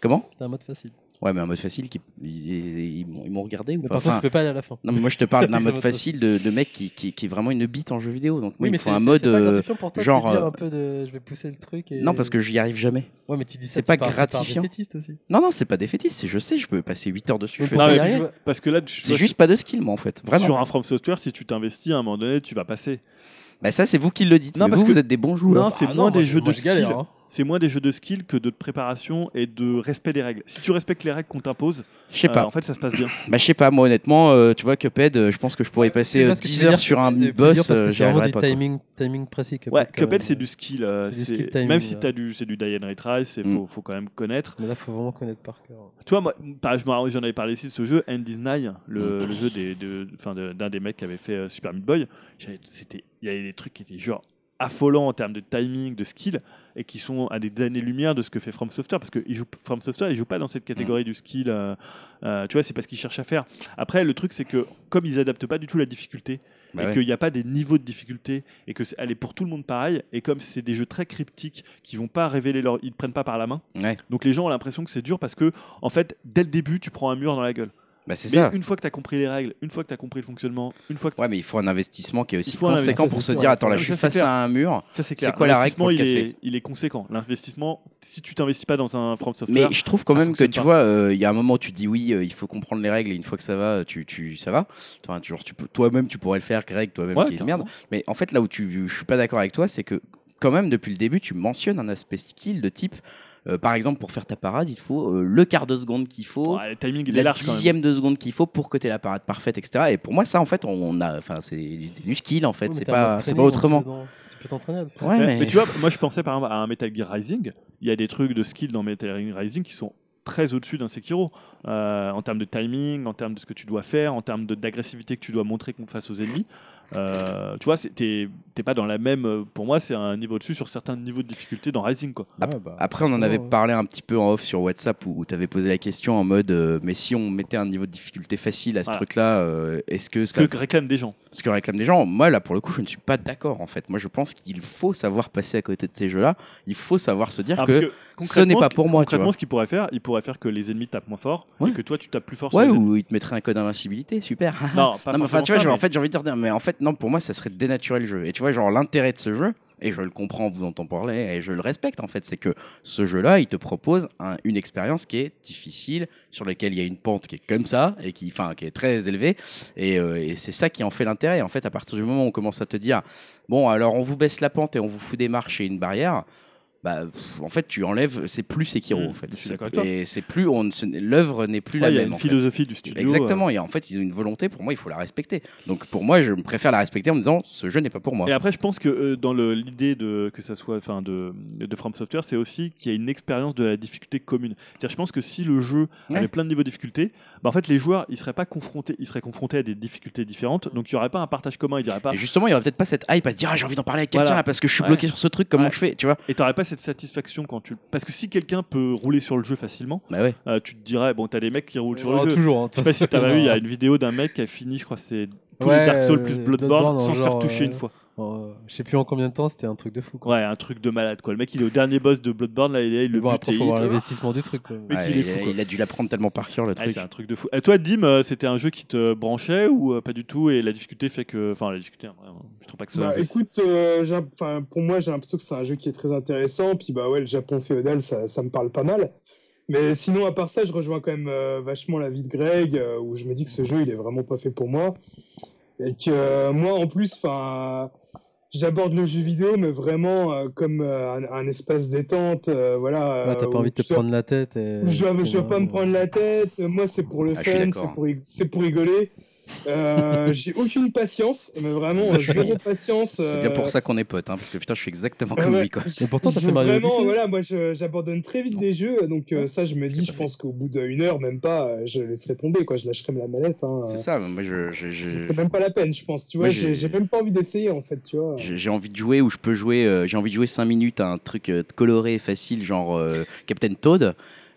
Comment C'est un mode facile. Ouais, mais un mode facile, qui, ils, ils- ils m'ont- ils m'ont regardé ou Mais pas par contre, Enfin, tu peux pas aller à la fin. Non, mais moi je te parle d'un C'est mode mode facile de, de mec qui, qui, qui est vraiment une bite en jeu vidéo. Donc, moi, il me faut c'est- un c'est- mode. c'est pas euh, gratifiant pour toi de te genre, dire euh, un peu de je vais pousser le truc. Et... Non, parce que j'y arrive jamais. Ouais, mais tu dis ça, c'est tu pas pars- tu pars gratifiant. défaitiste aussi. Non, non, c'est pas défaitiste. c'est- Je sais, je peux passer 8 heures dessus. je fais pourquoi pas tu rien. joues- Parce que là, tu- C'est juste pas de skill, moi en fait. Vraiment. Sur un From Software, si tu t'investis, à un moment donné, tu vas passer. Bah, ça, c'est vous qui le dites. Non, mais parce vous, que- vous êtes des bons joueurs. Non, c'est moins des jeux de je galère, skill. hein. C'est moins des jeux de skill que de préparation et de respect des règles. Si tu respectes les règles qu'on t'impose, Je sais euh, pas. en fait, ça se passe bien. Bah, je sais pas, moi honnêtement, euh, tu vois, Cuphead, euh, je pense que je pourrais passer Tu euh, vois ce que tu 10 veux heures dire, sur un de- de boss, dire parce euh, que j'y c'est vraiment arriverai du pas. quoi. timing, timing précis. Ouais, quand même. Cuphead, c'est du skill. euh, C'est du c'est- skill timing, même si ouais. t'as du, c'est du die and retrace, il Mm. faut, faut quand même connaître. Mais là, faut vraiment connaître par cœur. Tu vois, moi, par- je m'en- j'en avais parlé ici de ce jeu, End is Nigh, le, le jeu des- de- enfin, de- d'un des mecs qui avait fait euh, Super Meat Boy. J'avais- c'était- Il y avait des trucs qui étaient genre affolants en termes de timing, de skill, et qui sont à des années-lumière de ce que fait From Software, parce que ils jouent, From Software, ils jouent pas dans cette catégorie du skill. euh, euh, tu vois, c'est pas ce qu'ils cherchent à faire. Après, le truc, c'est que comme ils adaptent pas du tout la difficulté, Bah et ouais. qu'il n'y a pas des niveaux de difficulté et que c'est- elle est pour tout le monde pareil et comme c'est des jeux très cryptiques qui vont pas révéler leur ils te prennent pas par la main Ouais, donc les gens ont l'impression que c'est dur parce que en fait dès le début tu prends un mur dans la gueule bah c'est mais ça. une fois que tu as compris les règles une fois que tu as compris le fonctionnement une fois que Ouais, mais il faut un investissement qui est aussi Il faut un conséquent pour se investissement, dire ouais. attends, là, Ouais, je ça, suis c'est face clair. à un mur. ça c'est c'est clair quoi la règle pour l'investissement le il casser est, il est conséquent l'investissement si tu t'investis pas dans un From Software Mais je trouve quand ça même que fonctionne tu pas. vois, euh, il y a un moment où tu dis oui, euh, il faut comprendre les règles et une fois que ça va, tu, tu ça va. Enfin, tu- genre, tu peux toi-même, tu pourrais le faire, Greg, toi-même Ouais, qui est une carrément. merde. Mais en fait, là où tu, je suis pas d'accord avec toi, c'est que quand même depuis le début, tu mentionnes un aspect skill de type, euh, par exemple, pour faire ta parade, il te faut euh, le quart de seconde qu'il faut. Ouais, le timing il est la large quand même dixième de seconde qu'il faut pour que tu aies la parade parfaite, etc. Et pour moi, ça, en fait, on a, enfin, c'est du du skill, en fait. Ouais, mais c'est t'as un mode pas, c'est training pas un autrement. peu dedans. Tu peux t'entraîner à le faire. Ouais, mais, mais tu vois moi je pensais par exemple à un Metal Gear Rising il y a des trucs de skill dans Metal Gear Rising qui sont très au-dessus d'un Sekiro euh, en termes de timing en termes de ce que tu dois faire en termes de- d'agressivité que tu dois montrer qu'on face aux ennemis Euh, tu vois, c'est- t'es t'es pas dans la même. Pour moi, c'est un niveau dessus sur certains niveaux de difficulté dans Rising, quoi. Ouais, bah, Après, on en forcément, avait ouais. parlé un petit peu en off sur WhatsApp où, tu avais posé la question en mode euh, mais si on mettait un niveau de difficulté facile à ce Voilà. truc-là, euh, est-ce que Ce ça, que réclament des gens. ce que réclament les gens Moi, là, pour le coup, je ne suis pas d'accord en fait. Moi, je pense qu'il faut savoir passer à côté de ces jeux-là. Il faut savoir se dire Ah, parce que, que concrètement, n'est pas ce qui- pour moi, tu Concrètement, vois. ce qu'ils pourraient faire, ils pourraient faire que les ennemis tapent moins fort Ouais. et que toi, tu tapes plus fort. ouais, sur les ennemis. ou il te mettrait un code d'invincibilité, super. Non, Non, mais enfin, pas forcément tu vois, ça, genre, en mais- fait, j'ai envie de te dire, mais en fait, non, pour moi, ça serait de dénaturer le jeu. Et tu vois, genre, l'intérêt de ce jeu, et je le comprends, vous entend parler, et je le respecte, en fait, c'est que ce jeu-là, il te propose un- une expérience qui est difficile, sur laquelle il y a une pente qui est comme ça, et qui, enfin, qui est très élevée, et, euh, et c'est ça qui en fait l'intérêt. En fait, à partir du moment où on commence à te dire, bon, alors, on vous baisse la pente et on vous fout des marches et une barrière, bah, pff, en fait, tu enlèves, c'est plus Sekiro, Mmh, en fait. je suis C'est- d'accord avec toi. Et c'est plus, on ne se- l'œuvre n'est plus Ouais, la il y a même. une en fait. philosophie du studio. euh, Exactement, il y a- en fait, ils ont une volonté, pour moi, il faut la respecter. Donc pour moi, je préfère la respecter en me disant ce jeu n'est pas pour moi. Et après, je pense que euh, dans le- l'idée de que ça soit, enfin, de, de From Software, c'est aussi qu'il y a une expérience de la difficulté commune. C'est-à-dire, je pense que si le jeu Ouais. avait plein de niveaux de difficulté, bah, en fait, les joueurs, ils seraient pas confrontés, ils seraient confrontés à des difficultés différentes. Donc, il y aurait pas un partage commun. Il dirait pas. Et justement, il n'y aurait peut-être pas cette hype à se dire ah, j'ai envie d'en parler avec quelqu'un Voilà. là parce que je suis Ouais. bloqué sur ce truc, comment Ouais. je fais Tu vois Et t'aurais pas cette satisfaction quand tu. Parce que si quelqu'un peut rouler sur le jeu facilement, Bah ouais. euh, tu te dirais bon, t'as des mecs qui roulent sur Oh, le jeu. toujours. hein, de Je sais pas toute si t'as façon, pas vu, il y a hein. une vidéo d'un mec qui a fini, je crois, c'est tous Ouais, les Dark Souls euh, plus Bloodborne, Bloodborne sans se faire genre, toucher euh, une fois. Oh, je sais plus en combien de temps, c'était un truc de fou. Quoi. Ouais, un truc de malade quoi. Le mec, il est au dernier boss de Bloodborne, là, il, est- il le bon, bute après, et faut il- voir l'investissement du truc. Quoi. Mais Ouais, qu'il est il, fou, a- quoi. il a dû la prendre tellement par cœur le Ah, truc. c'est un truc de fou. Et toi, Dim, euh, c'était un jeu qui te branchait ou euh, pas du tout Et la difficulté fait que. Enfin, la difficulté, hein, vraiment, je trouve pas que ça. Bah, écoute, euh, j'ai- enfin, pour moi, j'ai l'impression que c'est un jeu qui est très intéressant. Puis, bah ouais, le Japon féodal, ça, ça me parle pas mal. Mais sinon, à part ça, je rejoins quand même euh, vachement l'avis de Greg, euh, où je me dis que ce jeu, il est vraiment pas fait pour moi. Et que euh, moi, en plus, enfin, j'aborde le jeu vidéo, mais vraiment euh, comme euh, un, un espace détente. euh, voilà. Ouais, T'as euh, pas où envie de je te dois- prendre la tête. et- je dois, je dois pas me prendre la tête. Moi, c'est pour Euh, le Ah, je suis fun, d'accord. c'est pour, rig- c'est pour rigoler. Euh, j'ai aucune patience, mais vraiment euh, zéro patience. C'est bien euh, pour ça qu'on est potes, hein, parce que putain, je suis exactement ah comme ouais. lui quoi. Et pourtant, t'as Je- fait Mario Vraiment, Odyssey. voilà, moi je- j'abandonne très vite des jeux, donc euh, ça je me dis, je pense qu'au bout d'une heure, même pas, euh, je laisserai tomber, quoi, je lâcherai la manette. hein. C'est ça, moi je- je- C'est je- c'est même pas la peine, je pense, tu vois, Moi, j'ai j'ai- j'ai même pas envie d'essayer en fait, tu vois. j'ai j'ai envie de jouer où je peux jouer, euh, j'ai envie de jouer 5 minutes à un truc euh, coloré et facile, genre euh, Captain Toad,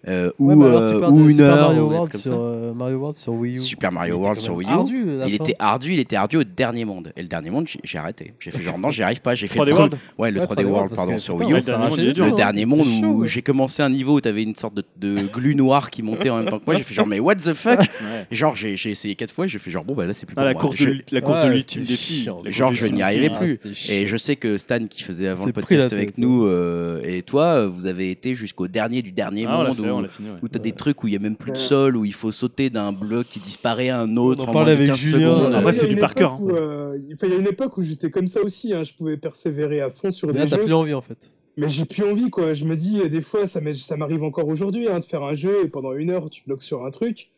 euh, Ouais, ou, mais alors, tu euh, parles ou de une Super heure. Mario ou des World trucs sur comme ça. euh, Mario World sur Wii U. Super Mario Il était World quand sur même Wii U. ardu, la Il fin. était ardu, il était ardu au dernier monde. Et le dernier monde, j'ai- j'ai arrêté. J'ai fait genre non, j'y arrive pas. J'ai fait 3D le World pre- Ouais, le Ouais, 3D World, parce pardon, que, sur putain, Wii U. ouais, ça Le arrachait les dernier dents, Le hein. dernier monde C'est chaud, où ouais. j'ai commencé un niveau où t'avais une sorte de, de glu noir qui montait en même temps que moi. J'ai fait genre, mais what the fuck Ouais. Et Genre, j'ai j'ai essayé quatre fois. J'ai fait genre, bon, bah là, c'est plus Ah, pour la moi. course Je- de, la course Ouais, de l'ultime c'était des filles. chiant. La Genre, course je de n'y l'ultime arrivais des Ah, plus. filles. c'était chiant. Et je sais que Stan, qui faisait avant le C'est pris la podcast avec tête, nous, euh, et toi, euh, vous avez été jusqu'au dernier du dernier Ah, on l'a monde fait, on où, l'a fini. ouais. où t'as des trucs où il y a même plus de sol, où il faut sauter d'un bloc qui disparaît à un autre. On en en parlait moins de avec 15 Julien. secondes. Après, Ouais, il y a c'est du une par hein. cœur, époque où, euh, il enfin, il y a une époque où j'étais comme ça aussi, hein, je pouvais persévérer à fond sur Là, des t'as jeux, plus envie en fait. mais j'ai plus envie, quoi. Je me dis, euh, des fois, ça m'est- ça m'arrive encore aujourd'hui hein, de faire un jeu et pendant une heure, tu bloques sur un truc,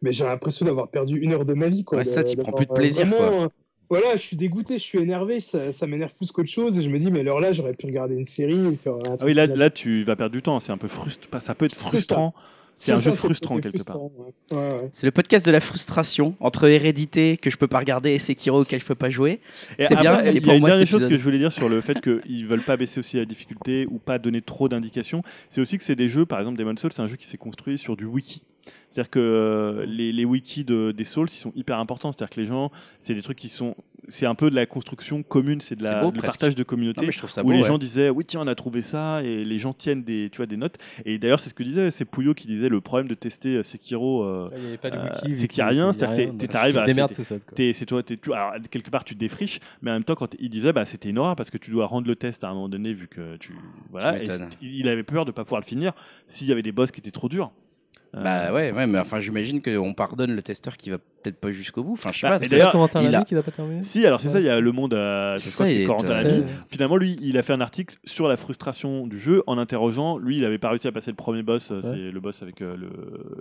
mais j'ai l'impression d'avoir perdu une heure de ma vie, quoi. Ouais, ça, De- t'y prends d'avoir, plus de euh, plaisir, vraiment, quoi. euh, Voilà, je suis dégoûté, je suis énervé, ça, ça m'énerve plus qu'autre chose, et je me dis, mais l'heure là, j'aurais pu regarder une série ou faire un Ah truc. oui, là, qui- là, tu vas perdre du temps. hein, C'est un peu frustrant. Ça peut être C'est ça. frustrant. c'est un ça, jeu c'est frustrant, peut-être quelque part. frustrant, ouais. Ouais, ouais. C'est le podcast de la frustration entre Hérédité que je peux pas regarder et Sekiro auquel je peux pas jouer. Et C'est après, bien, Il et y pour a une moi, dernière cet chose que épisode- je voulais dire sur le fait qu'ils veulent pas baisser aussi la difficulté ou pas donner trop d'indications. C'est aussi que c'est des jeux, par exemple, Demon's Souls, c'est un jeu qui s'est construit sur du wiki. C'est-à-dire que euh, les, les wikis de, des Souls, ils sont hyper importants. C'est-à-dire que les gens, c'est des trucs qui sont. C'est un peu de la construction commune, c'est de C'est la, beau, du presque. partage de communauté. Non, mais je trouve ça où beau, les ouais. gens disaient oui tiens on a trouvé ça et les gens tiennent des tu vois des notes et d'ailleurs c'est ce que disait c'est Pouillot qui disait le problème de tester euh, Sekiro euh, Il n'y avait pas de Euh, wiki, c'est qu'il y a rien, c'est-à-dire que t'es- t'arrives à- démerdes tout seul. quoi. T'es- c'est toi, t'es- tu- alors, quelque part tu te défriches, mais en même temps quand il disait bah c'était une horreur parce que tu dois rendre le test à un moment donné vu que tu voilà, Tu et m'étonnes. c'est- il avait peur de pas pouvoir le finir s'il y avait des boss qui étaient trop durs. Euh, Bah ouais, ouais, mais enfin j'imagine qu'on pardonne le testeur qui va peut-être pas jusqu'au bout. Enfin je sais Bah, pas. et c'est- C'est là d'ailleurs, Corentin il Lamy a- qui l'a pas terminé Si alors c'est Ouais. ça il y a le monde euh, je C'est ça, crois que c'est il est- Corentin c'est- Lamy. Ouais. Finalement lui il a fait un article sur la frustration du jeu en interrogeant lui il avait pas réussi à passer le premier boss euh, c'est le boss avec euh, le,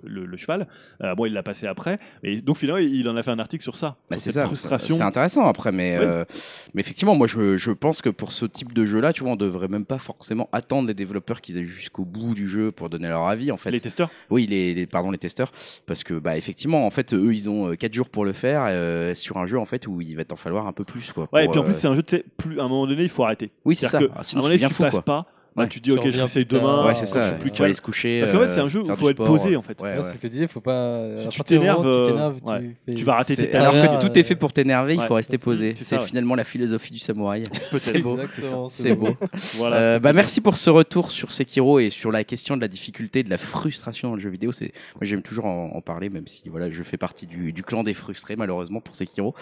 le, le cheval Euh, bon il l'a passé après et donc finalement il en a fait un article sur ça Bah, sur c'est cette ça. frustration C'est intéressant après, mais Ouais. euh, mais effectivement moi je, je pense que pour ce type de jeu là, tu vois, on devrait même pas forcément attendre les développeurs qu'ils aient jusqu'au bout du jeu pour donner leur avis en fait. les testeurs Oui les les, les- pardon, les testeurs, parce que bah effectivement, en fait, eux, ils ont 4 jours pour le faire euh, sur un jeu en fait où il va t'en falloir un peu plus quoi. Ouais, et pour, puis en plus, euh, c'est un jeu, tu sais, plus, à un moment donné, il faut arrêter. oui, c'est ça. C'est-à-dire Ah, que, à un sinon, moment tu donné, si deviens tu fou passes quoi. pas, bah, Ouais. tu dis, Tu ok, je reviens réessaye plus tard. demain. ouais, c'est quand je ça. suis plus Faut aller calme. se coucher. Parce qu'en fait, euh, c'est un jeu où faire il du faut être sport. posé, en fait. Ouais, Ouais, ouais. C'est ce que je disais, faut pas. euh, Si à tu partir du moment où t'énerves, tu euh, t'énerves, Tu vas rater tes C'est- t'as Alors talents. l'air, que tout est euh, fait pour t'énerver, il ouais, faut rester posé. c'est ça, C'est ouais. finalement la philosophie du samouraï. C'est beau. Exactement, C'est beau. Voilà. Euh, c'est bah, compliqué. merci pour ce retour sur Sekiro et sur la question de la difficulté, de la frustration dans le jeu vidéo. C'est, moi j'aime toujours en, en parler, même si voilà, je fais partie du, du clan des frustrés malheureusement pour Sekiro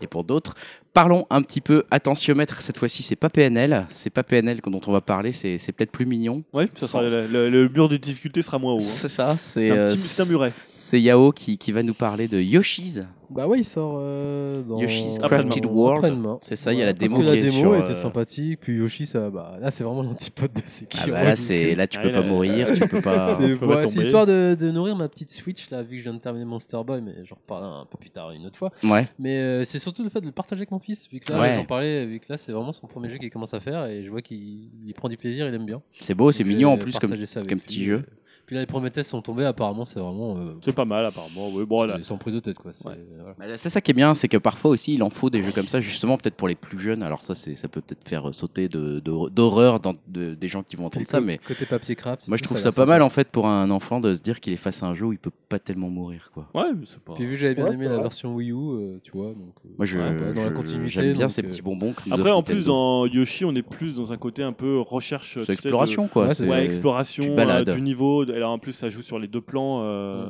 et pour d'autres. Parlons un petit peu attentiomètre. Cette fois-ci, c'est pas PNL, c'est pas PNL dont on va parler. C'est, c'est peut-être plus mignon. Ouais, ça sera- le, le- le mur de difficulté sera moins haut. hein. C'est ça. C'est, C'est un, euh, petit- c'est un muret. c'est Yao qui, qui va nous parler de Yoshi's. Bah ouais, il sort euh, dans Yoshi's Crafted World. après-demain. C'est ça, il y a la parce démo que qui la est démo sur, était euh, sympathique, puis Yoshi, ça, bah, là c'est vraiment l'antipode de Sekiro. Ah bah là, c'est, là tu Ah, peux là, pas là, mourir, tu peux Ah, pas. C'est peut ouais, pas c'est tomber. histoire de, de nourrir ma petite Switch, là, vu que je viens de terminer Monster Boy, mais j'en reparlerai un peu plus tard une autre fois. Ouais. Mais euh, c'est surtout le fait de le partager avec mon fils, vu que là, Ouais. j'en parlais, vu que là, c'est vraiment son premier jeu qu'il commence à faire, et je vois qu'il il prend du plaisir, il aime bien. C'est beau, Oh, c'est Donc, mignon en j'ai plus comme, partagé ça avec comme lui. euh. petit jeu. Puis là, les Prometheus sont tombés, apparemment, c'est vraiment. euh, C'est pas mal, apparemment. Ouais, bon, là, Ils sont prise de tête, quoi. c'est- euh, Ouais. voilà. Bah, C'est ça qui est bien, c'est que parfois aussi il en faut des jeux comme ça, justement peut-être pour les plus jeunes. Alors ça, c'est, ça peut peut-être faire euh, sauter de, de- d'horreur dans de- des gens qui vont entendre ça, Puis, mais Côté papier craft. moi je trouve ça pas mal hein. en fait pour un enfant de se dire qu'il est face à un jeu où il peut pas tellement mourir, quoi. ouais, mais c'est pas. Puis vu que j'avais bien Ouais, aimé c'est la vrai. version Wii U, euh, tu vois, donc. euh, Moi, je, sympa, dans la je- continuité. j'aime bien donc, ces euh, petits bonbons. que nous Après, offre en plus, Nintendo. dans Yoshi, on est plus dans un côté un peu recherche. tu c'est sais, de- exploration, quoi. Ouais, c'est- Ouais, exploration tu te balades. euh, du niveau. de- Alors en plus, ça joue sur les deux plans. Mm. euh,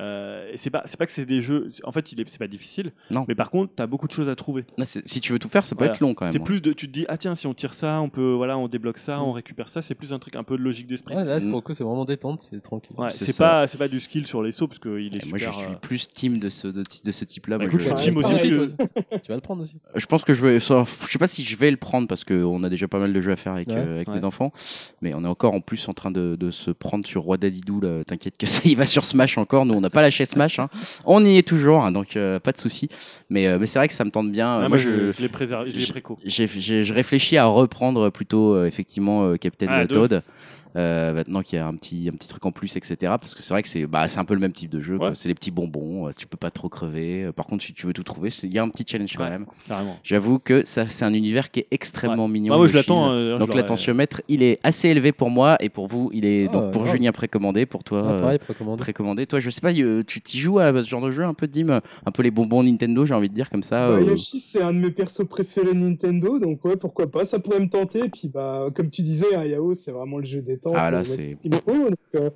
euh, et c'est pas, c'est pas que c'est des jeux. En fait, il est, c'est pas difficile. Non. Mais par contre, t'as beaucoup de choses à trouver. Là, Ah, c'est- si tu veux tout faire, ça peut Voilà. être long quand même. C'est hein. plus de, tu te dis, ah tiens, si on tire ça, on peut, voilà, on débloque ça, Mm. on récupère ça. C'est plus un truc un peu de logique d'esprit. Ouais, là, Mm. pour le coup, c'est vraiment détente, c'est tranquille. Ouais, c'est c'est ça. pas, c'est pas du skill sur les sauts parce qu'il est Et Moi, je super. suis euh, plus team de ce, de, de ce type-là. Bah, moi, écoute, je- je suis team aussi, Pareil, parce toi, tu vas le prendre aussi. Je pense que je vais. ça, Je sais pas si je vais le prendre parce qu'on a déjà pas mal de jeux à faire avec, Ouais. euh, avec mes Ouais. enfants. Mais on est encore en plus en train de, de se prendre sur Roi Dadidou. là. T'inquiète que ça, il va sur Smash encore. Nous, on n'a pas lâché Smash. hein. On y est toujours, hein, donc euh, pas de souci. Mais, euh, mais c'est vrai que ça me tente bien. ah, Euh, moi, je, je l'ai préservé, je l'ai j'ai- préco. j'ai- j'ai- je réfléchis à reprendre plutôt euh, effectivement euh, Captain Ah, Toad. Toad. euh, maintenant qu'il y a un petit, un petit truc en plus, etc. Parce que c'est vrai que c'est bah, c'est un peu le même type de jeu. quoi. Ouais. C'est les petits bonbons, euh, tu peux pas trop crever. Euh, Par contre, si tu veux tout trouver, c'est- il y a un petit challenge quand Ouais. même. Carrément. J'avoue que ça, c'est un univers qui est extrêmement mignon. Bah, moi, je Yoshi's. l'attends. euh, je Donc l'aurais- l'attentiomètre, il est assez élevé pour moi et pour vous, il est Ah, donc pour grave. Julien précommandé, pour toi Ah, euh, pareil, précommandé. précommandé. Toi, je sais pas, euh, tu t'y joues à ce genre de jeu un peu, Dim, un peu les bonbons Nintendo, j'ai envie de dire comme ça. Bah, euh, Yoshi, c'est un de mes persos préférés Nintendo, donc ouais, pourquoi pas, ça pourrait me tenter. Et puis, bah, comme tu disais, hein, Yao, c'est vraiment le jeu détente. Ah, là, euh, c'est- il faut, donc, euh,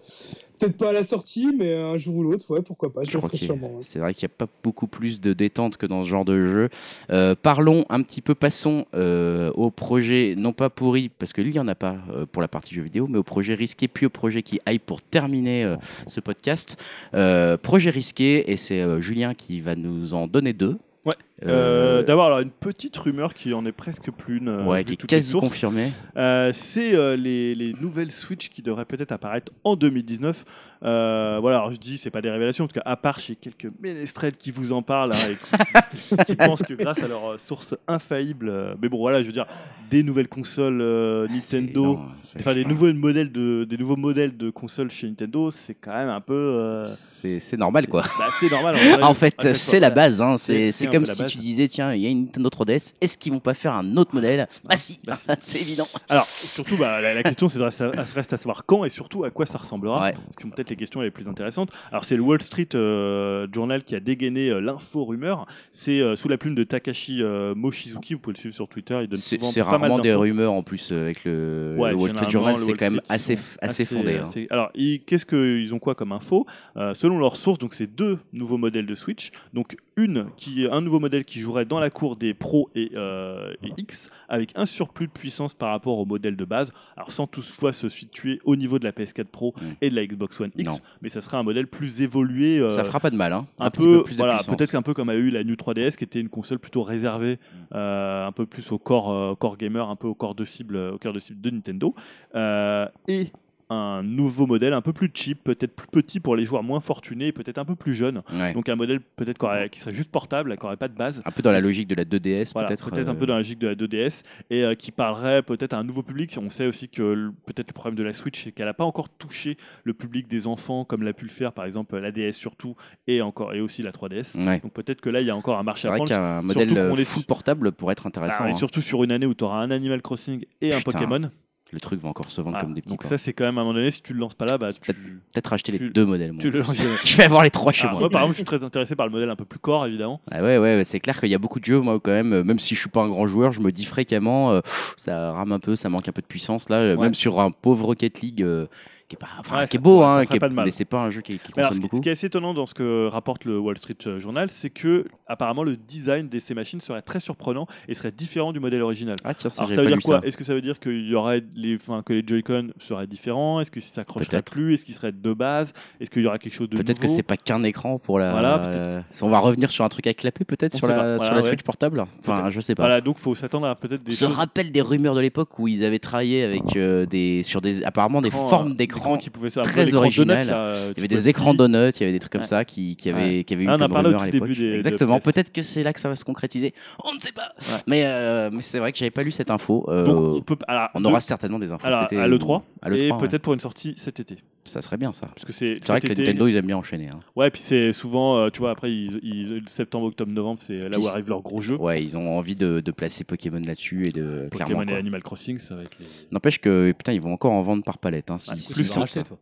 Peut-être pas à la sortie, mais un jour ou l'autre, ouais, pourquoi pas, Je je crois le ferai qu'il- sûrement. ouais. C'est vrai qu'il n'y a pas beaucoup plus de détente que dans ce genre de jeu. Euh, parlons un petit peu, passons euh, au projet, non pas pourri, parce qu'il n'y en a pas euh, pour la partie jeux vidéo, mais au projet risqué, puis au projet qui aille pour terminer euh, ce podcast. Euh, projet risqué, et c'est euh, Julien qui va nous en donner deux. Ouais. Euh, Euh, D'abord, alors, une petite rumeur qui en est presque plus une. euh, ouais, vu qui est toutes les quasi sources. confirmé. Euh, c'est euh, les, les nouvelles Switch qui devraient peut-être apparaître en 2019. Euh, voilà, alors je dis, c'est pas des révélations, parce qu'à part chez quelques ménestrels qui vous en parlent hein, et qui, qui pensent que grâce à leur euh, source infaillible, euh, mais bon, voilà, je veux dire, des nouvelles consoles euh, Nintendo, Ah, C'est- non, enfin des nouveaux modèles de, des nouveaux modèles de consoles chez Nintendo, c'est quand même un peu. euh, C'est c'est normal quoi. bah, c'est normal. on en a En eu à fait, chaque c'est fois, la voilà. base. Hein. C'est- C'est c'est c'est un comme peu la si base. tu disais, tiens, il y a une Nintendo 3DS, est-ce qu'ils vont pas faire un autre modèle Ah si, bah, c'est évident. Alors, surtout, bah, la, la question c'est de reste à, reste à savoir quand et surtout à quoi ça ressemblera. Ouais. Ce qui sont peut-être les questions les plus intéressantes. Alors, c'est le Wall Street euh, Journal qui a dégainé euh, l'info-rumeur. C'est euh, sous la plume de Takashi euh, Mochizuki. Vous pouvez le suivre sur Twitter. Il donne C'est souvent c'est pas mal rarement des d'infos. rumeurs en plus euh, avec le, Ouais, le Wall Street généralement, Journal, le c'est Wall quand même Street, assez, ils sont assez fondé. hein. assez- Alors, ils- qu'est-ce qu'ils ont quoi comme info Euh, Selon leurs sources, donc c'est deux nouveaux modèles de Switch. Donc une qui un nouveau modèle qui jouerait dans la cour des Pro et, euh, et X avec un surplus de puissance par rapport au modèle de base. Alors sans toutefois se situer au niveau de la PS4 Pro Mm. et de la Xbox One X, Non. mais ça serait un modèle plus évolué. euh, Ça fera pas de mal, hein. un, petit peu, plus de voilà, puissance. peut-être un peu comme a eu la New 3DS qui était une console plutôt réservée Mm. euh, un peu plus au corps, euh, au corps gamer, un peu au corps de cible, euh, au cœur de cible de Nintendo. Euh, et un nouveau modèle un peu plus cheap, peut-être plus petit pour les joueurs moins fortunés, peut-être un peu plus jeunes. Ouais. Donc un modèle peut-être qui aurait- qui serait juste portable, qui n'aurait pas de base. Un peu dans la logique de la 2DS, Voilà, peut-être. euh, peut-être un peu dans la logique de la 2DS et euh, qui parlerait peut-être à un nouveau public. On sait aussi que le- peut-être le problème de la Switch, c'est qu'elle n'a pas encore touché le public des enfants comme l'a pu le faire par exemple la DS surtout et encore et aussi la 3DS. euh, ouais. Donc peut-être que là il y a encore un marché C'est à vrai prendre. qu'un surtout modèle qu'on euh, est- full portable pourrait être intéressant. Ah, et hein. surtout sur une année où tu auras un Animal Crossing et un Putain, Pokémon. Le truc va encore se vendre Voilà. comme des petits. Ah, Donc pains. ça c'est quand même à un moment donné si tu le lances pas là bah tu, Peut-être acheter les tu- deux modèles. moi. tu le lances. Je vais avoir les trois chez Ah, moi. moi par exemple je suis très intéressé par le modèle un peu plus corps évidemment. Ah ouais, ouais, ouais, c'est clair qu'il y a beaucoup de jeux, moi, quand même, euh, même si je suis pas un grand joueur, je me dis fréquemment, euh, Pff, ça rame un peu, ça manque un peu de puissance, là, euh, Ouais. même sur un pauvre Rocket League, euh, qui est, pas, enfin, Ouais, qui est ça beau, pourrait- ça hein, ferait qui est- pas de mal. mais c'est pas un jeu qui, qui Mais alors, consomme ce, qui, ce beaucoup. qui est assez étonnant dans ce que rapporte le Wall Street euh, Journal, c'est que apparemment le design de ces machines serait très surprenant et serait différent du modèle original. Ah tiens, ça, Alors j'avais ça veut pas dire lu quoi ça. Est-ce que ça veut dire qu'il y aurait les, enfin, que les Joy-Con seraient différents Est-ce que ça s'accrocherait Peut-être. plus Est-ce qu'ils seraient de base Est-ce qu'il y aura quelque chose de Peut-être que nouveau c'est pas qu'un écran pour la. Voilà, euh, on va revenir sur un truc à clapper peut-être On sur sait la, pas. Voilà, sur la ouais. Switch portable. Enfin, Peut-être. je sais pas. Voilà, donc faut s'attendre à peut-être des Je choses rappelle des rumeurs de l'époque où ils avaient travaillé avec euh, des sur des apparemment des d'écran, euh, formes d'écran. qui pouvaient faire très originales. euh, Il y avait des écrans donuts, il y avait des trucs comme Ouais. ça qui, qui avaient, qui avaient eu Ah, on en comme parlait au rumeur à tout début l'époque. des- de Exactement. PS. Peut-être que c'est là que ça va se concrétiser. On ne sait pas. Ouais. Mais, euh, mais c'est vrai que j'avais pas lu cette info. euh, Donc on peut alors, on de- aura certainement des infos alors, cet été. à ou- l'E3 à l'E3, et ouais. peut-être pour une sortie cet été. Ça serait bien ça. Parce que c'est C'est vrai que cet les été, Nintendo ils aiment bien enchaîner. hein. Ouais, puis c'est souvent, euh, tu vois, après, ils, ils- septembre, octobre, novembre, c'est là Puis où c'est- arrivent leurs gros jeux. Ouais, ils ont envie de, de placer Pokémon là-dessus et de clairement. Pokémon et quoi. Animal Crossing, ça va être les. N'empêche que putain, ils vont encore en vendre par palette. Hein, si, Ah, si plus ils sortent racheté, ça. toi.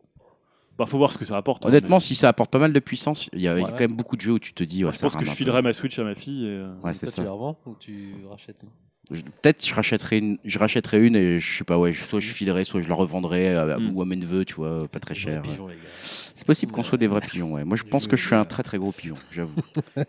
Bah, faut voir ce que ça apporte. hein, Honnêtement, mais- si ça apporte pas mal de puissance, il y a, il y a Ouais. quand même beaucoup de jeux où tu te dis. ouais, je ça pense que rame je un peu. filerai ma Switch à ma fille. et, euh, Ouais, Toi, c'est tu ça. la revends ou tu rachètes une Je- Peut-être je rachèterai une, je rachèterai une et je sais pas ouais, je- soit je filerai, soit je la revendrai euh, Mm. ou à mes neveux, tu vois, pas très Des vrais cher. pigeons, les gars. C'est possible qu'on Ouais. soit des vrais pigeons. Ouais. Moi je Des pense jeux que je suis vidéo, un là. très très gros pigeon, j'avoue.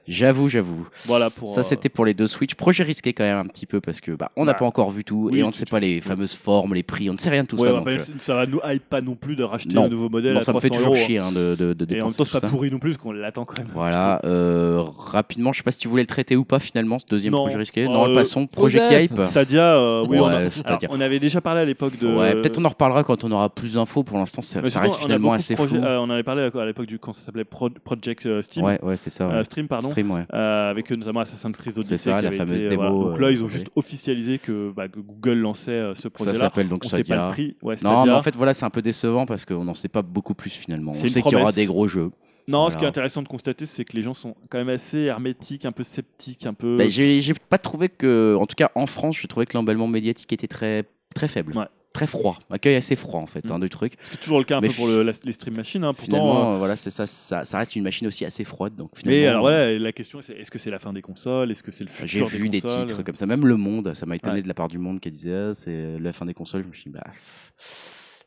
j'avoue, j'avoue. Voilà pour. Ça euh, c'était pour les deux Switch. Projet risqué quand même un petit peu parce que bah on n'a Bah, pas encore vu tout oui, et on ne tu- sait pas les fameuses formes, les prix, on ne sait rien de tout ouais, ça. on va donc, pas- euh, ça va nous hype pas non plus de racheter Non. un nouveau modèle bon, à ça me 300 fait toujours euros. chier hein, de, de, de Et en même dépenser temps, tout c'est ça. pas pourri non plus parce qu'on l'attend quand même. Voilà, euh, rapidement, je sais pas si tu voulais le traiter ou pas finalement, ce deuxième Non. projet risqué. Non, Euh, passons, projet qui Joseph. hype. Stadia, euh, oui, Ouais, on, a- alors, Stadia. on avait déjà parlé à l'époque de. Ouais, peut-être on en reparlera quand on aura plus d'infos. Pour l'instant, ça, Mais ça surtout, reste on a finalement beaucoup de assez projets- flou. euh, on en avait parlé à- à l'époque du quand ça s'appelait Pro- Project euh, Steam, ouais, ouais, c'est ça. ouais. euh, Stream, pardon. Stream, ouais. euh, avec euh, notamment Assassin's Creed Odyssey. ça, qui la avait fameuse été, euh, voilà. démo, Donc là, euh, ils ont oui. juste officialisé que, bah, que Google lançait euh, ce Ça projet-là. s'appelle donc On sait pas Stadia. le prix. Ouais, Non, mais Stadia. en fait, voilà, c'est un peu décevant parce qu'on n'en sait pas beaucoup plus finalement. C'est On une sait qu'il y aura promesse. des gros jeux. non, voilà. ce qui est intéressant de constater, c'est que les gens sont quand même assez hermétiques, un peu sceptiques, un peu. Bah, j'ai j'ai pas trouvé que, en tout cas en France, j'ai trouvé que l'emballement médiatique était très, très faible. Ouais. Très froid, accueil assez froid en fait, Mm. hein, du truc. C'est toujours le cas un mais peu pour le- la- les stream machines. hein. Pourtant, Finalement, euh, voilà, c'est ça, ça, ça reste une machine aussi assez froide. Donc finalement, mais alors voilà, la question c'est est-ce que c'est la fin des consoles Est-ce que c'est le futur J'ai vu des consoles titres comme ça, même Le Monde, ça m'a étonné Ouais. de la part du Monde qui disait ah, c'est la fin des consoles. Je me suis dit, bah,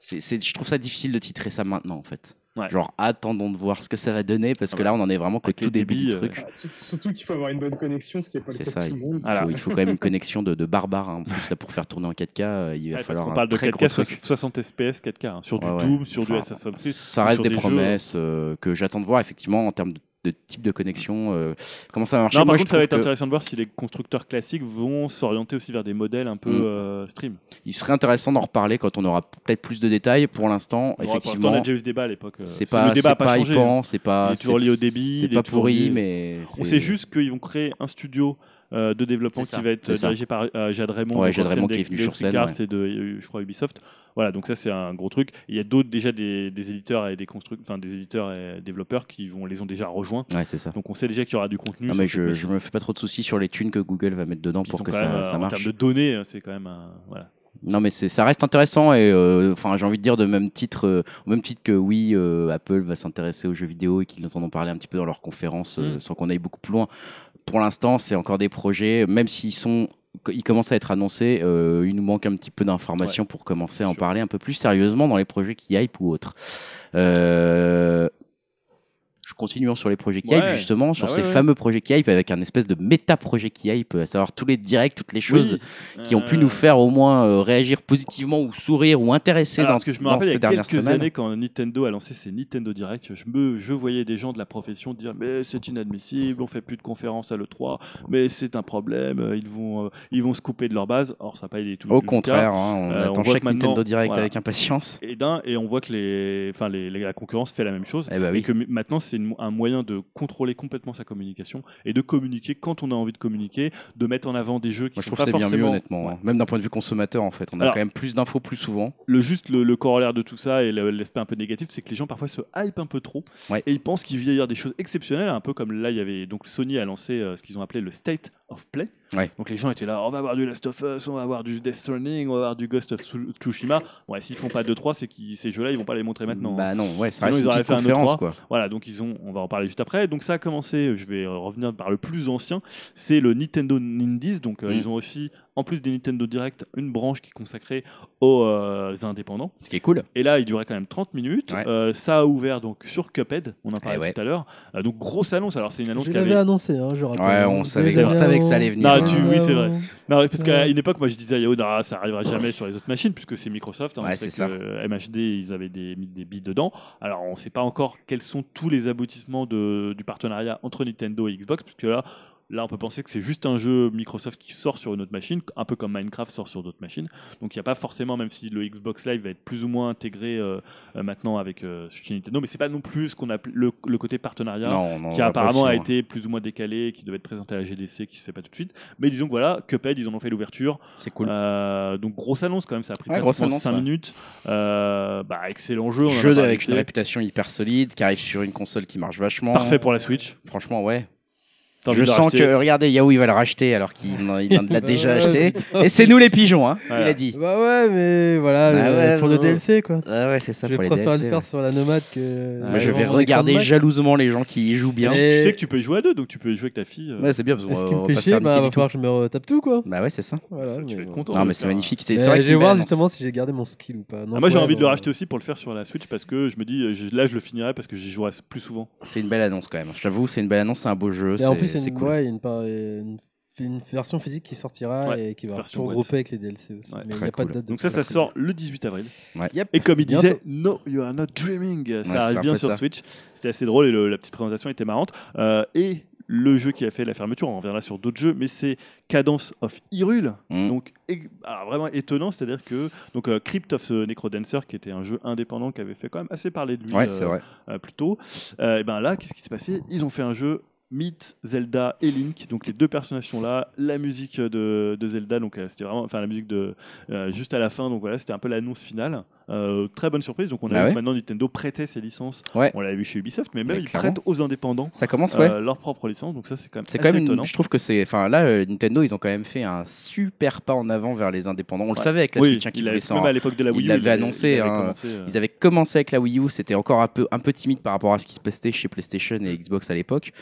c'est, c'est- je trouve ça difficile de titrer ça maintenant en fait. Ouais. Genre, attendons de voir ce que ça va donner parce Ah que là, on en est vraiment qu'au Avec tout les début du débits, euh, truc. Ah, surt- Surtout qu'il faut avoir une bonne connexion, ce qui n'est pas le C'est cas ça, de tout le monde. Il, Ah. Voilà. faut, il faut quand même une connexion de, de barbare hein, en plus là pour faire tourner en 4K. euh, Il va Ouais, parce falloir qu'on un parle de très 4K, gros soit truc. 60 FPS 4K, hein, sur du Ouais, ouais. Doom, sur du Enfin, Assassin's Creed. Ça reste sur des des jeux- promesses euh, que j'attends de voir effectivement en termes de, de type de connexion. euh, comment ça va marcher Non, par Moi, je contre, ça va être trouve que- intéressant de voir si les constructeurs classiques vont s'orienter aussi vers des modèles un peu Mm. euh, stream. Il serait intéressant d'en reparler quand on aura peut-être plus de détails. Pour l'instant, Bon, pour l'instant, on a effectivement, déjà eu ce débat à l'époque. euh, c'est c'est- pas, le débat c'est a pas pas changé. hein. hypant, c'est pas, Il est toujours c'est- lié au débit, c'est il est pas toujours pourri, lié- mais c'est- On sait juste qu'ils vont créer un studio euh, de développement C'est ça, qui va être c'est ça. dirigé par euh, Jade Raymond, Ouais, donc Jade ancienne Raymond qui des- est venue des sur scène, Electronic ouais. Arts et de, euh, je crois, Ubisoft. Voilà, donc ça c'est un gros truc. Il y a d'autres déjà des, des éditeurs et des constructeurs, enfin des éditeurs et développeurs qui vont les ont déjà rejoints. Ouais, c'est ça. Donc on sait déjà qu'il y aura du contenu. Non, sur Ah, mais cette je, machine. je me fais pas trop de soucis sur les thunes que Google va mettre dedans Puis pour ils que sont quand ça, même, euh, ça En marche. termes de données, euh, c'est quand même un. Voilà. Non, mais c'est- ça reste intéressant et euh, enfin, j'ai envie de dire de même titre, euh, au même titre que oui, euh, Apple va s'intéresser aux jeux vidéo et qu'ils nous en ont parlé un petit peu dans leur conférence euh, Mm. sans qu'on aille beaucoup plus loin. Pour l'instant, c'est encore des projets, même s'ils sont, ils commencent à être annoncés, euh, il nous manque un petit peu d'informations pour commencer à en Sûr. parler un peu plus sérieusement dans les projets qui hype ou autres. Euh, je continue sur les projets qui Ouais. hype, justement, sur Bah ces ouais, ouais. fameux projets qui hype avec un espèce de méta-projet qui hype, à savoir tous les directs, toutes les choses qui ont pu Hmm. nous faire au moins euh, réagir positivement ou sourire ou intéresser Alors, dans, parce que je me dans rappelle il y ces a dernières quelques semaines. années quand Nintendo a lancé ses Nintendo Direct, je me, je voyais des gens de la profession dire mais c'est inadmissible, on fait plus de conférences à le 3, mais c'est un problème, euh, ils vont, euh, ils vont se couper de leur base. Or ça n'a pas été tout. Au le cas. contraire, hein, on Euh, on attend voit chaque que maintenant- Nintendo Direct voilà. avec impatience. Et d'un, et on voit que les, enfin les, les- la concurrence fait la même chose. Eh bah Et oui. que m- maintenant, c'est une- un moyen de contrôler complètement sa communication et de communiquer quand on a envie de communiquer, de mettre en avant des jeux qui Moi, je sont trouve pas que c'est bien forcément. mieux, honnêtement. Ouais. hein. Même d'un point de vue consommateur, en fait. On a Alors- quand même plus d'infos plus souvent. Le juste le, le corollaire de tout ça et le- l'aspect un peu négatif, c'est que les gens parfois se hype un peu trop Ouais. et ils pensent qu'ils vieillirent des choses exceptionnelles, un peu comme là, il y avait donc Sony a lancé euh, ce qu'ils ont appelé le State of Play. Ouais. Donc les gens étaient là, on va avoir du Last of Us, on va avoir du Death Stranding, on va avoir du Ghost of Tsu- Tsushima. Ouais, s'ils font pas 2 3 c'est que ces jeux-là, ils vont pas les montrer maintenant. hein. Bah non, ouais, ça Sinon, reste ils une auraient petite fait un autre conférence, trois. quoi. Voilà, donc ils ont, on va en parler juste après. Donc ça a commencé, je vais euh, revenir par le plus ancien, c'est le Nintendo Nindies. Donc euh, Mm. ils ont aussi, en plus des Nintendo Direct, une branche qui est consacrée aux euh, indépendants. Ce qui est cool. Et là, il durait quand même 30 minutes. Ouais. Euh, ça a ouvert donc sur Cuphead, on en parlait Eh ouais. tout à l'heure. Euh, donc grosse annonce, alors c'est une annonce Je qui l'avais avait... annoncé, hein, je rappelle. Ouais, on Vous savait- l'avez on savait que ça allait annoncé. venir. Non, tu- oui, c'est vrai. Ouais, Non, parce qu'à Ouais. une époque, moi je disais, à Yahoo, Ah, ça arrivera jamais sur les autres machines, puisque c'est Microsoft. hein, Ouais, on c'est sait ça. que MHD, ils avaient des, mis des billes dedans. Alors, on ne sait pas encore quels sont tous les aboutissements de- du partenariat entre Nintendo et Xbox, puisque là, là, on peut penser que c'est juste un jeu Microsoft qui sort sur une autre machine, un peu comme Minecraft sort sur d'autres machines. Donc, il n'y a pas forcément, même si le Xbox Live va être plus ou moins intégré euh, euh, maintenant avec euh, chez Nintendo, mais c'est pas non plus ce qu'on appelle le, le côté partenariat Non, non, on qui va pas apparemment a aussi loin. été plus ou moins décalé, qui devait être présenté à la GDC, qui se fait pas tout de suite. Mais disons que voilà, Cuphead, ils en ont fait l'ouverture. C'est cool. Euh, donc grosse annonce quand même, ça a pris Ouais, grosse annonce, 5 ouais. minutes. Euh, bah, excellent jeu. on en a Jeu parlé avec ici. une réputation hyper solide, qui arrive sur une console qui marche vachement. Parfait pour la Switch. Franchement, ouais. T'as envie Je de sens racheter. que, regardez, Yahoo, il va le racheter alors qu'il il en- l'a déjà ouais, acheté. putain. Et c'est nous les pigeons, hein, il Voilà. a dit. Bah ouais, mais voilà, Bah euh, ouais, pour non, le non. DLC, quoi. Ah ouais, c'est ça je pour les préfère DLC. le ouais. faire sur la nomade que. Moi, je euh, vais en écran de regarder Mac. jalousement les gens qui y jouent bien. Et- Tu sais que tu peux y jouer à deux, donc tu peux y jouer avec ta fille. euh, Ouais, c'est bien parce Et Ce qu'on qui on me va fait pas chier, faire bah, va niquer du tout. falloir que je me retape tout, quoi. Bah ouais, c'est ça. Voilà, ça, tu vas mais être bon. content. Non de mais le c'est faire. magnifique. C'est Mais c'est vrai que je c'est vais une voir belle justement annonce. si j'ai gardé mon skill ou pas. Non, hein. Ah, moi j'ai ouais, envie de le bon. racheter aussi pour le faire sur la Switch parce que je me dis, euh, je- là je le finirai parce que j'y jouerai plus souvent. C'est une belle annonce quand même. Je t'avoue, c'est une belle annonce, c'est un beau jeu. Et en c'est- plus, il y a c'est une, cool. ouais, il y a une, par- une- une version physique qui sortira Ouais, et qui va version tout regrouper avec les DLC aussi. Ouais, mais il n'y très a pas de cool. date de Donc ça, ça présentation. sort le 18 avril. Ouais. Yep. Et comme il Bientôt. disait, No, you are not dreaming. Ça Ouais, c'est arrive un bien peu sur ça. Switch. C'était assez drôle et le- la petite présentation était marrante. Euh, et le jeu qui a fait la fermeture, on reviendra sur d'autres jeux, mais c'est Cadence of Hyrule. Mm. Donc é- alors, vraiment étonnant, c'est-à-dire que donc euh, Crypt of the Necrodancer, qui était un jeu indépendant qui avait fait quand même assez parler de lui Ouais, euh, c'est vrai. euh, plus tôt, euh, et ben là, qu'est-ce qui s'est passé Ils ont fait un jeu. Myth, Zelda et Link, donc les deux personnages sont là. La musique de, de Zelda, donc euh, c'était vraiment, enfin la musique de euh, juste à la fin, donc voilà, c'était un peu l'annonce finale. Euh, très bonne surprise, donc on a Ah vu ouais que maintenant Nintendo prêtait ses licences. Ouais. On l'a vu chez Ubisoft, mais même Mais ils clairement. prêtent aux indépendants Ça commence, ouais. euh, leurs propres licences, donc ça c'est quand même C'est assez quand même, étonnant. une- je trouve que c'est, enfin là, euh, Nintendo, ils ont quand même fait un super pas en avant vers les indépendants. On le Ouais. savait avec la oui, Switch hein, qu'ils il voulaient avait- s'en- même à l'époque de la ils Wii U, l'avaient avaient- annoncé, avaient hein. commencé, euh, Ils avaient commencé avec la Wii U, c'était encore un peu, un peu timide par rapport à ce qui se passait chez PlayStation et Xbox à l'époque.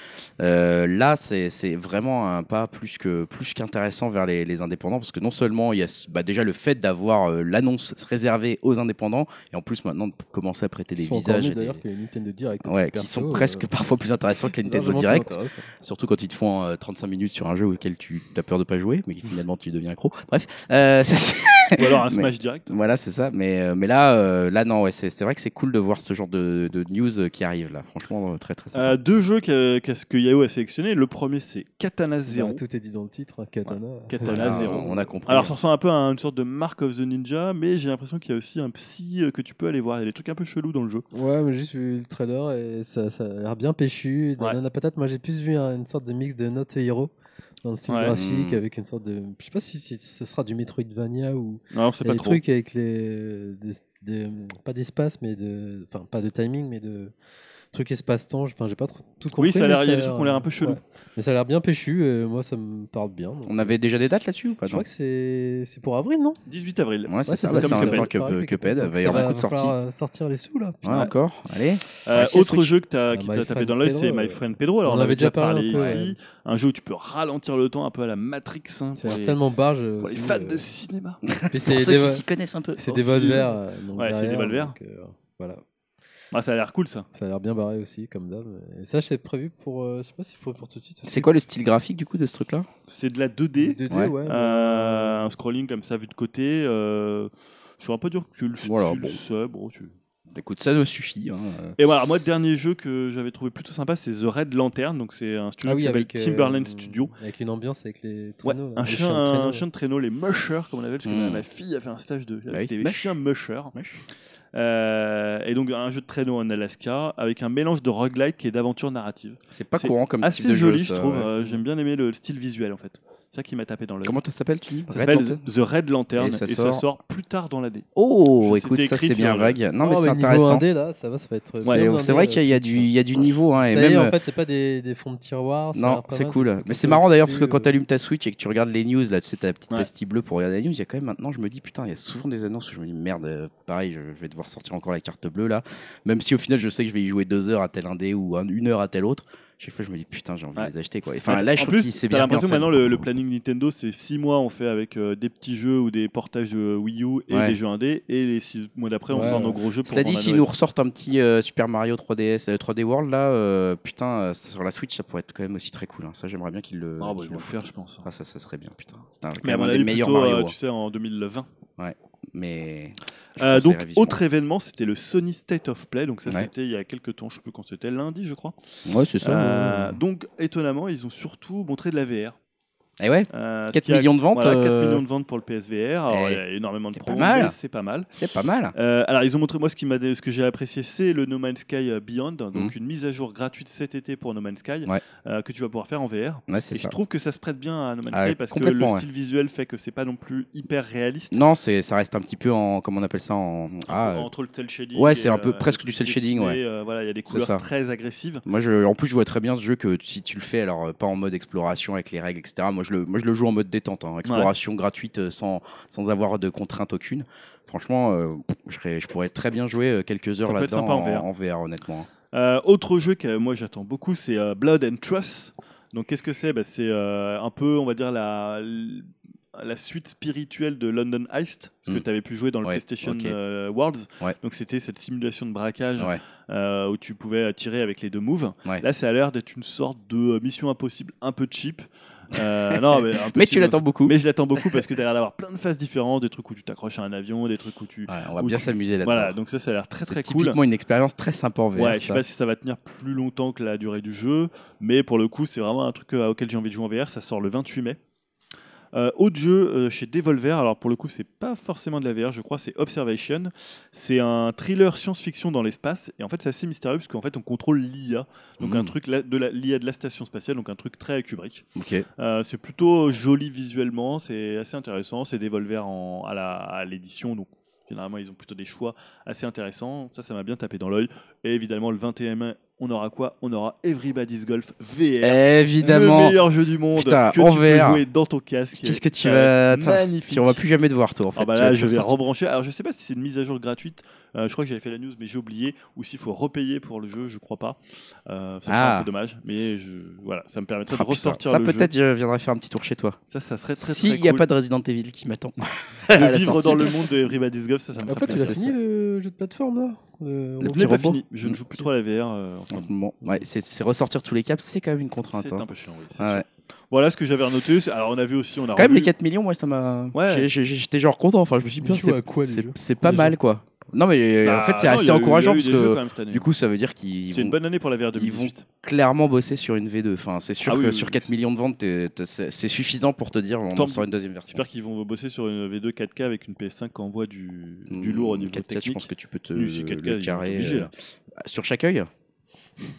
Euh, là, c'est c'est vraiment un pas plus que plus qu'intéressant vers les, les indépendants parce que non seulement il y a ce- bah, déjà le fait d'avoir euh, l'annonce réservée aux indépendants et en plus maintenant de commencer à prêter Ils des sont encore visages et mieux des- d'ailleurs que les Nintendo Direct. à ouais, titre qui sont perso, presque euh, parfois plus intéressants que les Nintendo largement plus Direct. intéressant. Surtout quand ils te font euh, 35 minutes sur un jeu auquel tu as peur de pas jouer, mais finalement tu deviens accro. Bref, euh, ça, c'est- Ou alors un Mais- Smash direct. voilà, c'est ça. Mais, euh, mais là, euh, là non, ouais, c'est c'est vrai que c'est cool de voir ce genre de, de news euh, qui arrive là. Franchement, euh, très très sympa. Euh, deux jeux que, qu'est-ce que Yahoo a sélectionné. Le premier c'est Katana Zero. Bah, Tout est dit dans le titre, hein, Katana. Katana Ah, Zero. On a compris. Alors ça ressemble un peu à une sorte de Mark of the Ninja, mais j'ai l'impression qu'il y a aussi un psy euh, que tu peux aller voir. Il y a des trucs un peu chelous dans le jeu. Ouais, mais juste vu le trailer et ça, ça a l'air bien péchu. Dans Ouais. Nana Patate, moi j'ai plus vu un- une sorte de mix de Not a Hero dans le style Ouais. graphique Mm. avec une sorte de. Je sais pas si, si ce sera du Metroidvania ou. Non, c'est Il y a pas des trop. trucs avec les. des- des- pas d'espace, mais de. Enfin, pas de timing, mais de. Trucs espace-temps. Enfin, j'ai pas trop, tout compris. Oui, ça a mais l'air- il y a des trucs qui ont l'air un peu chelous. Mais ça a l'air bien péchu. euh, moi, ça me parle bien. donc. On avait déjà des dates là-dessus ou pas Je crois que c'est c'est pour avril, non 18 avril. Ouais, c'est ça. Ouais, c'est ouais, ça, C'est en comme même temps Cuphead. que Pareil, Cuphead. Il va y Ça avoir beaucoup de sorties. falloir, euh, sortir les sous là. Ouais, encore. Allez. Euh, Merci, autre Switch. jeu que t'as- Ah, qui My t'a tapé Friend dans l'œil, Pedro, c'est My ouais. Friend Pedro. Alors, on, On en avait avait déjà déjà parlé, parlé un peu, ici. Un jeu où tu peux ralentir le temps, un peu à la Matrix. Hein, C'est pour les, tellement barge. euh, pour les aussi, fans euh, de cinéma. puis Pour c'est ceux qui Devo- s'y connaissent un peu. c'est aussi, Devolver. euh, donc Ouais, c'est derrière, Devolver. donc, euh, Voilà. Ah, ça a l'air cool ça. Ça a l'air bien barré aussi, comme d'hab. Et ça, c'est prévu pour. euh, je sais pas si c'est pour, pour tout de suite. C'est quoi le style graphique du coup de ce truc-là C'est de la 2D. 2D, Ouais. ouais. Euh, un scrolling comme ça vu de côté. euh, je saurais pas dire que le style, Voilà, bon. ça, bon, tu- Écoute, ça nous suffit. hein, euh. Et voilà, moi, dernier jeu que j'avais trouvé plutôt sympa, c'est The Red Lantern. Donc, c'est un Ah studio qui s'appelle euh, Timberland Studio. Avec une ambiance avec les Ouais, traîneaux. là, un, les chien, chiens de un traîneau, chien de traîneau, les mushers, comme on appelle, parce que Mm. ma- ma fille a fait un stage de avec Bah oui, des mush. chiens mushers. Mush. Euh, et donc, un jeu de traîneau en Alaska, avec un mélange de roguelike et d'aventure narrative. C'est pas C'est courant comme type Assez de joli, jeu. ça, je trouve. ouais. euh, J'aime bien aimé le style visuel, en fait. C'est ça qui m'a tapé dans l'œil. Comment ça s'appelle, tu dis Ça Red s'appelle Lantern The Red Lantern, Et ça et ça sort- sort plus tard dans l'année. Oh, Je sais, écoute, c'était ça écrit c'est bien sur le- vague. Non, mais Oh, c'est mais Niveau intéressant. 1D, là, ça va, ça va être. C'est- vraiment c'est 1D, vrai qu'il y a- il y, a euh, du- il y a du niveau. hein, et Ça y est, même, en fait, c'est pas des, des fonds de Oh, tiroir. ça a Non, l'air pas c'est mal. cool. Mais c'est peux marrant d'ailleurs parce que dessus, quand tu euh. allumes ta Switch et que tu regardes les news, là, tu sais, ta petite Ouais. pastille bleue pour regarder les news, il y a quand même maintenant, je me dis, putain, il y a souvent des annonces où je me dis, merde, euh, pareil, je je vais devoir sortir encore la carte bleue là. Même si au final, je sais que je vais y jouer deux heures à tel indé ou un- une heure à tel autre. Chaque fois, je me dis, putain, j'ai envie Ouais. de les acheter quoi. Et Enfin, là, je en trouve plus, qu'il s'est t'as bien euh, l'impression pensé. maintenant le, le planning Nintendo, c'est 6 mois on fait avec euh, des petits jeux ou des portages euh, Wii U et Ouais. des jeux indés, et les 6 mois d'après on Ouais, sort ouais. nos gros jeux pour Cela dit, vendre à s'ils Noël. nous ressortent un petit euh, Super Mario 3DS, euh, 3D World là, euh, putain, euh, sur la Switch, ça pourrait être quand même aussi très cool. hein. Ça, j'aimerais bien qu'ils le. Ah, bah, qu'ils ils vont le le faire, je pense. Ah, ça, ça serait bien, putain. C'est un, quand Mais à même mon un des avis, meilleurs plutôt, euh, Mario. hein. tu sais, en 2020. Mais. je Euh, pense donc, les révisions. autre événement, c'était le Sony State of Play. Donc, ça, Ouais. c'était il y a quelques temps, je sais plus quand c'était, lundi, je crois. Ouais, c'est ça. Euh, ouais. Donc, étonnamment, ils ont surtout montré de la VR. Et ouais, Euh, ce 4 qui a- millions de ventes, voilà, 4 euh, millions de ventes pour le PSVR. Alors, eh, il y a énormément de c'est pas promos, mal. mais c'est pas mal. c'est pas mal. Euh, alors ils ont montré moi ce, qui m'a- ce que j'ai apprécié c'est le No Man's Sky euh, Beyond donc Mhm. une mise à jour gratuite cet été pour No Man's Sky Ouais. euh, que tu vas pouvoir faire en VR Ouais, et c'est ça. je trouve que ça se prête bien à No Man's Ah, Sky parce que le complètement, style visuel fait que c'est pas non plus hyper réaliste Non, c'est, ça reste un petit peu en, comment on appelle ça en. Un Ah, peu euh, entre le tel shading ouais, c'est et, un peu euh, presque le du cel truc shading, dessiné, euh, voilà il y a des C'est couleurs ça. très agressives moi, je, en plus, je vois très bien ce jeu que si tu le fais, alors euh, pas en mode exploration avec les règles, etc. Moi, je le, moi, je le joue en mode détente, hein, exploration gratuite euh, sans, sans avoir de contrainte aucune. Franchement, euh, je, serais- je pourrais très bien jouer euh, quelques heures peut être là-dedans sympa en VR. honnêtement. hein. Euh, autre jeu que moi j'attends beaucoup c'est euh, Blood and Trust donc qu'est-ce que c'est Bah, c'est euh, un peu on va dire la la suite spirituelle de London Heist, ce que Mm. tu avais pu jouer dans le Ouais, PlayStation ok. euh, Worlds. Ouais. Donc c'était cette simulation de braquage Ouais. euh, où tu pouvais tirer avec les deux moves. Ouais. Là, ça a l'air d'être une sorte de euh, mission impossible un peu cheap. Euh, non, mais, un peu Mais cheap, tu l'attends beaucoup. Mais je l'attends beaucoup parce que t'as l'air d'avoir plein de phases différentes, des trucs où tu t'accroches à un avion, des trucs où tu. Ouais, on va où bien tu- s'amuser là-dedans. Voilà, donc ça, ça a l'air très Ah, c'est très cool. typiquement une expérience très sympa en VR. Ouais, je sais ça. pas si ça va tenir plus longtemps que la durée du jeu, mais pour le coup, c'est vraiment un truc euh, auquel j'ai envie de jouer en VR. Ça sort le 28 mai. Euh, autre jeu euh, chez Devolver, alors pour le coup, c'est pas forcément de la VR, je crois, c'est Observation. C'est un thriller science-fiction dans l'espace, et en fait, c'est assez mystérieux parce qu'en fait, on contrôle l'IA, donc Mm. un truc la- de la- l'IA de la station spatiale, donc un truc très Kubrick. Ok. Euh, c'est plutôt joli visuellement, c'est assez intéressant. C'est Devolver en, à la- à l'édition, donc généralement ils ont plutôt des choix assez intéressants. Ça, ça m'a bien tapé dans l'œil. Et évidemment, le 21 on aura quoi On aura Everybody's Golf VR. Le Évidemment. meilleur jeu du monde Putain, que en tu peux VR. jouer dans ton casque. Qu'est-ce que tu Ça vas- va être Attends, Magnifique. Puis on va plus jamais te voir, toi, en fait. Ah bah Tu là, vas je te vais sortir. rebrancher. Alors, je sais pas si c'est une mise à jour gratuite. Euh, je crois que j'avais fait la news, mais j'ai oublié. Ou s'il faut repayer pour le jeu, je crois pas. Euh, ça serait Ah. un peu dommage. Mais je... voilà, ça me permettrait Ah, de putain, ressortir ça le jeu. peut-être je viendrai faire un petit tour chez toi. Ça, ça serait très S'il très n'y a cool. pas de Resident Evil qui m'attend. de à la vivre sortie. dans le monde de Everybody's Golf, ça, ça me Après, tu ferait c'est l'as plaisir. fini le jeu de plateforme là Le Le Je l'ai petit pas robot. fini, je ne joue plus Ok. trop à la VR. euh, en ce moment. Bon, ouais, c'est c'est ressortir tous les caps, c'est quand même une contrainte. c'est hein. un peu chiant, oui. c'est Ah ouais. sûr. Voilà ce que j'avais noté. Alors, on a vu aussi, on a Quand même, revu- les 4 millions, moi, ça m'a. Ouais. j'ai- j'ai- J'étais genre content. Enfin, je me suis dit, Ils putain, jouent à quoi, c'est- les c'est- jeux c'est pas Les mal, quoi. Non, mais euh, Bah, en fait, c'est non, il y assez a eu- encourageant il y a eu parce des jeux que quand même cette année. du coup, ça veut dire qu'ils c'est vont une bonne année pour la VR ils vont 2018. clairement bosser sur une V2. Enfin, c'est sûr Ah que oui, oui, sur oui. 4 millions de ventes, t'es- t'es- c'est c'est suffisant pour te dire, on Tant en sort une deuxième version. J'espère qu'ils vont bosser sur une V2 4K avec une PS5 qui envoie du, Hmm, du lourd au niveau 4K, Je technique. pense que tu peux te Oui, si 4K, ils le vont carrer t'obliger, euh, là. Bah, sur chaque œil.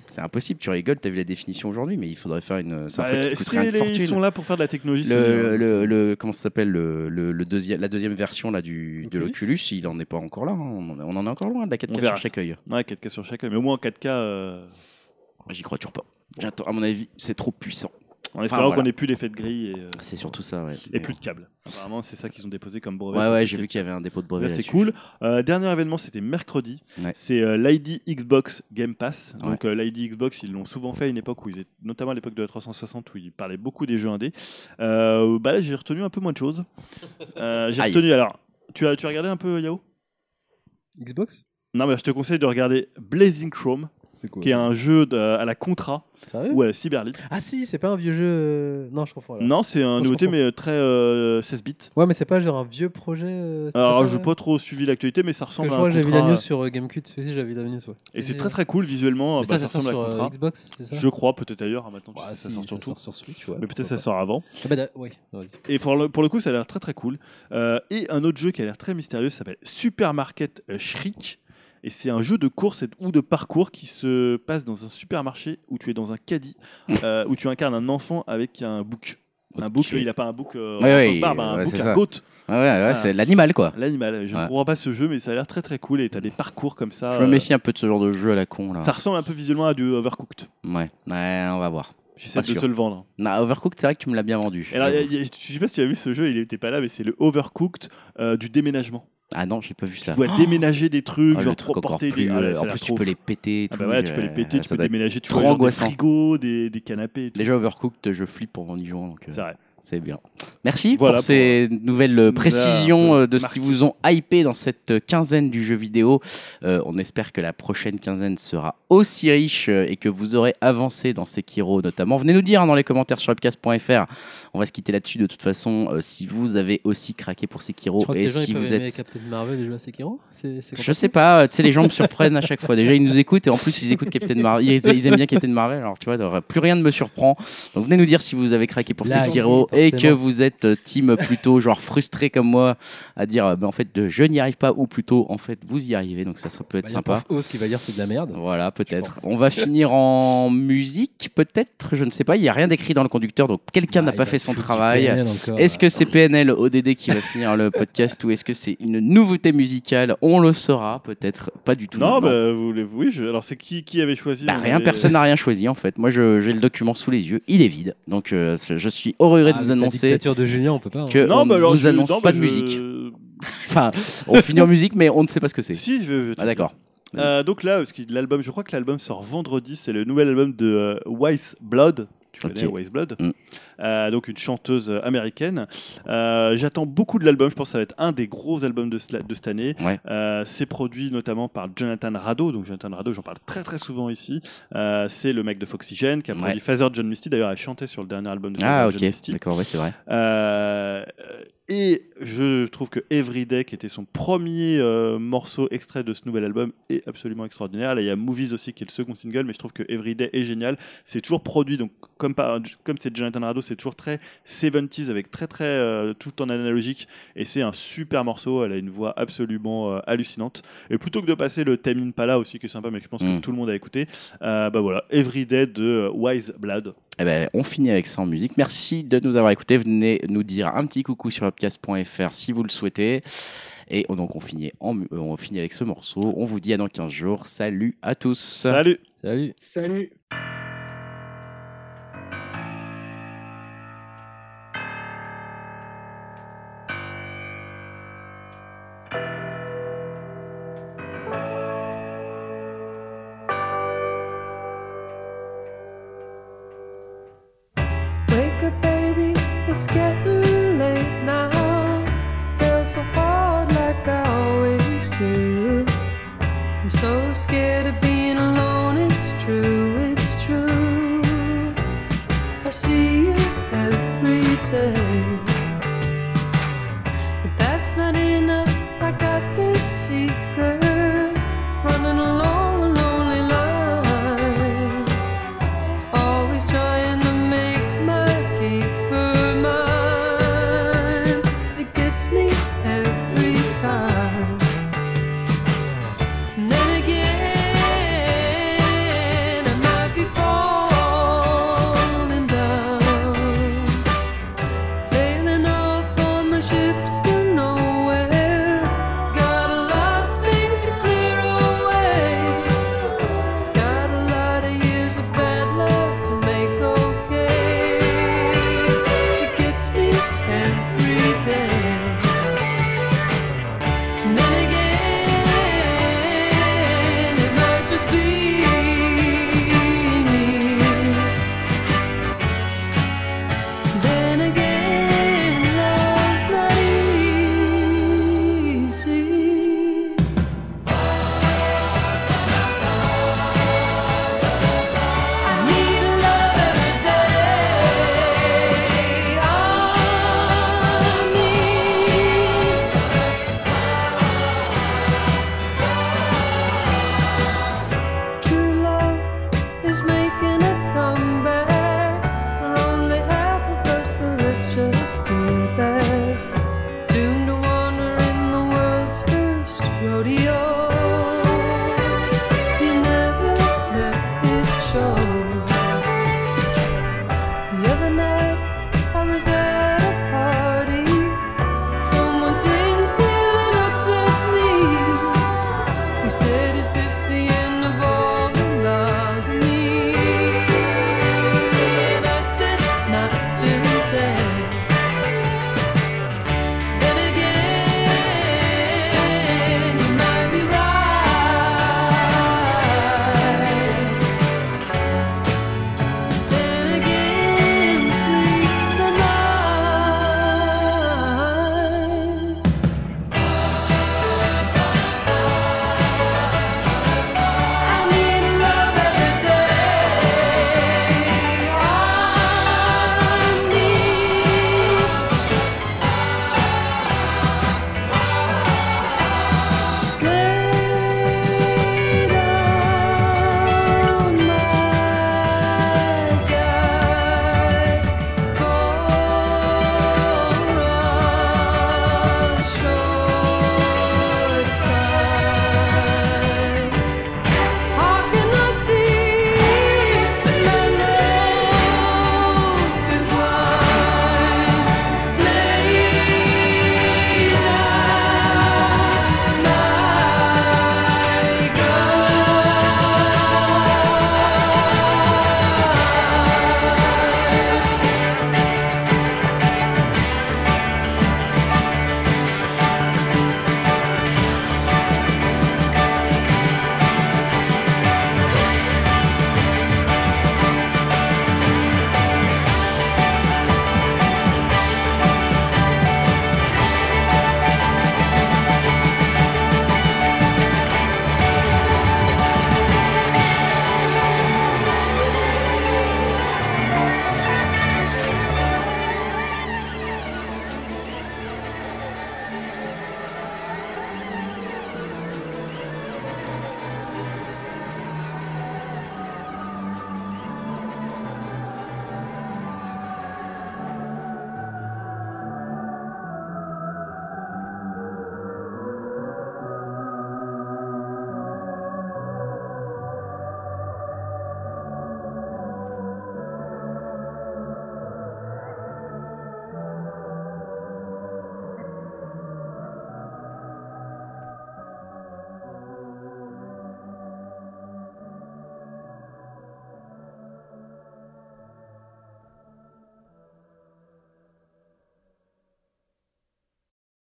C'est impossible, tu rigoles, t'as vu la définition aujourd'hui, mais il faudrait faire une. C'est un Bah, truc qui est-ce coûterait une que les- ils fortune. sont là pour faire de la technologie Le, Sony, hein le, le- comment ça s'appelle le, le, le deuxi- la deuxième version là du de Oculus l'Oculus, il en est pas encore là. hein. On, en- on en est encore loin de la 4K On sur verra chaque œil. Ouais, 4K sur chacun, mais au moins en 4K, euh, J'y crois toujours pas. J'attends. À mon avis, c'est trop puissant. en espérant voilà. qu'on ait plus d'effet de grille et, euh, C'est surtout ça, ouais. et Mais plus de câbles. Apparemment, c'est ça qu'ils ont déposé comme bon. brevet. Ouais, pour ouais, les j'ai vu qu'il y avait un dépôt de Là, brevet. c'est là-dessus. cool. Euh, dernier événement, c'était mercredi. Ouais. C'est euh, l'ID Xbox Game Pass. Donc euh, l'ID Xbox, ils l'ont souvent fait à une époque où ils étaient, notamment à l'époque de la 360, où ils parlaient beaucoup des jeux indés. Euh, bah là, j'ai retenu un peu moins de choses. Euh, j'ai Aïe. retenu alors. Tu as, tu as regardé un peu Yao Xbox Non, mais je te conseille de regarder Blazing Chrome, C'est quoi qui est un jeu de- à la Contra Sérieux ou à la Cyberlit. Ah si, c'est pas un vieux jeu. euh, Non, je confonds. alors. Non, c'est un je nouveauté, comprends. mais très euh, 16 bits. Ouais, mais c'est pas genre un vieux projet. euh, c'était pas Alors, ça, je n'ai pas trop suivi l'actualité, mais ça Parce ressemble que je à un crois que j'ai vu la Contra, news sur euh, GameCube. Si, si, j'avais vu la news. Ouais. Et c'est Si, très très cool visuellement. Mais bah, ça, ça sort ressemble à sur euh, Contra. Xbox, c'est ça Je crois, peut-être ailleurs. ah, Maintenant, tu Ouais, sais, ça si, sort sur tout. sur Switch, ouais. Mais peut-être pourquoi ça sort avant. pas. Ah bah, da- oui, vas-y. Et pour le, pour le coup, ça a l'air très très cool. Euh, et un autre jeu qui a l'air très mystérieux ça s'appelle Supermarket euh, Shriek. Et c'est un jeu de course et de- ou de parcours qui se passe dans un supermarché où tu es dans un caddie, euh, où tu incarnes un enfant avec un bouc. Un bouc, Ok. il n'a pas un bouc euh, Ouais, en ouais, barbe, un ouais, bouc c'est à ça. côte, Ouais, ouais, Ah. ouais, c'est l'animal quoi. l'animal. Je ne Ouais. comprends pas ce jeu, mais ça a l'air très très cool. Et tu as des parcours comme ça. Je me euh, méfie un peu de ce genre de jeu à la con là. Ça ressemble un peu visuellement à du Overcooked. Ouais, ouais, on va voir. J'essaie Pas de sûr. te le vendre. Non, Overcooked, c'est vrai que tu me l'as bien vendu. Et alors, il y a- il y a- je sais pas si tu as vu ce jeu, il était pas là, mais c'est le Overcooked euh, du déménagement. Ah non, j'ai pas vu ça. Tu dois déménager des trucs, Ah, le genre truc encore porter plus, des. ah là, euh, ça a en l'air plus, tu trop peux fou. les péter. et Ah tout, bah voilà, tu peux les euh, péter, tu ça peux doit être- déménager, tu trop vois, genre des angoissant. frigos, des, des canapés et tout. Déjà, Overcooked, je flippe pendant y jouant. Donc, euh, C'est vrai. c'est bien. Merci Voilà pour pour, euh, ces ce nouvelles euh, qui nous a précisions un peu euh, de ce marqué. qui vous ont hypé dans cette euh, quinzaine du jeu vidéo. Euh, on espère que la prochaine quinzaine sera aussi riche euh, et que vous aurez avancé dans Sekiro notamment. Venez nous dire hein, dans les commentaires sur webcast.fr. On va se quitter là-dessus de toute façon. euh, si vous avez aussi craqué pour Je Sekiro crois que Oh, et les gens si ils peuvent vous aimer êtes Captain Marvel et jouer à Sekiro. C'est je c'est compatible sais pas, euh, tu sais, les gens me surprennent à chaque fois. Déjà, ils nous écoutent et en plus, ils écoutent Captain Marvel. Ils, ils aiment bien Captain Marvel, alors tu vois, alors, plus rien ne me surprend. Donc, venez nous dire si vous avez craqué pour Blague, Sekiro et que forcément. vous êtes euh, team plutôt genre frustré comme moi à dire, euh, ben, en fait, de- je n'y arrive pas ou plutôt, en fait, vous y arrivez. Donc, ça, ça peut être Bah, y a sympa. Prof Oz qui va dire c'est de la merde. Voilà, peut-être. pense. On va finir en musique, peut-être, je ne sais pas. Il n'y a rien d'écrit dans le conducteur, donc quelqu'un n'a Bah, pas il va fait son foutre du travail. PNL encore, Est-ce là. que c'est PNL ODD qui va finir le podcast ou est-ce que c'est une nouveauté musicale On le saura peut-être, pas du tout. Non, maintenant. bah, euh, vous voulez. Oui, je- alors c'est qui, qui avait choisi Bah, on rien, avait- personne n'a rien choisi en fait. Moi je- j'ai le document sous les yeux, il est vide. Donc euh, je suis horreux Ah, de avec vous La annoncer dictature de Julien, on peut pas. hein. que on Non, bah, alors, ne vous je- annonce non, pas de bah, je- musique. Enfin, on finit en musique mais on ne sait pas ce que c'est. Si, je vais. Ah d'accord. Euh, donc là, parce que l'album, je crois que l'album sort vendredi, c'est le nouvel album de euh, Wise Blood. Tu connais Ok. Wise Blood Mm. Euh, Donc une chanteuse américaine. Euh, J'attends beaucoup de l'album, je pense que ça va être un des gros albums de, cela- de cette année. Ouais. Euh, c'est produit notamment par Jonathan Rado. Donc Jonathan Rado, j'en parle très très souvent ici. Euh, c'est le mec de Foxygen qui a Ouais. produit Father John Misty. D'ailleurs, elle chantait sur le dernier album de Father Ah John ok, Misty. d'accord, ouais, c'est vrai. Euh, et je trouve que Everyday, qui était son premier euh, morceau extrait de ce nouvel album, est absolument extraordinaire. Là, il y a Movies aussi, qui est le second single, mais je trouve que Everyday est génial. C'est toujours produit, donc comme par- comme c'est Jonathan Rado, c'est toujours très 70s avec très très euh, tout en analogique. Et c'est un super morceau. Elle a une voix absolument euh, hallucinante. Et plutôt que de passer le Tame Impala aussi, qui est sympa, mais que je pense Mm. que tout le monde a écouté, euh, bah voilà, Everyday de euh, Wise Blood. Eh ben, on finit avec ça en musique. Merci de nous avoir écoutés. Venez nous dire un petit coucou sur webcast.fr si vous le souhaitez. Et on- donc on finit, en, mu- euh, on finit avec ce morceau. On vous dit à dans 15 jours. Salut à tous. Salut. Salut. Salut Wake up, baby, it's getting